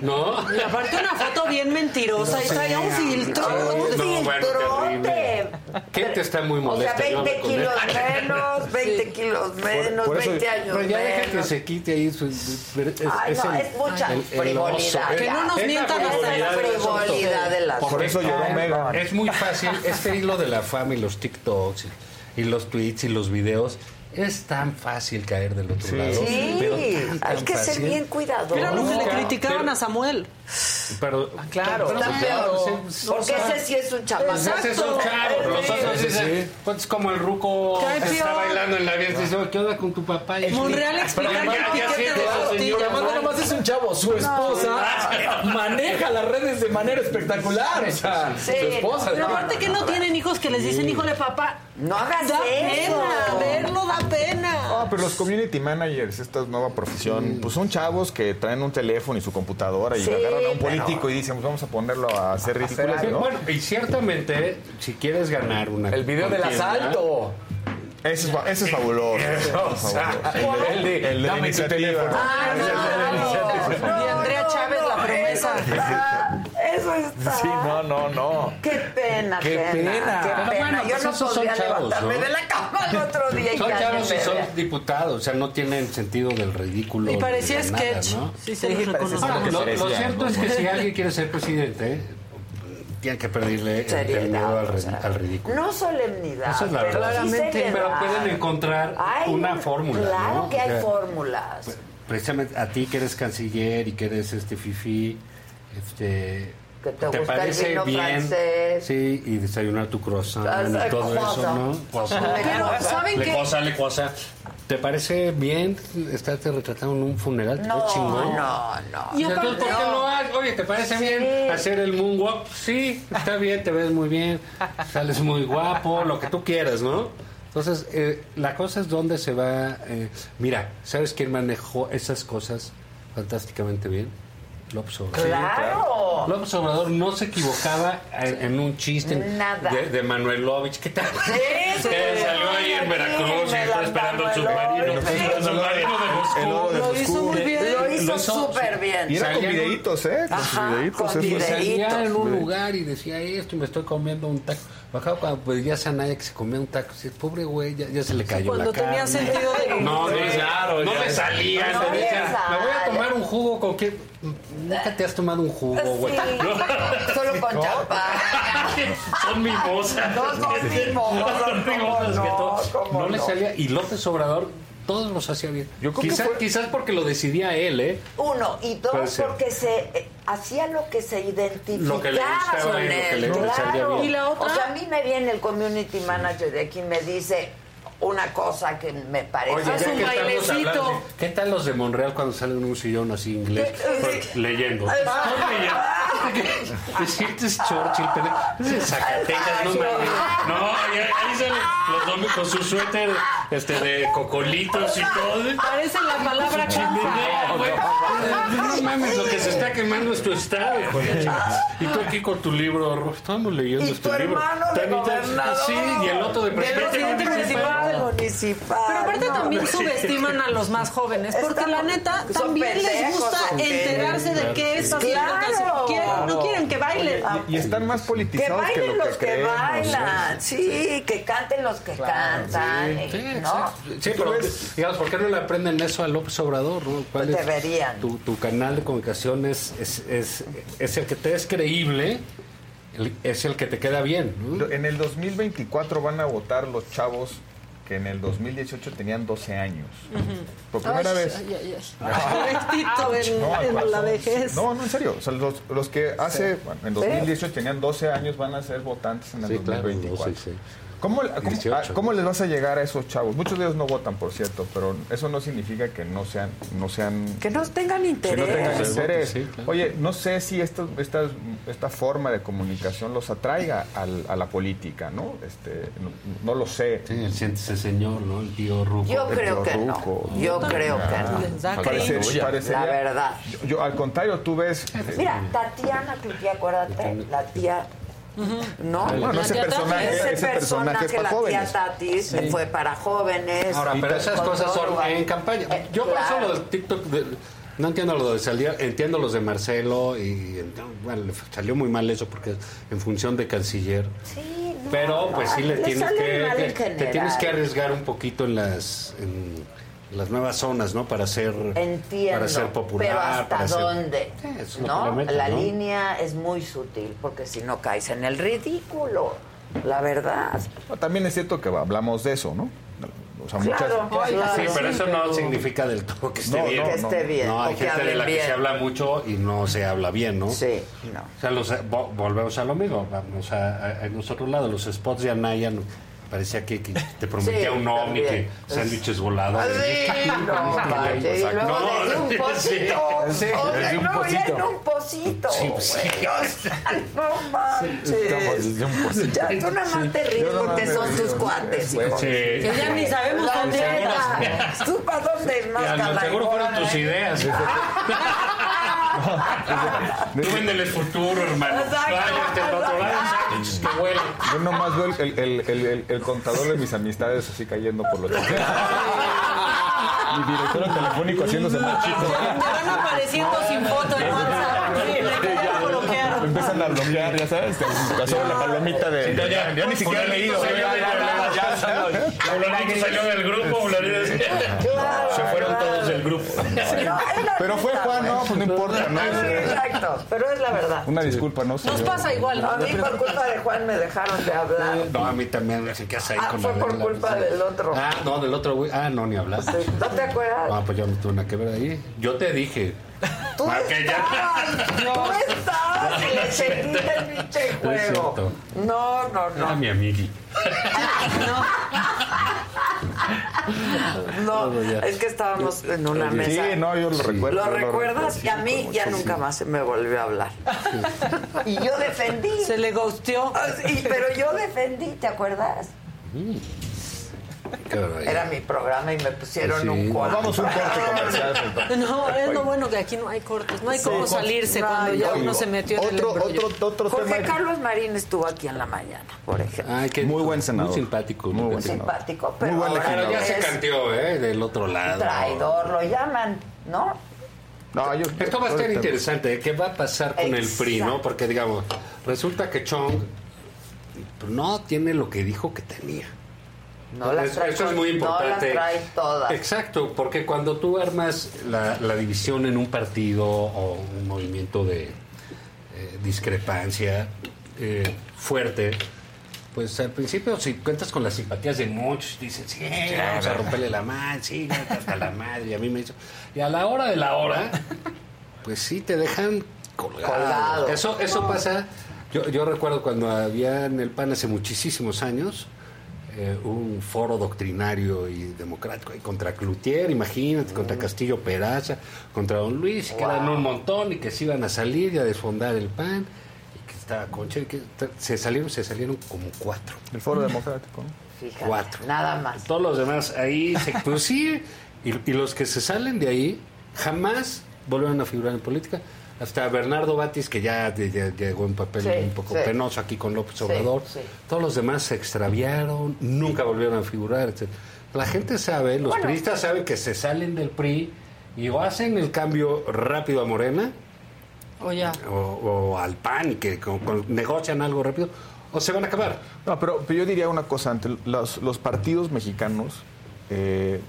S10: ¿No?
S17: Y aparte una foto bien mentirosa y
S10: Sí.
S17: traía un filtro.
S10: Sí, no, bueno, terrible. Gente está muy
S1: O sea,
S10: molesta. yo hablo
S1: 20
S10: con él.
S1: kilos menos, 20 kilos menos,
S10: Por eso-
S1: 20 años
S10: Pero ya
S1: menos.
S10: deja que se quite ahí su. Es,
S1: Ay, no, es mucha frivolidad, ya. Que no nos mientan esa frivolidad del asunto.
S10: Por eso
S1: lloró Megan.
S10: Es muy fácil. Este hilo de la fama y los TikToks y, y los tweets y los videos. Es tan fácil caer del otro lado. pero
S1: Sí,
S10: tan, tan
S1: hay que ser
S10: fácil.
S1: bien cuidadoso.
S17: Era lo que le criticaban
S10: Pero-
S17: a Samuel.
S10: Pero,
S1: Claro,
S10: pero-
S1: está peor, porque ese sí es un chamaco.
S10: Pues ese es un chavo, los otros dicen, pues como el ruco
S1: Cae
S10: está
S1: peor.
S10: bailando en la vía, dice, ¿qué onda con tu papá? Y
S17: Monreal
S10: yo,
S17: explica
S10: "Pero
S17: que
S10: ya,
S17: el
S10: ya
S17: piquete
S10: siento
S17: de
S10: esa
S17: costilla,
S10: señora,
S17: además,
S10: ¿no?
S17: nada
S11: más es un chavo, su esposa maneja las redes de manera espectacular. O sea, su esposa.
S17: Pero aparte que no tienen hijos que les dicen, híjole, papá,
S1: no hagas
S17: da
S1: eso.
S17: pena, verlo da pena.
S12: Ah, pero los community managers, esta nueva profesión, pues son chavos que traen un teléfono y su computadora y
S10: Sí,
S12: agarran a un
S10: pero-
S12: político y dicen, pues vamos a ponerlo a hacer ridículas,
S10: Sí,
S12: ¿no?
S10: Ah, Bueno, y ciertamente, si quieres ganar una. El
S12: video del asalto. Ese es, fa- ese es fabuloso.
S10: O sea, el de-
S12: el de
S10: dame tu
S12: iniciativa.
S10: teléfono.
S1: Ah, no.
S17: Y Andrea Chávez, la promesa.
S1: Eso está, eso está.
S12: Sí, no, no, no.
S1: Qué pena,
S12: Qué
S1: pena,
S12: pena.
S1: Qué
S10: Ah,
S12: Pero
S1: pena.
S12: bueno,
S1: Yo
S12: pues
S1: no
S12: esos son
S1: podría
S12: chavos,
S1: levantarme
S10: ¿no?
S1: de la cama el otro día y
S10: Son
S1: ya
S10: chavos
S1: ni
S10: y
S1: me
S10: son
S1: veo.
S10: diputados, o sea, no tienen sentido del ridículo.
S17: Y parecía
S10: ni de nada,
S17: sketch.
S10: ¿no?
S17: Sí, se los reconozco.
S10: Ahora, lo, lo
S17: Sí,
S10: cierto
S12: *laughs*
S10: es que si alguien quiere ser presidente, eh, tiene que perderle el- el,
S1: Seriedad,
S10: miedo al,
S1: o
S10: re-
S1: sea.
S10: al ridículo.
S1: No solemnidad.
S10: Esa es la
S1: pero
S10: verdad.
S1: sí seriedad.
S10: pero pueden encontrar
S1: Hay
S10: una
S1: un-
S10: fórmula.
S1: Claro
S10: ¿no?
S1: que
S10: O
S1: hay
S10: sea, pues,
S1: fórmulas.
S10: Precisamente a ti que eres canciller y que eres este fifi, este,
S1: Que te gusta el vino francés.
S10: Sí, y desayunar tu croissant
S1: Ah,
S10: y todo
S1: cosa.
S10: eso, ¿no?
S1: Pero, ¿saben
S10: le
S1: qué?
S10: cosa, le cosa. ¿Te parece bien estarte retratando en un funeral?
S1: No,
S10: ¿Qué chingón?
S1: no, no.
S10: Y entonces, ¿por qué
S1: No.
S10: lo haces? Oye, ¿te parece bien hacer el moonwalk? Sí, está bien, te ves muy bien, sales muy guapo, lo que tú quieras, ¿no? Entonces, eh, la cosa es dónde se va... eh, mira, ¿sabes quién manejó esas cosas fantásticamente bien? López Obrador.
S1: Claro.
S10: López Obrador no se equivocaba en, en un chiste
S1: Nada.
S10: de, de Manuelovich. ¿Qué tal?
S1: Sí, sí.
S10: Que salió ahí en Veracruz y está esperando el submarino. El submarino de Moscú.
S12: El oro de Lo hizo Moscú. muy bien.
S1: Lo hizo súper bien.
S12: Y era con
S10: Salían-
S12: videitos, ¿eh? Con sus
S1: Ajá,
S12: videitos.
S1: con
S12: eso es-
S10: Salía Pues en un lugar y decía esto y me estoy comiendo un taco. Bajaba cuando pues, ya Sanaya que se comía un taco. Dice, pobre güey, ya, ya se le cayó
S17: Cuando
S10: la cara.
S17: tenía sentido de
S10: No, no, claro, no
S14: ya.
S10: le salía.
S14: No
S10: te
S14: le
S10: decía,
S14: sale.
S10: me voy a tomar un jugo con que. Nunca te has tomado un jugo, *laughs* güey.
S1: Sí, solo con champán.
S10: *laughs* Son mimosas.
S1: No
S10: *laughs*
S1: son mimosas,
S10: Son mimosas
S1: ¿cómo
S10: que todo-
S1: no? ¿Cómo
S10: no le
S1: no?
S10: salía. Y López Obrador, todos los hacía bien.
S1: creo que
S10: quizás,
S1: fue-
S10: quizás porque lo decidía él, ¿eh?
S1: Uno, y
S10: Puede
S1: dos,
S10: ser.
S1: porque se eh, hacía lo que se identificaba
S10: Lo que le gustaba
S1: con
S10: y lo que
S1: él.
S10: le salía
S1: claro.
S10: bien. Y la
S1: O sea, a mí me viene el community manager de aquí y me dice una cosa que me parece.
S10: Oye, ya que estamos hablando, ¿Qué tal los de Monreal cuando salen en un sillón así
S1: Eh,
S10: inglés? Pues, leyendo. Es es Churchill, pero es de Zacatecas, no mames. No, y ahí salen los domingos con su suéter este, de cocolitos y todo.
S17: Parece la palabra
S10: Su chimenea, güey. No mames, lo que se está quemando es tu estado, güey. Y tú aquí con tu libro, Ro- estamos leyendo
S1: Y
S10: este
S1: tu
S10: libro.
S1: hermano de
S10: También ya-
S1: gobernador.
S10: Sí, y el otro de
S1: Del presidente municipal. municipal.
S17: Pero aparte
S1: No,
S17: también
S1: sí.
S17: subestiman a los más jóvenes, porque la neta
S1: Son
S17: también les
S1: pendejos,
S17: gusta enterarse de *laughs* qué está haciendo
S1: Claro. Ah,
S17: Casimiro. Quieren- No quieren que bailen.
S12: Y, y están más
S1: Que
S12: politizados que,
S1: bailen
S12: lo que
S1: los que,
S12: creemos,
S1: bailan,
S12: ¿eh?
S1: sí, que canten los que cantan,
S10: Sí,
S1: eh, ¿no?
S10: exacto. Sí, pero digamos, ¿por qué no le aprenden eso a López Obrador? no? ¿Cuál
S1: Pues
S10: es
S1: deberían.
S10: Tu, tu canal de comunicación es, es, es, es el que te es creíble, el- es el que te queda bien.
S12: En el 2024 van a votar los chavos que en el 2018 tenían 12 años. Por primera vez.
S17: Correctito en,
S12: No, al
S17: en
S12: corazón.
S17: la vejez.
S12: No, no, en serio. O sea, los, los que hace,
S17: Sí.
S12: bueno, en
S17: Sí.
S12: 2018 tenían 12 años van a ser votantes en el
S10: Sí, claro,
S12: 2024.
S10: 12, sí.
S12: ¿Cómo, a- cómo-
S10: 18.
S12: a- cómo les vas a llegar a esos chavos? Muchos de ellos no votan, por cierto, pero eso no significa que no sean... No sean
S1: Que
S17: Pues
S1: no tengan
S12: que
S1: interés.
S12: no tengan interés.
S10: Sí, claro.
S12: Oye, no sé si esta, esta, esta forma de comunicación los atraiga al- a la política, ¿no? Este, no, no lo sé.
S10: Sí, el, ese señor, ¿no? El tío Ruco.
S1: Yo creo que no. Yo creo que no.
S12: Ah,
S1: Les da
S12: parece-
S1: cringe.
S12: parecería-
S1: La verdad.
S12: Yo, yo, al contrario, tú ves. eh,
S10: Este,
S1: Mira,
S10: eh,
S1: Tatiana Cloutier, acuérdate, la tía. No,
S12: Bueno,
S1: La
S12: ese
S1: tía Tati.
S12: personaje-
S1: ese
S12: ese personaje es para
S1: la
S12: jóvenes.
S1: tía Tati
S10: Sí.
S1: fue para jóvenes.
S10: Ahora, pero
S1: Y
S10: esas
S1: con
S10: cosas
S1: todo
S10: son
S1: lugar.
S10: en campaña.
S1: Eh,
S10: Yo por eso
S1: claro.
S10: lo del TikTok, de- no entiendo lo de Saldívar, entiendo los de Marcelo y ent- bueno, le salió muy mal eso porque en función de canciller.
S1: Sí, no,
S10: pero
S1: no,
S10: pues sí le,
S1: le
S10: tienes
S1: sale
S10: que
S1: mal en
S10: te- te tienes
S1: general.
S10: que arriesgar un poquito en las en las nuevas zonas, ¿no? Para ser
S1: Entiendo,
S10: para ser popular,
S1: pero hasta
S10: para ser-
S1: dónde,
S10: es lo que
S1: ¿no?
S10: le meten,
S1: la
S10: ¿no?
S1: línea es muy sutil porque si no caes en el ridículo, la
S10: *laughs*
S1: verdad.
S12: No, También es cierto que hablamos de eso, ¿no? O sea,
S1: Claro,
S12: muchas.
S1: claro.
S10: Sí, pero
S1: sí,
S10: eso no
S1: pero-
S10: significa del todo que esté
S12: No,
S10: bien.
S12: no, Que esté no. bien,
S10: No, hay
S12: o que
S10: gente de
S12: hablen
S10: la que
S12: bien.
S10: se habla mucho y no se habla bien, ¿no?
S1: Sí, no.
S10: O sea, los- eh, vo- volvemos a lo mismo. Vamos a, a, a nuestro lado. Los spots de Anaya no- parecía que, que te prometía
S1: Sí,
S10: un ovni,
S1: también. Ah,
S10: que sándwiches volados. *laughs*
S1: Sí, no, padre, y luego le di un pocito.
S10: Sí,
S1: o sea,
S10: le di un
S1: luego ya
S10: pocito.
S1: en un pocito.
S10: Sí, pues
S1: güey,
S10: sí.
S1: o sea, no manches.
S10: Estamos de un pocito.
S1: Ya tú nada más te ríes
S10: Yo nada más
S1: porque
S10: me
S1: son
S10: río.
S1: tus cuates.
S10: Pues,
S1: hijo.
S10: sí. Que
S17: ya ni sabemos
S1: La
S17: dónde
S1: neta. ¿Tú para dónde es más
S10: Ya, no, seguro fueron
S1: Calaigorra,
S10: tus
S1: eh?
S10: ideas. Tú véndele el futuro, hermano.
S1: Exacto.
S10: Váyate al otro lado, sándwiches que vuelan.
S12: Yo nomás veo el, el- el- el- el- el contador de mis amistades así cayendo por los. Mi director telefónico haciéndose más chico.
S17: Te van apareciendo sin foto en WhatsApp. Sí, le quedan bloqueados.
S12: Lo empiezan a bloquear, ya sabes, te- así con la palomita de.
S14: ya, ya,
S12: yo ni siquiera he leído.
S14: Fulanito salió del grupo, fulanito. Se fueron todos del grupo.
S12: Pero fue Juan, no, pues no importa, ¿no?
S1: Exacto, pero es la verdad.
S12: Una disculpa, no sé.
S17: Nos
S12: yo-
S17: pasa igual, ¿no?
S1: A mí por culpa de Juan me dejaron de hablar.
S10: No, a mí también me que ahí
S1: Ah,
S10: con
S1: fue
S10: la
S1: por
S10: regla.
S1: culpa del otro.
S10: Ah, no, del otro güey. Ah, no, ni hablar.
S1: ¿No te acuerdas?
S10: Ah, pues yo no tuve nada que ver ahí. Yo te dije.
S1: Tú
S10: Ah, que ya-
S1: estabas, tú estabas y le seguí el *laughs* pinche juego.
S10: cierto.
S1: No, no,
S10: Era
S1: no.
S10: mi amigui.
S1: No, es que estábamos en una
S12: Sí,
S1: mesa.
S12: no, yo lo recuerdo.
S1: ¿Lo
S12: yo
S1: recuerdas? Y a mí
S12: recuerdo
S1: ya
S12: muchísimo.
S1: nunca más me volvió a hablar. Y yo defendí.
S17: Se le gusteó.
S1: Ah, sí, pero yo defendí, ¿te acuerdas?
S10: Qué barbaridad.
S1: Era mi programa y me pusieron
S10: Sí.
S1: un cuadro.
S12: Vamos a un corte
S1: *laughs*
S12: comercial.
S17: No, es lo bueno que aquí no hay cortes. No hay cómo
S12: Sí,
S17: salirse cuando ya uno se metió en el
S12: otro,
S17: embrollo.
S12: otro, otro
S1: Jorge
S12: tema.
S1: Carlos Marín estuvo aquí en la mañana, por ejemplo.
S10: Ay, qué-
S12: Muy buen senador.
S10: Muy simpático.
S12: Muy
S10: ¿no?
S12: buen senador.
S1: Simpático, pero
S12: Muy buen
S1: ahora
S10: Pero ya
S1: es
S10: se canteó, ¿eh? Del otro lado.
S1: traidor, lo llaman, ¿no?
S12: No, yo-
S10: Esto va a estar
S12: ahorita-
S10: interesante, ¿eh? ¿qué va a pasar con el PRI, no?
S1: Exacto.
S10: Porque, digamos, resulta que Chong no tiene lo que dijo que tenía.
S1: No las
S10: Es-
S1: trae
S10: Eso es
S1: con-
S10: muy
S1: No las
S10: importante.
S1: trae todas.
S10: Exacto, porque cuando tú armas la, la división en un partido o un movimiento de eh, discrepancia eh, fuerte, pues al principio si cuentas con las simpatías de muchos, dicen, sí, vamos a romperle la mano, sí, hasta la madre, y a mí me hizo... Y a la hora de la hora, pues sí, te dejan colgado.
S1: Colgado.
S10: Eso, eso pasa. Yo, yo recuerdo cuando había en el PAN hace muchísimos años eh, un foro doctrinario y democrático ahí contra Cloutier, imagínate, contra
S12: Mm.
S10: Castillo Peraza, contra Don Luis, y que eran un montón y que se iban a salir y a desfondar el PAN. y que Estaba concha y que t- se salieron, se salieron como cuatro.
S12: El Foro Democrático. ¿no?
S1: Fíjate,
S10: Cuatro.
S1: Nada más.
S10: Todos los demás ahí
S1: *laughs*
S10: se pues sí, y, y los que se salen de ahí jamás volvieron a figurar en política. Hasta Bernardo Batis, que ya, de- ya llegó en papel
S1: Sí,
S10: un poco
S1: sí.
S10: penoso aquí con López
S1: Sí,
S10: Obrador.
S1: sí.
S10: Todos los demás se extraviaron, nunca volvieron a figurar. etc. La gente sabe, los priistas saben que se salen del PRI Y o hacen el cambio rápido a Morena,
S17: O ya.
S10: o, o al PAN, y que co- co- negocian algo rápido, o se van a acabar.
S12: No, pero, pero yo diría una cosa antes. Los, los partidos mexicanos, eh,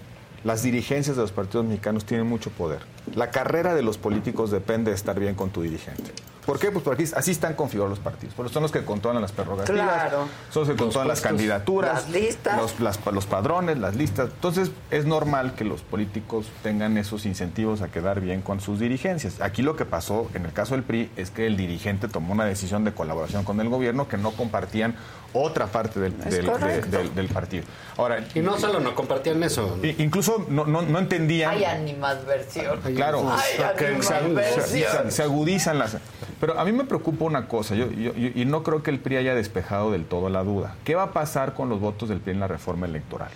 S12: las dirigencias de los partidos mexicanos tienen mucho poder. La carrera de los políticos depende de estar bien con tu dirigente. ¿Por qué? Pues porque así- así están configurados los partidos. Porque son los que controlan las prerrogativas,
S1: Claro.
S12: son los que controlan las
S1: puestos,
S12: candidaturas,
S1: las listas.
S12: los, las- los padrones, las listas. Entonces es normal que los políticos tengan esos incentivos a quedar bien con sus dirigencias. Aquí lo que pasó en el caso del PRI es que el dirigente tomó una decisión de colaboración con el gobierno que no compartían otra parte del,
S10: Es
S12: del- de-
S10: correcto.
S12: del- del partido. Ahora,
S10: Y no solo no compartían eso.
S12: i- Incluso no, no- no
S10: Ah,
S12: entendían.
S13: Hay animadversión.
S12: Claro,
S13: Hay
S12: se, se- se-
S13: animadversión.
S12: se agudizan las... Pero a mí me preocupa una cosa, yo, yo- yo- y no creo que el PRI haya despejado del todo la duda. ¿Qué va a pasar con los votos del PRI en la reforma electoral?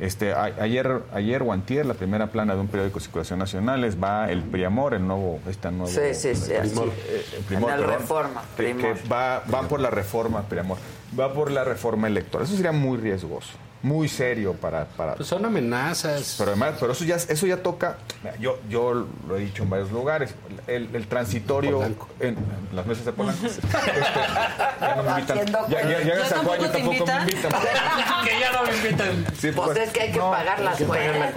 S12: Este, a- ayer, ayer o antier, la primera plana de un periódico de circulación nacional es va el Priamor, el nuevo, esta nuevo
S1: Sí, sí, sí, así.
S12: eh, eh, Primor,
S1: En el
S12: perdón,
S1: Reforma,
S12: que-
S1: Primor.
S12: que va, va por la reforma, Priamor, va por la reforma electoral. Eso sería muy riesgoso, muy serio para... para
S10: Pues son amenazas.
S12: Pero además, pero eso ya, eso ya toca, mira, yo, yo lo he dicho en varios lugares, el, el transitorio en, en las mesas de
S1: *laughs*
S12: Polanco. Este, ya no me invitan.
S1: Haciendo
S12: Ya, ya, ya
S1: cuenta.
S12: San Juan, yo
S1: ¿Ya
S12: tampoco
S1: tampoco te
S12: me
S1: *laughs*
S12: invitan.
S14: que ya no me invitan.
S12: Sí,
S1: pues
S12: bueno.
S1: es que hay que pagar las cuentas.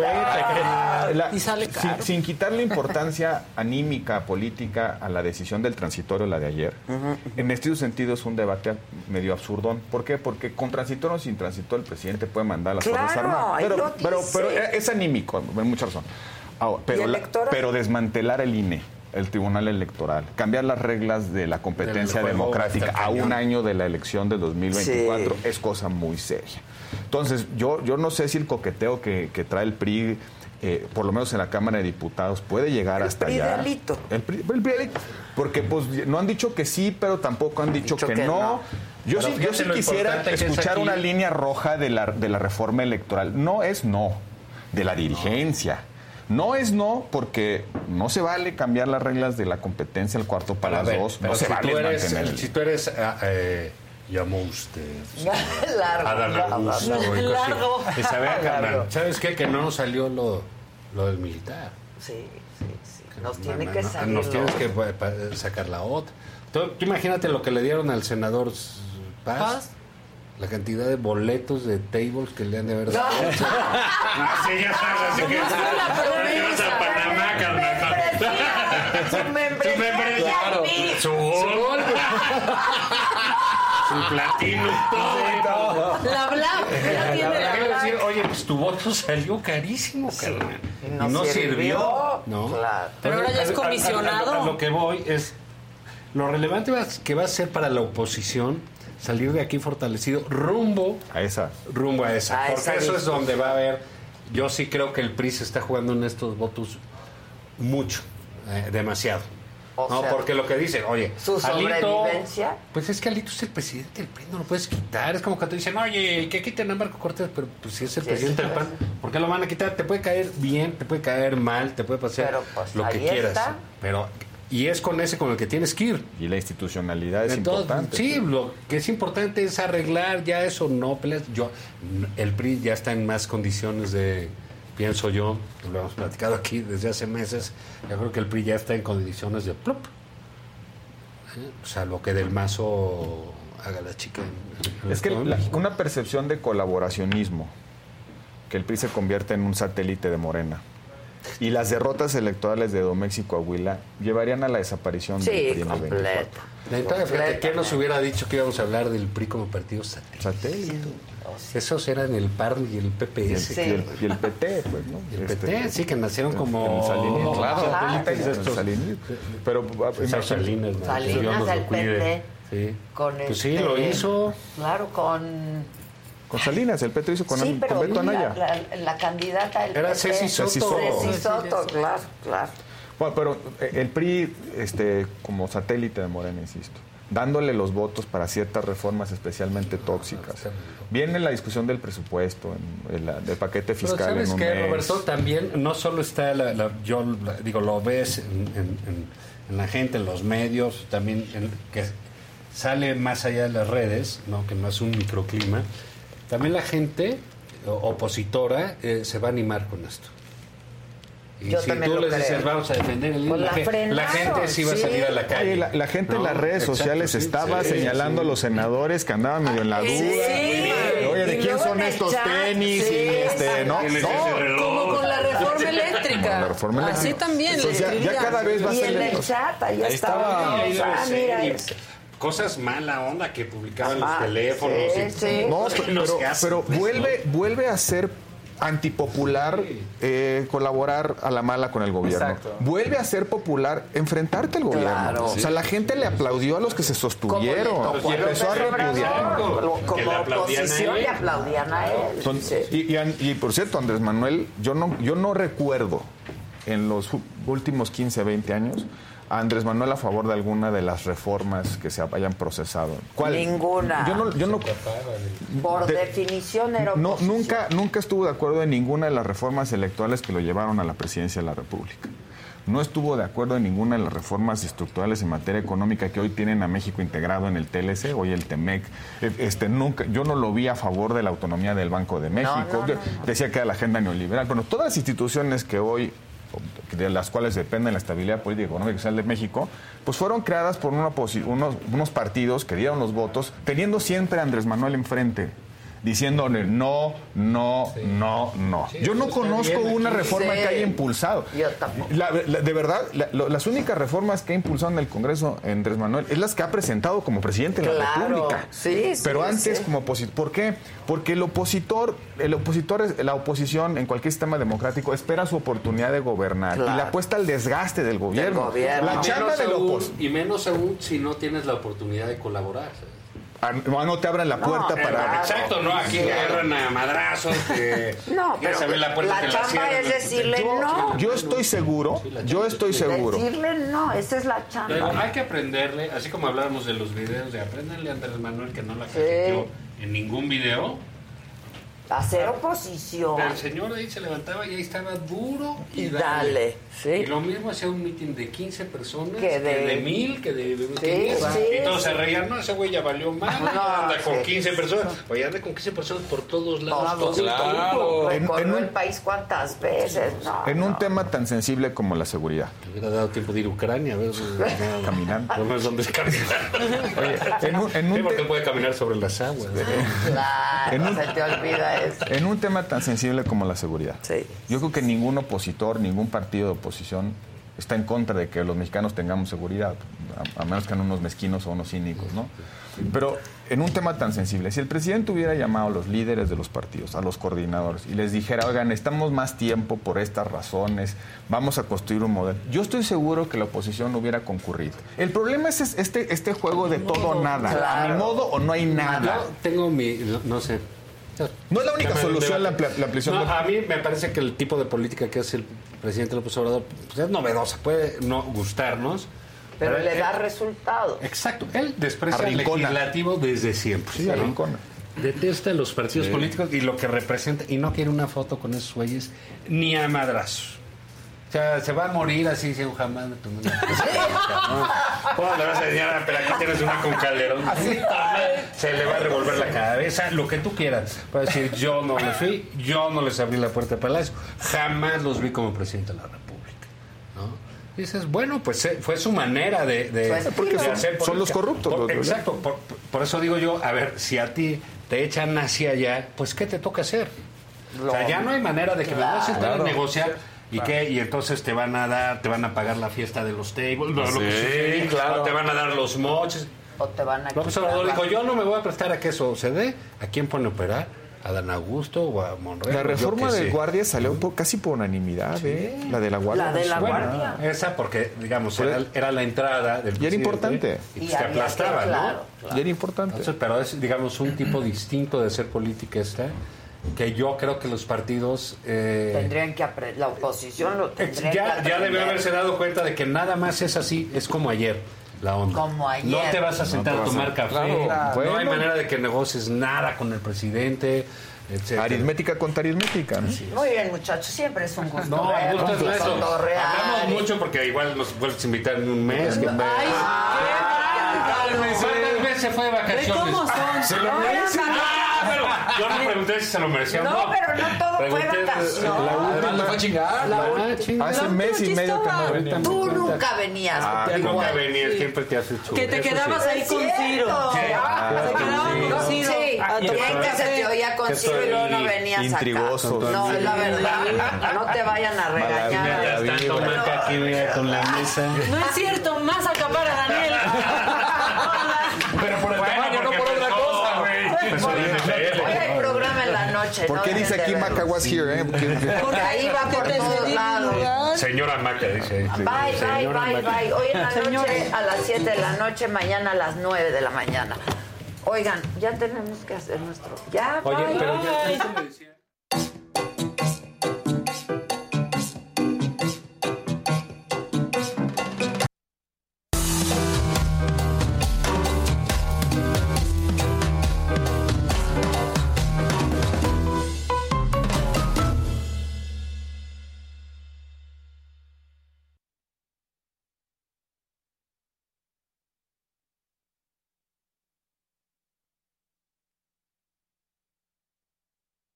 S12: La-
S1: y sale
S12: sin,
S1: caro.
S12: sin quitarle importancia *laughs* anímica, política a la decisión del transitorio, la de ayer, en este sentido es un debate medio absurdón. ¿Por qué? Porque con transitorio o sin transitorio el presidente puede mandar a las
S1: Claro,
S12: Fuerzas Armadas.
S1: ahí
S12: Pero,
S1: lo
S12: pero,
S1: dice.
S12: pero es anímico, en mucha razón. Ahora, pero, la-
S1: electoral?
S12: pero desmantelar el INE el Tribunal Electoral, cambiar las reglas de la competencia
S10: Del juego,
S12: democrática
S10: está
S12: a un
S10: cañón.
S12: año de la elección de 2024 es cosa muy seria. Entonces, yo, yo no sé si el coqueteo que, que trae el PRI, eh, por lo menos en la Cámara de Diputados, puede llegar hasta
S1: PRI
S12: allá.
S1: delito.
S12: El PRI, el PRI delito. Porque pues no han dicho que sí, pero tampoco han dicho,
S1: dicho
S12: que,
S1: que
S12: no.
S1: no.
S12: Yo sí,
S1: Pero
S12: yo
S1: fíjate
S12: sí
S1: lo
S12: quisiera
S1: importante que es
S12: escuchar
S1: aquí-
S12: una línea roja de la, de la reforma electoral. No es no, de la dirigencia. No es no porque no se vale cambiar las reglas de la competencia al cuarto para
S10: A
S12: las
S10: ver,
S12: dos.
S10: pero
S12: No se
S10: si,
S12: vale
S10: tú eres,
S12: mantener el-
S10: si tú eres, ah, eh, llamó usted,
S1: *laughs*
S13: Largo.
S10: Adán Augusto, y cosas así.
S13: Largo.
S10: Isabel Carnal,
S13: Largo.
S10: ¿sabes qué? Que no nos salió lo, lo del militar.
S13: Sí,
S1: sí,
S13: sí. Nos
S10: No,
S13: tiene
S10: no,
S13: que
S10: no,
S13: salir.
S10: Nos tienes
S13: lo-
S10: que pa- pa- sacar la otra. Tú, tú imagínate lo que le dieron al senador S- Paz.
S13: Paz.
S10: La cantidad de boletos de tables que le han de haber dado.
S13: *laughs*
S18: Ah,
S14: Así ya sabes, así que. Te vas a Panamá, carnal. Su membresía. Su membresía. Su gol. Su platino. Todo.
S17: La Black, ya tiene la
S10: Quiero
S17: Black.
S10: decir, oye, pues tu voto salió carísimo, carnal.
S17: Y
S10: Y
S17: no
S10: no,
S17: sirvió.
S10: sirvió. No.
S17: Pero ahora ya es
S10: A- a- a-
S17: comisionado.
S10: A, lo que voy es. Lo relevante va- que va a ser para la oposición salir de aquí fortalecido rumbo
S12: a esa.
S10: Rumbo a esa.
S12: A
S10: porque
S12: esa
S10: eso es
S12: discusión.
S10: donde va a haber. Yo sí creo que el PRI se está jugando en estos votos mucho, eh, demasiado.
S1: O
S10: no,
S1: sea,
S10: porque lo que dicen, oye,
S1: Su
S10: Alito,
S1: sobrevivencia.
S10: pues es que Alito es el presidente del PRI, no lo puedes quitar. Es como cuando dicen, oye, que quiten a Marco Cortés, pero pues si es el
S1: Sí,
S10: presidente
S1: sí,
S10: del PAN, ¿por qué lo van a quitar? Te puede caer bien, te puede caer mal, te puede pasar
S1: Pero, pues,
S10: lo que
S1: ahí
S10: quieras.
S1: está.
S10: Pero, y es con ese con el que tienes que ir.
S12: Y la institucionalidad es
S10: Entonces,
S12: importante.
S10: Sí, lo que es importante es arreglar ya eso, no peleas. Yo, el PRI ya está en más condiciones de, pienso yo, lo hemos platicado aquí desde hace meses, yo creo que el PRI ya está en condiciones de plop. ¿Eh? O sea, lo que del mazo haga la chica. en- en
S12: Es que
S10: todo
S12: la-
S10: México.
S12: una percepción de colaboracionismo, que el PRI se convierte en un satélite de Morena. Y las derrotas electorales de Domex y Coahuila llevarían a la desaparición
S1: Sí,
S12: del PRI en el
S1: completo.
S12: 24.
S10: Entonces, fíjate, ¿quién nos hubiera dicho que íbamos a hablar del PRI como partido satélite? Esos eran el PARN y el PPS.
S12: Y, el, y el PT, pues, ¿no?
S10: El
S12: Este,
S10: PT, sí, que nacieron
S12: el-
S10: como...
S12: el salinismo.
S10: Claro,
S12: Claro.
S10: satélites de estos.
S12: El salinismo. Pero ah, imagínate-
S10: Salinas, ¿no?
S13: Salinas,
S10: Que Dios nos lo
S13: el
S10: cuide.
S13: PT.
S10: Sí.
S13: Con
S10: Pues sí, lo
S13: este-
S10: hizo.
S13: Claro, con.
S12: Con Salinas, el PT hizo con,
S13: sí, pero
S12: con Beto
S13: la,
S12: Anaya.
S13: la- la candidata del
S12: Era
S13: PT.
S12: Ceci Soto. Ceci Soto.
S13: Ceci Soto, claro, claro.
S12: Bueno, pero eh, el PRI, este, como satélite de Morena, insisto, dándole los votos para ciertas reformas especialmente tóxicas. Viene la discusión del presupuesto, en- en la- del paquete
S10: Pero
S12: fiscal
S10: sabes
S12: en un
S10: que
S12: mes.
S10: Roberto también no solo está la, la- yo la- digo lo ves en, en- en- en la gente en los medios también en- que sale más allá de las redes no que no es un microclima también la gente o- opositora eh, se va a animar con esto Y
S1: Yo
S10: si
S1: también
S10: tú
S1: lo
S10: les dices,
S1: creo.
S10: vamos a defender el INE,
S1: Pues
S10: la,
S1: la
S10: gen-
S1: frenaron,
S10: la gente sí va a salir a la calle.
S12: Oye, la, la gente en
S10: ¿no?
S12: las redes
S10: Exacto,
S12: sociales
S10: sí,
S12: estaba
S10: sí,
S12: señalando
S10: sí.
S12: a los senadores que andaban medio en la duda.
S10: Sí,
S12: Oye, oye, ¿de
S10: y
S12: quién
S10: luego
S12: son
S10: en el
S12: estos
S10: chat,
S12: tenis?
S10: sí,
S12: y este, ¿no?
S10: ¿Quién es
S12: No,
S10: ese reloj?
S17: Como con la reforma eléctrica.
S12: la reforma
S17: Así
S12: eléctrica.
S17: también.
S12: Entonces, ya-
S17: le
S12: ya cada vez va a
S1: y
S12: ser
S1: en el
S12: menos.
S1: chat, ahí
S10: Ahí
S1: estaba.
S10: estaba ahí
S1: Ah,
S10: los,
S1: mira
S10: eh,
S1: eso.
S10: cosas mala onda que publicaban
S1: Ah,
S10: los teléfonos.
S1: sí,
S10: y-
S1: sí.
S12: No,
S10: Los
S12: pero,
S10: casos,
S12: pero
S10: pues,
S12: vuelve, vuelve a ser antipopular eh, colaborar a la mala con el gobierno.
S10: Exacto.
S12: Vuelve a ser popular enfrentarte al gobierno.
S1: Claro.
S12: O sea, la gente le aplaudió a los que se sostuvieron.
S1: Como le tocó a
S12: Y empezó a
S1: López
S12: repudiar.
S1: Obrador,
S10: Que le
S1: Como
S10: aplaudían a
S1: oposición
S10: él.
S1: le aplaudían a él.
S12: Son- y, y an- y por cierto, Andrés Manuel, yo no, yo no recuerdo en los u- últimos 15, 20 años a Andrés Manuel a favor de alguna de las reformas que se hayan procesado. ¿Cuál?
S1: Ninguna.
S12: Yo no, yo no-
S1: Por
S12: de-
S1: definición era
S12: no,
S1: oposición.
S12: nunca, nunca estuvo de acuerdo en ninguna de las reformas electorales que lo llevaron a la presidencia de la República. No estuvo de acuerdo en ninguna de las reformas estructurales en materia económica que hoy tienen a México integrado en el TLC, hoy el TEMEC. Eh, Este, nunca, yo no lo vi a favor de la autonomía del Banco de México.
S1: no,
S12: Yo-
S1: no,
S12: Decía que era la agenda neoliberal. Bueno, todas las instituciones que hoy de las cuales depende la estabilidad política, económica y social de México, pues fueron creadas por una oposi- unos, unos partidos que dieron los votos, teniendo siempre a Andrés Manuel enfrente, diciéndole no, no, no, no. Yo no
S1: está
S12: conozco
S1: bien
S12: una
S1: aquí.
S12: reforma
S1: Sí.
S12: que haya impulsado.
S1: Yo tampoco.
S12: La- la- de verdad, la- lo- las únicas reformas que ha impulsado en el Congreso Andrés Manuel es las que ha presentado como presidente de la
S1: Claro.
S12: República.
S1: Sí, sí,
S12: Pero antes
S1: sí.
S12: como opositor. ¿Por qué? Porque el opositor, el opositor, es- la oposición en cualquier sistema democrático espera su oportunidad de gobernar
S1: Claro.
S12: y la apuesta al desgaste del gobierno.
S1: gobierno.
S12: La
S1: Y
S12: charla
S10: menos
S12: del
S10: aún-
S12: opositor.
S10: Y menos aún si no tienes la oportunidad de colaborar.
S12: ah, No, no te abran la puerta para.
S10: Exacto, no, aquí le agarran a madrazos. Que,
S1: No,
S10: ya
S1: pero
S10: se ve la puerta que la
S1: chamba
S10: cierran.
S1: es decirle
S12: Yo-
S1: no.
S12: Yo estoy seguro, yo estoy seguro.
S1: Decirle no, esa es la
S10: Pero
S1: chamba.
S10: hay que aprenderle, así como hablábamos de los videos, de aprenderle a Andrés Manuel que no la cajeteó en ningún video.
S1: Hacer oposición.
S10: Pero el señor ahí se levantaba y ahí estaba duro y,
S1: Y dale, sí.
S10: Y lo mismo hacía un mitin de 15 personas,
S1: Que
S10: que
S1: de-
S10: de, mil, que de, de-
S1: Sí, sí,
S10: y todos
S1: sí.
S10: se reían, no, ese güey ya valió más,
S1: No,
S10: anda con
S1: sí,
S10: 15
S1: sí,
S10: personas, oye, anda con 15 personas por todos lados,
S1: Todo
S10: todo el tiempo.
S1: claro.
S12: En- en un-
S1: el país cuántas veces. No,
S12: En un
S1: no.
S12: tema tan sensible como la seguridad.
S10: Me hubiera dado tiempo de ir a Ucrania, a ver
S12: *laughs* Caminando.
S10: no es donde es caminar.
S12: Oye, en un- en un
S10: Sí, porque
S12: te-
S10: puede caminar sobre las aguas.
S12: *laughs*
S1: Claro,
S12: En un-
S1: se te olvida eso.
S12: En un tema tan sensible como la seguridad. Yo creo que ningún opositor, ningún partido de oposición está en contra de que los mexicanos tengamos seguridad, a, a menos que sean unos mezquinos o unos cínicos, ¿no? Pero en un tema tan sensible, si el presidente hubiera llamado a los líderes de los partidos, a los coordinadores, y les dijera, oigan, estamos más tiempo por estas razones, vamos a construir un modelo, yo estoy seguro que la oposición no hubiera concurrido. El problema es es- este, este juego de todo o nada, a mi modo o no hay nada.
S10: Yo tengo mi, no sé.
S12: No es la única
S10: Tema del
S12: solución la,
S10: debate.
S12: amplia- la ampliación
S10: No,
S12: de-
S10: a mí me parece que el tipo de política que hace el presidente López Obrador pues, es novedosa, puede no gustarnos.
S1: Pero le
S10: él-
S1: da resultado.
S10: Exacto, él desprecia el
S12: Arrincona.
S10: legislativo desde siempre.
S12: Sí,
S10: ¿no?
S12: arrincona.
S10: Detesta los partidos
S12: Sí.
S10: políticos y lo que representa, y no quiere una foto con esos güeyes ni a madrazos. O sea, se va a morir así, dice, "Oh, jamás
S12: *laughs*
S10: me tomé una ¿Cómo le vas a decir a la pelaca, tienes una con calderón? Se le va a revolver la cabeza, lo que tú quieras. Va a decir, yo no le fui, yo no les abrí la puerta de Palacio, jamás los vi como presidente de la República. ¿no? Y dices, bueno, pues eh, fue su manera de, de-
S12: Pues, porque
S10: de
S12: son-
S10: política.
S12: son los corruptos,
S10: Por-
S12: los- los-
S10: exacto, por, por eso digo yo, a ver, si a ti te echan hacia allá, pues ¿qué te toca hacer? O sea, ya no hay manera de que me vas a sentar a
S12: Claro.
S10: negociar. ¿Y qué? Y entonces te van a dar, te van a pagar la fiesta de los tables, no, lo que
S18: Sí,
S10: sucede,
S18: claro.
S10: o te van a dar los moches.
S1: O te van a
S10: López
S1: quitar
S10: Obrador
S1: la-
S10: dijo, yo no me voy a prestar a que eso se dé. ¿A quién pone a operar? ¿A Dan Augusto o a Monreal?
S12: La
S10: Yo
S12: reforma
S10: qué
S12: del
S10: sé.
S12: guardia salió por- casi por unanimidad, ¿eh? La de la guardia.
S1: La de la
S12: nacional.
S1: guardia.
S10: Esa porque, digamos, era, era la entrada
S12: Y
S10: del
S12: era
S10: presidente,
S12: importante.
S10: Y
S1: Y
S10: pues te
S1: había que-
S10: aplastaba, ¿no?
S1: claro,
S12: Y era importante.
S10: Entonces, pero es, digamos, un tipo distinto de hacer política esta, que yo creo que los partidos... eh,
S1: Tendrían que aprender, la oposición lo
S10: Ex-
S1: tendría
S10: Ya,
S1: que
S10: ya
S1: aprender.
S10: debió haberse dado cuenta de que nada más es así, es como ayer la onda.
S1: Como ayer.
S10: No te vas a sentar
S12: No
S10: a
S12: te vas
S10: tomar
S12: a-
S10: café,
S12: Claro.
S10: no
S12: Bueno.
S10: hay manera de que negocies nada con el presidente, etc.
S12: Aritmética contra aritmética. ¿no?
S1: Muy bien, muchachos, siempre es un gusto.
S10: No, me
S1: verlos,
S10: gusta es nuestro.
S1: cotorrear.
S10: Hablamos mucho porque igual nos vuelves a invitar en un mes. que-
S1: Ay, qué
S10: ¿Cuántas veces se fue de vacaciones?
S18: ¿Ve cómo son?
S10: *laughs* ¿Se lo
S18: No,
S10: merece?
S18: eran
S10: Ah, pero yo no pregunté si se lo merecía o
S18: No, pero no todo fue vacaciones.
S10: eh, La última-
S18: Además, lo fue a chingar.
S10: La
S18: Ah,
S10: última-
S18: chinga.
S10: Hace
S18: La
S10: mes y
S18: última
S10: medio que no venía.
S1: Tú nunca venías.
S10: Ah,
S1: contigo.
S10: nunca
S1: Igual.
S10: venía, siempre te haces chulo.
S1: Que te
S10: Eso
S1: quedabas
S10: sí.
S1: ahí con
S10: Sí.
S1: Ciro.
S10: Sí.
S1: Ah,
S10: Sí.
S1: Sí, sí.
S10: Ah,
S1: Bien
S10: entonces-
S1: que se te oía con
S10: Que
S1: Ciro y luego no
S10: soy
S1: venías
S10: intrigoso.
S1: acá. No, es la verdad. No te vayan a regañar.
S10: Ya está tomando aquí, mira, con la mesa.
S17: No es cierto, más acá para Daniel.
S10: Pero por el tamaño, no por otra cosa,
S1: Hoy hay programa en la noche.
S10: ¿Por
S1: ¿no?
S10: qué dice
S1: Deben de
S10: aquí
S1: verlo.
S10: Maca was here, eh? Porque-
S1: Porque ahí va por todos lados.
S10: Señora Maca, dice.
S1: Bye, bye,
S10: Señora
S1: bye,
S10: Maca.
S1: bye. Hoy en la noche a las 7 de la noche, mañana a las 9 de la mañana. Oigan, ya tenemos que hacer nuestro. Ya,
S18: Oye,
S1: bye.
S18: pero ya-
S1: bye.